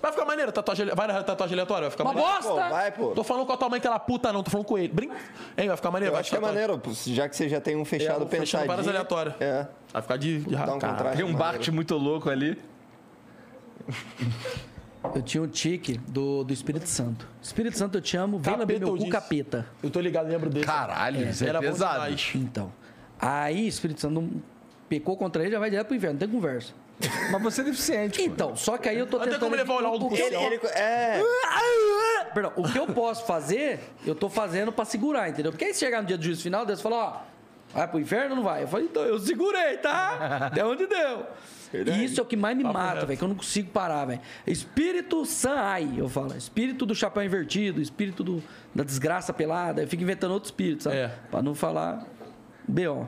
[SPEAKER 3] Vai ficar maneiro, tatuagem. ale- Vai na tatuagem aleatória, vai ficar
[SPEAKER 2] Uma
[SPEAKER 3] maneiro.
[SPEAKER 4] Pô,
[SPEAKER 2] bosta!
[SPEAKER 4] vai, pô.
[SPEAKER 3] Tô falando com a tua mãe que ela é puta, não, tô falando com ele. Brinca. Hein, vai ficar maneiro,
[SPEAKER 4] Eu
[SPEAKER 3] vai
[SPEAKER 4] acho que é
[SPEAKER 3] ficar
[SPEAKER 4] maneiro, pô, já que você já tem um fechado
[SPEAKER 3] É, um fechado,
[SPEAKER 4] pensadinho.
[SPEAKER 3] várias aleatórias.
[SPEAKER 4] É,
[SPEAKER 3] Vai ficar de, de
[SPEAKER 2] Ah,
[SPEAKER 4] dá um
[SPEAKER 3] cara.
[SPEAKER 4] contraste.
[SPEAKER 1] Tem um Bart muito louco ali.
[SPEAKER 2] Eu tinha um tique do, do Espírito Santo. Espírito Santo, eu te amo, vem lamber
[SPEAKER 3] Capeta, eu
[SPEAKER 2] meu cu
[SPEAKER 3] disse.
[SPEAKER 2] capeta.
[SPEAKER 3] Eu tô ligado, lembro desse.
[SPEAKER 1] Caralho, isso é
[SPEAKER 3] Era bom
[SPEAKER 1] pesado.
[SPEAKER 3] demais.
[SPEAKER 2] Então. Aí, Espírito Santo não pecou contra ele, já vai direto pro inferno, não tem conversa.
[SPEAKER 1] Mas você é deficiente. pô.
[SPEAKER 2] Então, só que aí eu tô
[SPEAKER 3] Não tem
[SPEAKER 2] tentando.
[SPEAKER 3] como levar o laudo pro
[SPEAKER 2] que eu-
[SPEAKER 4] Ele, ele- é,
[SPEAKER 2] Perdão, o que eu posso fazer, eu tô fazendo pra segurar, entendeu? Porque aí se chegar no dia do juízo final, Deus fala, ó, vai pro inferno ou não vai? Eu falei, então, eu segurei, tá? Até onde deu. E isso é o que mais me mata, velho, que eu não consigo parar, velho. Espírito Sanai, eu falo. Espírito do chapéu invertido, espírito do- da desgraça pelada. Eu fico inventando outro espírito, sabe?
[SPEAKER 3] É.
[SPEAKER 2] Pra não falar B.O.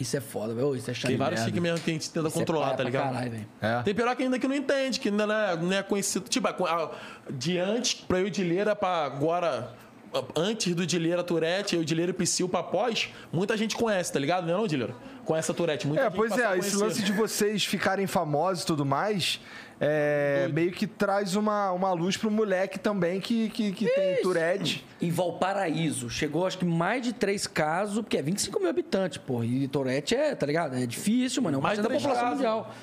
[SPEAKER 2] Isso é foda, velho. Isso é chato.
[SPEAKER 3] Tem vários tiques mesmo que a gente tenta controlar, tá ligado?
[SPEAKER 2] é Caralho, velho.
[SPEAKER 1] É.
[SPEAKER 3] Tem piroca ainda que não entende, que ainda não é, não é conhecido. Tipo, a- a- de antes pra eu e Dileira pra agora. a- Antes do Dileira Turete, eu, Dileira e Psyu pra pós, muita gente conhece, tá ligado? Não é não, Dileira? Conhece a Turete. Muita
[SPEAKER 1] É,
[SPEAKER 3] gente
[SPEAKER 1] pois
[SPEAKER 3] passa a
[SPEAKER 1] é, esse
[SPEAKER 3] conhecer.
[SPEAKER 1] lance de vocês ficarem famosos e tudo mais, é, meio que traz uma, uma luz pro moleque também que, que, que tem Tourette.
[SPEAKER 2] Em Valparaíso, chegou acho que mais de três casos, porque é 25 mil habitantes, pô. E Torete é, tá ligado? É difícil, mano. É um
[SPEAKER 3] Mais
[SPEAKER 2] mais da
[SPEAKER 3] três
[SPEAKER 2] população
[SPEAKER 3] casos.
[SPEAKER 2] mundial.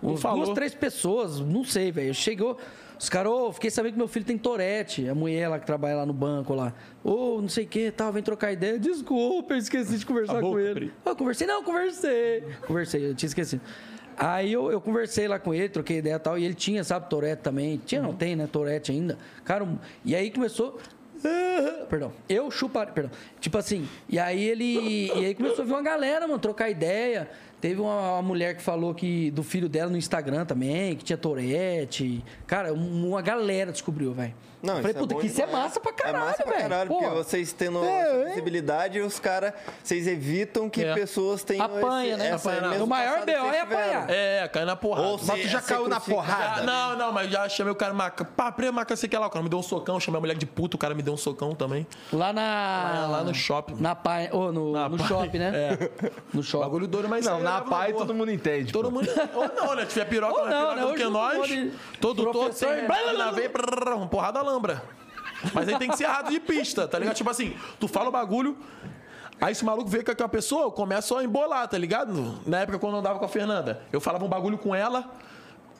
[SPEAKER 2] Uns
[SPEAKER 3] falou.
[SPEAKER 2] duas, três pessoas, não sei, velho. Chegou. Os caras, ô, fiquei sabendo que meu filho tem Torete, a mulher lá que trabalha lá no banco lá. Ô, não sei o que, tal, vem trocar ideia. Desculpa, eu esqueci de conversar
[SPEAKER 3] A boca,
[SPEAKER 2] com ele.
[SPEAKER 3] Pri.
[SPEAKER 2] Ah, Eu conversei, não, conversei. Conversei, eu tinha esquecido. Aí eu, eu conversei lá com ele, troquei ideia e tal, e ele tinha, sabe, Tourette também. Tinha,
[SPEAKER 4] Uhum.
[SPEAKER 2] não tem, né, Tourette ainda. Cara, um- e aí começou... ah, Perdão, eu chuparia, perdão. Tipo assim, e aí ele. E aí começou a vir uma galera, mano, trocar ideia. Teve uma, uma mulher que falou que do filho dela no Instagram também, que tinha Tourette. Cara, um- uma galera descobriu, velho.
[SPEAKER 4] Não,
[SPEAKER 2] Eu Falei,
[SPEAKER 4] isso é
[SPEAKER 2] puta,
[SPEAKER 4] bom
[SPEAKER 2] que isso é
[SPEAKER 4] demais.
[SPEAKER 2] massa pra
[SPEAKER 4] É
[SPEAKER 2] caralho,
[SPEAKER 4] massa pra
[SPEAKER 2] velho.
[SPEAKER 4] caralho,
[SPEAKER 2] Pô. É,
[SPEAKER 4] porque vocês tendo essa visibilidade, os caras, vocês evitam que
[SPEAKER 3] É.
[SPEAKER 4] pessoas tenham
[SPEAKER 2] Apanha,
[SPEAKER 4] esse,
[SPEAKER 2] né?
[SPEAKER 4] essa
[SPEAKER 2] Apanha, né?
[SPEAKER 4] mesmo
[SPEAKER 2] O maior
[SPEAKER 4] passado que
[SPEAKER 2] BO é
[SPEAKER 4] vocês tiveram.
[SPEAKER 2] apanhar.
[SPEAKER 3] É, cai na porrada.
[SPEAKER 4] Ou
[SPEAKER 1] Mas tu
[SPEAKER 4] se-
[SPEAKER 1] já
[SPEAKER 4] ser
[SPEAKER 1] caiu na
[SPEAKER 4] crucificado.
[SPEAKER 1] porrada?
[SPEAKER 3] Ah, não, não, mas já chamei o cara, maca, pá, prê, maca, sei que lá, o cara me deu um socão, chamei a mulher de puta, o cara me deu um socão também.
[SPEAKER 2] Lá na.
[SPEAKER 3] Lá- lá no shopping.
[SPEAKER 2] Na pai. Ô, no,
[SPEAKER 3] Na
[SPEAKER 2] no
[SPEAKER 3] pai, é.
[SPEAKER 2] shopping, né? No shopping.
[SPEAKER 3] Bagulho doido, mas
[SPEAKER 1] Não,
[SPEAKER 3] isso aí
[SPEAKER 1] na
[SPEAKER 3] leva
[SPEAKER 1] pai
[SPEAKER 3] boa.
[SPEAKER 1] todo mundo entende.
[SPEAKER 3] Todo
[SPEAKER 1] pô.
[SPEAKER 3] mundo. Ou não, né? Se tiver piroca,
[SPEAKER 2] Ou
[SPEAKER 3] não,
[SPEAKER 2] não,
[SPEAKER 3] é
[SPEAKER 2] né?
[SPEAKER 3] piroca do
[SPEAKER 2] Hoje
[SPEAKER 3] que
[SPEAKER 2] todo
[SPEAKER 3] nós.
[SPEAKER 2] mundo-
[SPEAKER 3] Todo torto,
[SPEAKER 2] Professor é-
[SPEAKER 3] sem
[SPEAKER 2] Renato.
[SPEAKER 3] na veia, brrr, um porrada lambra. Mas aí tem que ser errado de pista, tá ligado? Tipo assim, tu fala o bagulho. Aí esse maluco vê que aquela pessoa, eu começo a embolar, tá ligado? Na época quando eu andava com a Fernanda, eu falava um bagulho com ela,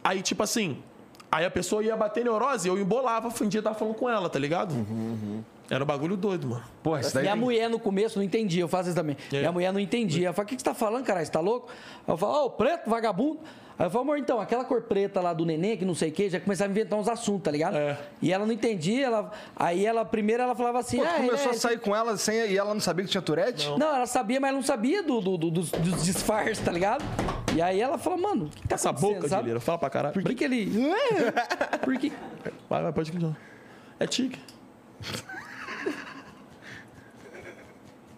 [SPEAKER 3] aí tipo assim, aí a pessoa ia bater neurose, eu embolava, fingia que tava falando com ela, tá ligado? Era um bagulho doido, mano.
[SPEAKER 1] Porra, isso daí
[SPEAKER 2] Minha
[SPEAKER 1] tem-
[SPEAKER 2] mulher no começo não entendia, eu faço isso também.
[SPEAKER 3] aí?
[SPEAKER 2] Minha mulher não entendia. Ela fala, o que, que você tá falando, caralho? Você tá louco? Aí Eu falo, ó, o preto, vagabundo. Aí eu falei, amor, então, aquela cor preta lá do neném, que não sei o que, já começava a inventar uns assuntos, tá ligado?
[SPEAKER 3] É.
[SPEAKER 2] E ela não entendia, ela... aí ela, primeiro ela falava assim...
[SPEAKER 1] Pô, tu
[SPEAKER 2] "Ah,
[SPEAKER 1] começou
[SPEAKER 2] é,
[SPEAKER 1] a sair com ela sem, e ela né? não sabia que tinha Tourette?
[SPEAKER 2] Não, ela sabia, mas ela não sabia do, do- do- dos, dos disfarces, tá ligado? E aí ela falou, mano, o que que tá
[SPEAKER 3] Essa
[SPEAKER 2] acontecendo,
[SPEAKER 3] boca,
[SPEAKER 2] sabe?
[SPEAKER 3] Dileira, fala pra caralho.
[SPEAKER 2] Por que que ele... Por que...
[SPEAKER 3] Vai, vai, pode continuar. É tique.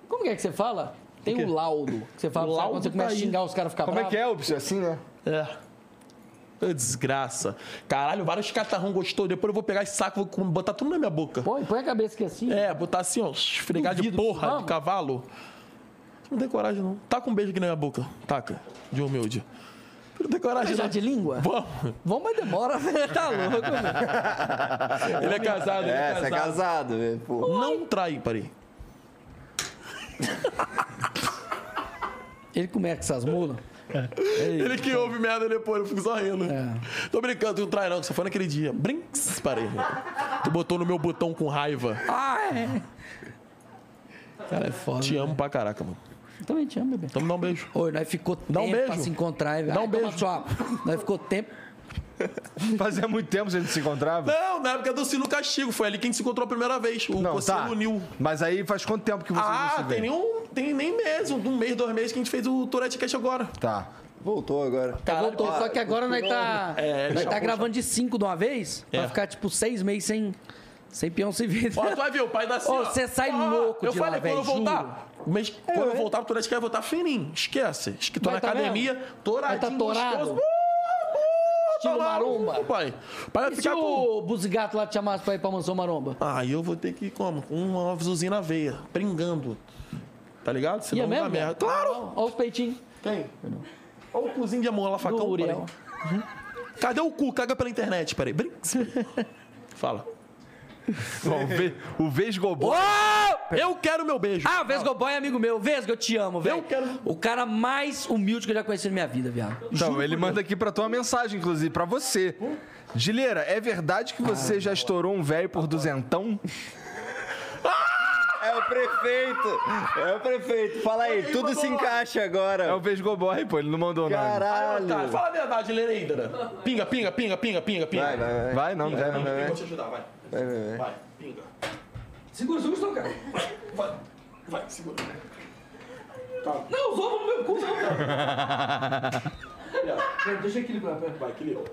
[SPEAKER 2] Como que é que você fala? Tem
[SPEAKER 3] O quê?
[SPEAKER 2] o laudo. Que você fala,
[SPEAKER 3] O
[SPEAKER 2] sabe
[SPEAKER 3] é? laudo
[SPEAKER 2] quando você
[SPEAKER 3] tá
[SPEAKER 2] começa
[SPEAKER 3] aí.
[SPEAKER 2] a xingar os caras, ficar
[SPEAKER 1] Como é
[SPEAKER 2] bravos?
[SPEAKER 1] que é, Ubs? Assim, né?
[SPEAKER 3] É. Ô, Desgraça. Caralho, vários catarrão gostou. Depois eu vou pegar esse saco, vou com- botar tudo na minha boca.
[SPEAKER 2] Põe, põe a cabeça aqui assim.
[SPEAKER 3] É, botar assim, ó, esfregar de
[SPEAKER 2] Duvido.
[SPEAKER 3] porra
[SPEAKER 2] Vamos.
[SPEAKER 3] de cavalo. Não tem coragem, não. Taca um beijo aqui na minha boca. Taca. De humilde. Não tem coragem,
[SPEAKER 2] Já
[SPEAKER 3] não.
[SPEAKER 2] de língua?
[SPEAKER 3] Vamos.
[SPEAKER 2] Vamos, mas demora, velho. Tá louco, mano.
[SPEAKER 3] Ele é casado, ele
[SPEAKER 4] É,
[SPEAKER 2] né,
[SPEAKER 3] é
[SPEAKER 4] você
[SPEAKER 3] casado.
[SPEAKER 4] é casado, velho. Pô.
[SPEAKER 3] Não trai, parei.
[SPEAKER 2] Ele começa com essas mulas.
[SPEAKER 3] Ele que ouve merda depois, eu fico só rindo.
[SPEAKER 2] É.
[SPEAKER 3] Tô brincando, tu não trai não, só foi naquele dia. Brinks, parei. Tu botou no meu botão com raiva.
[SPEAKER 2] Ah, é. Cara, é foda.
[SPEAKER 3] Te amo pra caraca, mano.
[SPEAKER 2] Também te amo, bebê.
[SPEAKER 3] Então me dá um beijo.
[SPEAKER 2] Oi, nós ficou
[SPEAKER 3] Dá um
[SPEAKER 2] tempo pra
[SPEAKER 3] beijo.
[SPEAKER 2] se encontrar, hein, velho.
[SPEAKER 3] Dá um
[SPEAKER 2] Ai, toma
[SPEAKER 3] beijo.
[SPEAKER 2] sua- Nós ficou tempo.
[SPEAKER 1] Fazia muito tempo que a gente se encontrava.
[SPEAKER 3] Não, na época do Sino Castigo, foi ali que a gente se encontrou a primeira vez. O
[SPEAKER 1] Não,
[SPEAKER 3] Pocilo
[SPEAKER 1] tá.
[SPEAKER 3] New.
[SPEAKER 1] Mas aí faz quanto tempo que vocês não se
[SPEAKER 3] Ah,
[SPEAKER 1] veem?
[SPEAKER 3] tem nem, um, tem nem mês, um, um mês, dois meses que a gente fez o Tourette Cash agora.
[SPEAKER 1] Tá.
[SPEAKER 4] Voltou agora.
[SPEAKER 2] Tá, voltou. Só que agora nós tá,
[SPEAKER 3] É,
[SPEAKER 2] nós
[SPEAKER 3] chapou,
[SPEAKER 2] tá gravando de cinco de uma vez.
[SPEAKER 3] É.
[SPEAKER 2] Pra ficar, tipo, seis meses sem, sem peão se ver.
[SPEAKER 3] Ó, tá tu vai ver, o pai da
[SPEAKER 2] Ô,
[SPEAKER 3] Cina.
[SPEAKER 2] você sai louco
[SPEAKER 3] Eu
[SPEAKER 2] de
[SPEAKER 3] falei,
[SPEAKER 2] lá, velho, É.
[SPEAKER 3] quando eu voltar, mas quando eu voltar, o Tourette Cash vai voltar fininho. Esquece. Acho que tô
[SPEAKER 2] Vai
[SPEAKER 3] na
[SPEAKER 2] tá
[SPEAKER 3] academia,
[SPEAKER 2] Vai tá
[SPEAKER 3] touradinho,
[SPEAKER 2] tourado.
[SPEAKER 3] gostoso.
[SPEAKER 2] Estilo
[SPEAKER 3] Tá lá,
[SPEAKER 2] maromba.
[SPEAKER 3] Pai, pai vai
[SPEAKER 2] E se
[SPEAKER 3] ficar com...
[SPEAKER 2] o Buzigato lá te chamasse pra ir pra Mansão Maromba?
[SPEAKER 3] Aí eu vou ter que ir como? Com uma azulzinha na veia, pringando. Tá ligado? Senão
[SPEAKER 2] Ia
[SPEAKER 3] não dá
[SPEAKER 2] é mesmo?
[SPEAKER 3] merda. Claro!
[SPEAKER 2] Olha os peitinhos.
[SPEAKER 3] Tem. Olha o cozinho de amor lá,
[SPEAKER 2] Do
[SPEAKER 3] facão.
[SPEAKER 2] Uriel.
[SPEAKER 3] peraí. Uhum. Cadê o cu? Caga pela internet, peraí. Brinks. Fala.
[SPEAKER 1] Bom, o ve- o Vesgobô.
[SPEAKER 2] Ô!
[SPEAKER 3] Eu quero meu beijo.
[SPEAKER 2] Ah, o Vesgo Boy é amigo meu. Vesgo, eu te amo, velho.
[SPEAKER 3] Eu quero-
[SPEAKER 2] O cara mais humilde que eu já conheci na minha vida, viado.
[SPEAKER 1] Então, ele manda aqui pra tu uma mensagem, inclusive, pra você. Gileira, é verdade que você já estourou um velho por duzentão?
[SPEAKER 4] É o prefeito! É o prefeito! Fala aí, tudo se encaixa
[SPEAKER 1] É o
[SPEAKER 4] agora.
[SPEAKER 1] Vesgoboy, pô, ele não mandou nada.
[SPEAKER 3] Ah,
[SPEAKER 4] Caralho!
[SPEAKER 3] tá. Fala a verdade, Lereidra. Pinga, pinga, pinga, pinga, pinga, pinga.
[SPEAKER 4] Vai, vai, vai.
[SPEAKER 1] Vai, É. não, né? não quer, não.
[SPEAKER 3] Eu vou te ajudar, vai.
[SPEAKER 4] vai, vai, vai.
[SPEAKER 3] Vai, pinga.
[SPEAKER 9] Segura, segura, segura, cara.
[SPEAKER 3] Vai, vai, segura. né?
[SPEAKER 9] Não, os ovos no meu cu, não, cara. Pera, Deixa eu equilibrar, pera.
[SPEAKER 3] Vai, que legal.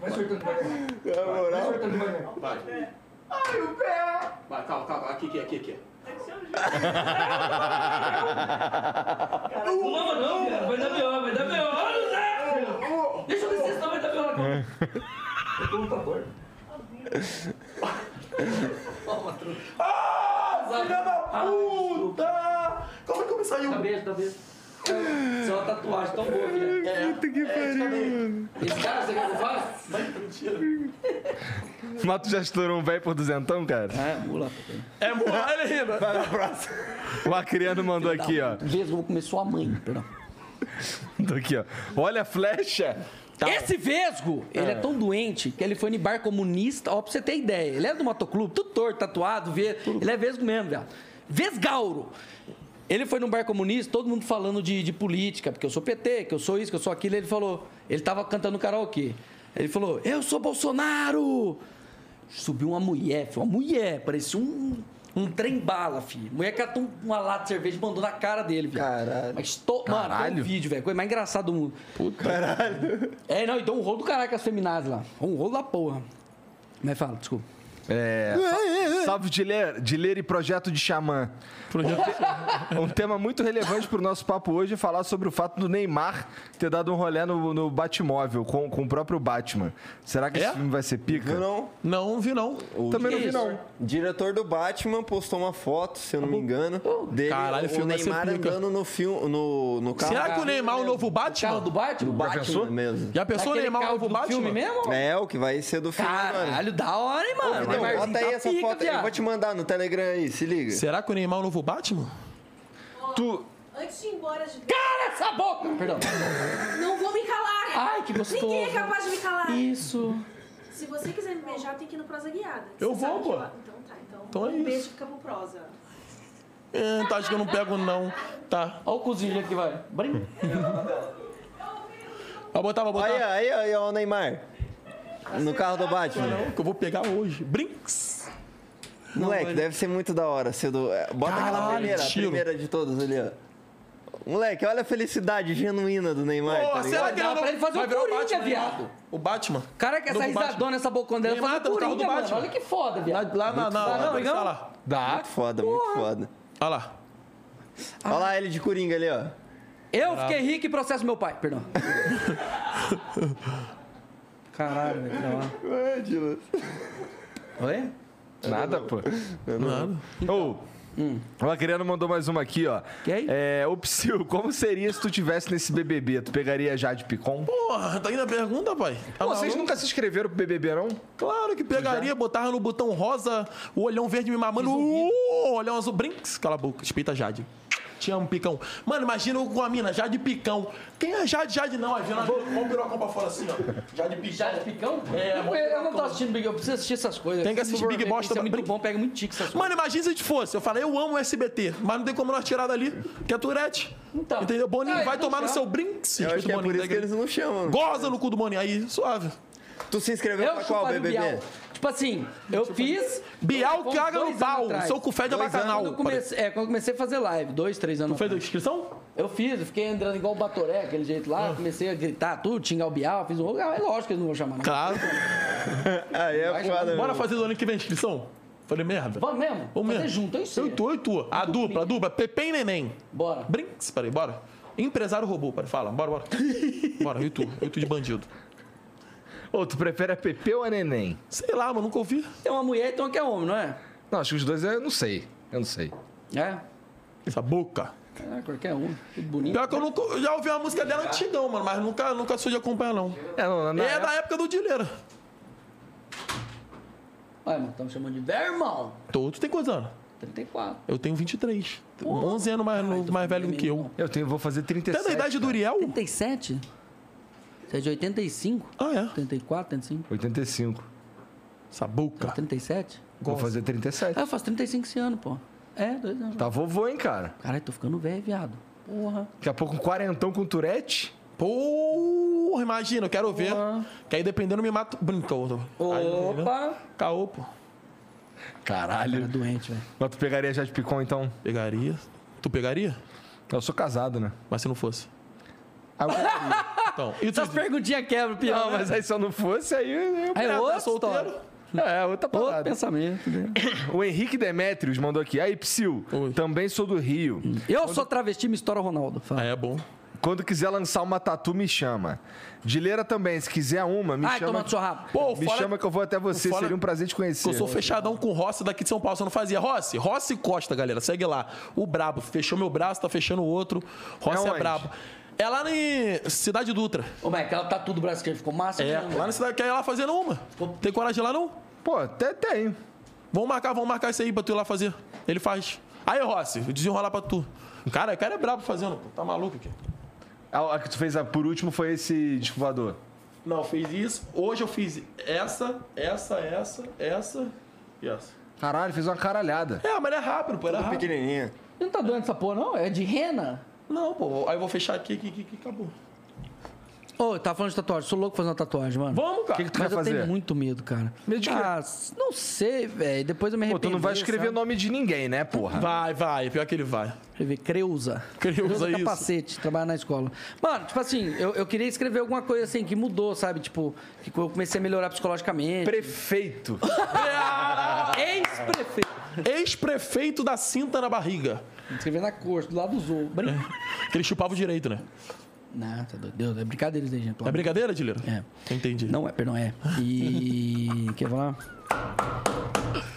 [SPEAKER 9] Vai soltando devagar. Vai soltando devagar.
[SPEAKER 3] Vai. Ai, o pé! Vai, calma, calma. Aqui, aqui, aqui, aqui.
[SPEAKER 9] Não lava não, cara. Vai dar B.O., vai dar B.O. Olha o Zé! Deixa eu descer, senão vai dar B.O. na cara. Eu tô lutador.
[SPEAKER 3] Ah, filha da puta! Como é que eu me saiu?
[SPEAKER 9] Dá beijo, dá beijo. Isso é uma tatuagem tão boa, filha. Esse cara, você quer que eu faça?
[SPEAKER 1] Mas tu já estourou um velho por duzentão, cara?
[SPEAKER 2] É, mula.
[SPEAKER 3] É moral, ele rindo.
[SPEAKER 1] O Acriano mandou aqui, ó.
[SPEAKER 2] Vesgo, eu vou comer sua mãe. Perdão.
[SPEAKER 1] Mandou aqui, ó. Olha a flecha.
[SPEAKER 2] Esse Vesgo, ele é. tão doente que ele foi no bar comunista, ó, pra você ter ideia. Ele é do motoclube, tudo torto, tatuado, vê, ele é Vesgo mesmo, velho. Vesgauro. Ele foi num bar comunista, todo mundo falando de, de política, porque eu sou PT, que eu sou isso, que eu sou aquilo. Ele falou, ele tava cantando karaokê. Ele falou, eu sou Bolsonaro. Subiu uma mulher, filho, uma mulher, parecia um, um trem bala, filho. Mulher catou uma lata de cerveja e mandou na cara dele, filho.
[SPEAKER 4] Caralho.
[SPEAKER 2] Mas tô, mano, tem um
[SPEAKER 1] Caralho.
[SPEAKER 2] vídeo, velho, coisa mais engraçada do mundo. É, não, então um rolo do caralho com as feminazes lá. Um rolo da porra. Mas fala, desculpa.
[SPEAKER 1] É, sal- salve de ler, de ler e projeto de xamã. Um tema muito relevante para o nosso papo hoje é falar sobre o fato do Neymar ter dado um rolé no, no Batmóvel com, com o próprio Batman. Será que
[SPEAKER 3] É?
[SPEAKER 1] esse filme vai ser pica?
[SPEAKER 4] Viu não?
[SPEAKER 3] Não, vi não.
[SPEAKER 1] Também não
[SPEAKER 2] que
[SPEAKER 1] vi,
[SPEAKER 2] isso?
[SPEAKER 1] não.
[SPEAKER 4] Diretor do Batman postou uma foto, se eu não me engano, dele
[SPEAKER 3] Caralho, o
[SPEAKER 4] o
[SPEAKER 3] filme vai ser
[SPEAKER 4] Neymar
[SPEAKER 3] pica.
[SPEAKER 4] andando no filme, no, no carro.
[SPEAKER 3] Será que o Neymar é o novo
[SPEAKER 2] Carro
[SPEAKER 3] Batman?
[SPEAKER 2] do Batman?
[SPEAKER 4] Batman mesmo?
[SPEAKER 3] Já pensou o
[SPEAKER 2] Daquele
[SPEAKER 3] Neymar é o
[SPEAKER 2] carro
[SPEAKER 3] novo
[SPEAKER 2] do filme
[SPEAKER 3] Batman? Né.
[SPEAKER 2] mesmo?
[SPEAKER 4] É o que vai ser do filme, mano.
[SPEAKER 2] Caralho, da hora, hein, mano?
[SPEAKER 4] Então,
[SPEAKER 2] Neymarzinho
[SPEAKER 4] bota aí
[SPEAKER 2] tá
[SPEAKER 4] essa
[SPEAKER 2] pica,
[SPEAKER 4] foto, eu
[SPEAKER 2] viado.
[SPEAKER 4] vou te mandar no Telegram aí, se liga.
[SPEAKER 3] Será que o Neymar é o novo Batman?
[SPEAKER 1] Tu,
[SPEAKER 8] Antes de ir embora, de...
[SPEAKER 2] Cara, essa boca! Perdão.
[SPEAKER 8] não vou me calar.
[SPEAKER 2] Ai, que gostoso.
[SPEAKER 8] Ninguém é capaz de me calar.
[SPEAKER 2] Isso.
[SPEAKER 8] Se você quiser me beijar, tem que ir no Prosa Guiada.
[SPEAKER 3] Eu
[SPEAKER 8] Você
[SPEAKER 3] vou,
[SPEAKER 8] sabe que
[SPEAKER 3] pô.
[SPEAKER 8] eu- Então tá, então.
[SPEAKER 3] Então é
[SPEAKER 8] um
[SPEAKER 3] isso.
[SPEAKER 8] beijo fica pro Prosa.
[SPEAKER 3] Ah, tá, acho que eu não pego, não. Tá.
[SPEAKER 2] Olha o cozinho aqui, vai. Brinca.
[SPEAKER 3] Vai botar, vai botar.
[SPEAKER 4] Olha, aí, aí, ó, o Neymar. No carro do Batman.
[SPEAKER 3] Que eu vou pegar hoje. Brinks.
[SPEAKER 4] Moleque, deve ser muito da hora. Ser do... é, Bota aquela
[SPEAKER 3] Caralho,
[SPEAKER 4] primeira, a
[SPEAKER 3] tiro.
[SPEAKER 4] primeira de todas ali, ó. Moleque, olha a felicidade genuína do Neymar. tá
[SPEAKER 3] Pô,
[SPEAKER 4] ligado?
[SPEAKER 3] será
[SPEAKER 2] Dá
[SPEAKER 3] que ele não
[SPEAKER 2] pra ele fazer
[SPEAKER 3] vai
[SPEAKER 2] um
[SPEAKER 3] virar o
[SPEAKER 2] Coringa,
[SPEAKER 3] Batman,
[SPEAKER 2] viado.
[SPEAKER 3] né? O Batman.
[SPEAKER 7] Cara, que essa
[SPEAKER 3] Novo Batman.
[SPEAKER 7] risadona, essa boca dela,
[SPEAKER 3] Neymar,
[SPEAKER 2] um
[SPEAKER 7] fazendo
[SPEAKER 3] tá no carro
[SPEAKER 7] Coringa,
[SPEAKER 3] do
[SPEAKER 7] mano.
[SPEAKER 3] Batman.
[SPEAKER 7] Olha que foda,
[SPEAKER 3] Lá,
[SPEAKER 7] viado.
[SPEAKER 3] lá na, na,
[SPEAKER 7] Dá, não,
[SPEAKER 3] na
[SPEAKER 7] Igão?
[SPEAKER 3] sala.
[SPEAKER 7] Dá.
[SPEAKER 4] Foda, muito foda.
[SPEAKER 3] Olha lá. Ah.
[SPEAKER 4] Olha lá ele de Coringa ali, ó.
[SPEAKER 7] Eu fiquei rico e processo meu pai. Perdão. Caralho, velho. não.
[SPEAKER 4] Ué,
[SPEAKER 3] É,
[SPEAKER 4] Dila.
[SPEAKER 7] Oi?
[SPEAKER 1] Nada, pô. Ou. O Acriano mandou mais uma aqui, ó.
[SPEAKER 7] Quem?
[SPEAKER 1] É, ô Psyu, como seria se tu tivesse nesse BBB? Tu pegaria Jade Picon?
[SPEAKER 3] Porra, tá indo a pergunta, pai? Tá
[SPEAKER 1] Pô, vocês
[SPEAKER 3] maluco?
[SPEAKER 1] nunca se inscreveram pro BBB, não?
[SPEAKER 3] Claro que pegaria, botava no botão rosa, o olhão verde me mamando, uh, olhão azul, brinks, cala a boca, respeita a Jade. Te amo, Picão. Mano, imagina eu com a mina, Jade Picão. Quem é Jade? Jade não, aí vira uma mão pirocão pra fora assim, ó. Jade Picão.
[SPEAKER 2] Já de picão?
[SPEAKER 3] É,
[SPEAKER 2] eu,
[SPEAKER 3] bom,
[SPEAKER 2] eu não tô assistindo Big Eu preciso assistir essas coisas.
[SPEAKER 3] Tem que assistir Big Boss
[SPEAKER 2] Isso é
[SPEAKER 3] também.
[SPEAKER 2] muito bom, pega muito tique essas coisas.
[SPEAKER 3] Mano, imagina se a gente fosse. Eu falei, eu amo o SBT, mas não tem como nós tirar dali, que é Tourette.
[SPEAKER 2] Então.
[SPEAKER 3] Entendeu? Boninho,
[SPEAKER 2] Ah,
[SPEAKER 3] vai
[SPEAKER 2] então
[SPEAKER 3] tomar no
[SPEAKER 2] já.
[SPEAKER 3] seu brinks.
[SPEAKER 4] Eu acho que é por isso que eles não chamam.
[SPEAKER 3] Goza no cu do Boninho, aí, suave.
[SPEAKER 4] Tu se inscreveu
[SPEAKER 2] Eu
[SPEAKER 3] é
[SPEAKER 4] pra qual
[SPEAKER 2] chuparia o
[SPEAKER 4] BBB?
[SPEAKER 2] Bial. Tipo assim, eu fiz.
[SPEAKER 3] Bial
[SPEAKER 2] foi
[SPEAKER 3] caga
[SPEAKER 2] Então,
[SPEAKER 3] no
[SPEAKER 2] dois
[SPEAKER 3] pau,
[SPEAKER 2] anos atrás.
[SPEAKER 3] seu cu fede a
[SPEAKER 2] Dois anos.
[SPEAKER 3] bacanal.
[SPEAKER 2] Quando eu comecei, é, quando eu comecei a fazer live, dois, três anos.
[SPEAKER 3] Tu fez a
[SPEAKER 2] atrás.
[SPEAKER 3] inscrição?
[SPEAKER 2] Eu fiz, eu fiquei entrando igual o Batoré, aquele jeito lá,
[SPEAKER 3] Ah.
[SPEAKER 2] comecei a gritar tudo, xingar o Bial, fiz um. Ah, é lógico que eles não vão chamar. Não.
[SPEAKER 3] Claro.
[SPEAKER 4] Aí é foda,
[SPEAKER 3] Bora
[SPEAKER 4] meu.
[SPEAKER 3] fazer do ano que vem a inscrição? Falei, merda.
[SPEAKER 2] Vamos mesmo?
[SPEAKER 3] Vamos
[SPEAKER 2] fazer
[SPEAKER 3] mesmo.
[SPEAKER 2] junto, é hein?
[SPEAKER 3] Eu e tu, eu e tu. A dupla, a dupla. Pepe e Neném.
[SPEAKER 2] Bora.
[SPEAKER 3] Brinks, peraí, bora. Empresário robô, peraí. Fala, bora, bora. Bora, eu e tu. Eu e tu de bandido.
[SPEAKER 1] Ou tu prefere a Pepe ou a Neném?
[SPEAKER 3] Sei lá, mano, nunca ouvi.
[SPEAKER 2] Tem uma mulher e
[SPEAKER 3] então,
[SPEAKER 2] tem uma que é homem, não é?
[SPEAKER 1] Não, acho que os dois eu não sei. Eu não sei.
[SPEAKER 2] É.
[SPEAKER 3] Essa boca.
[SPEAKER 2] É, qualquer um. Tudo bonito.
[SPEAKER 3] Pior que eu nunca. eu já ouvi uma música dela antigão, mano, mas nunca, nunca sou de acompanhar, não.
[SPEAKER 1] É, não, na
[SPEAKER 3] é
[SPEAKER 1] época-
[SPEAKER 3] da época do Dileira.
[SPEAKER 2] Ai, mano, estamos chamando de velho, irmão.
[SPEAKER 3] Tu, tu tem quantos anos?
[SPEAKER 2] 34.
[SPEAKER 3] Eu tenho 23. 11 anos mais, mais velho do que eu.
[SPEAKER 1] Eu tenho, vou fazer
[SPEAKER 3] Tu
[SPEAKER 1] 37.
[SPEAKER 3] é da idade do Uriel?
[SPEAKER 2] 87? Você é de 85?
[SPEAKER 3] Ah, é.
[SPEAKER 2] 34, 35?
[SPEAKER 1] 85.
[SPEAKER 3] Essa
[SPEAKER 2] Tá,
[SPEAKER 3] boca.
[SPEAKER 2] 37?
[SPEAKER 1] Vou fazer 37.
[SPEAKER 2] Ah, eu faço 35 esse ano, pô. É, dois anos.
[SPEAKER 1] Tá vovô, hein, cara?
[SPEAKER 2] Caralho, tô ficando velho, viado. Porra.
[SPEAKER 1] Daqui a pouco um quarentão com Turete.
[SPEAKER 3] Porra, imagina, eu quero ver. Que aí dependendo me mato. Brinca, outro. Aí,
[SPEAKER 2] Opa!
[SPEAKER 3] Caô, pô.
[SPEAKER 1] Caralho.
[SPEAKER 2] Tá doente, velho.
[SPEAKER 1] Mas tu pegaria Jade Picon, então?
[SPEAKER 3] Pegaria. Tu pegaria?
[SPEAKER 1] Eu sou casado, né?
[SPEAKER 3] Mas se não fosse.
[SPEAKER 1] Ah, eu-
[SPEAKER 3] Então, e tu
[SPEAKER 2] Essas perguntinhas quebram, pior.
[SPEAKER 1] Não, mas aí se eu não fosse, aí eu...
[SPEAKER 2] Aí é outra
[SPEAKER 3] solteiro?
[SPEAKER 2] história.
[SPEAKER 1] É, outra
[SPEAKER 2] Outro
[SPEAKER 1] parada.
[SPEAKER 2] pensamento. né?
[SPEAKER 1] O Henrique Demetrios mandou aqui. Aí, Psyu,
[SPEAKER 3] Oi. Hum.
[SPEAKER 1] também sou do Rio.
[SPEAKER 2] Eu sou travesti, me estoura o Ronaldo. Fala.
[SPEAKER 3] Ah, é bom.
[SPEAKER 1] Quando quiser lançar uma tatu, me chama. Dileira também, se quiser uma, me
[SPEAKER 2] Ai,
[SPEAKER 1] chama.
[SPEAKER 2] tomando churrasco.
[SPEAKER 3] Pô,
[SPEAKER 1] Me
[SPEAKER 3] fora
[SPEAKER 1] chama que eu vou até você,
[SPEAKER 3] fora-
[SPEAKER 1] seria um prazer te
[SPEAKER 3] que
[SPEAKER 1] conhecer.
[SPEAKER 3] eu sou fechadão com o Rossi daqui de São Paulo. Você não fazia. Rossi, Rossi Costa, galera. Segue lá. O Brabo. Fechou meu braço, tá fechando o outro. Rossi
[SPEAKER 1] É
[SPEAKER 3] é,
[SPEAKER 1] onde?
[SPEAKER 3] brabo. É lá em Cidade Dutra.
[SPEAKER 2] Ô, mas aquela tá tudo brasileiro, ficou massa. né?
[SPEAKER 3] É,
[SPEAKER 2] mesmo,
[SPEAKER 3] lá na cidade. Quer ir lá fazer uma? Tem coragem de ir lá, não?
[SPEAKER 1] Pô, até tem.
[SPEAKER 3] Vamos marcar, vamos marcar isso aí pra tu ir lá fazer. Ele faz. Aí, Rossi, eu desenrolar pra tu. Cara, o cara é brabo fazendo, pô. Tá maluco aqui.
[SPEAKER 1] A, a que tu fez a- por último foi esse tipo, desculpador.
[SPEAKER 3] Não, eu fiz isso. Hoje eu fiz essa, essa, essa, essa e essa.
[SPEAKER 1] Caralho, fez uma caralhada.
[SPEAKER 3] É, mas é rápido, pô. Era rápido.
[SPEAKER 4] Pequenininha.
[SPEAKER 2] Não tá doendo essa porra, não? É de rena?
[SPEAKER 3] Não, pô. Aí eu vou fechar aqui, aqui, aqui, aqui acabou.
[SPEAKER 2] Ô, eu tava falando de tatuagem, sou louco fazendo uma tatuagem, mano.
[SPEAKER 3] Vamos,
[SPEAKER 1] O
[SPEAKER 3] cara.
[SPEAKER 1] que, que tu
[SPEAKER 2] Mas eu
[SPEAKER 1] vai fazer?
[SPEAKER 2] tenho muito medo, cara.
[SPEAKER 1] Medo de quê?
[SPEAKER 2] Ah, s- não sei, velho. Depois eu me
[SPEAKER 1] Pô,
[SPEAKER 2] arrependi.
[SPEAKER 1] tu não vai escrever
[SPEAKER 2] sabe?
[SPEAKER 1] nome de ninguém, né, porra?
[SPEAKER 3] Vai, vai. Pior que ele vai.
[SPEAKER 2] Escrever Creuza.
[SPEAKER 3] Creuza,
[SPEAKER 2] é
[SPEAKER 3] isso.
[SPEAKER 2] capacete, trabalhar na escola. Mano, tipo assim, eu, eu queria escrever alguma coisa assim que mudou, sabe? Tipo, que eu comecei a melhorar psicologicamente. Ah,
[SPEAKER 1] Prefeito.
[SPEAKER 2] Ex-prefeito.
[SPEAKER 3] Ex-prefeito da cinta na barriga. É.
[SPEAKER 2] Escrever na coxa, do lado do zoo. Brin...
[SPEAKER 3] Que ele chupava o direito, né?
[SPEAKER 2] Não, tá doido. Deus, É brincadeira isso aí, gente. pelo
[SPEAKER 3] É
[SPEAKER 1] Tá
[SPEAKER 3] brincadeira, Dileira?
[SPEAKER 2] É.
[SPEAKER 3] Entendi.
[SPEAKER 2] Não é, perdão, é. E. Quer falar?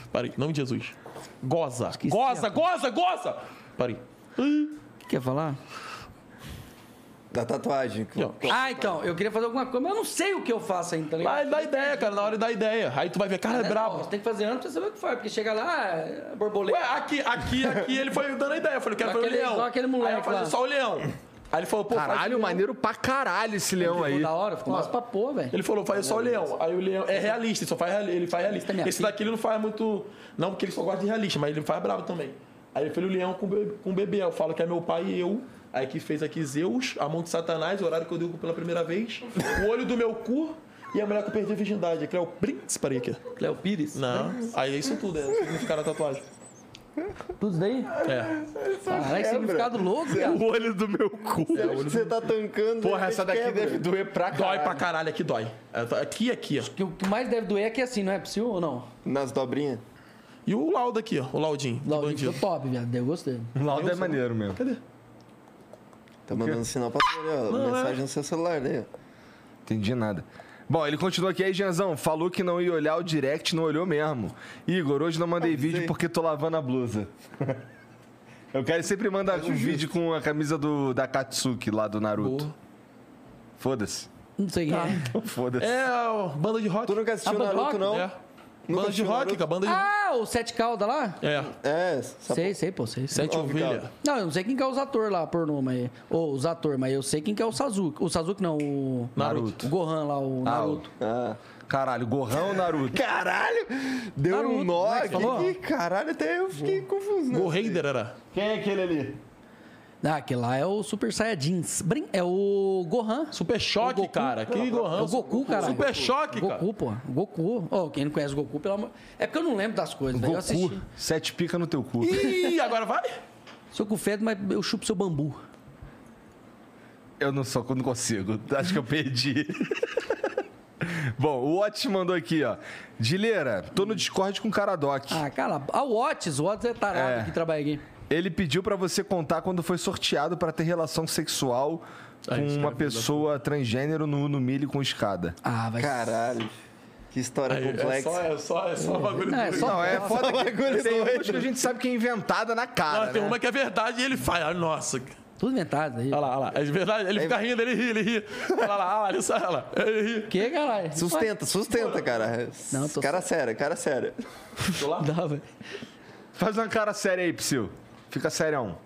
[SPEAKER 3] Parei. Em nome de Jesus. Goza.
[SPEAKER 2] Esqueci
[SPEAKER 3] goza, goza, goza. Parei.
[SPEAKER 2] Quer falar?
[SPEAKER 4] Da tatuagem.
[SPEAKER 3] Aqui, ó.
[SPEAKER 2] Ah, então, eu queria fazer alguma coisa, mas eu não sei o que eu faço ainda, tá ligado?
[SPEAKER 3] Vai, dá ideia, cara. Na hora dá ideia. Aí tu vai ver, cara, é
[SPEAKER 2] Não,
[SPEAKER 3] brabo.
[SPEAKER 2] Você tem que fazer antes pra saber o que foi, porque chega lá, é borboleta.
[SPEAKER 3] Ué, aqui, aqui, aqui, ele foi dando a ideia. Eu falei, quero fazer o
[SPEAKER 2] Aquele-
[SPEAKER 3] leão.
[SPEAKER 2] igual aquele moleque
[SPEAKER 3] Aí eu falei,
[SPEAKER 2] lá.
[SPEAKER 3] só o leão. Aí ele falou, pô, faz
[SPEAKER 1] Caralho,
[SPEAKER 3] o leão.
[SPEAKER 1] maneiro pra caralho esse leão aí.
[SPEAKER 2] Ficou da hora, ficou massa pra pô, velho.
[SPEAKER 3] Ele falou, faz só o leão. Aí o leão é realista, ele só faz, reali- ele faz realista.
[SPEAKER 1] é
[SPEAKER 2] minha
[SPEAKER 3] Esse
[SPEAKER 2] filha.
[SPEAKER 3] daqui ele não faz muito. Não, porque ele só gosta de realista, mas ele faz brabo também. Aí ele fez o leão com, o bebê- com o bebê. Eu falo que é meu pai e eu. Aí que fez aqui Zeus, a mão de Satanás, o horário que eu digo pela primeira vez, o olho do meu cu e a mulher que eu perdi a virgindade. Aquele é o Prince, parei aqui.
[SPEAKER 2] Léo Pires?
[SPEAKER 3] Não, aí é isso tudo, é o significado da tatuagem.
[SPEAKER 2] Tudo isso daí?
[SPEAKER 3] É.
[SPEAKER 2] Caralho, significado louco, cara.
[SPEAKER 1] O olho do meu cu.
[SPEAKER 4] Você tá tancando.
[SPEAKER 3] Porra, essa daqui deve
[SPEAKER 4] doer pra
[SPEAKER 3] É Dói pra caralho aqui, dói. É, Aqui e aqui, ó.
[SPEAKER 2] Que O que mais deve doer é que é assim, não é possível ou não?
[SPEAKER 4] Nas dobrinhas.
[SPEAKER 3] E o laudo aqui, ó. O laudinho. do
[SPEAKER 2] Laudinho
[SPEAKER 3] bandido.
[SPEAKER 1] Tá
[SPEAKER 2] ficou top, viado. Eu gostei.
[SPEAKER 1] Laudo é maneiro mesmo.
[SPEAKER 3] Cadê?
[SPEAKER 4] Tá mandando sinal pra tu, olha, ó,
[SPEAKER 3] é.
[SPEAKER 4] mensagem no seu celular, né?
[SPEAKER 1] Entendi nada. Bom, ele continua aqui aí, Janzão. Falou que não ia olhar o direct, não olhou mesmo. Igor, hoje não mandei vídeo porque tô lavando a blusa. Eu quero sempre mandar um vídeo com a camisa do, da Katsuki lá do Naruto. Foda-se.
[SPEAKER 2] Não sei quem é.
[SPEAKER 1] Foda-se.
[SPEAKER 3] É, ó, banda de rock.
[SPEAKER 4] Tu nunca assistiu
[SPEAKER 2] Ah,
[SPEAKER 4] Naruto,
[SPEAKER 2] Bandrock?
[SPEAKER 4] não?
[SPEAKER 3] É.
[SPEAKER 4] Nunca
[SPEAKER 3] Banda de
[SPEAKER 4] assistiu
[SPEAKER 3] rock, cara. Banda de
[SPEAKER 2] Ah, o Sete Calda lá?
[SPEAKER 3] É.
[SPEAKER 4] É, essa
[SPEAKER 2] Sei, sei, pô, sei. sei.
[SPEAKER 3] Sete ovelhas.
[SPEAKER 2] Não, eu não sei quem que é os atores lá, por nome. Ou os atores, mas eu sei quem que é o Sazuki. O Sazuki não, o...
[SPEAKER 3] Naruto.
[SPEAKER 2] O Gohan lá, o Naruto.
[SPEAKER 4] Ah.
[SPEAKER 1] Caralho, gorrão Naruto.
[SPEAKER 4] Caralho! Deu
[SPEAKER 2] Naruto,
[SPEAKER 4] um nó
[SPEAKER 2] né, que falou?
[SPEAKER 4] aqui. Caralho, até eu fiquei confuso. né?
[SPEAKER 3] Go Raider era.
[SPEAKER 1] Quem é aquele ali?
[SPEAKER 2] Ah, aquele lá é o Super Saiyajins. Brin- É o Gohan.
[SPEAKER 3] Super
[SPEAKER 2] O
[SPEAKER 3] choque,
[SPEAKER 2] Goku.
[SPEAKER 3] cara. Que
[SPEAKER 2] É o
[SPEAKER 3] Gohan.
[SPEAKER 2] Goku, cara.
[SPEAKER 3] Super choque, cara.
[SPEAKER 2] Goku, pô. Goku. Ó, quem não conhece o Goku, pelo amor... É porque eu não lembro das coisas, velho. Eu
[SPEAKER 1] Goku.
[SPEAKER 2] assisti.
[SPEAKER 1] Sete pica no teu cu.
[SPEAKER 3] Ih, agora vai?
[SPEAKER 2] Sou com fed, mas eu chupo seu bambu.
[SPEAKER 1] Eu não sou, não consigo. Acho que eu perdi. Bom, o Watch mandou aqui, ó. Dileira, tô no Discord com o Caradoc.
[SPEAKER 2] Ah, cara, ah, o Otis, o Otis é tarado
[SPEAKER 1] É.
[SPEAKER 2] que trabalha aqui.
[SPEAKER 1] Ele pediu pra você contar quando foi sorteado pra ter relação sexual
[SPEAKER 3] Aí,
[SPEAKER 1] com
[SPEAKER 3] isso
[SPEAKER 1] uma
[SPEAKER 3] era filho da
[SPEAKER 1] pessoa transgênero no Uno Milho com escada.
[SPEAKER 2] Ah, vai
[SPEAKER 4] Caralho. Que história
[SPEAKER 3] Aí, é
[SPEAKER 4] complexa.
[SPEAKER 3] só, é só, é só bagulho.
[SPEAKER 2] Não, é
[SPEAKER 3] doido.
[SPEAKER 2] só-
[SPEAKER 1] Não, é foda que
[SPEAKER 4] bagulho
[SPEAKER 1] tem
[SPEAKER 4] doido.
[SPEAKER 1] umas que a gente sabe que é inventada na cara,
[SPEAKER 3] Ah, tem
[SPEAKER 1] né?
[SPEAKER 3] uma que é verdade e ele faz. Ah, nossa.
[SPEAKER 2] Tudo inventado aí.
[SPEAKER 3] Olha lá, olha lá. É verdade. Ele fica rindo, ele ri, ele ri. Olha lá, olha lá, isso, olha lá. Ele ri.
[SPEAKER 2] Que, caralho?
[SPEAKER 4] Sustenta, sustenta, cara.
[SPEAKER 2] Não, tô
[SPEAKER 4] cara sério, cara sério.
[SPEAKER 2] Dá, Ah, velho.
[SPEAKER 1] Faz uma cara séria aí, Psyu. Fica sério.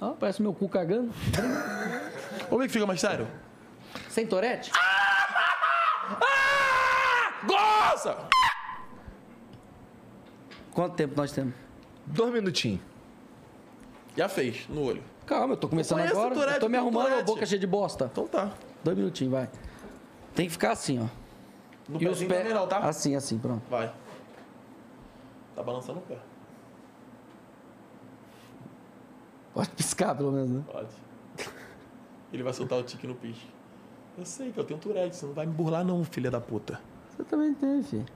[SPEAKER 2] Ó, Ah, parece meu cu cagando.
[SPEAKER 3] Vamos ver que fica mais sério.
[SPEAKER 2] Sem torete?
[SPEAKER 3] Gosta!
[SPEAKER 2] Quanto tempo nós temos?
[SPEAKER 1] Dois minutinhos.
[SPEAKER 3] Já fez, no olho.
[SPEAKER 2] Calma, eu tô começando
[SPEAKER 3] Eu conheço
[SPEAKER 2] agora.
[SPEAKER 3] o Tourette,
[SPEAKER 2] eu tô me
[SPEAKER 3] tem o
[SPEAKER 2] arrumando, a
[SPEAKER 3] Tourette.
[SPEAKER 2] boca cheia de bosta.
[SPEAKER 3] Então tá.
[SPEAKER 2] Dois minutinhos, vai. Tem que ficar assim, ó.
[SPEAKER 3] No pezinho também não, tá?
[SPEAKER 2] Assim, assim, pronto.
[SPEAKER 3] Vai. Tá balançando o pé.
[SPEAKER 2] Pode piscar, pelo menos, né?
[SPEAKER 3] Pode. Ele vai soltar o tique no piche. Eu sei que eu tenho Tourette, você não vai me burlar não, filha da puta.
[SPEAKER 2] Você também tem, filho.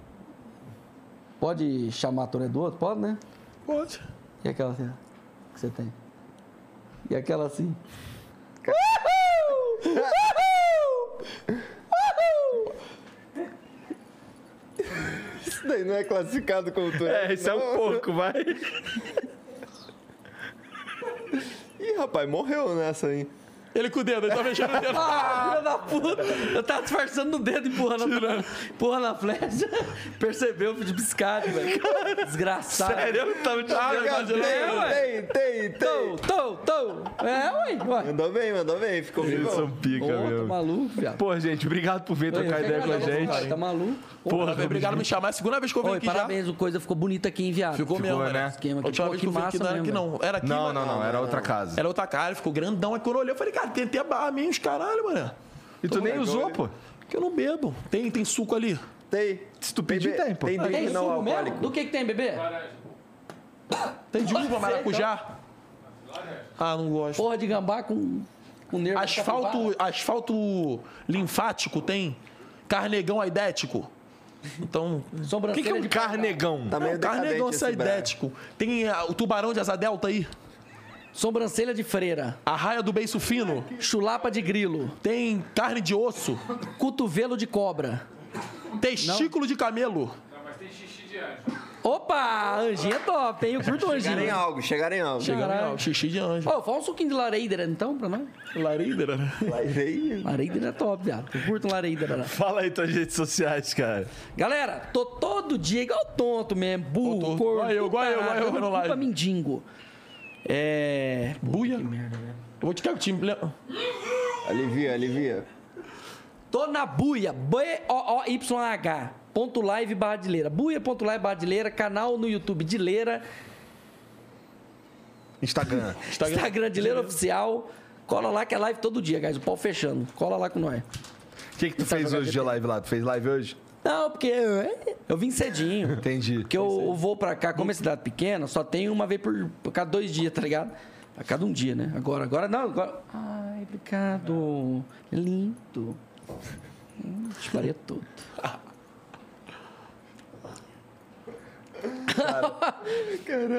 [SPEAKER 2] Pode chamar a torre do outro? Pode, né?
[SPEAKER 3] Pode.
[SPEAKER 2] E aquela assim, ó, que você tem? E aquela assim?
[SPEAKER 4] Isso daí não é classificado como tu.
[SPEAKER 1] É, isso é um porco, vai. é-
[SPEAKER 4] Ih, rapaz, morreu nessa aí.
[SPEAKER 3] Ele com o dedo, ele tá mexendo o dedo.
[SPEAKER 2] Ah, filho da puta! Eu tava disfarçando no dedo, empurrando, a, empurrando a flecha. Percebeu, fui de piscada, velho. Desgraçado.
[SPEAKER 3] Eu não
[SPEAKER 1] tá
[SPEAKER 3] tava te
[SPEAKER 4] Cara,
[SPEAKER 3] vendo,
[SPEAKER 2] é, ué.
[SPEAKER 4] tem, tem, tem,
[SPEAKER 2] Tô,
[SPEAKER 4] tem.
[SPEAKER 2] tô, tô. É, ué, ué.
[SPEAKER 4] Mandou bem, mandou bem, ficou
[SPEAKER 1] Eles
[SPEAKER 4] vivo.
[SPEAKER 1] são é um pica,
[SPEAKER 2] Ô, tá
[SPEAKER 1] meu.
[SPEAKER 2] maluco, viado.
[SPEAKER 1] Pô, gente, obrigado por vir trocar
[SPEAKER 2] Oi,
[SPEAKER 1] ideia com a
[SPEAKER 2] cara,
[SPEAKER 1] gente.
[SPEAKER 2] Tá maluco?
[SPEAKER 3] Porra, obrigado por me chamar. É a segunda vez que eu venho
[SPEAKER 2] Oi,
[SPEAKER 3] aqui
[SPEAKER 2] parabéns, o coisa ficou bonita aqui, hein, viado?
[SPEAKER 3] já. Ficou, mesmo,
[SPEAKER 1] né?
[SPEAKER 3] né?
[SPEAKER 2] Esquema aqui,
[SPEAKER 3] A última
[SPEAKER 2] pô,
[SPEAKER 3] vez
[SPEAKER 2] que
[SPEAKER 3] que eu vim
[SPEAKER 2] massa
[SPEAKER 3] aqui, não era aqui
[SPEAKER 2] mesmo,
[SPEAKER 3] não. Era aqui,
[SPEAKER 1] Não,
[SPEAKER 3] mas-
[SPEAKER 1] não, é. não, era outra casa.
[SPEAKER 3] Era outra cara, ele ficou grandão. Aí quando eu olhei, eu falei, cara, tem até a barra meio, os caralho, mano.
[SPEAKER 1] E tu nem usou, pô.
[SPEAKER 3] Porque eu não bebo. Tem, tem suco ali.
[SPEAKER 4] Tem.
[SPEAKER 1] Se tu pedir, tem, pô.
[SPEAKER 4] Tem
[SPEAKER 2] Tem
[SPEAKER 4] drink não
[SPEAKER 2] suco mesmo?
[SPEAKER 4] alcoólico.
[SPEAKER 2] Do que que tem, bebê?
[SPEAKER 3] Tem de
[SPEAKER 1] é
[SPEAKER 3] uva, maracujá.
[SPEAKER 1] então?
[SPEAKER 3] Ah, não gosto.
[SPEAKER 2] Porra de gambá com, com nervo. de capivara.
[SPEAKER 3] Asfalto, asfalto linfático tem? Carnegão aidético? Então.
[SPEAKER 1] O que, que é
[SPEAKER 2] Sobrancelha
[SPEAKER 1] um
[SPEAKER 2] de
[SPEAKER 1] carnegão?
[SPEAKER 4] Tá meio
[SPEAKER 3] Não, carnegão
[SPEAKER 4] decadente esse
[SPEAKER 1] é
[SPEAKER 4] braço.
[SPEAKER 3] aidético. Tem ah, o tubarão de asa delta aí?
[SPEAKER 2] Sobrancelha de freira.
[SPEAKER 3] A raia do beiço fino?
[SPEAKER 2] Chulapa de grilo.
[SPEAKER 3] Tem carne de osso?
[SPEAKER 2] Cotovelo de cobra.
[SPEAKER 3] Testículo de camelo?
[SPEAKER 2] Opa, anjinha é top, hein? Eu curto
[SPEAKER 4] Chegaram em
[SPEAKER 2] anjinha.
[SPEAKER 4] algo, chegaram em algo.
[SPEAKER 3] Chegando
[SPEAKER 2] Caralho.
[SPEAKER 3] ao xixi de anjo.
[SPEAKER 2] Ô, fala um suquinho de lareira então pra nós.
[SPEAKER 3] Larídera, né?
[SPEAKER 4] Aí,
[SPEAKER 2] Lareira é top, viado. Eu curto lareira.
[SPEAKER 1] Fala aí tuas redes sociais, cara.
[SPEAKER 2] Galera, tô todo dia igual tonto mesmo. Burro,
[SPEAKER 3] Ô, tonto.
[SPEAKER 2] corno.
[SPEAKER 3] Igual eu, igual eu, igual eu,
[SPEAKER 2] tarado,
[SPEAKER 3] no
[SPEAKER 2] culpa
[SPEAKER 3] live.
[SPEAKER 2] mendigo. É.
[SPEAKER 3] Buia. Eu vou te quero que te.
[SPEAKER 4] Alivia, alivia.
[SPEAKER 2] Tô na buia, B-O-O-Y-H, ponto live barra de leira, buia.live barra de leira, canal no YouTube de leira,
[SPEAKER 1] Instagram.
[SPEAKER 2] Instagram, de Leira Oficial. Cola lá que é live todo dia, guys. O pau fechando. Cola lá com nós.
[SPEAKER 1] O que, que tu fez hoje de live lá? Tu fez live hoje?
[SPEAKER 2] Não, porque eu, eu vim cedinho.
[SPEAKER 1] Entendi.
[SPEAKER 2] Porque eu, eu vou pra cá, como é cidade pequena, só tem uma vez por, por cada dois dias, tá ligado? A cada um dia, né? Agora, agora não, agora. Ai, obrigado. Lindo. Hum, te faria tudo.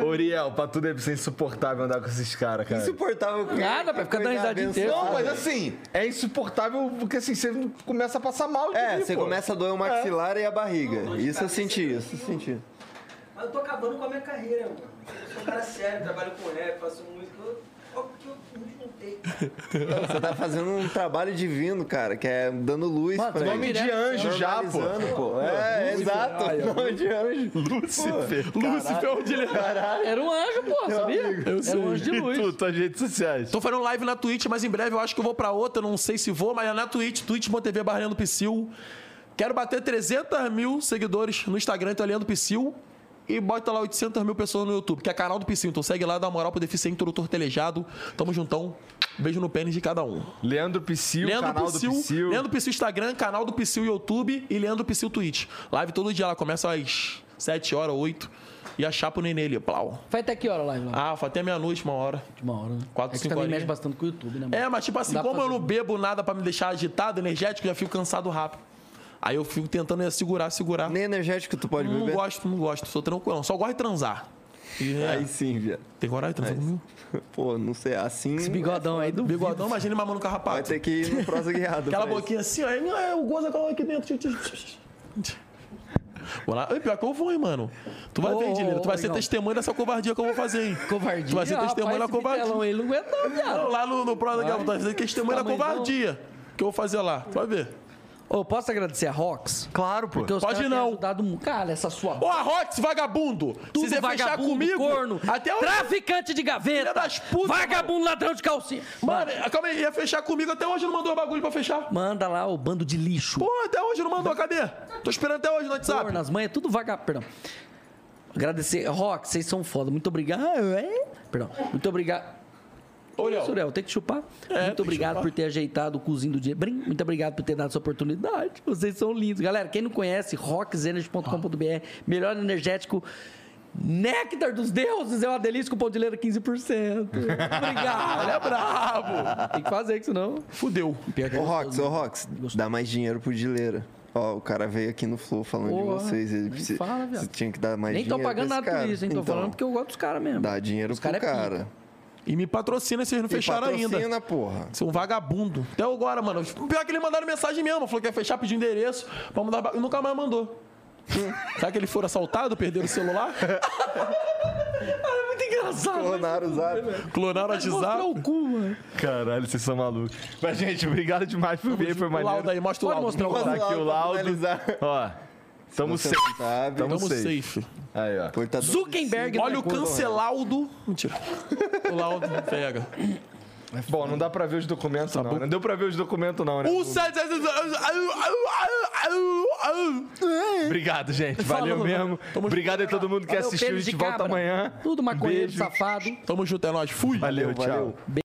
[SPEAKER 1] Oriel, pra tu deve ser insuportável andar com esses caras, cara.
[SPEAKER 4] Insuportável com
[SPEAKER 2] Nada, pra ficar dando risada o dia inteiro.
[SPEAKER 1] Não, mas assim, é insuportável porque assim, você começa a passar mal de
[SPEAKER 4] É,
[SPEAKER 1] rir,
[SPEAKER 4] você
[SPEAKER 1] pô.
[SPEAKER 4] começa a doer o maxilar e a barriga. Isso eu senti, isso eu senti.
[SPEAKER 5] Mas eu tô acabando com a minha carreira, mano. Eu sou um cara sério, trabalho com rap, faço música. Eu- Olha o que eu me juntei.
[SPEAKER 4] Você tá fazendo um trabalho divino, cara, que é dando luz
[SPEAKER 2] Mano,
[SPEAKER 4] pra
[SPEAKER 2] nome
[SPEAKER 1] Nome
[SPEAKER 4] ele.
[SPEAKER 1] de anjo já, pô.
[SPEAKER 4] Normalizando, pô. É, exato. Nome de anjo. Lúcifer.
[SPEAKER 3] Lúcifer, é onde ele
[SPEAKER 2] Era um anjo, pô, sabia? Era um anjo de luz.
[SPEAKER 1] Tu, tuas redes sociais.
[SPEAKER 3] Tô fazendo live na Twitch, mas em breve eu acho que eu vou pra outra, não sei se vou, mas é na Twitch, twitch.tv barra Leandro Psyll. Quero bater 300 mil seguidores no Instagram, então é Leandro Psyll. E bota lá 800 mil pessoas no YouTube, que é canal do Psyll. Então segue lá, dá uma moral pro deficiente introdutor telejado. Tamo juntão. Beijo no pênis de cada um.
[SPEAKER 1] Leandro Psyll,
[SPEAKER 3] Leandro
[SPEAKER 1] canal
[SPEAKER 3] Psyll,
[SPEAKER 1] do Psyll.
[SPEAKER 3] Leandro Psyll Instagram, canal do Psyll YouTube e Leandro Psyll Twitch. Live todo dia, ela começa às 7 horas, 8. E a chapa o nenê ali, plau.
[SPEAKER 2] Faz até que hora a live lá?
[SPEAKER 3] Ah, foi até meia-noite, uma hora.
[SPEAKER 2] De uma hora, né? é
[SPEAKER 3] Quatro,
[SPEAKER 2] que
[SPEAKER 3] cinco
[SPEAKER 2] também
[SPEAKER 3] horinha.
[SPEAKER 2] mexe bastante com o YouTube, né, mano?
[SPEAKER 3] É, mas tipo assim,
[SPEAKER 2] Dá pra
[SPEAKER 3] como eu
[SPEAKER 2] fazer.
[SPEAKER 3] não bebo nada pra me deixar agitado, energético, eu já fico cansado rápido. Aí eu fico tentando eh, segurar, segurar.
[SPEAKER 4] Nem energético tu pode
[SPEAKER 3] não
[SPEAKER 4] beber?
[SPEAKER 3] gosto, não gosto, sou tranquilo. Só gosto de transar. E, é,
[SPEAKER 4] Aí sim, viado.
[SPEAKER 3] Tem coragem de transar comigo?
[SPEAKER 4] Pô, não sei, assim
[SPEAKER 2] Esse bigodão aí do
[SPEAKER 3] Bigodão, imagina ele mamando
[SPEAKER 4] vai
[SPEAKER 3] carrapato.
[SPEAKER 4] ter que ir no prosa guiado.
[SPEAKER 3] Aquela
[SPEAKER 4] pra isso.
[SPEAKER 3] boquinha assim, ó. aí, ah, Eu gozo aquela aqui dentro. Vou lá. Ei, pior que eu vou, hein, mano. Tu vai
[SPEAKER 2] Ô,
[SPEAKER 3] ver, Dileira. Tu vai
[SPEAKER 2] ô,
[SPEAKER 3] ser
[SPEAKER 2] legal.
[SPEAKER 3] testemunha dessa covardia que eu vou fazer, hein?
[SPEAKER 2] Covardia.
[SPEAKER 3] Tu vai ser
[SPEAKER 2] Ah,
[SPEAKER 3] testemunha da
[SPEAKER 2] rapaz, esse
[SPEAKER 3] covardia.
[SPEAKER 2] vitelão aí, Ele não aguenta, não,
[SPEAKER 3] Não,
[SPEAKER 2] viado.
[SPEAKER 3] lá no, no Prado Gabriel, tu vai ser testemunha da
[SPEAKER 2] Tamanhozão.
[SPEAKER 3] covardia que eu vou fazer lá. Tu vai ver.
[SPEAKER 2] Ô, posso agradecer a Rox?
[SPEAKER 1] Claro, pô.
[SPEAKER 2] Porque os
[SPEAKER 3] Pode
[SPEAKER 2] caras
[SPEAKER 3] não.
[SPEAKER 2] têm ajudado muito. Cara, essa sua...
[SPEAKER 3] Ô, Arrox, vagabundo!
[SPEAKER 2] Tudo
[SPEAKER 3] se você fechar
[SPEAKER 2] vagabundo,
[SPEAKER 3] comigo,
[SPEAKER 2] corno,
[SPEAKER 3] até o.
[SPEAKER 2] traficante de gaveta,
[SPEAKER 3] Filha das putas,
[SPEAKER 2] vagabundo ladrão de calcinha.
[SPEAKER 3] Mano, calma aí, ia fechar comigo, até hoje não mandou o bagulho pra fechar.
[SPEAKER 2] Manda lá o bando de lixo.
[SPEAKER 3] Pô, até hoje não mandou, cadê? Tô esperando até hoje no WhatsApp.
[SPEAKER 2] Corno, as manhas, tudo vagabundo. Perdão. Agradecer. Rock, vocês são foda. Muito obrigado. Ah, é? Perdão. Muito obrigado.
[SPEAKER 3] Ô, Léo,
[SPEAKER 2] Surel, tem que chupar.
[SPEAKER 3] tem que
[SPEAKER 2] Muito obrigado
[SPEAKER 3] chupar.
[SPEAKER 2] por ter ajeitado o cozinho do dia. Brim, muito obrigado por ter dado essa oportunidade. Vocês são lindos. Galera, quem não conhece, rocksenergy.com.br, melhor energético. Néctar dos deuses é uma delícia com pão de leira 15%. Obrigado.
[SPEAKER 3] ele é brabo.
[SPEAKER 2] Tem que fazer, que senão.
[SPEAKER 3] Fudeu.
[SPEAKER 2] Pior que
[SPEAKER 4] Ô,
[SPEAKER 2] é
[SPEAKER 4] Rox, ô, Rox, dá mais dinheiro pro Dileira. Ó, o cara veio aqui no Flow falando
[SPEAKER 2] Porra,
[SPEAKER 4] de vocês. Ele
[SPEAKER 2] nem
[SPEAKER 4] precisa,
[SPEAKER 2] fala, viado.
[SPEAKER 4] você tinha que dar mais
[SPEAKER 2] Nem tô
[SPEAKER 4] dinheiro.
[SPEAKER 2] pagando
[SPEAKER 4] pra
[SPEAKER 2] nada
[SPEAKER 4] esse
[SPEAKER 2] por
[SPEAKER 4] cara.
[SPEAKER 2] isso, hein? Tô
[SPEAKER 4] Então,
[SPEAKER 2] falando porque eu gosto dos caras mesmo.
[SPEAKER 4] Dá dinheiro
[SPEAKER 2] Os
[SPEAKER 4] pro
[SPEAKER 2] cara é pica.
[SPEAKER 4] cara.
[SPEAKER 3] E me patrocina, vocês não fecharam ainda.
[SPEAKER 4] Patrocina, porra.
[SPEAKER 3] Você é um vagabundo. Até agora, mano. Pior que ele mandaram mensagem mesmo. Falou que ia fechar, pediu endereço. Pra mandar. ba- E nunca mais mandou. Será que ele for assaltado, perderam o celular?
[SPEAKER 2] É muito engraçado.
[SPEAKER 4] Clonaram o zap.
[SPEAKER 3] Clonaram o
[SPEAKER 2] Mostrou
[SPEAKER 3] WhatsApp?
[SPEAKER 2] o cu, mano.
[SPEAKER 1] Caralho, vocês são malucos. Mas, gente, obrigado demais por vir, foi
[SPEAKER 3] O
[SPEAKER 1] maneiro.
[SPEAKER 3] laudo aí, mostra o
[SPEAKER 2] Pode
[SPEAKER 3] laudo.
[SPEAKER 2] mostrar o
[SPEAKER 1] Tá aqui o laudo. Ó, tamo
[SPEAKER 4] Você
[SPEAKER 1] safe.
[SPEAKER 4] não sabe.
[SPEAKER 1] Tamo
[SPEAKER 3] Tamo
[SPEAKER 1] safe.
[SPEAKER 3] safe.
[SPEAKER 1] Aí, ó.
[SPEAKER 4] portador de
[SPEAKER 2] Zuckerberg.
[SPEAKER 3] Olha o
[SPEAKER 2] né?
[SPEAKER 3] cancelaldo. Mentira. O laudo pega.
[SPEAKER 2] é
[SPEAKER 1] Bom, não dá pra ver os documentos, não.
[SPEAKER 3] bom.
[SPEAKER 1] Não deu pra ver os documentos, não, né?
[SPEAKER 3] O sete-
[SPEAKER 1] Obrigado, gente. Valeu
[SPEAKER 2] Falou,
[SPEAKER 1] mesmo.
[SPEAKER 2] valeu. Tamo
[SPEAKER 1] Obrigado a
[SPEAKER 2] junto,
[SPEAKER 1] todo mundo que
[SPEAKER 2] Valeu,
[SPEAKER 1] assistiu. A
[SPEAKER 2] pênis de
[SPEAKER 1] gente volta
[SPEAKER 2] cabra.
[SPEAKER 1] amanhã.
[SPEAKER 2] Tudo maconheiro,
[SPEAKER 1] Beijo.
[SPEAKER 2] safado.
[SPEAKER 3] Tamo junto, é nóis. Fui.
[SPEAKER 1] Valeu, tchau.
[SPEAKER 4] valeu.